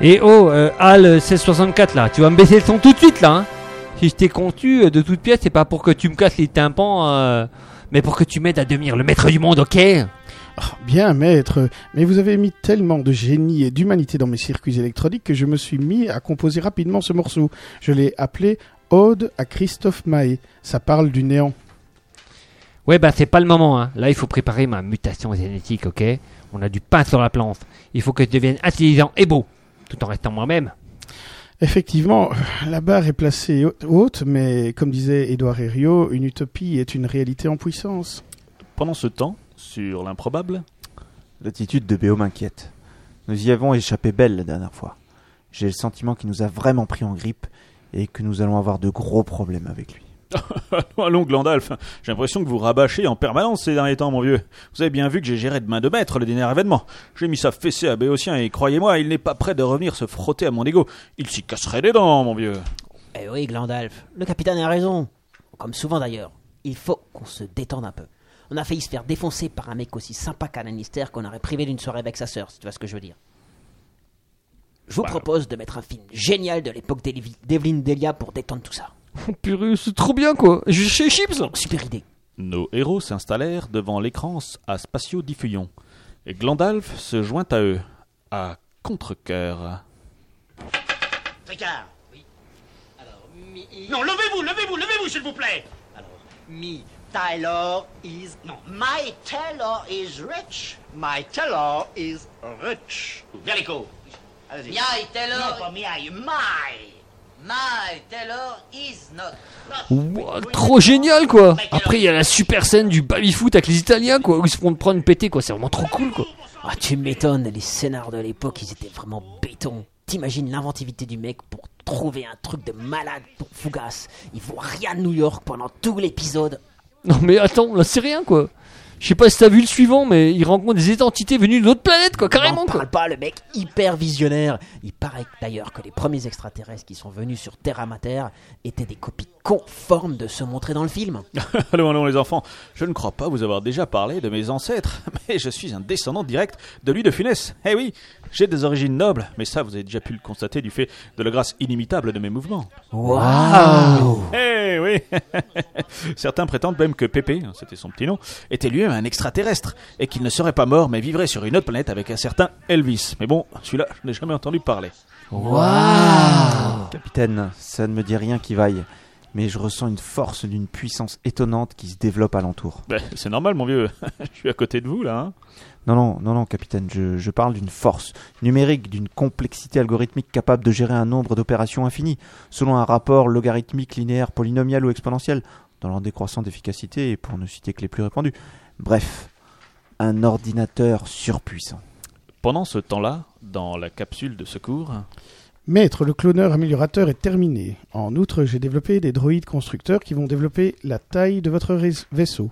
Speaker 2: Et oh, euh, Al euh, 1664 là, tu vas me baisser le son tout de suite là. hein. si je t'ai contu euh, de toute pièce, c'est pas pour que tu me casses les tympans, euh, mais pour que tu m'aides à devenir le maître du monde, ok
Speaker 6: Ah, Bien, maître, mais vous avez mis tellement de génie et d'humanité dans mes circuits électroniques que je me suis mis à composer rapidement ce morceau. Je l'ai appelé Ode à Christophe Maé. Ça parle du néant.
Speaker 2: Ouais, bah c'est pas le moment. Hein. Là, il faut préparer ma mutation génétique, ok On a du pain sur la planche. Il faut que je devienne intelligent et beau, tout en restant moi-même.
Speaker 6: Effectivement, euh, la barre est placée haute, mais comme disait Édouard Herriot, une utopie est une réalité en puissance.
Speaker 5: Pendant ce temps, sur l'improbable,
Speaker 4: L'attitude de Béo m'inquiète. Nous y avons échappé belle la dernière fois. J'ai le sentiment qu'il nous a vraiment pris en grippe et que nous allons avoir de gros problèmes avec lui.
Speaker 5: allons Glandalf, j'ai l'impression que vous rabâchez en permanence ces derniers temps, mon vieux. Vous avez bien vu que j'ai géré de main de maître le dernier événement. J'ai mis sa fessée à Béotien et croyez-moi, il n'est pas prêt de revenir se frotter à mon ego. Il s'y casserait les dents, mon vieux.
Speaker 1: Eh oui, Glandalf, le capitaine a raison. Comme souvent d'ailleurs, il faut qu'on se détende un peu. On a failli se faire défoncer par un mec aussi sympa qu'un Lannister qu'on aurait privé d'une soirée avec sa sœur, si tu vois ce que je veux dire. Je vous propose de mettre un film génial de l'époque d'Eli- d'Evelyn Delia pour détendre tout ça.
Speaker 2: Purée, c'est trop bien quoi. Je suis chez Chips.
Speaker 1: Super idée.
Speaker 5: Nos héros s'installèrent devant l'écran à Spatio Diffuyon. Et Glandalf se joint à eux, à contre-coeur.
Speaker 8: Tricard Oui. Alors, mi... Non, levez-vous, levez-vous, levez-vous, s'il vous plaît Alors, mi... Taylor is... Non, my Taylor is rich. My Taylor is rich. Gallico. Allez-y.
Speaker 9: My Taylor-
Speaker 8: Non, pas my, my.
Speaker 9: My Taylor is not.
Speaker 2: Ouah, trop génial quoi. Après il y a la super scène du baby foot avec les Italiens quoi où ils se font prendre péter quoi. C'est vraiment trop cool quoi.
Speaker 1: Ah, tu m'étonnes, les scénars de l'époque, ils étaient vraiment béton. T'imagines l'inventivité du mec pour trouver un truc de malade pour Fougas. Il voit rien de New York pendant tout l'épisode.
Speaker 2: Non mais attends, là c'est rien quoi. Je sais pas si t'as vu le suivant mais ils rencontrent des identités venues d'une autre planète quoi carrément
Speaker 1: On
Speaker 2: quoi.
Speaker 1: parle pas, le mec hyper visionnaire. Il paraît d'ailleurs que les premiers extraterrestres qui sont venus sur Terra Mater étaient des copies conformes de ceux montrés dans le film.
Speaker 5: Allons, allons les enfants, je ne crois pas vous avoir déjà parlé de mes ancêtres, mais je suis un descendant direct de lui de Funès. Eh oui, j'ai des origines nobles, mais ça vous avez déjà pu le constater du fait de la grâce inimitable de mes mouvements.
Speaker 1: Waouh
Speaker 5: Eh oui Certains prétendent même que Pépé, hein, c'était son petit nom, était lui-même un extraterrestre, et qu'il ne serait pas mort mais vivrait sur une autre planète avec un certain Elvis. Mais bon, celui-là, je n'ai jamais entendu parler.
Speaker 4: Capitaine, ça ne me dit rien qui vaille, mais je ressens une force d'une puissance étonnante qui se développe alentour.
Speaker 5: Ben, c'est normal mon vieux, je suis à côté de vous là. hein.
Speaker 4: Non, non, non, non, capitaine, je, je parle d'une force numérique, d'une complexité algorithmique capable de gérer un nombre d'opérations infinies, selon un rapport logarithmique, linéaire, polynomial ou exponentiel, dans l'ordre décroissant d'efficacité, et pour ne citer que les plus répandus. Bref, un ordinateur surpuissant.
Speaker 5: Pendant ce temps-là, dans la capsule de secours,
Speaker 6: Maître, le cloneur améliorateur est terminé. En outre, j'ai développé des droïdes constructeurs qui vont développer la taille de votre rais- vaisseau.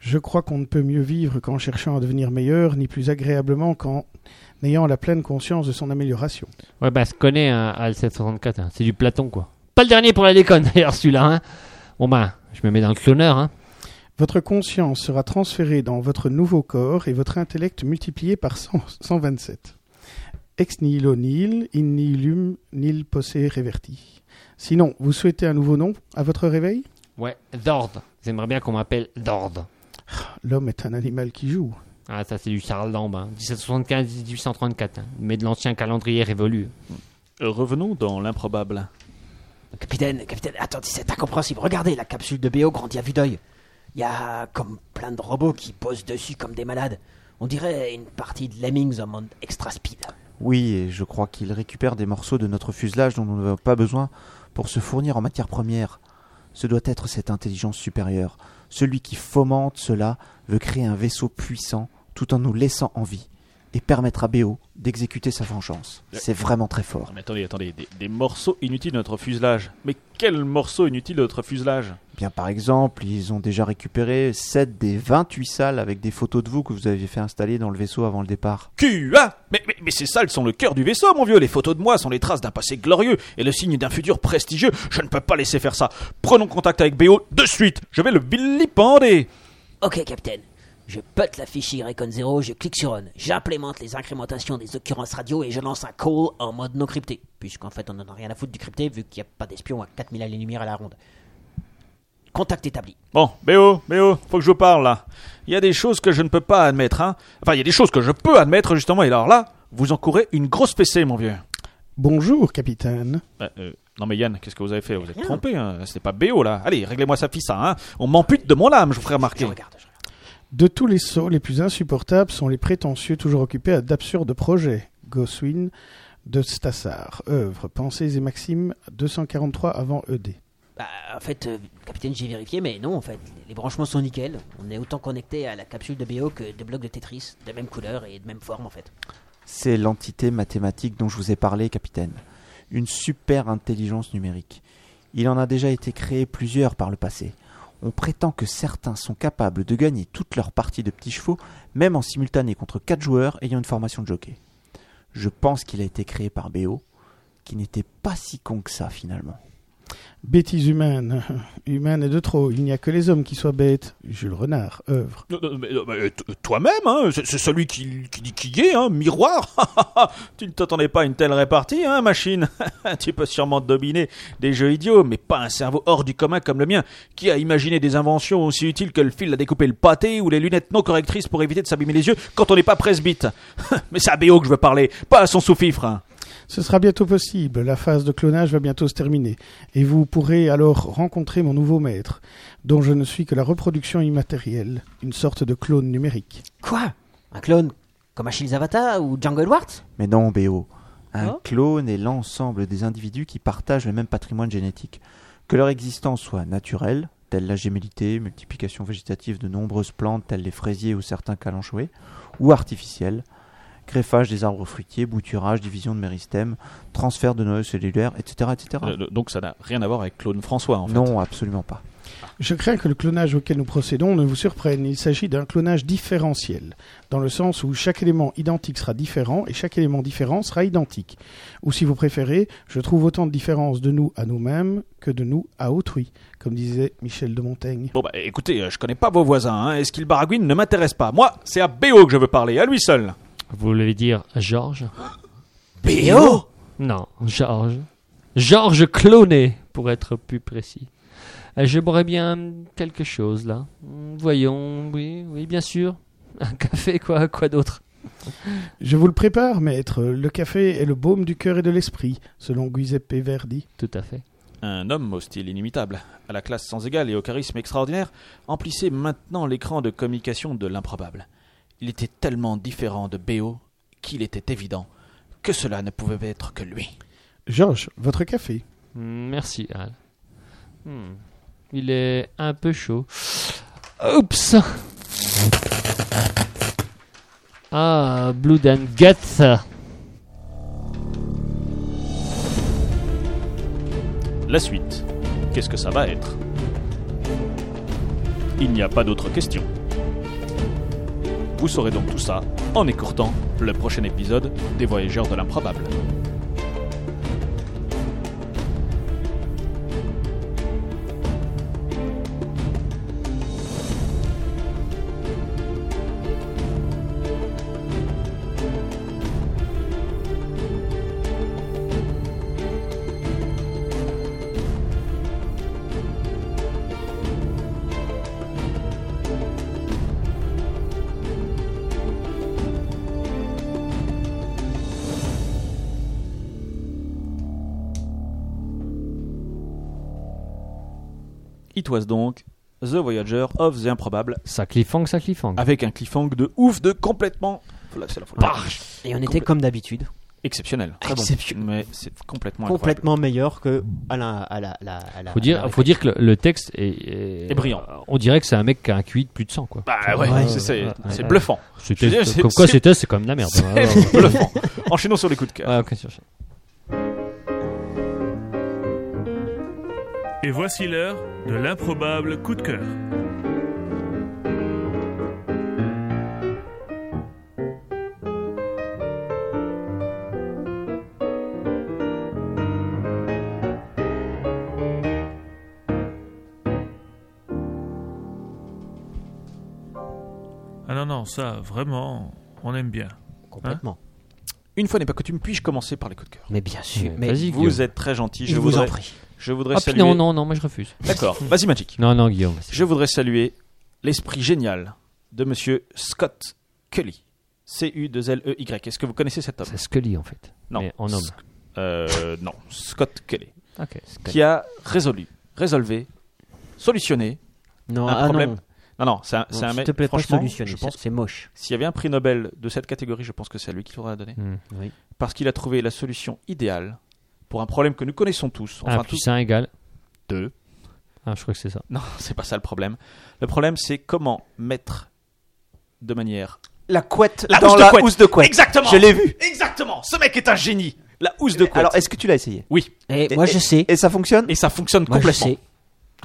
Speaker 6: Je crois qu'on ne peut mieux vivre qu'en cherchant à devenir meilleur, ni plus agréablement qu'en ayant la pleine conscience de son amélioration.
Speaker 2: Ouais bah se connaît un Al764, hein. c'est du Platon quoi. Pas le dernier pour la déconne d'ailleurs celui-là. Hein. Bon bah je me mets dans le cloneur. Hein.
Speaker 6: Votre conscience sera transférée dans votre nouveau corps et votre intellect multiplié par 100 127. Ex nihilo nihil, in nihilum nil posse reverti. Sinon, vous souhaitez un nouveau nom à votre réveil
Speaker 2: Ouais, Dord. J'aimerais bien qu'on m'appelle Dord.
Speaker 6: L'homme est un animal qui joue.
Speaker 2: Ah, ça c'est du Charles Lambe, hein. 1775-1834, hein. mais de l'ancien calendrier révolu.
Speaker 5: revenons dans l'improbable.
Speaker 1: Capitaine, capitaine, attendez, c'est incompréhensible. Regardez, la capsule de BO grandit à vue d'œil. Il y a comme plein de robots qui posent dessus comme des malades. On dirait une partie de Lemmings en mode extra speed.
Speaker 4: Oui, et je crois qu'il récupère des morceaux de notre fuselage dont nous n'avons pas besoin pour se fournir en matière première. Ce doit être cette intelligence supérieure. Celui qui fomente cela veut créer un vaisseau puissant tout en nous laissant en vie et permettre à Béo d'exécuter sa vengeance. C'est vraiment très
Speaker 5: Ah,
Speaker 4: fort.
Speaker 5: Mais attendez, attendez, des, des morceaux inutiles de notre fuselage. Mais quel morceau inutile de notre fuselage
Speaker 4: Eh Bien par exemple, ils ont déjà récupéré 7 des 28 salles avec des photos de vous que vous aviez fait installer dans le vaisseau avant le départ.
Speaker 5: QA mais, mais, mais ces salles sont le cœur du vaisseau, mon vieux. Les photos de moi sont les traces d'un passé glorieux et le signe d'un futur prestigieux. Je ne peux pas laisser faire ça. Prenons contact avec BO de suite. Je vais le vilipender.
Speaker 1: Ok, capitaine. Je pote la fiche Ycon 0, je clique sur On, j'implémente les incrémentations des occurrences radio et je lance un call en mode non crypté. Puisqu'en fait, on n'en a rien à foutre du crypté vu qu'il n'y a pas d'espion à 4000 années-lumière à la ronde. Contact établi.
Speaker 5: Bon, BO, BO, faut que je vous parle là. Il y a des choses que je ne peux pas admettre, hein. Enfin, il y a des choses que je peux admettre justement. Et alors là, vous encourez une grosse PC, mon vieux.
Speaker 6: Bonjour, capitaine.
Speaker 5: Bah, euh, non mais Yann, qu'est-ce que vous avez fait Vous êtes trompé, hein. c'est pas BO là. Allez, réglez-moi ça, fils, ça, hein. On m'ampute de mon âme, je vous ferai remarquer.
Speaker 1: Je regarde, je regarde.
Speaker 6: De tous les sauts, les plus insupportables sont les prétentieux toujours occupés à d'absurdes projets. Goswin de Stassard, œuvre, pensées et maximes, 243 avant E ED.
Speaker 1: Bah, en fait, euh, capitaine, j'ai vérifié, mais non, en fait, les- les branchements sont nickel. On est autant connecté à la capsule de BO que des blocs de Tetris, de même couleur et de même forme, en fait.
Speaker 4: C'est l'entité mathématique dont je vous ai parlé, capitaine. Une super intelligence numérique. Il en a déjà été créé plusieurs par le passé. On prétend que certains sont capables de gagner toutes leurs parties de petits chevaux, même en simultané contre quatre joueurs ayant une formation de jockey. Je pense qu'il a été créé par BO, qui n'était pas si con que ça finalement.
Speaker 6: Bêtise humaine. Humaine est de trop. Il n'y a que les hommes qui soient bêtes. Jules Renard, œuvre.
Speaker 5: Non, non, mais, euh, bah, euh, t- Toi-même, hein, c'est c'est celui qui, qui dit qui est, hein, miroir. tu ne t'attendais pas à une telle répartie, hein, machine. tu peux sûrement dominer des jeux idiots, mais pas un cerveau hors du commun comme le mien, qui a imaginé des inventions aussi utiles que le fil à découper le pâté ou les lunettes non correctrices pour éviter de s'abîmer les yeux quand on n'est pas presbyte. mais c'est à BO que je veux parler, pas à son sous-fifre. hein.
Speaker 6: Ce sera bientôt possible. La phase de clonage va bientôt se terminer. Et vous pourrez alors rencontrer mon nouveau maître, dont je ne suis que la reproduction immatérielle, une sorte de clone numérique.
Speaker 1: Quoi Un clone Comme Achille Zavata ou Django Edwards
Speaker 4: Mais non, BO. Un
Speaker 1: Oh.
Speaker 4: clone est l'ensemble des individus qui partagent le même patrimoine génétique. Que leur existence soit naturelle, telle la gémellité, multiplication végétative de nombreuses plantes telles les fraisiers ou certains calanchoés, ou artificielle, greffage des arbres fruitiers, bouturage, division de méristèmes, transfert de noyaux cellulaires, etc. etc.
Speaker 5: Euh, donc ça n'a rien à voir avec Claude François, en fait.
Speaker 4: non, absolument pas.
Speaker 6: Je crains que le clonage auquel nous procédons ne vous surprenne. Il s'agit d'un clonage différentiel, dans le sens où chaque élément identique sera différent et chaque élément différent sera identique. Ou si vous préférez, je trouve autant de différences de nous à nous-mêmes que de nous à autrui, comme disait Michel de Montaigne.
Speaker 5: Bon bah écoutez, euh, je connais pas vos voisins, hein, et ce qu'ils baragouinent ne m'intéresse pas. Moi, c'est à BO que je veux parler, à lui seul.
Speaker 2: Vous voulez dire Georges
Speaker 1: B.O.
Speaker 2: Non, Georges. Georges cloné, pour être plus précis. Euh, Je boirais bien quelque chose là. Hmm, Voyons, oui, oui, bien sûr. Un café, quoi, quoi d'autre
Speaker 6: Je vous le prépare, maître. Le café est le baume du cœur et de l'esprit, selon Giuseppe Verdi.
Speaker 2: Tout à fait.
Speaker 5: Un homme au style inimitable, à la classe sans égale et au charisme extraordinaire, emplissait maintenant l'écran de communication de l'improbable. Il était tellement différent de BO qu'il était évident que cela ne pouvait être que lui.
Speaker 6: Georges, votre café.
Speaker 2: Hmm, Merci, Al. Hmm, Il est un peu chaud. Oups Ah, Blood and Guts
Speaker 5: La suite, qu'est-ce que ça va être Il n'y a pas d'autres questions. Vous saurez donc tout ça en écourtant le prochain épisode des Voyageurs de l'improbable. It was donc The Voyager of the Improbable
Speaker 2: Ça cliffang, ça cliffang.
Speaker 5: avec un cliffhang de ouf de complètement Là, c'est la folie.
Speaker 1: Et on était comme d'habitude.
Speaker 5: exceptionnel
Speaker 1: Très bon. Exceptionnel.
Speaker 5: mais c'est complètement incroyable.
Speaker 10: Complètement meilleur que à la. À la, à la, à la-
Speaker 2: Faut
Speaker 10: à
Speaker 2: dire,
Speaker 10: la-
Speaker 2: faut dire que le, le texte est, est-
Speaker 5: Et brillant.
Speaker 2: euh, On dirait que c'est un mec qui a un QI de plus de 100 quoi.
Speaker 5: bah ouais,
Speaker 10: Ouais,
Speaker 5: c'est, c'est-
Speaker 2: ouais,
Speaker 5: c'est
Speaker 2: ouais.
Speaker 5: bluffant Je
Speaker 2: Ce
Speaker 5: veux
Speaker 2: test-
Speaker 5: dire, c'est-
Speaker 2: comme quoi
Speaker 5: c'est-
Speaker 2: ces tests c'est quand même de la merde.
Speaker 5: c'est
Speaker 2: Ouais, ouais,
Speaker 5: bluffant enchaînons sur les coups de cœur
Speaker 2: ouais. Ouais, ok, sur ça.
Speaker 7: Et voici l'heure de l'improbable coup de cœur. Ah non, non, ça, vraiment, on aime bien.
Speaker 10: Complètement.
Speaker 5: une fois n'est pas coutume puis-je commencer par les coups de cœur
Speaker 1: Mais bien sûr.
Speaker 2: Ouais,
Speaker 1: Mais
Speaker 2: vas-y, Guillaume.
Speaker 5: vous êtes très gentil
Speaker 1: je
Speaker 5: je
Speaker 1: vous en
Speaker 5: voudrais
Speaker 1: prie.
Speaker 5: je voudrais
Speaker 2: Ah, puis
Speaker 5: saluer
Speaker 2: non, non, non, moi je refuse.
Speaker 5: d'accord vas-y Magic
Speaker 2: Non, non, Guillaume. c'est-
Speaker 5: je voudrais saluer l'esprit génial de monsieur Scott Kelly C U 2 L E Y est-ce que vous connaissez cet homme
Speaker 2: C'est Scully en fait.
Speaker 5: Non.
Speaker 2: Mais en homme.
Speaker 5: Euh, non Scott Kelly
Speaker 2: Ok.
Speaker 5: qui a résolu résolvé solutionné
Speaker 1: Non,
Speaker 5: un
Speaker 1: ah
Speaker 5: problème.
Speaker 1: non.
Speaker 5: non non c'est un, c'est
Speaker 1: Non,
Speaker 5: un
Speaker 1: S'il
Speaker 5: mec
Speaker 1: te plaît, pas
Speaker 5: franchement
Speaker 1: solutionner,
Speaker 5: je
Speaker 1: c'est-
Speaker 5: pense
Speaker 1: c'est Mm. moche.
Speaker 5: S'il y avait un prix Nobel de cette catégorie, je pense que c'est à lui qu'il faudra la donner.
Speaker 2: Hmm.
Speaker 5: Parce qu'il a trouvé la solution idéale pour un problème que nous connaissons tous.
Speaker 1: Ah,
Speaker 5: Enfin,
Speaker 2: 1
Speaker 5: tous
Speaker 2: plus 1 égale.
Speaker 5: deux.
Speaker 2: Ah, je crois que c'est ça.
Speaker 5: Non, c'est pas ça le problème. Le problème, c'est comment mettre de manière. La couette la
Speaker 4: dans
Speaker 5: housse de
Speaker 4: la
Speaker 5: couette.
Speaker 4: housse de couette.
Speaker 5: Exactement
Speaker 4: Je l'ai vu.
Speaker 5: Exactement Ce mec est un génie La housse de couette.
Speaker 4: Alors, est-ce que tu l'as essayé
Speaker 1: Et Eh, moi, je sais.
Speaker 4: Et ça fonctionne
Speaker 5: Et ça fonctionne
Speaker 1: Moi, je
Speaker 5: complètement.
Speaker 1: sais.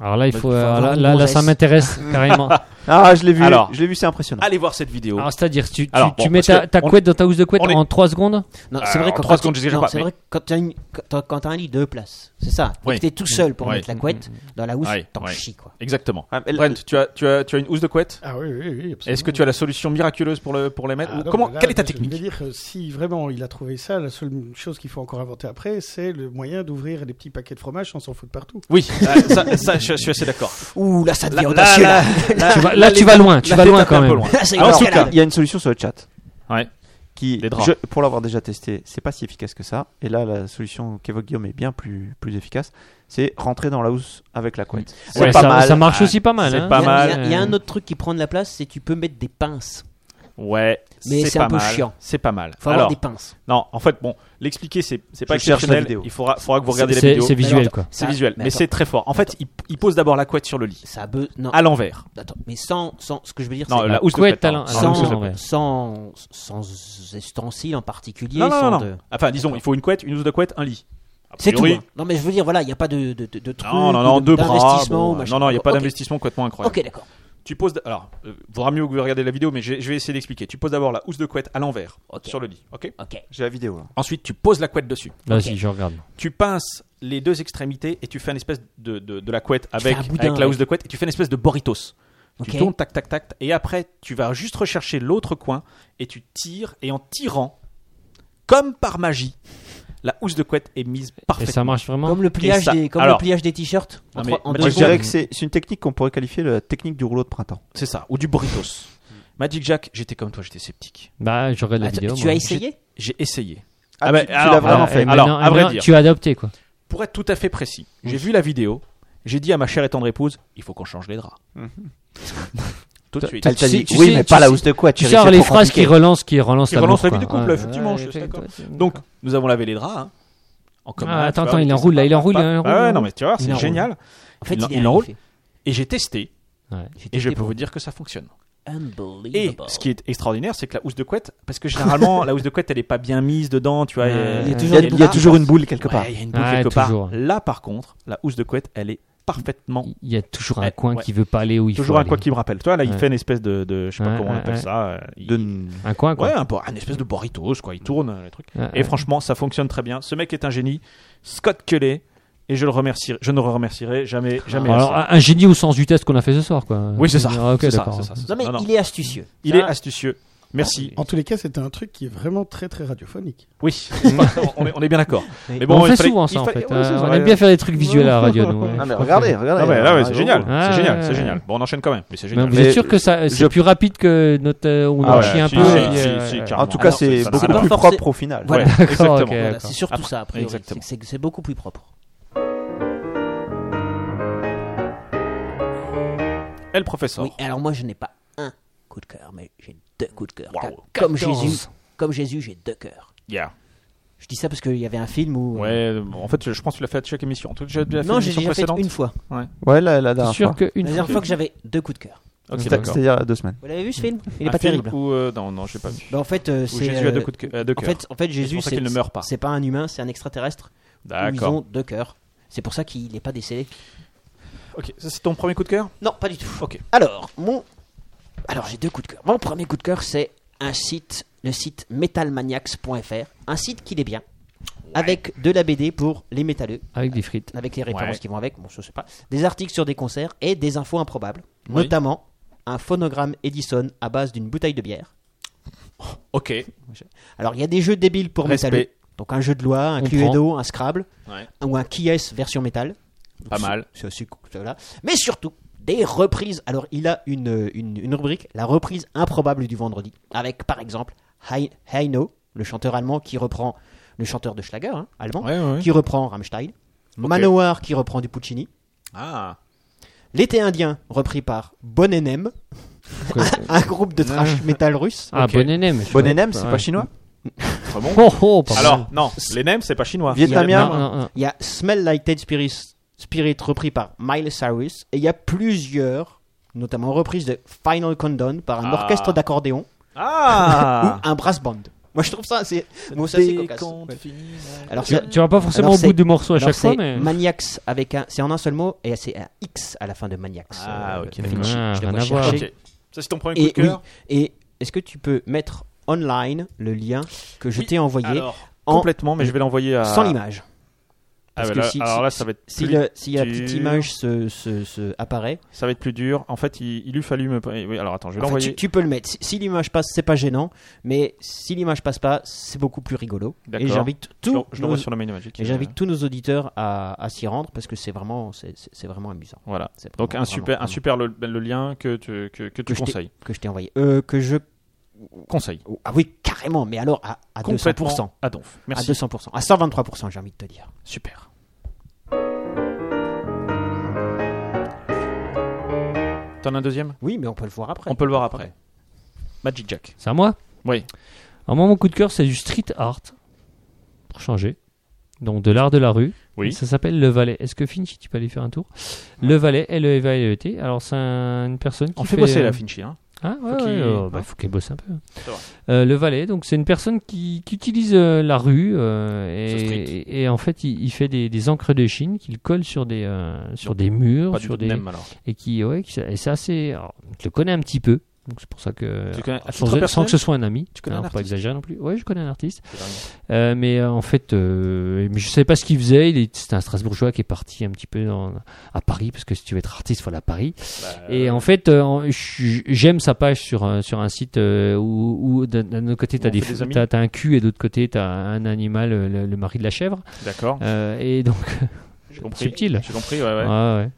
Speaker 2: Alors là, il
Speaker 5: Bah,
Speaker 2: faut.
Speaker 1: faut
Speaker 2: euh,
Speaker 1: avoir
Speaker 2: là,
Speaker 1: une
Speaker 2: là, là,
Speaker 1: grossesse.
Speaker 2: ça m'intéresse carrément.
Speaker 4: Ah, je l'ai vu. je l'ai vu, c'est impressionnant.
Speaker 5: Allez voir cette vidéo.
Speaker 2: Alors, c'est-à-dire, tu, tu,
Speaker 5: Alors,
Speaker 2: tu
Speaker 5: bon,
Speaker 2: mets
Speaker 5: parce que
Speaker 2: ta, ta
Speaker 5: on-
Speaker 2: couette dans ta housse de couette
Speaker 5: on est-
Speaker 2: en 3 secondes
Speaker 1: Non, c'est vrai
Speaker 5: en
Speaker 1: que
Speaker 5: trois
Speaker 1: quand
Speaker 5: secondes, je dirais
Speaker 1: non,
Speaker 5: pas,
Speaker 1: c'est
Speaker 5: mais-
Speaker 1: vrai que quand t'as une- quand- quand t'as un lit deux places, c'est ça.
Speaker 5: Oui.
Speaker 1: Tu T'es tout seul pour
Speaker 5: Oui.
Speaker 1: mettre la couette dans la housse,
Speaker 5: Ouais,
Speaker 1: t'en
Speaker 5: ouais.
Speaker 1: chies quoi.
Speaker 5: Exactement.
Speaker 4: mais la-
Speaker 5: Brent, tu as, tu, as, tu as une housse de couette
Speaker 6: Ah oui, oui, oui.
Speaker 5: Est-ce que tu as la solution miraculeuse pour, le, pour les mettre
Speaker 6: Ah
Speaker 5: Ou
Speaker 6: non,
Speaker 5: comment,
Speaker 6: mais là,
Speaker 5: Quelle est ta
Speaker 6: je-
Speaker 5: technique
Speaker 6: Je veux dire, que si vraiment il a trouvé ça, la seule chose qu'il faut encore inventer après, c'est le moyen d'ouvrir des petits paquets de fromage sans s'en foutre partout.
Speaker 5: Oui, euh, ça, ça, je, je suis assez d'accord.
Speaker 1: Ouh, là, ça devient
Speaker 5: Là-
Speaker 1: audacieux,
Speaker 5: là-
Speaker 1: là.
Speaker 5: Ah, là- là,
Speaker 2: Tu vas- là, tu vas
Speaker 5: les-
Speaker 2: loin, tu
Speaker 5: là,
Speaker 2: vas
Speaker 5: t'es
Speaker 2: loin
Speaker 5: tapé
Speaker 2: quand
Speaker 5: un peu
Speaker 2: même.
Speaker 5: loin.
Speaker 1: C'est
Speaker 5: Alors, Ah, en tout
Speaker 1: escalade.
Speaker 5: cas,
Speaker 4: Il y a une solution sur le chat.
Speaker 5: Ouais.
Speaker 4: Qui,
Speaker 5: Des draps.
Speaker 4: je- pour l'avoir déjà testé, c'est pas si efficace que ça. Et là, la solution qu'évoque Guillaume est bien plus, plus efficace. C'est rentrer dans la housse avec la couette. C'est
Speaker 2: Ouais,
Speaker 4: pas
Speaker 2: ça,
Speaker 4: mal.
Speaker 2: ça marche aussi pas mal.
Speaker 5: Ah. C'est
Speaker 2: hein.
Speaker 5: pas
Speaker 1: Il y a-
Speaker 5: mal.
Speaker 1: Il y a- il y, a un autre truc qui prend de la place, c'est tu peux mettre des pinces.
Speaker 5: ouais,
Speaker 1: Mais c'est un
Speaker 5: pas
Speaker 1: peu
Speaker 5: mal.
Speaker 1: chiant.
Speaker 5: C'est pas mal.
Speaker 1: Faut avoir
Speaker 5: Alors,
Speaker 1: des pinces.
Speaker 5: non, en fait, bon, l'expliquer, c'est c'est pas
Speaker 4: Je cherche la
Speaker 5: exceptionnel.
Speaker 4: vidéo.
Speaker 5: Il faudra, faudra que vous regardiez la
Speaker 2: C'est
Speaker 5: vidéo.
Speaker 2: c'est visuel quoi.
Speaker 5: C'est
Speaker 1: Ça-
Speaker 5: visuel, mais
Speaker 1: attends,
Speaker 5: c'est très fort. En fait, il, il pose d'abord la couette sur le lit,
Speaker 1: ça a be- non,
Speaker 5: à l'envers.
Speaker 1: attends, mais sans, sans ce que je veux dire,
Speaker 5: Non,
Speaker 1: c'est
Speaker 5: Oh, la housse de
Speaker 2: couette
Speaker 5: couette. pardon.
Speaker 2: à l'en- à
Speaker 5: Ah, Non,
Speaker 2: l'en-
Speaker 5: la housse de
Speaker 2: en
Speaker 1: sans,
Speaker 2: vrai.
Speaker 1: sans, sans ustensile en particulier.
Speaker 5: Non, non,
Speaker 1: sans
Speaker 5: non,
Speaker 1: de-
Speaker 5: non. Enfin, disons, il faut une couette, une housse de couette, un lit. A
Speaker 1: C'est tout.
Speaker 5: priori,
Speaker 1: hein. Non, mais je veux dire, voilà, il n'y a pas de, de, de, de truc.
Speaker 5: Non, non, non,
Speaker 1: de-
Speaker 5: deux bras.
Speaker 1: d'investissement,
Speaker 5: bon,
Speaker 1: machin.
Speaker 5: non, non, il n'y a pas
Speaker 1: Ok.
Speaker 5: d'investissement complètement incroyable.
Speaker 1: Ok, d'accord.
Speaker 5: Tu poses. d- Alors, euh, vaudra mieux que vous regardez la vidéo, mais j'ai- je vais essayer d'expliquer. Tu poses d'abord la housse de couette à l'envers
Speaker 1: Ok.
Speaker 5: sur le lit. Ok.
Speaker 1: Ok.
Speaker 4: J'ai la vidéo. hein. là.
Speaker 5: Ensuite, tu poses la couette dessus.
Speaker 2: Vas-y, je regarde.
Speaker 5: Tu pinces les deux extrémités et tu fais une espèce de, de, de la couette avec,
Speaker 1: fais un boudin
Speaker 5: avec la
Speaker 1: avec.
Speaker 5: housse de couette et tu fais une espèce de burritos. Tu
Speaker 1: Ok.
Speaker 5: tournes, tac, tac, tac, et après, tu vas juste rechercher l'autre coin et tu tires, et en tirant, comme par magie, la housse de couette est mise
Speaker 2: Et
Speaker 5: parfaitement.
Speaker 2: ça marche vraiment
Speaker 1: Comme le pliage
Speaker 5: ça-
Speaker 1: des, comme
Speaker 5: alors-
Speaker 1: le pliage des t-shirts.
Speaker 5: Non,
Speaker 1: En,
Speaker 5: mais-
Speaker 1: trois- en
Speaker 5: mais
Speaker 1: deux
Speaker 4: Moi, je
Speaker 5: secondes.
Speaker 4: dirais que c'est c'est une technique qu'on pourrait qualifier de la technique du rouleau de printemps.
Speaker 5: C'est ça, ou du burritos. Magic Jack, j'étais comme toi, j'étais sceptique.
Speaker 2: Bah, je regarde la
Speaker 1: Attends,
Speaker 2: vidéo.
Speaker 1: tu
Speaker 2: moi.
Speaker 1: as essayé
Speaker 5: J'ai essayé.
Speaker 4: Ah,
Speaker 5: bah,
Speaker 4: tu- tu
Speaker 5: alors,
Speaker 4: l'as vraiment
Speaker 2: Ah,
Speaker 4: fait.
Speaker 2: et
Speaker 5: Alors,
Speaker 2: maintenant-
Speaker 5: à vrai
Speaker 2: maintenant,
Speaker 5: dire.
Speaker 2: Tu as adopté quoi.
Speaker 5: Pour être tout à fait précis, j'ai vu la vidéo, j'ai dit à ma chère et tendre épouse, il faut qu'on change les draps.
Speaker 4: Mhm.
Speaker 5: tout de
Speaker 2: T'as-
Speaker 5: suite.
Speaker 2: t'as-
Speaker 4: Elle t'a
Speaker 2: tu
Speaker 4: dit,
Speaker 2: sais- tu
Speaker 4: oui,
Speaker 2: sais-
Speaker 4: mais
Speaker 2: tu
Speaker 4: pas la
Speaker 2: sais-
Speaker 4: housse de couette.
Speaker 2: Tu
Speaker 4: chérie,
Speaker 2: sors
Speaker 4: c'est
Speaker 2: les
Speaker 4: trop
Speaker 2: phrases
Speaker 4: compliqué.
Speaker 2: qui relancent, qui relancent
Speaker 5: Qui
Speaker 2: la
Speaker 5: relancent la vie
Speaker 2: bouffe,
Speaker 5: du
Speaker 2: quoi.
Speaker 5: couple,
Speaker 2: Ouais,
Speaker 5: effectivement,
Speaker 2: ouais,
Speaker 5: je suis d'accord.
Speaker 2: Ah, effectivement.
Speaker 5: Donc, nous avons lavé les draps. hein. En commun, tu
Speaker 2: attends,
Speaker 5: vois,
Speaker 2: attends, il
Speaker 5: oui,
Speaker 2: enroule, là, il enroule,
Speaker 5: sympa.
Speaker 2: il
Speaker 5: Ah
Speaker 2: enroule, il
Speaker 5: ouais, non,
Speaker 2: enroule.
Speaker 5: mais tu vois,
Speaker 1: Il
Speaker 5: c'est
Speaker 1: enroule.
Speaker 5: génial.
Speaker 1: En fait,
Speaker 5: Il
Speaker 1: il,
Speaker 5: en-
Speaker 1: est
Speaker 5: il enroule.
Speaker 1: arrivé.
Speaker 5: Et j'ai testé, et je peux vous dire que ça fonctionne. Et
Speaker 1: Unbelievable.
Speaker 5: ce qui est extraordinaire, c'est que la housse de couette, parce que généralement, la housse de couette, elle est pas bien mise dedans, tu vois. euh,
Speaker 2: Ouais. Il y a
Speaker 4: Il
Speaker 1: toujours
Speaker 4: y a,
Speaker 1: des
Speaker 4: il y a
Speaker 1: bras.
Speaker 4: toujours une boule quelque part.
Speaker 5: Ouais, il y a une boule
Speaker 2: Ouais,
Speaker 5: quelque part.
Speaker 2: toujours.
Speaker 5: Là, par contre, la housse de couette, elle est parfaitement.
Speaker 2: Il y a toujours un
Speaker 5: Ouais,
Speaker 2: coin
Speaker 5: ouais.
Speaker 2: qui veut pas aller où il faut.
Speaker 5: Toujours un
Speaker 2: aller.
Speaker 5: coin qui me rappelle. Toi, là, il
Speaker 2: Ouais.
Speaker 5: fait une espèce de, de- je sais pas
Speaker 2: Ouais,
Speaker 5: comment on
Speaker 2: ouais,
Speaker 5: appelle
Speaker 2: ouais.
Speaker 5: ça. euh, il-
Speaker 4: De-
Speaker 2: Un coin quoi.
Speaker 5: Ouais, un, bo- un espèce de burritos, quoi. Il tourne euh, le truc.
Speaker 2: Ouais,
Speaker 5: Et
Speaker 2: ouais.
Speaker 5: franchement, ça fonctionne très bien. Ce mec est un génie. Scott Kelly. Et je le remercierai, je ne le remercierai jamais, jamais.
Speaker 2: Alors,
Speaker 5: assez.
Speaker 2: un un génie au sens du test qu'on a fait ce soir quoi.
Speaker 5: Oui, c'est ça.
Speaker 2: Ah, Ok,
Speaker 5: C'est ça,
Speaker 2: d'accord.
Speaker 5: c'est ça, c'est ça.
Speaker 1: Non, mais
Speaker 5: Non, non.
Speaker 1: il est astucieux.
Speaker 5: Il est astucieux. Merci.
Speaker 6: En tous les cas, c'était un truc qui est vraiment très très radiophonique.
Speaker 5: Oui, on est, on est bien d'accord. Mais
Speaker 2: on
Speaker 5: il
Speaker 2: fait
Speaker 5: fallait-
Speaker 2: souvent
Speaker 5: il
Speaker 2: ça en
Speaker 5: fallait-
Speaker 2: fait.
Speaker 5: ouais, c'est
Speaker 2: Euh, On
Speaker 5: vrai.
Speaker 2: aime bien faire des trucs visuels à la radio nous. ouais.
Speaker 4: Ah, mais
Speaker 2: Je crois
Speaker 4: regardez,
Speaker 2: que-
Speaker 4: regardez.
Speaker 5: Ah ouais,
Speaker 4: euh,
Speaker 5: là, ouais,
Speaker 4: euh,
Speaker 5: c'est génial,
Speaker 2: ouais,
Speaker 5: c'est génial,
Speaker 2: ouais,
Speaker 5: c'est
Speaker 2: ouais.
Speaker 5: génial. Bon, on enchaîne quand même, mais c'est
Speaker 2: Mais
Speaker 5: génial.
Speaker 2: vous
Speaker 4: Mais
Speaker 2: êtes sûr que ça c'est
Speaker 4: je-
Speaker 2: plus rapide que notre euh, on
Speaker 4: Ah
Speaker 2: en
Speaker 4: ouais,
Speaker 2: chie un
Speaker 5: si,
Speaker 2: peu
Speaker 5: si,
Speaker 2: et puis,
Speaker 5: si,
Speaker 2: euh,
Speaker 5: si,
Speaker 2: ouais.
Speaker 5: carrément.
Speaker 4: En tout cas,
Speaker 5: Alors,
Speaker 4: c'est
Speaker 5: ça- ça
Speaker 4: beaucoup
Speaker 5: n'a
Speaker 1: pas
Speaker 4: plus
Speaker 1: forcé-
Speaker 4: propre au final.
Speaker 1: Voilà.
Speaker 5: Ouais,
Speaker 2: D'accord, ok,
Speaker 5: exactement.
Speaker 1: Voilà,
Speaker 2: d'accord.
Speaker 1: C'est surtout
Speaker 5: Après,
Speaker 1: ça, après.
Speaker 5: exactement.
Speaker 1: C'est c'est beaucoup plus propre.
Speaker 5: Elle, professeur.
Speaker 1: Oui, alors moi je n'ai pas un coup de cœur, mais j'ai deux coups de cœur.
Speaker 5: Waouh.
Speaker 1: Car Comme
Speaker 2: 14.
Speaker 1: Jésus, comme Jésus, j'ai deux cœurs.
Speaker 5: Yeah.
Speaker 1: Je dis ça parce qu'il y avait un film où.
Speaker 5: Ouais, euh, en fait, je pense que tu l'as fait à chaque émission. Toi, tu l'as déjà fait
Speaker 1: Non,
Speaker 5: à
Speaker 1: j'ai
Speaker 5: l'émission
Speaker 1: déjà fait
Speaker 5: précédente
Speaker 1: une fois.
Speaker 4: Ouais, la, la
Speaker 2: C'est
Speaker 4: dernière
Speaker 2: sûr
Speaker 4: fois.
Speaker 2: que une
Speaker 1: La
Speaker 2: fois.
Speaker 1: dernière fois que j'avais deux coups de cœur.
Speaker 5: Ok,
Speaker 4: C'est-
Speaker 5: d'accord.
Speaker 4: C'est-à-dire il y a deux semaines.
Speaker 1: Vous l'avez vu ce film Il
Speaker 5: Un
Speaker 1: n'est pas
Speaker 5: film
Speaker 1: terrible.
Speaker 5: ou, euh, non, non, j'ai pas vu.
Speaker 1: Bah, en fait, euh,
Speaker 5: Où
Speaker 1: c'est.
Speaker 5: Jésus a deux
Speaker 1: euh,
Speaker 5: coups de, cœur- euh, deux
Speaker 1: En
Speaker 5: cœurs.
Speaker 1: fait, en fait
Speaker 5: C'est
Speaker 1: Jésus,
Speaker 5: pour ça qu'il ne meurt pas.
Speaker 1: C'est pas un humain, c'est un extraterrestre. où Ils
Speaker 5: D'accord.
Speaker 1: ont deux cœurs. C'est pour ça qu'il n'est pas décédé.
Speaker 5: Ok, ça c'est ton premier coup de cœur
Speaker 1: Non, pas du tout.
Speaker 5: Ok.
Speaker 1: Alors, mon. Alors, j'ai deux coups de cœur. Mon premier coup de cœur, c'est un site, le site metalmaniacs.fr. Un site qui est bien. Avec de la BD pour les métalleux,
Speaker 2: Avec des frites.
Speaker 1: avec les références
Speaker 5: Ouais.
Speaker 1: qui vont avec, bon, je sais pas. Des articles sur des concerts et des infos improbables. Notamment un phonogramme Edison à base d'une bouteille de bière.
Speaker 5: Oh, Ok.
Speaker 1: Alors, il y a des jeux débiles pour
Speaker 5: Respect.
Speaker 1: métalleux. Donc, un jeu de loi, un
Speaker 2: On
Speaker 1: Cluedo, un Scrabble,
Speaker 5: Ouais.
Speaker 1: ou un Kies version métal.
Speaker 5: Pas mal.
Speaker 1: C'est aussi cool, ça, là. Mais surtout, des reprises. Alors, il a une, une, une rubrique, la reprise improbable du vendredi, avec par exemple Hein- Heino, le chanteur allemand qui reprend le chanteur de Schlager, hein, allemand, qui reprend Rammstein, Manowar qui reprend du Puccini,
Speaker 5: Ah.
Speaker 1: L'été indien repris par Bon NM,
Speaker 2: Quoi.
Speaker 1: un groupe de thrash metal russe.
Speaker 2: Ah,
Speaker 5: Ok.
Speaker 2: bon énem.
Speaker 4: Bon NM, c'est pas chinois
Speaker 5: Très bon.
Speaker 2: Oh, oh, pardon.
Speaker 5: Alors, non, les nems, c'est pas chinois.
Speaker 2: Non,
Speaker 4: Vietnamien
Speaker 2: non, non.
Speaker 1: Il y a Smell Like Teen Spirit, Spirit repris par Miley Cyrus, et il y a plusieurs, notamment reprises de Final Countdown par un
Speaker 5: Ah.
Speaker 1: orchestre d'accordéon
Speaker 5: Ah
Speaker 1: ou un brass band.
Speaker 10: Moi, je trouve ça assez. Moi, ça, c'est cocasse. Ouais. Alors,
Speaker 2: Tu-
Speaker 10: ça-
Speaker 2: tu vas pas forcément
Speaker 10: alors,
Speaker 2: au bout
Speaker 10: c'est-
Speaker 2: du morceau à
Speaker 10: alors,
Speaker 2: chaque fois,
Speaker 10: c'est
Speaker 2: mais-
Speaker 10: Maniacs avec un. C'est en un seul mot et c'est un X à la fin de Maniacs.
Speaker 2: Ah,
Speaker 10: euh,
Speaker 2: ok,
Speaker 10: de
Speaker 2: d'accord.
Speaker 10: Finchi.
Speaker 2: Ah,
Speaker 10: Je le
Speaker 2: rien
Speaker 10: vois
Speaker 2: à voir.
Speaker 10: chercher.
Speaker 2: Ok. Ça, c'est ton premier
Speaker 10: et,
Speaker 2: coup de cœur.
Speaker 10: oui, et est-ce que tu peux mettre online le lien que je t'ai envoyé
Speaker 5: Ah, alors,
Speaker 10: en-
Speaker 5: complètement, mais je vais l'envoyer à-
Speaker 10: Sans l'image.
Speaker 5: Ah,
Speaker 10: Parce
Speaker 5: bah
Speaker 10: que
Speaker 5: là-
Speaker 10: si,
Speaker 5: alors
Speaker 10: si-
Speaker 5: là, ça va être
Speaker 10: si,
Speaker 5: plus
Speaker 10: le- si la petite
Speaker 5: dur.
Speaker 10: image se, se- se apparaît.
Speaker 5: Ça va être plus dur. En fait, il, il lui fallu me. Oui, alors attends, je vais
Speaker 10: Enfin,
Speaker 5: l'envoyer.
Speaker 10: tu, tu peux le mettre. Si, si l'image passe, c'est pas gênant, mais si l'image passe pas, c'est beaucoup plus rigolo.
Speaker 5: D'accord.
Speaker 10: Et j'invite
Speaker 5: Je l'en-
Speaker 10: tous,
Speaker 5: je l'envoie
Speaker 10: nos-
Speaker 5: sur le mail de Magic.
Speaker 10: et j'invite tous nos auditeurs à, à s'y rendre parce que c'est vraiment, c'est- c'est c'est vraiment amusant.
Speaker 5: Voilà.
Speaker 10: C'est
Speaker 5: Donc
Speaker 10: vraiment,
Speaker 5: un super,
Speaker 10: vraiment,
Speaker 5: un super le, le lien que tu, que, que tu
Speaker 10: Que je t'ai-
Speaker 5: conseilles.
Speaker 10: que je t'ai envoyé. Euh, que je
Speaker 5: conseille.
Speaker 10: Ah oui, carrément, mais alors à, à
Speaker 5: Complètement
Speaker 10: 200%.
Speaker 5: à donf. Merci.
Speaker 10: À 200%. À 123%, j'ai envie de te dire.
Speaker 5: Super. T'en as un deuxième
Speaker 10: Oui, mais on peut le voir après.
Speaker 5: On peut le voir après. Magic Jack.
Speaker 2: C'est à moi
Speaker 5: Oui.
Speaker 2: Alors moi, mon coup de cœur, c'est du street art. Pour changer. Donc de l'art de la rue.
Speaker 5: Oui.
Speaker 2: Ça s'appelle Le Valet. Est-ce que Finchi, tu peux aller faire un tour Le E Valet, L-E-V-A-L-E-T. Alors c'est un- une personne qui
Speaker 5: On le
Speaker 2: fait...
Speaker 5: fait bosser, là,
Speaker 2: euh,
Speaker 5: Finchi, hein.
Speaker 2: Ah ouais,
Speaker 5: Faut qu'il-
Speaker 2: ouais, euh, bah,
Speaker 5: ouais.
Speaker 2: faut qu'il bosse un peu.
Speaker 5: C'est vrai.
Speaker 2: Euh, le valet, donc c'est une personne qui, qui utilise euh, la rue euh,
Speaker 5: Ce street.
Speaker 2: et, et- et en fait il, il fait des, des encres de Chine qu'il colle sur des euh, sur des murs,
Speaker 5: pas du
Speaker 2: sur
Speaker 5: tout de
Speaker 2: des
Speaker 5: nem, alors.
Speaker 2: et qui ouais, qui- et c'est assez. alors, je le connais un petit peu, donc c'est pour ça que
Speaker 5: Tu connais- à titre
Speaker 2: sans, sans
Speaker 5: personnel
Speaker 2: que ce soit un ami,
Speaker 5: Tu connais
Speaker 2: hein,
Speaker 5: un
Speaker 2: faut pas
Speaker 5: artiste
Speaker 2: exagérer non plus. Ouais, je connais un artiste,
Speaker 5: C'est dingue.
Speaker 2: Euh, mais euh, en fait euh, mais je savais pas ce qu'il faisait. Il est- c'était un Strasbourgeois qui est parti un petit peu dans- à Paris parce que si tu veux être artiste, faut aller à Paris.
Speaker 5: Bah,
Speaker 2: Et en fait, euh, en- je- j'aime sa page sur, un- sur un site euh, où, où d'un- d'un autre côté,
Speaker 5: On
Speaker 2: t'as des,
Speaker 5: fait des amis.
Speaker 2: t'as- t'as un cul et d'autre côté, t'as un animal, euh, le, le mari de la chèvre.
Speaker 5: D'accord.
Speaker 2: Euh, et donc,
Speaker 5: Ah. J'ai compris.
Speaker 2: subtil.
Speaker 5: J'ai compris, ouais, ouais.
Speaker 2: Ouais, ouais.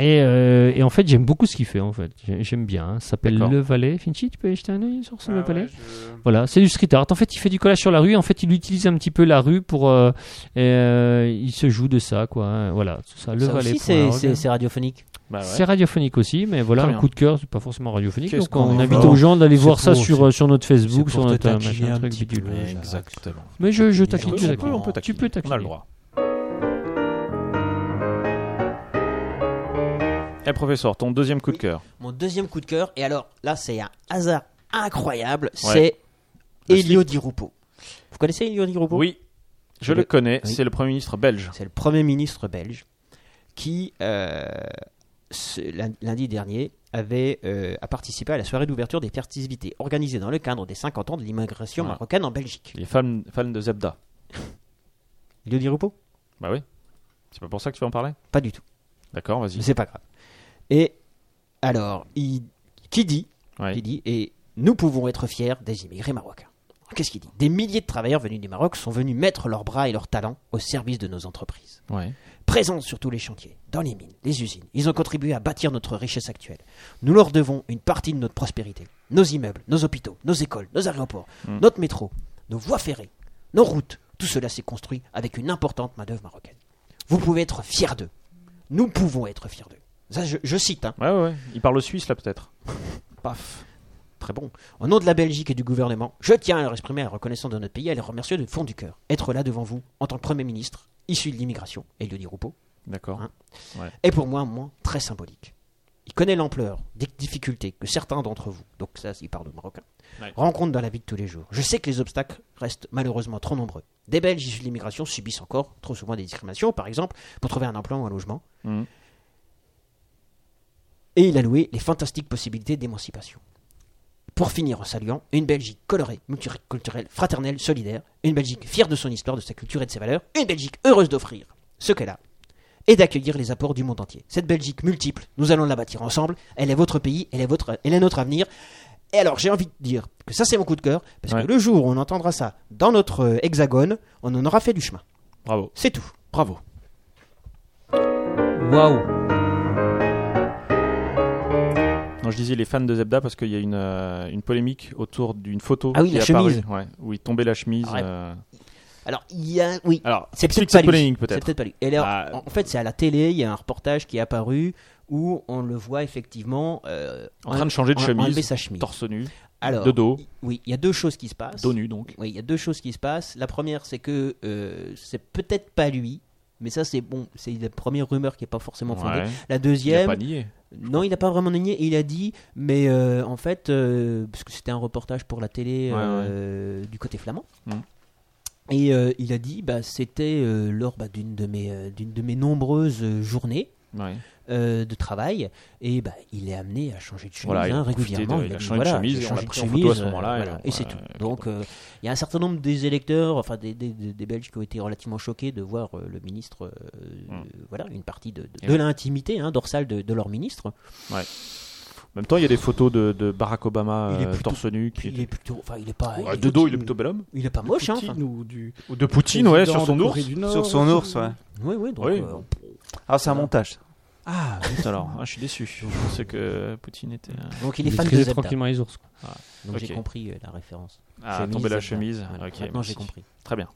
Speaker 2: Et, euh, et en fait, j'aime beaucoup ce qu'il fait. En fait, J'ai- j'aime bien. hein. Ça s'appelle
Speaker 5: D'accord.
Speaker 2: Le Valet. Finchi, tu peux jeter un œil sur ce
Speaker 5: Ah
Speaker 2: Le
Speaker 5: ouais,
Speaker 2: Valet.
Speaker 5: je-
Speaker 2: Voilà, c'est du street art. En fait, il fait du collage sur la rue. En fait, il utilise un petit peu la rue pour. euh, et, euh, il se joue de ça, quoi. hein. Voilà, c'est ça. Le
Speaker 10: Ça
Speaker 2: Valet.
Speaker 10: aussi, c'est- c'est c'est radiophonique.
Speaker 3: Ah
Speaker 5: Bah ouais.
Speaker 2: C'est radiophonique aussi, mais voilà,
Speaker 5: Très
Speaker 2: un
Speaker 5: bien.
Speaker 2: coup de cœur, c'est pas forcément radiophonique.
Speaker 5: Qu'est-ce
Speaker 2: Donc on
Speaker 5: qu'on
Speaker 2: invite
Speaker 5: invente
Speaker 2: aux gens d'aller
Speaker 5: C'est
Speaker 2: voir ça
Speaker 5: pour-
Speaker 2: sur, euh, sur notre
Speaker 5: c'est pour
Speaker 2: Facebook, sur
Speaker 5: te
Speaker 2: notre euh,
Speaker 5: taquiner
Speaker 2: machin,
Speaker 5: un
Speaker 2: truc
Speaker 5: petit
Speaker 2: bidule.
Speaker 5: peu,
Speaker 2: Ouais.
Speaker 5: Exactement.
Speaker 2: Mais je, je taquine,
Speaker 5: On
Speaker 2: je
Speaker 5: peut, on peut, on peut
Speaker 2: taquine. Tu
Speaker 5: taquiner.
Speaker 2: peux
Speaker 5: On
Speaker 2: taquiner.
Speaker 5: a le droit. Eh professeur, ton deuxième coup de cœur.
Speaker 1: Mon deuxième coup de cœur, et alors là, c'est un hasard incroyable.
Speaker 5: Ouais.
Speaker 1: C'est
Speaker 5: Le
Speaker 1: Elio
Speaker 5: slip.
Speaker 1: Di Rupo. Vous connaissez Elio Di Rupo
Speaker 5: Oui, je le
Speaker 1: Le-
Speaker 5: connais,
Speaker 1: oui.
Speaker 5: c'est le Premier ministre belge.
Speaker 1: C'est le Premier ministre belge qui, euh, ce- lun- lundi dernier, avait euh, a participé à la soirée d'ouverture des festivités organisées dans le cadre des 50 ans de l'immigration
Speaker 5: Ouais.
Speaker 1: marocaine en Belgique.
Speaker 5: Il est fan, fan de Zebda.
Speaker 1: Elio Di Rupo
Speaker 5: Bah oui. C'est pas pour ça que tu veux en parler
Speaker 1: Pas du tout.
Speaker 5: D'accord, vas-y.
Speaker 1: Mais c'est pas grave. Et alors, il- qui dit
Speaker 5: Ouais.
Speaker 1: qui dit et nous pouvons être fiers des immigrés marocains. Alors, Qu'est-ce qu'il dit Des milliers de travailleurs venus du Maroc sont venus mettre leurs bras et leurs talents au service de nos entreprises.
Speaker 5: Ouais.
Speaker 1: Présents sur tous les chantiers, dans les mines, les usines, ils ont contribué à bâtir notre richesse actuelle. Nous leur devons une partie de notre prospérité. Nos immeubles, nos hôpitaux, nos écoles, nos aéroports,
Speaker 5: Mm.
Speaker 1: notre métro, nos voies ferrées, nos routes. Tout cela s'est construit avec une importante main-d'œuvre marocaine. Vous pouvez être fiers d'eux. Nous pouvons être fiers d'eux. Ça, je, je cite, hein.
Speaker 5: Ouais, ouais, ouais. Il parle suisse là peut-être.
Speaker 1: Paf. Très bon. Au nom de la Belgique et du gouvernement, je tiens à leur exprimer la reconnaissance de notre pays et à les remercier du fond du cœur. Être là devant vous, en tant que Premier ministre, issu de l'immigration, et Elio Di Rupo,
Speaker 5: D'accord.
Speaker 1: Hein
Speaker 5: Ouais.
Speaker 1: est pour moi un moment très symbolique. Il connaît l'ampleur des difficultés que certains d'entre vous, donc ça, il parle de Marocains,
Speaker 5: Ouais.
Speaker 1: rencontrent dans la vie de tous les jours. Je sais que les obstacles restent malheureusement trop nombreux. Des Belges issus de l'immigration subissent encore trop souvent des discriminations, par exemple, pour trouver un emploi ou un logement.
Speaker 5: Mhm.
Speaker 1: Et il a loué les fantastiques possibilités d'émancipation. Pour finir en saluant une Belgique colorée, multiculturelle, fraternelle, solidaire, une Belgique fière de son histoire, de sa culture et de ses valeurs, une Belgique heureuse d'offrir ce qu'elle a et d'accueillir les apports du monde entier. Cette Belgique multiple, nous allons la bâtir ensemble, elle est votre pays, elle est, votre, elle est notre avenir. Et alors j'ai envie de dire que ça c'est mon coup de cœur, parce
Speaker 5: Ouais.
Speaker 1: que le jour où on entendra ça dans notre euh, hexagone, on en aura fait du chemin.
Speaker 5: Bravo.
Speaker 1: C'est tout.
Speaker 5: Bravo.
Speaker 2: Waouh
Speaker 5: Non, je disais les fans de Zebda parce qu'il y a une, euh, une polémique autour d'une photo
Speaker 1: Ah oui,
Speaker 5: qui
Speaker 1: la
Speaker 5: est apparue,
Speaker 1: chemise.
Speaker 5: ouais, où il tombait la chemise.
Speaker 1: Ah ouais.
Speaker 5: euh,
Speaker 1: Alors il y a... Oui,
Speaker 5: Alors,
Speaker 1: c'est
Speaker 5: explique
Speaker 1: peut-être
Speaker 5: cette
Speaker 1: pas lui.
Speaker 5: polémique
Speaker 1: C'est
Speaker 5: peut-être.
Speaker 1: peut-être pas lui. Et alors,
Speaker 5: Bah,
Speaker 1: en, en fait c'est à la télé, il y a un reportage qui est apparu où on le voit effectivement euh,
Speaker 5: En train de changer de
Speaker 1: en- enlever
Speaker 5: chemise,
Speaker 1: sa chemise.
Speaker 5: torse nu,
Speaker 1: Alors,
Speaker 5: de dos,
Speaker 1: i- oui, il y a deux choses qui se passent.
Speaker 5: dos nu donc.
Speaker 1: Oui, il y a deux choses qui se passent. La première, c'est que euh, c'est peut-être pas lui, mais ça, c'est bon, c'est la première rumeur qui est pas forcément fondée.
Speaker 5: Ouais. Il
Speaker 1: La
Speaker 5: a
Speaker 1: deuxième,
Speaker 5: pas nié.
Speaker 1: Non, il n'a pas vraiment nié. Il a dit, mais euh, en fait, euh, parce que c'était un reportage pour la télé
Speaker 5: Ouais,
Speaker 1: euh, du côté flamand.
Speaker 5: Mm.
Speaker 1: Et euh, il a dit, bah, c'était euh, lors bah, d'une de mes euh, d'une de mes nombreuses euh, journées
Speaker 5: Ouais.
Speaker 1: euh, de travail, et bah, il est amené à changer de chemise
Speaker 5: Voilà, il a
Speaker 1: hein,
Speaker 5: profité
Speaker 1: régulièrement.
Speaker 5: de- il a
Speaker 1: dit,
Speaker 5: changé de chemise,
Speaker 1: j'ai
Speaker 5: et on l'a
Speaker 1: changé de
Speaker 5: pris en photo à ce
Speaker 1: chemise, euh,
Speaker 5: moment-là, et
Speaker 1: voilà, Et,
Speaker 5: voilà,
Speaker 1: c'est tout.
Speaker 5: euh,
Speaker 1: Donc, euh, il y a un certain nombre des électeurs, enfin des, des- des- des Belges qui ont été relativement choqués de voir euh, le ministre, euh, euh, voilà, une partie de, de-
Speaker 5: Hmm. Et
Speaker 1: de
Speaker 5: ouais.
Speaker 1: l'intimité hein, dorsale de, de leur ministre.
Speaker 5: Ouais. En même temps, il y a des photos de, de Barack Obama
Speaker 1: Il est
Speaker 5: euh,
Speaker 1: plutôt-
Speaker 5: torse nu. Qui
Speaker 1: Il est plutôt, enfin, il est pas,
Speaker 5: Ouais,
Speaker 1: Ah, il est-
Speaker 5: de dos, il est plutôt bel homme.
Speaker 1: il est pas moche, hein.
Speaker 6: Poutine
Speaker 1: enfin.
Speaker 6: ou du
Speaker 5: Ou de Poutine, ouais, sur
Speaker 6: président
Speaker 5: son
Speaker 6: de
Speaker 5: ours.
Speaker 6: Corée du Nord.
Speaker 4: Sur son ours, ouais.
Speaker 1: Oui, oui, donc,
Speaker 5: Oui.
Speaker 1: euh,
Speaker 4: Ah, c'est un montage.
Speaker 5: Ah, zut alors, Ah, je suis déçu. Je pensais que Poutine était. euh, un-
Speaker 1: donc il est
Speaker 2: Il
Speaker 1: fan de
Speaker 2: maîtrisait
Speaker 1: Zelda.
Speaker 2: tranquillement les ours. quoi.
Speaker 1: Donc j'ai
Speaker 5: Ok.
Speaker 1: compris euh, la référence.
Speaker 5: Ah,
Speaker 1: Chemise,
Speaker 5: tomber la
Speaker 1: Zelda.
Speaker 5: chemise.
Speaker 1: Voilà,
Speaker 5: Ok,
Speaker 1: maintenant j'ai
Speaker 5: merci.
Speaker 1: compris.
Speaker 5: Très bien.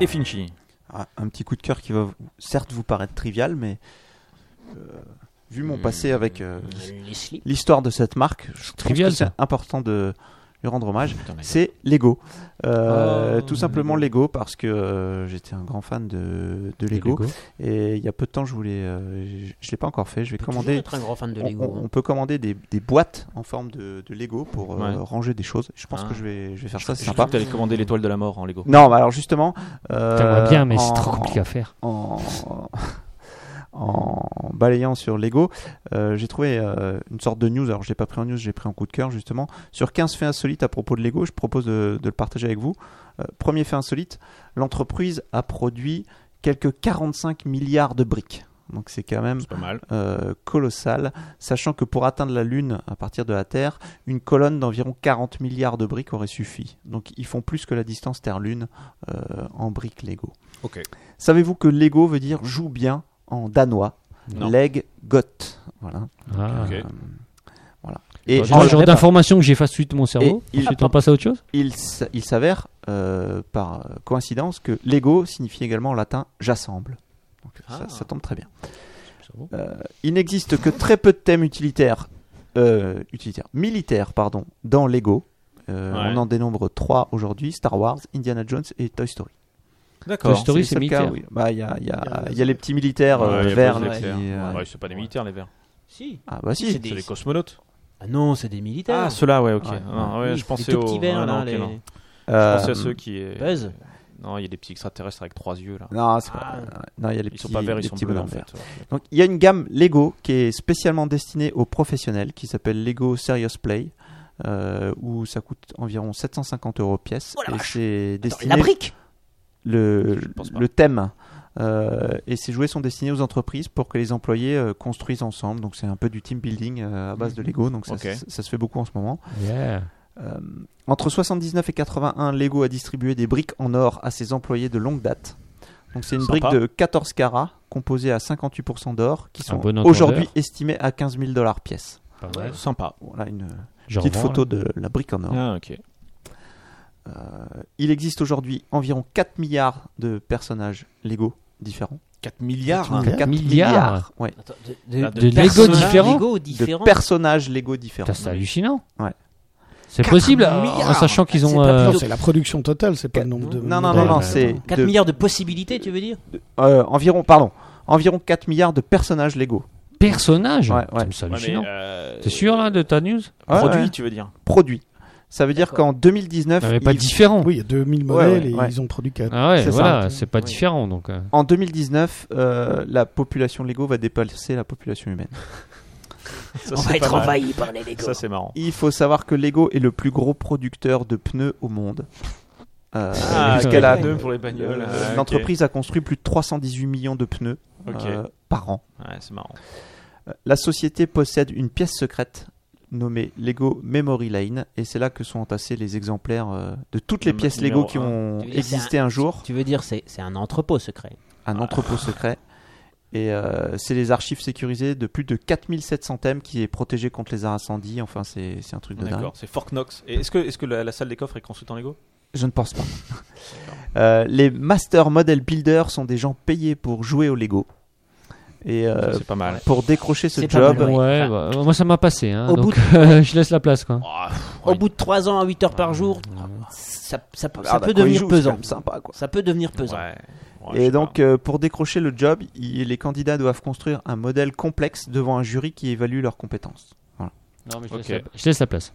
Speaker 5: Et Finchi.
Speaker 4: Ah, un petit coup de cœur qui va vous- certes vous paraître trivial, mais euh, vu
Speaker 1: Hmm.
Speaker 4: mon passé avec euh,
Speaker 1: Les slips.
Speaker 4: l'histoire de cette marque, je trouve
Speaker 2: trivial,
Speaker 4: que c'est
Speaker 2: ça.
Speaker 4: important de lui rendre hommage. C'est Lego. Euh,
Speaker 2: Ah,
Speaker 4: tout simplement Lego, parce que euh, j'étais un grand fan de, de Lego.
Speaker 5: Euh,
Speaker 4: Et il y a peu de temps, je voulais, euh, je, je l'ai pas encore fait. Je vais
Speaker 1: Peut
Speaker 4: commander.
Speaker 1: toujours être un grand fan de
Speaker 4: on-
Speaker 1: Lego.
Speaker 4: On,
Speaker 1: hein.
Speaker 4: on peut commander des, des boîtes en forme de, de Lego pour euh,
Speaker 5: Ouais.
Speaker 4: ranger des choses. Je pense
Speaker 5: Ah.
Speaker 4: que je vais, je vais faire ça, c'est
Speaker 5: Je crois
Speaker 4: sympa.
Speaker 5: que t'allais commander l'étoile de la mort en Lego.
Speaker 4: Non, mais alors justement. euh,
Speaker 2: T'aimerais bien, mais
Speaker 4: en-
Speaker 2: c'est trop compliqué à faire.
Speaker 4: En, en balayant sur Lego, euh, j'ai trouvé euh, une sorte de news. Alors, je l'ai pas pris en news, j'ai pris en coup de cœur justement. Sur 15 faits insolites à propos de Lego, je propose de, de le partager avec vous. Euh, premier fait insolite l'entreprise a produit quelques 45 milliards de briques. Donc, c'est quand même
Speaker 5: C'est pas mal.
Speaker 4: euh, colossal, sachant que pour atteindre la Lune à partir de la Terre, une colonne d'environ 40 milliards de briques aurait suffi. Donc ils font plus que la distance Terre-Lune euh, en briques Lego.
Speaker 5: Ok.
Speaker 4: Savez-vous que Lego veut dire joue bien en danois
Speaker 5: Non.
Speaker 4: Leg got. Voilà.
Speaker 2: Ah.
Speaker 5: Ok.
Speaker 4: Euh, voilà. Et
Speaker 2: Genre,
Speaker 4: en-
Speaker 2: genre d'information que j'efface tout de suite de mon cerveau.
Speaker 4: Et il-
Speaker 2: Ensuite, on passe à autre chose.
Speaker 4: il, s- il s'avère, euh, par euh, coïncidence, que Lego signifie également en latin j'assemble. Donc ça,
Speaker 5: Ah.
Speaker 4: ça tombe très bien.
Speaker 2: C'est bon.
Speaker 4: Euh, il n'existe que très peu de thèmes utilitaires, euh, utilitaires, militaires, pardon, dans Lego. Euh,
Speaker 5: Ouais.
Speaker 4: On en dénombre trois aujourd'hui Star Wars, Indiana Jones et Toy Story.
Speaker 2: Toy
Speaker 5: D'accord.
Speaker 2: Story,
Speaker 4: les
Speaker 2: c'est
Speaker 4: seuls cas
Speaker 2: militaire.
Speaker 4: où il- bah, il y a, il y a-
Speaker 6: Il y a-
Speaker 4: il y a les petits militaires euh,
Speaker 5: Ouais, il y a
Speaker 4: verts.
Speaker 5: pas
Speaker 4: là,
Speaker 5: les
Speaker 4: qui,
Speaker 5: verts.
Speaker 4: euh,
Speaker 5: Ouais, c'est pas des militaires les verts.
Speaker 1: Si.
Speaker 4: Ah bah si.
Speaker 1: C'est
Speaker 5: C'est
Speaker 1: des...
Speaker 5: des cosmonautes.
Speaker 1: Ah non, c'est des militaires.
Speaker 5: Ah, ceux-là, ouais, ok.
Speaker 4: Ouais.
Speaker 5: Non, ouais,
Speaker 1: Oui,
Speaker 5: je pensais
Speaker 1: les tout
Speaker 5: aux.
Speaker 1: petits verts,
Speaker 5: ah, non,
Speaker 1: là,
Speaker 5: ok,
Speaker 1: les-
Speaker 5: non.
Speaker 4: Euh,
Speaker 5: Je pensais à ceux qui. euh,
Speaker 1: Buzz.
Speaker 5: Non, il y a des petits extraterrestres avec trois yeux là.
Speaker 4: Non, c'est pas- non, il y a
Speaker 5: Ah.
Speaker 4: les
Speaker 5: Ils
Speaker 4: petits,
Speaker 5: sont pas verts,
Speaker 4: les
Speaker 5: ils sont
Speaker 4: petits
Speaker 5: bleus en
Speaker 4: bonhommes verts.
Speaker 5: fait. Ouais.
Speaker 4: Donc, il y a une gamme Lego qui est spécialement destinée aux professionnels, qui s'appelle Lego Serious Play, euh, où ça coûte environ 750 euros pièce.
Speaker 1: Oh la
Speaker 4: et
Speaker 1: vache.
Speaker 4: c'est
Speaker 1: La
Speaker 4: destiné
Speaker 1: brique.
Speaker 4: le,
Speaker 5: Je pense pas.
Speaker 4: le thème. Euh, et ces jouets sont destinés aux entreprises pour que les employés euh, construisent ensemble. Donc c'est un peu du team building euh, à base de Lego. Donc ça,
Speaker 5: Mmh. Ok.
Speaker 4: ça- ça se fait beaucoup en ce moment.
Speaker 2: Yeah.
Speaker 4: Euh, entre 79 et 81, Lego a distribué des briques en or à ses employés de longue date. Donc c'est une
Speaker 5: Sympa.
Speaker 4: brique de 14 carats composée à 58% d'or qui
Speaker 2: Un
Speaker 4: sont
Speaker 2: bon entendeur.
Speaker 4: aujourd'hui estimées à 15 000 dollars pièce.
Speaker 2: Pas mal.
Speaker 5: Sympa.
Speaker 4: Voilà une euh,
Speaker 2: Je
Speaker 4: petite
Speaker 2: revends,
Speaker 4: photo
Speaker 2: là.
Speaker 4: de la brique en or.
Speaker 5: Ah, ok.
Speaker 4: Il existe aujourd'hui environ 4 milliards de personnages Lego différents.
Speaker 5: 4 milliards.
Speaker 4: Quatre
Speaker 2: milliards
Speaker 4: ouais,
Speaker 1: Attends,
Speaker 5: Là,
Speaker 2: de Lego
Speaker 1: personnages
Speaker 2: différents
Speaker 1: Lego
Speaker 4: de
Speaker 1: différents.
Speaker 4: personnages Lego différents.
Speaker 2: Putain, C'est hallucinant.
Speaker 4: Ouais.
Speaker 2: C'est
Speaker 1: Quatre
Speaker 2: possible euh, en
Speaker 1: milliards.
Speaker 2: sachant qu'ils
Speaker 1: C'est
Speaker 2: ont.
Speaker 1: pas
Speaker 2: euh,
Speaker 6: Non, c'est la production totale, c'est pas le nombre de. euh,
Speaker 4: Non, non, non, non,
Speaker 2: Ouais,
Speaker 4: c'est
Speaker 1: 4
Speaker 4: de-
Speaker 1: milliards de possibilités, tu veux dire
Speaker 4: euh, environ, pardon, environ 4 milliards de personnages Lego
Speaker 2: personnages.
Speaker 4: Ouais, ouais.
Speaker 2: Putain, mais C'est hallucinant.
Speaker 5: euh,
Speaker 2: T'es sûr là de ta news
Speaker 4: Ouais,
Speaker 5: Produit,
Speaker 4: ouais.
Speaker 5: tu veux dire
Speaker 4: produits. Ça veut dire
Speaker 1: D'accord.
Speaker 4: qu'en 2019,
Speaker 2: Non, mais pas
Speaker 4: ils-
Speaker 2: différent.
Speaker 6: Oui, il y a 2000
Speaker 4: Ouais,
Speaker 6: modèles
Speaker 4: ouais,
Speaker 6: et
Speaker 4: ouais.
Speaker 6: ils ont produit 4.
Speaker 2: Ah ouais,
Speaker 4: C'est ça.
Speaker 2: voilà, c'est pas
Speaker 1: Oui.
Speaker 2: différent donc. euh.
Speaker 4: en 2019, euh, la population Lego va dépasser la population humaine.
Speaker 5: Ça,
Speaker 1: On
Speaker 5: c'est
Speaker 1: va
Speaker 5: pas
Speaker 1: être
Speaker 5: mal.
Speaker 1: envahi par les Lego.
Speaker 5: Ça, c'est marrant.
Speaker 4: Il faut savoir que Lego est le plus gros producteur de pneus au monde. Euh,
Speaker 2: Ah,
Speaker 4: puisqu'elle a-
Speaker 2: ouais.
Speaker 5: Deux pour les bagnoles.
Speaker 4: euh,
Speaker 5: Ah, ok.
Speaker 4: L'entreprise a construit plus de 318 millions de pneus
Speaker 5: Ok.
Speaker 4: euh, par an. Euh,
Speaker 5: Ouais, c'est marrant.
Speaker 4: La société possède une pièce secrète nommée Lego Memory Lane et c'est là que sont entassés les exemplaires euh, de toutes les
Speaker 5: Num-
Speaker 4: pièces Lego
Speaker 5: numéro
Speaker 4: qui
Speaker 5: un.
Speaker 4: ont
Speaker 1: Tu veux dire,
Speaker 4: existé
Speaker 1: c'est
Speaker 4: un jour,
Speaker 1: Tu veux dire, c'est c'est un entrepôt secret.
Speaker 4: un entrepôt secret. Et euh, c'est les archives sécurisées de plus de 4700 thèmes qui est protégé contre les incendies. Enfin, c'est c'est un truc de dingue.
Speaker 5: D'accord, c'est Fort Knox. Et est-ce que, est-ce que la, la salle des coffres est construite en Lego
Speaker 4: Je ne pense pas. Euh, les Master Model Builders sont des gens payés pour jouer au Lego. Et euh,
Speaker 5: Ça, C'est pas mal.
Speaker 4: pour décrocher ce
Speaker 1: C'est pas
Speaker 4: job,
Speaker 1: mal,
Speaker 2: Ouais, bah, moi ça m'a passé, hein,
Speaker 1: Au
Speaker 2: donc
Speaker 1: bout
Speaker 2: je laisse la place quoi.
Speaker 5: Oh, pff,
Speaker 1: Au
Speaker 5: ouais.
Speaker 1: bout de 3 ans à 8 heures par jour, ça, ça peut- ça
Speaker 4: Ah, bah, quand
Speaker 1: peut
Speaker 4: ils
Speaker 1: devenir
Speaker 4: jouent, c'est quand
Speaker 1: pesant.
Speaker 4: même Sympa, quoi.
Speaker 1: Ça peut devenir pesant.
Speaker 5: Ouais. Ouais,
Speaker 11: Ouais, je sais
Speaker 4: et donc, euh, pour décrocher le job, il- les candidats doivent construire un modèle complexe devant un jury qui évalue leurs compétences. Voilà.
Speaker 2: Non, mais je,
Speaker 3: Ok.
Speaker 2: laisse la, je laisse la place.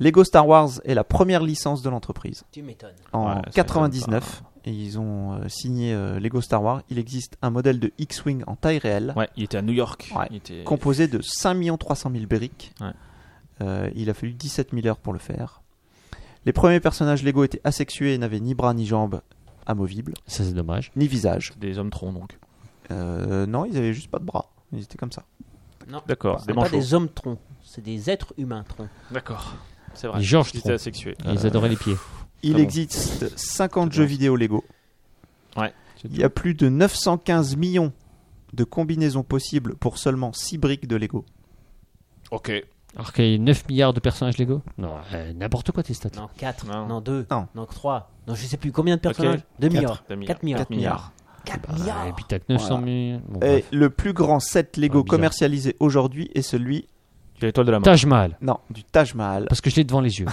Speaker 4: Lego Star Wars est la première licence de l'entreprise.
Speaker 1: Tu m'étonnes.
Speaker 4: En
Speaker 3: Ouais, ça
Speaker 4: 99, et ils ont euh, signé euh, Lego Star Wars. Il existe un modèle de X-Wing en taille réelle,
Speaker 3: Ouais, il était à New York.
Speaker 4: Ouais.
Speaker 3: Il était-
Speaker 4: composé de 5 300 000 briques.
Speaker 3: Ouais.
Speaker 4: Euh, il a fallu 17 000 heures pour le faire. Les premiers personnages Lego étaient asexués et n'avaient ni bras ni jambes amovibles,
Speaker 2: Ça, c'est dommage.
Speaker 4: ni visage.
Speaker 3: Des hommes troncs, donc.
Speaker 4: Euh, non, ils avaient juste pas de bras. Ils étaient comme ça.
Speaker 3: D'accord,
Speaker 1: C'est
Speaker 3: des
Speaker 1: pas
Speaker 3: manchots.
Speaker 1: des hommes troncs, c'est des êtres humains troncs.
Speaker 3: D'accord. C'est
Speaker 2: Les
Speaker 3: vrai.
Speaker 2: Georges
Speaker 3: Ils étaient
Speaker 2: Tron.
Speaker 3: asexués.
Speaker 2: Ils
Speaker 4: Euh,
Speaker 2: adoraient les pieds.
Speaker 4: Il
Speaker 2: Ah bon.
Speaker 4: existe 50 jeux vidéo Lego.
Speaker 3: Ouais.
Speaker 4: Il y a plus de 915 millions de combinaisons possibles pour seulement 6 briques de Lego.
Speaker 3: Ok.
Speaker 2: Alors qu'il y a 9 milliards de personnages Lego Non, euh, n'importe quoi tes stats.
Speaker 1: Non, 4,
Speaker 3: Non.
Speaker 1: non 2,
Speaker 4: Non.
Speaker 1: non 3, non je sais plus combien de personnages 2 milliards. 4 milliards.
Speaker 4: 4 milliards.
Speaker 2: Bah,
Speaker 7: Ah,
Speaker 3: Ah.
Speaker 2: et puis t'as que 900 000. Bon,
Speaker 4: Et
Speaker 2: bref.
Speaker 4: le plus grand set Lego
Speaker 2: Ouais, bizarre.
Speaker 4: commercialisé aujourd'hui est celui
Speaker 3: Tu as l'étoile de la mort.
Speaker 2: Taj Mahal.
Speaker 4: non, du Taj Mahal.
Speaker 2: Parce que je l'ai devant
Speaker 3: Ah.
Speaker 2: les yeux.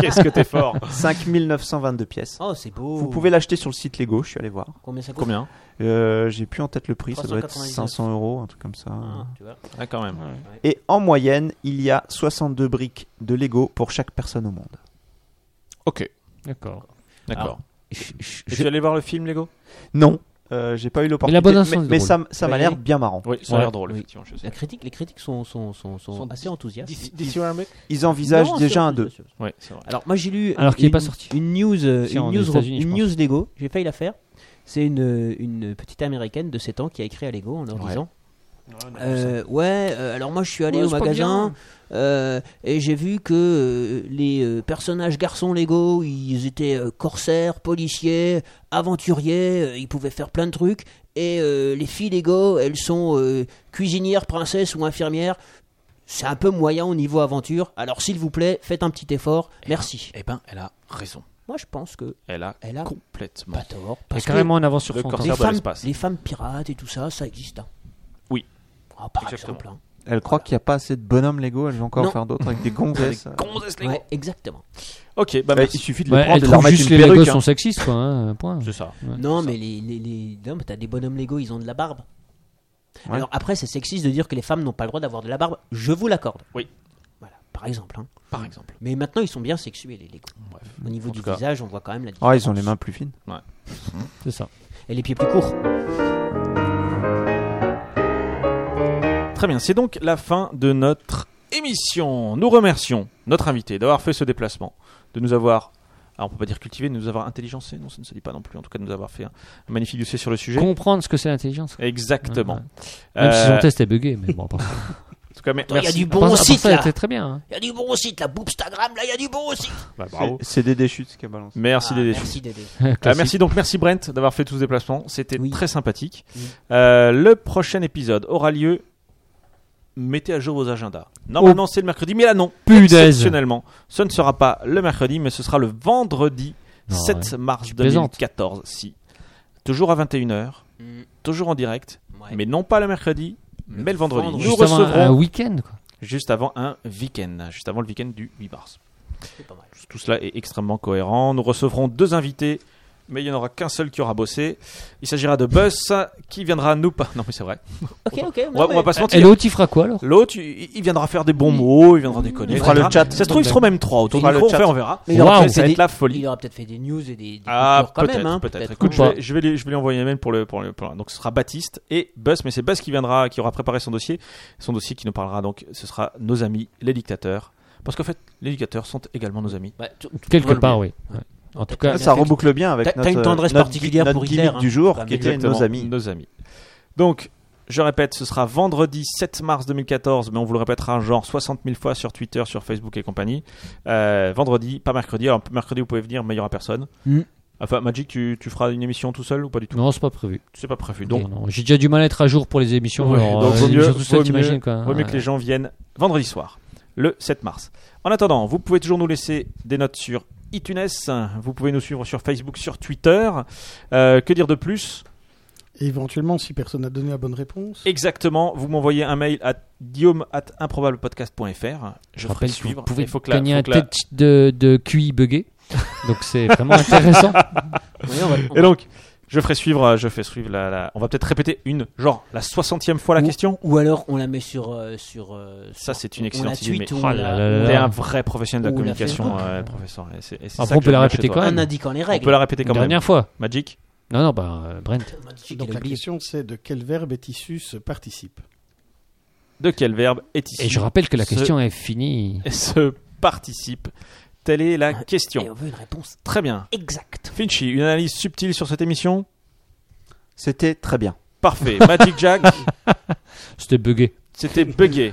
Speaker 3: Qu'est-ce que t'es fort
Speaker 4: 5922 pièces.
Speaker 1: Oh, c'est beau.
Speaker 4: Vous pouvez l'acheter sur le site Lego, je suis allé voir.
Speaker 1: Combien ça coûte
Speaker 3: Combien
Speaker 4: Euh, J'ai plus en tête le prix, ça doit être
Speaker 1: 399.
Speaker 4: 500 euros, un truc comme ça.
Speaker 1: Ah, tu vois.
Speaker 3: Ah, quand même.
Speaker 4: Et en moyenne, il y a 62 briques de Lego pour chaque personne au monde.
Speaker 3: Ok.
Speaker 2: D'accord.
Speaker 3: D'accord.
Speaker 2: Je- je-
Speaker 3: Et
Speaker 2: je-
Speaker 3: tu es allé voir le film Lego
Speaker 4: Non, euh, j'ai pas eu
Speaker 2: Mais la
Speaker 4: l'opportunité.
Speaker 2: bonne instance est
Speaker 4: mais ça,
Speaker 2: drôle.
Speaker 4: ça m'a
Speaker 2: Oui.
Speaker 4: l'air bien marrant.
Speaker 3: Oui, ça a
Speaker 2: Ouais.
Speaker 3: l'air drôle,
Speaker 1: Oui.
Speaker 3: effectivement, je
Speaker 1: La
Speaker 3: sais.
Speaker 1: critique, les critiques sont, sont, sont, sont,
Speaker 3: Sont
Speaker 1: assez enthousiastes.
Speaker 4: Ils envisagent
Speaker 1: Non,
Speaker 4: déjà
Speaker 1: c'est-
Speaker 4: un 2.
Speaker 3: Oui, c'est vrai.
Speaker 1: Alors moi j'ai lu
Speaker 2: Alors qu'il est
Speaker 1: une-
Speaker 2: pas sorti.
Speaker 1: une news euh,
Speaker 2: Si, en-
Speaker 1: une
Speaker 2: aux
Speaker 1: news
Speaker 2: États-Unis,
Speaker 1: une
Speaker 2: je
Speaker 1: news Lego, j'ai failli la faire. C'est une, une petite américaine de 7 ans qui a écrit à Lego en leur disant euh, ouais, euh, alors moi je suis allé
Speaker 2: Ouais,
Speaker 1: au
Speaker 2: c'est pas
Speaker 1: magasin
Speaker 2: bien.
Speaker 1: euh, et j'ai vu que euh, les euh, personnages garçons Lego, ils étaient euh, corsaires, policiers, aventuriers, euh, ils pouvaient faire plein de trucs. Et euh, les filles Lego, elles sont euh, cuisinières, princesses ou infirmières. C'est un peu moyen au niveau aventure. Alors s'il vous plaît, faites un petit effort. Merci.
Speaker 3: Eh ben, elle a raison.
Speaker 1: Moi je pense que
Speaker 3: Elle a
Speaker 1: elle a
Speaker 3: complètement.
Speaker 1: pas tort.
Speaker 2: Il y a
Speaker 1: Parce que
Speaker 2: carrément un avance sur hein.
Speaker 3: le
Speaker 2: son
Speaker 3: corps-
Speaker 2: temps.
Speaker 1: les
Speaker 3: de
Speaker 1: femmes,
Speaker 3: l'espace.
Speaker 1: les femmes pirates et tout ça, ça existe. hein.
Speaker 3: Oui.
Speaker 1: Ah, par
Speaker 3: Exactement.
Speaker 1: exemple. hein.
Speaker 4: Elle croit qu'il n'y a pas assez de bonhommes Lego, elle va encore
Speaker 1: Non.
Speaker 4: faire d'autres avec des gonzesses.
Speaker 1: Ouais, exactement.
Speaker 3: Ok, bah
Speaker 4: Bah,
Speaker 3: merci.
Speaker 4: il suffit de
Speaker 2: Ouais,
Speaker 4: les prendre
Speaker 2: elle
Speaker 4: et de leur
Speaker 2: trouve
Speaker 4: mettre
Speaker 2: juste
Speaker 4: une
Speaker 2: les Lego
Speaker 4: perruque.
Speaker 2: sont sexistes, quoi. hein, point.
Speaker 3: C'est ça.
Speaker 1: non, mais les, les, les... non, mais t'as des bonhommes Lego, ils ont de la barbe.
Speaker 4: Ouais.
Speaker 1: Alors après, c'est sexiste de dire que les femmes n'ont pas le droit d'avoir de la barbe. Je vous l'accorde.
Speaker 3: Oui.
Speaker 1: Voilà, par exemple. hein.
Speaker 3: Par exemple.
Speaker 1: Mais maintenant, ils sont bien sexués, les Lego. Au niveau
Speaker 3: En
Speaker 1: du
Speaker 3: tout cas.
Speaker 1: visage, on voit quand même la différence.
Speaker 4: Ah, ils ont les mains plus fines.
Speaker 2: C'est ça.
Speaker 1: Et les pieds plus courts.
Speaker 3: Très bien, c'est donc la fin de notre émission. Nous remercions notre invité d'avoir fait ce déplacement, de nous avoir, alors on peut pas dire cultivé, de nous avoir intelligencé, non, ça ne se dit pas non plus, en tout cas de nous avoir fait un un magnifique dossier sur le sujet.
Speaker 2: Comprendre ce que c'est l'intelligence. quoi.
Speaker 3: Exactement.
Speaker 2: Ouais, Même si
Speaker 3: Euh,
Speaker 2: son test est bugué, mais bon, après-
Speaker 3: en tout cas, me-
Speaker 1: Attends, Il y a
Speaker 3: merci.
Speaker 1: du
Speaker 2: après-
Speaker 1: bon
Speaker 2: après
Speaker 1: site
Speaker 2: ça,
Speaker 1: là.
Speaker 2: c'était très bien. hein.
Speaker 1: Il y a du bon site là. Boobstagram, là, il y a du bon site.
Speaker 3: bravo.
Speaker 4: C'est- C'est des déchutes qui a balancé.
Speaker 3: Merci
Speaker 1: Ah,
Speaker 3: Dédé.
Speaker 1: Merci Dédé.
Speaker 3: Euh,
Speaker 2: Classique.
Speaker 3: merci donc, merci Brent d'avoir fait tout ce déplacement, c'était
Speaker 1: Oui.
Speaker 3: très sympathique.
Speaker 1: Oui.
Speaker 3: Euh, le prochain épisode aura lieu. Mettez à jour vos agendas. Normalement, c'est le mercredi, mais là non.
Speaker 2: Punaise.
Speaker 3: Exceptionnellement, ce ne sera pas le mercredi, mais ce sera le vendredi
Speaker 2: Non,
Speaker 3: 7 mars
Speaker 2: Ah plaisantes.
Speaker 3: 2014, si. Toujours à 21h,
Speaker 1: Mm,
Speaker 3: toujours en direct,
Speaker 1: ouais.
Speaker 3: mais non pas le mercredi, mais le vendredi.
Speaker 1: vendredi.
Speaker 3: Nous
Speaker 2: Juste avant un-
Speaker 3: recevrons
Speaker 2: un week-end. quoi.
Speaker 3: juste avant un week-end, juste avant le week-end du 8 mars.
Speaker 1: C'est pas mal.
Speaker 3: Tout cela est extrêmement cohérent. Nous recevrons deux invités, mais il n'y en aura qu'un seul qui aura bossé. Il s'agira de Buzz qui viendra nous... pas- Non mais c'est vrai.
Speaker 1: Ok,
Speaker 3: On va,
Speaker 1: ok. non,
Speaker 3: on va
Speaker 1: mais-
Speaker 3: pas se
Speaker 2: Et
Speaker 3: mentir.
Speaker 2: l'autre, il fera quoi alors
Speaker 3: L'autre, il, il viendra faire des bons mots, il viendra déconner.
Speaker 4: Il fera le
Speaker 3: etc.
Speaker 4: chat.
Speaker 3: Ça se trouve, ils seront même trois autour
Speaker 4: Il fera
Speaker 3: du
Speaker 4: le
Speaker 3: micro.
Speaker 4: chat.
Speaker 3: Enfin, on verra.
Speaker 1: Mais il aura
Speaker 2: Waouh,
Speaker 1: peut-être
Speaker 3: ça
Speaker 1: fait
Speaker 3: va
Speaker 1: des-
Speaker 3: être la folie.
Speaker 1: Il aura peut-être fait des news et des, des
Speaker 3: Ah,
Speaker 1: coups de cœur quand
Speaker 3: peut-être,
Speaker 1: même. hein,
Speaker 3: peut-être.
Speaker 1: peut-être,
Speaker 3: Écoute,
Speaker 1: hein.
Speaker 3: je vais, je vais lui, je vais lui envoyer un mail pour le, pour le, pour le- Donc, ce sera Baptiste et Buzz, mais c'est Buzz qui viendra, qui aura préparé son dossier. Son dossier qui nous parlera donc, ce sera nos amis, les dictateurs. Parce qu'en fait, les dictateurs sont également nos amis.
Speaker 1: Ouais, tu-
Speaker 2: Quelque
Speaker 3: On va
Speaker 2: part, oui. Ouais. En tout cas,
Speaker 4: Ah, Ça reboucle bien avec
Speaker 1: T'as-
Speaker 4: notre,
Speaker 1: t'as une tendresse
Speaker 4: notre-
Speaker 1: particulière
Speaker 4: notre
Speaker 1: pour
Speaker 4: gimmick
Speaker 1: Hitler, hein.
Speaker 4: du jour qui était
Speaker 3: Exactement,
Speaker 4: nos amis.
Speaker 3: Nos amis. Donc, je répète, ce sera vendredi 7 mars 2014, mais on vous le répétera genre 60 000 fois sur Twitter, sur Facebook et compagnie. Euh, vendredi, pas mercredi. Alors, mercredi, vous pouvez venir, mais il n'y aura personne.
Speaker 2: Mm.
Speaker 3: Enfin, Magic, tu, tu feras une émission tout seul ou pas du tout
Speaker 2: non, c'est pas prévu.
Speaker 3: C'est pas prévu. Donc,
Speaker 2: Donc, j'ai déjà du mal à être à jour pour les émissions.
Speaker 3: Ouais,
Speaker 2: alors,
Speaker 3: donc
Speaker 2: euh,
Speaker 3: vaut
Speaker 2: les
Speaker 3: mieux,
Speaker 2: émissions tout seul,
Speaker 3: vaut
Speaker 2: t'imagines,
Speaker 3: mieux-
Speaker 2: quoi,
Speaker 1: Ah,
Speaker 2: hein.
Speaker 3: vaut mieux que les gens viennent vendredi soir, le 7 mars. En attendant, vous pouvez toujours nous laisser des notes sur iTunes, vous pouvez nous suivre sur Facebook, sur Twitter. Euh, que dire de plus
Speaker 6: Et éventuellement, si personne n'a donné la bonne réponse.
Speaker 3: Exactement, vous m'envoyez un mail à guillaume at improbablepodcast.fr. Je
Speaker 2: Je
Speaker 3: ferai
Speaker 2: rappelle que
Speaker 3: suivre.
Speaker 2: vous pouvez
Speaker 3: Il faut que la-
Speaker 2: gagner
Speaker 3: faut
Speaker 2: un
Speaker 3: que la-
Speaker 2: test de, de QI buggé. Donc c'est vraiment intéressant.
Speaker 1: Oui, on va- on
Speaker 3: Et
Speaker 1: va-
Speaker 3: donc, Je ferai suivre, euh, je fais suivre la, la- On va peut-être répéter une, genre la 60e fois la
Speaker 1: Ou-
Speaker 3: question.
Speaker 1: Ou alors on la met sur. euh, sur euh,
Speaker 3: Ça,
Speaker 1: sur-
Speaker 3: c'est une
Speaker 1: on- on la
Speaker 3: excellente idée.
Speaker 1: tweet
Speaker 3: Mais
Speaker 1: ou
Speaker 3: oh
Speaker 1: on
Speaker 3: là
Speaker 1: la-
Speaker 3: là
Speaker 1: on
Speaker 3: là,
Speaker 1: la-
Speaker 3: t'es un vrai professionnel de la
Speaker 1: ou on la Ah. fait-
Speaker 3: communication,
Speaker 1: Oh.
Speaker 3: euh, professeur. et c'est- et c'est
Speaker 2: Après,
Speaker 3: ça
Speaker 2: on
Speaker 3: que
Speaker 2: peut
Speaker 3: j'aime
Speaker 2: la
Speaker 3: bien
Speaker 2: répéter
Speaker 3: chez toi.
Speaker 2: quand même.
Speaker 1: En indiquant les
Speaker 3: On
Speaker 1: règles.
Speaker 3: peut la répéter quand
Speaker 2: Une
Speaker 3: même.
Speaker 2: dernière fois.
Speaker 3: Magic.
Speaker 2: Non, non, ben, euh, Brent.
Speaker 6: Donc la question, c'est de quel verbe est issu ce participe
Speaker 3: De quel verbe est issu
Speaker 2: Et je rappelle que la
Speaker 3: ce-
Speaker 2: question est finie.
Speaker 3: Ce participe. Telle est la
Speaker 1: Et on
Speaker 3: question.
Speaker 1: veut une réponse
Speaker 3: Très bien.
Speaker 1: exacte.
Speaker 3: Finchy, une analyse subtile sur cette émission
Speaker 4: C'était très bien.
Speaker 3: Parfait. Magic Jack,
Speaker 2: C'était bugué.
Speaker 3: c'était buggé.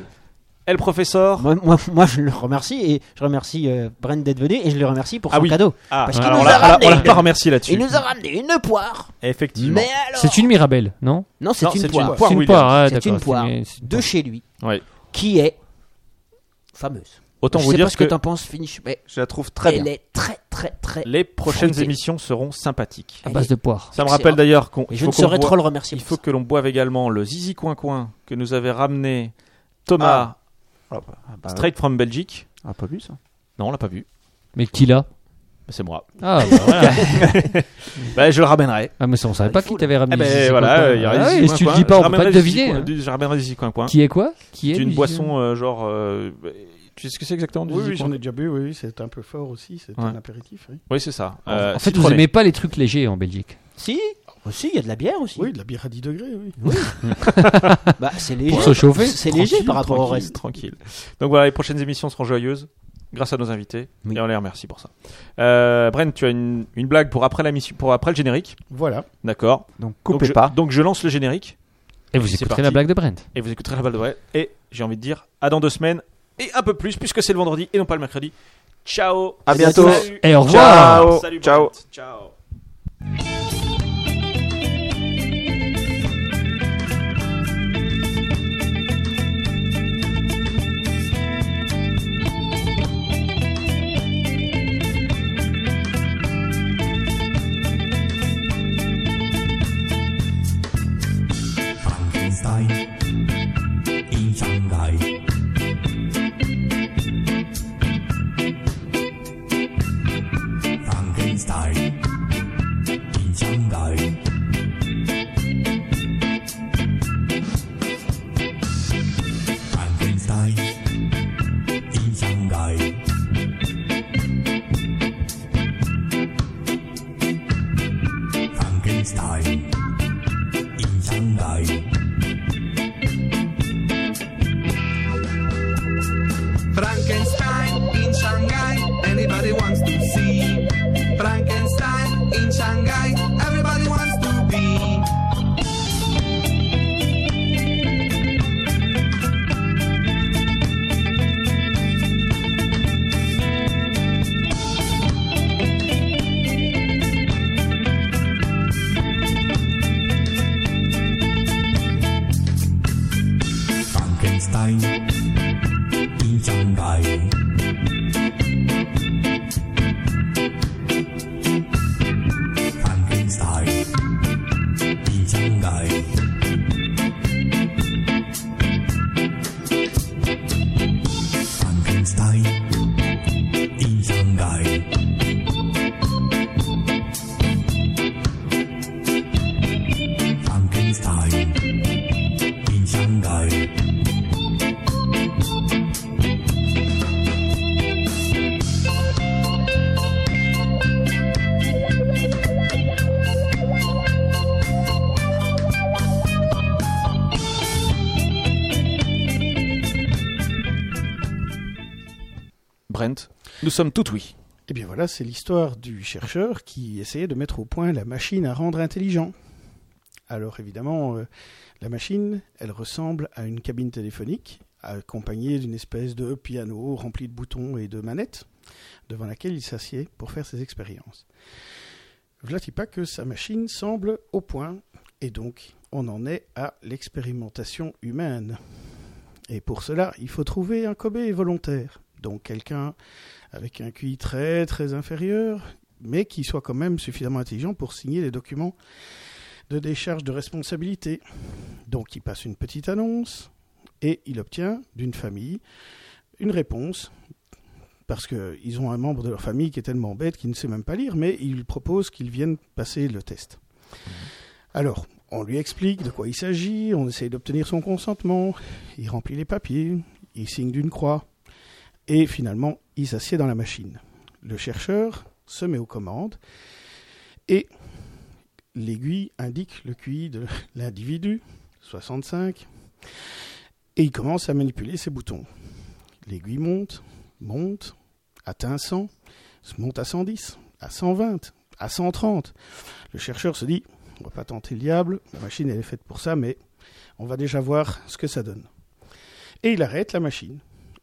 Speaker 3: El professeur
Speaker 1: Moi, moi, moi, je le remercie et je remercie euh, Brent d'être venu et je le remercie pour
Speaker 3: Ah
Speaker 1: son
Speaker 3: oui.
Speaker 1: cadeau.
Speaker 3: Ah,
Speaker 1: Parce qu'il
Speaker 3: alors
Speaker 1: nous
Speaker 3: là,
Speaker 1: a
Speaker 3: alors,
Speaker 1: ramené-
Speaker 3: on l'a pas remercié là-dessus.
Speaker 1: Il nous a ramené une poire.
Speaker 3: Effectivement.
Speaker 1: Mais alors
Speaker 2: C'est une Mirabelle, non
Speaker 1: Non, c'est
Speaker 3: Non,
Speaker 1: une
Speaker 3: c'est une
Speaker 1: poire.
Speaker 3: poire.
Speaker 2: C'est une
Speaker 3: Williams.
Speaker 2: poire, ah,
Speaker 1: C'est
Speaker 2: d'accord.
Speaker 1: une poire
Speaker 2: c'est une-
Speaker 1: de chez lui
Speaker 3: Ouais.
Speaker 1: qui est fameuse.
Speaker 3: Autant
Speaker 1: je
Speaker 3: vous
Speaker 1: sais
Speaker 3: dire
Speaker 1: pas ce que,
Speaker 3: que
Speaker 1: t'en penses, Finch, mais
Speaker 4: Je la trouve très
Speaker 1: elle
Speaker 4: bien.
Speaker 1: est très très très.
Speaker 3: les prochaines
Speaker 1: Fruité.
Speaker 3: émissions seront sympathiques.
Speaker 2: À base de poire.
Speaker 3: Ça me
Speaker 1: Excellent.
Speaker 3: rappelle d'ailleurs qu'on. il
Speaker 1: Je
Speaker 3: faut
Speaker 1: ne
Speaker 3: qu'on
Speaker 1: saurais
Speaker 3: boive-
Speaker 1: trop le remercier.
Speaker 3: Il
Speaker 1: pour
Speaker 3: faut
Speaker 1: ça.
Speaker 3: que l'on boive également le Zizi Coin Coin que nous avait ramené Thomas
Speaker 4: Ah, bah, ah, bah,
Speaker 3: Straight from Belgique.
Speaker 4: ah, pas vu ça.
Speaker 3: Non, on l'a pas vu.
Speaker 2: Mais qui l'a
Speaker 3: Mais C'est moi.
Speaker 2: Ah, bah voilà.
Speaker 3: Bah, je le ramènerai.
Speaker 2: Ah, mais ça, on savait
Speaker 1: Ah,
Speaker 2: pas
Speaker 1: il faut
Speaker 2: qui t'avait
Speaker 3: Eh
Speaker 2: ramené.
Speaker 3: ben
Speaker 2: Zizi
Speaker 3: voilà,
Speaker 2: Coin Coin.
Speaker 3: euh, il y aura
Speaker 2: Ah
Speaker 3: Zizi Coin
Speaker 2: oui, si tu le
Speaker 3: Coin.
Speaker 2: dis pas,
Speaker 3: Je
Speaker 2: on peut pas
Speaker 3: ramènerai
Speaker 2: le
Speaker 3: Zizi
Speaker 2: deviner.
Speaker 3: Coin-
Speaker 2: hein.
Speaker 3: du- Je ramènerai Zizi Coin Coin.
Speaker 2: Qui est quoi Qui est
Speaker 3: C'est une hein.
Speaker 2: Zizi
Speaker 3: boisson euh, genre. euh, tu sais ce que c'est exactement du
Speaker 6: Oui,
Speaker 3: Zizi
Speaker 6: oui,
Speaker 3: Coin
Speaker 6: j'en ai déjà bu, oui, oui, c'est un peu fort aussi, c'est
Speaker 3: Ouais.
Speaker 6: un apéritif. Oui.
Speaker 3: Oui, c'est ça. Euh,
Speaker 2: En fait, vous
Speaker 3: citronné.
Speaker 2: aimez pas les trucs légers en Belgique.
Speaker 1: Si,
Speaker 3: Ah, bah
Speaker 1: aussi, il y a de la bière aussi.
Speaker 6: Oui, de la bière à 10 degrés, oui.
Speaker 1: Bah, c'est léger.
Speaker 2: Pour se chauffer.
Speaker 1: C'est léger
Speaker 3: Tranquille,
Speaker 1: par rapport au
Speaker 3: tranquille,
Speaker 1: reste.
Speaker 3: Tranquille. Donc voilà, les prochaines émissions seront joyeuses grâce à nos invités
Speaker 1: Oui.
Speaker 3: et on les remercie pour ça. Euh, Bren, tu as une, une blague pour après, la mission, pour après le générique.
Speaker 6: Voilà.
Speaker 3: D'accord.
Speaker 4: Donc
Speaker 3: Donc
Speaker 4: coupez
Speaker 3: je-
Speaker 4: pas.
Speaker 3: Donc je lance le générique
Speaker 2: Et vous
Speaker 3: C'est
Speaker 2: écouterez la
Speaker 3: parti.
Speaker 2: blague de Brent.
Speaker 3: et vous écouterez la balle de vrai. Et j'ai envie de dire à dans deux semaines et un peu plus puisque c'est le vendredi et non pas le mercredi. Ciao.
Speaker 4: À bientôt.
Speaker 3: Salut.
Speaker 2: Et au revoir.
Speaker 4: Ciao.
Speaker 3: Salut,
Speaker 4: Ciao.
Speaker 3: Brent. Ciao.
Speaker 12: Frankenstein in Shanghai. Frankenstein in Shanghai. Frankenstein in Shanghai. Frankenstein in Shanghai.
Speaker 13: Frankenstein in Shanghai, anybody wants to see. Frankenstein in Shanghai, everybody wants to be.
Speaker 12: Frankenstein in Shanghai. Frankenstein in Shanghai. Frankenstein in Shanghai. Frankenstein in Shanghai.
Speaker 3: Brent, nous sommes tout oui.
Speaker 6: Et Eh bien voilà, c'est l'histoire du chercheur qui essayait de mettre au point la machine à rendre intelligent. Alors évidemment, euh, la machine, elle ressemble à une cabine téléphonique accompagnée d'une espèce de piano rempli de boutons et de manettes devant laquelle il s'assied pour faire ses expériences. Voilà pas que sa machine semble au point et donc on en est à l'expérimentation humaine. Et pour cela, il faut trouver un cobaye volontaire, donc quelqu'un avec un QI très très inférieur, mais qui soit quand même suffisamment intelligent pour signer les documents de décharge de responsabilité. Donc il passe une petite annonce et il obtient d'une famille une réponse. Parce qu'ils ont un membre de leur famille qui est tellement bête qu'il ne sait même pas lire, mais il propose qu'il vienne passer le test. Alors, on lui explique de quoi il s'agit, on essaye d'obtenir son consentement, il remplit les papiers, il signe d'une croix, et finalement, il s'assied dans la machine. Le chercheur se met aux commandes, et l'aiguille indique le QI de l'individu, 65, et il commence à manipuler ses boutons. L'aiguille monte, monte, atteint 100, se monte à 110, à 120, à 130. Le chercheur se dit, on va pas tenter le diable, la machine elle est faite pour ça, mais on va déjà voir ce que ça donne. Et il arrête la machine,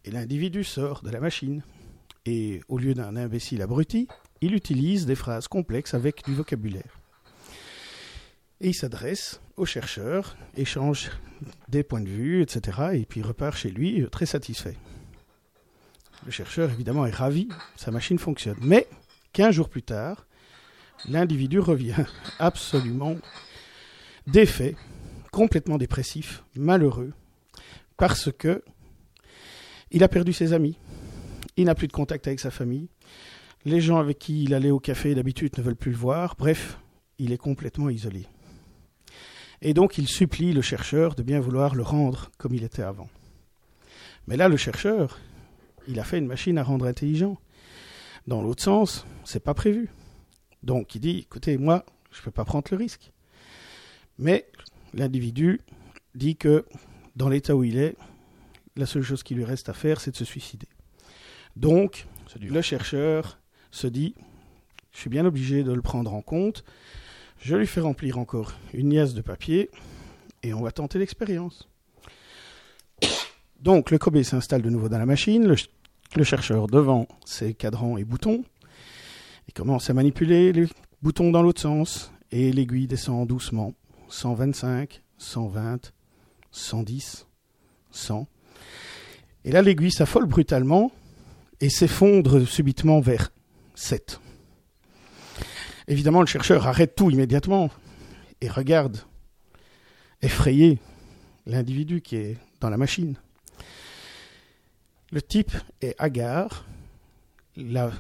Speaker 6: et l'individu sort de la machine. Et au lieu d'un imbécile abruti, il utilise des phrases complexes avec du vocabulaire. Et il s'adresse au chercheur, échange des points de vue, etc. Et puis repart chez lui euh, très satisfait. Le chercheur, évidemment, est ravi, sa machine fonctionne. Mais, 15 jours plus tard, l'individu revient absolument défait, complètement dépressif, malheureux, parce que il a perdu ses amis, il n'a plus de contact avec sa famille, les gens avec qui il allait au café d'habitude ne veulent plus le voir, bref, il est complètement isolé. Et donc il supplie le chercheur de bien vouloir le rendre comme il était avant. Mais là, le chercheur, il a fait une machine à rendre intelligent. Dans l'autre sens, c'est pas prévu. Donc il dit, écoutez, moi, je ne peux pas prendre le risque. Mais l'individu dit que dans l'état où il est, la seule chose qui lui reste à faire, c'est de se suicider. Donc, le chercheur se dit, je suis bien obligé de le prendre en compte, je lui fais remplir encore une liasse de papier, et on va tenter l'expérience. Donc, le Kobe s'installe de nouveau dans la machine, le, ch- le chercheur devant ses cadrans et boutons, il commence à manipuler les boutons dans l'autre sens et l'aiguille descend doucement. 125, 120, 110, 100. Et là, l'aiguille s'affole brutalement et s'effondre subitement vers 7. Évidemment, le chercheur arrête tout immédiatement et regarde, effrayé, l'individu qui est dans la machine. Le type est hagard, la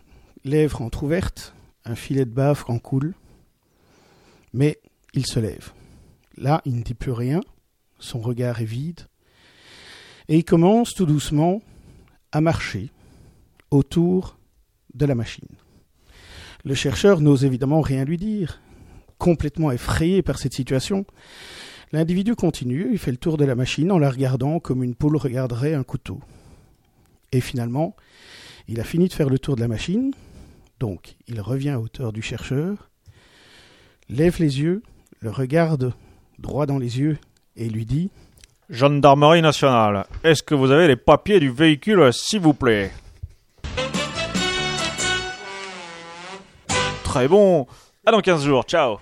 Speaker 6: lèvres entr'ouvertes, un filet de bave en coule, mais il se lève. Là, il ne dit plus rien, son regard est vide, et il commence tout doucement à marcher autour de la machine. Le chercheur n'ose évidemment rien lui dire, complètement effrayé par cette situation. L'individu continue, il fait le tour de la machine en la regardant comme une poule regarderait un couteau. Et finalement, il a fini de faire le tour de la machine, donc il revient à hauteur du chercheur, lève les yeux, le regarde droit dans les yeux et lui dit
Speaker 5: Gendarmerie nationale, est-ce que vous avez les papiers du véhicule, s'il vous plaît Très bon. À dans 15 jours, ciao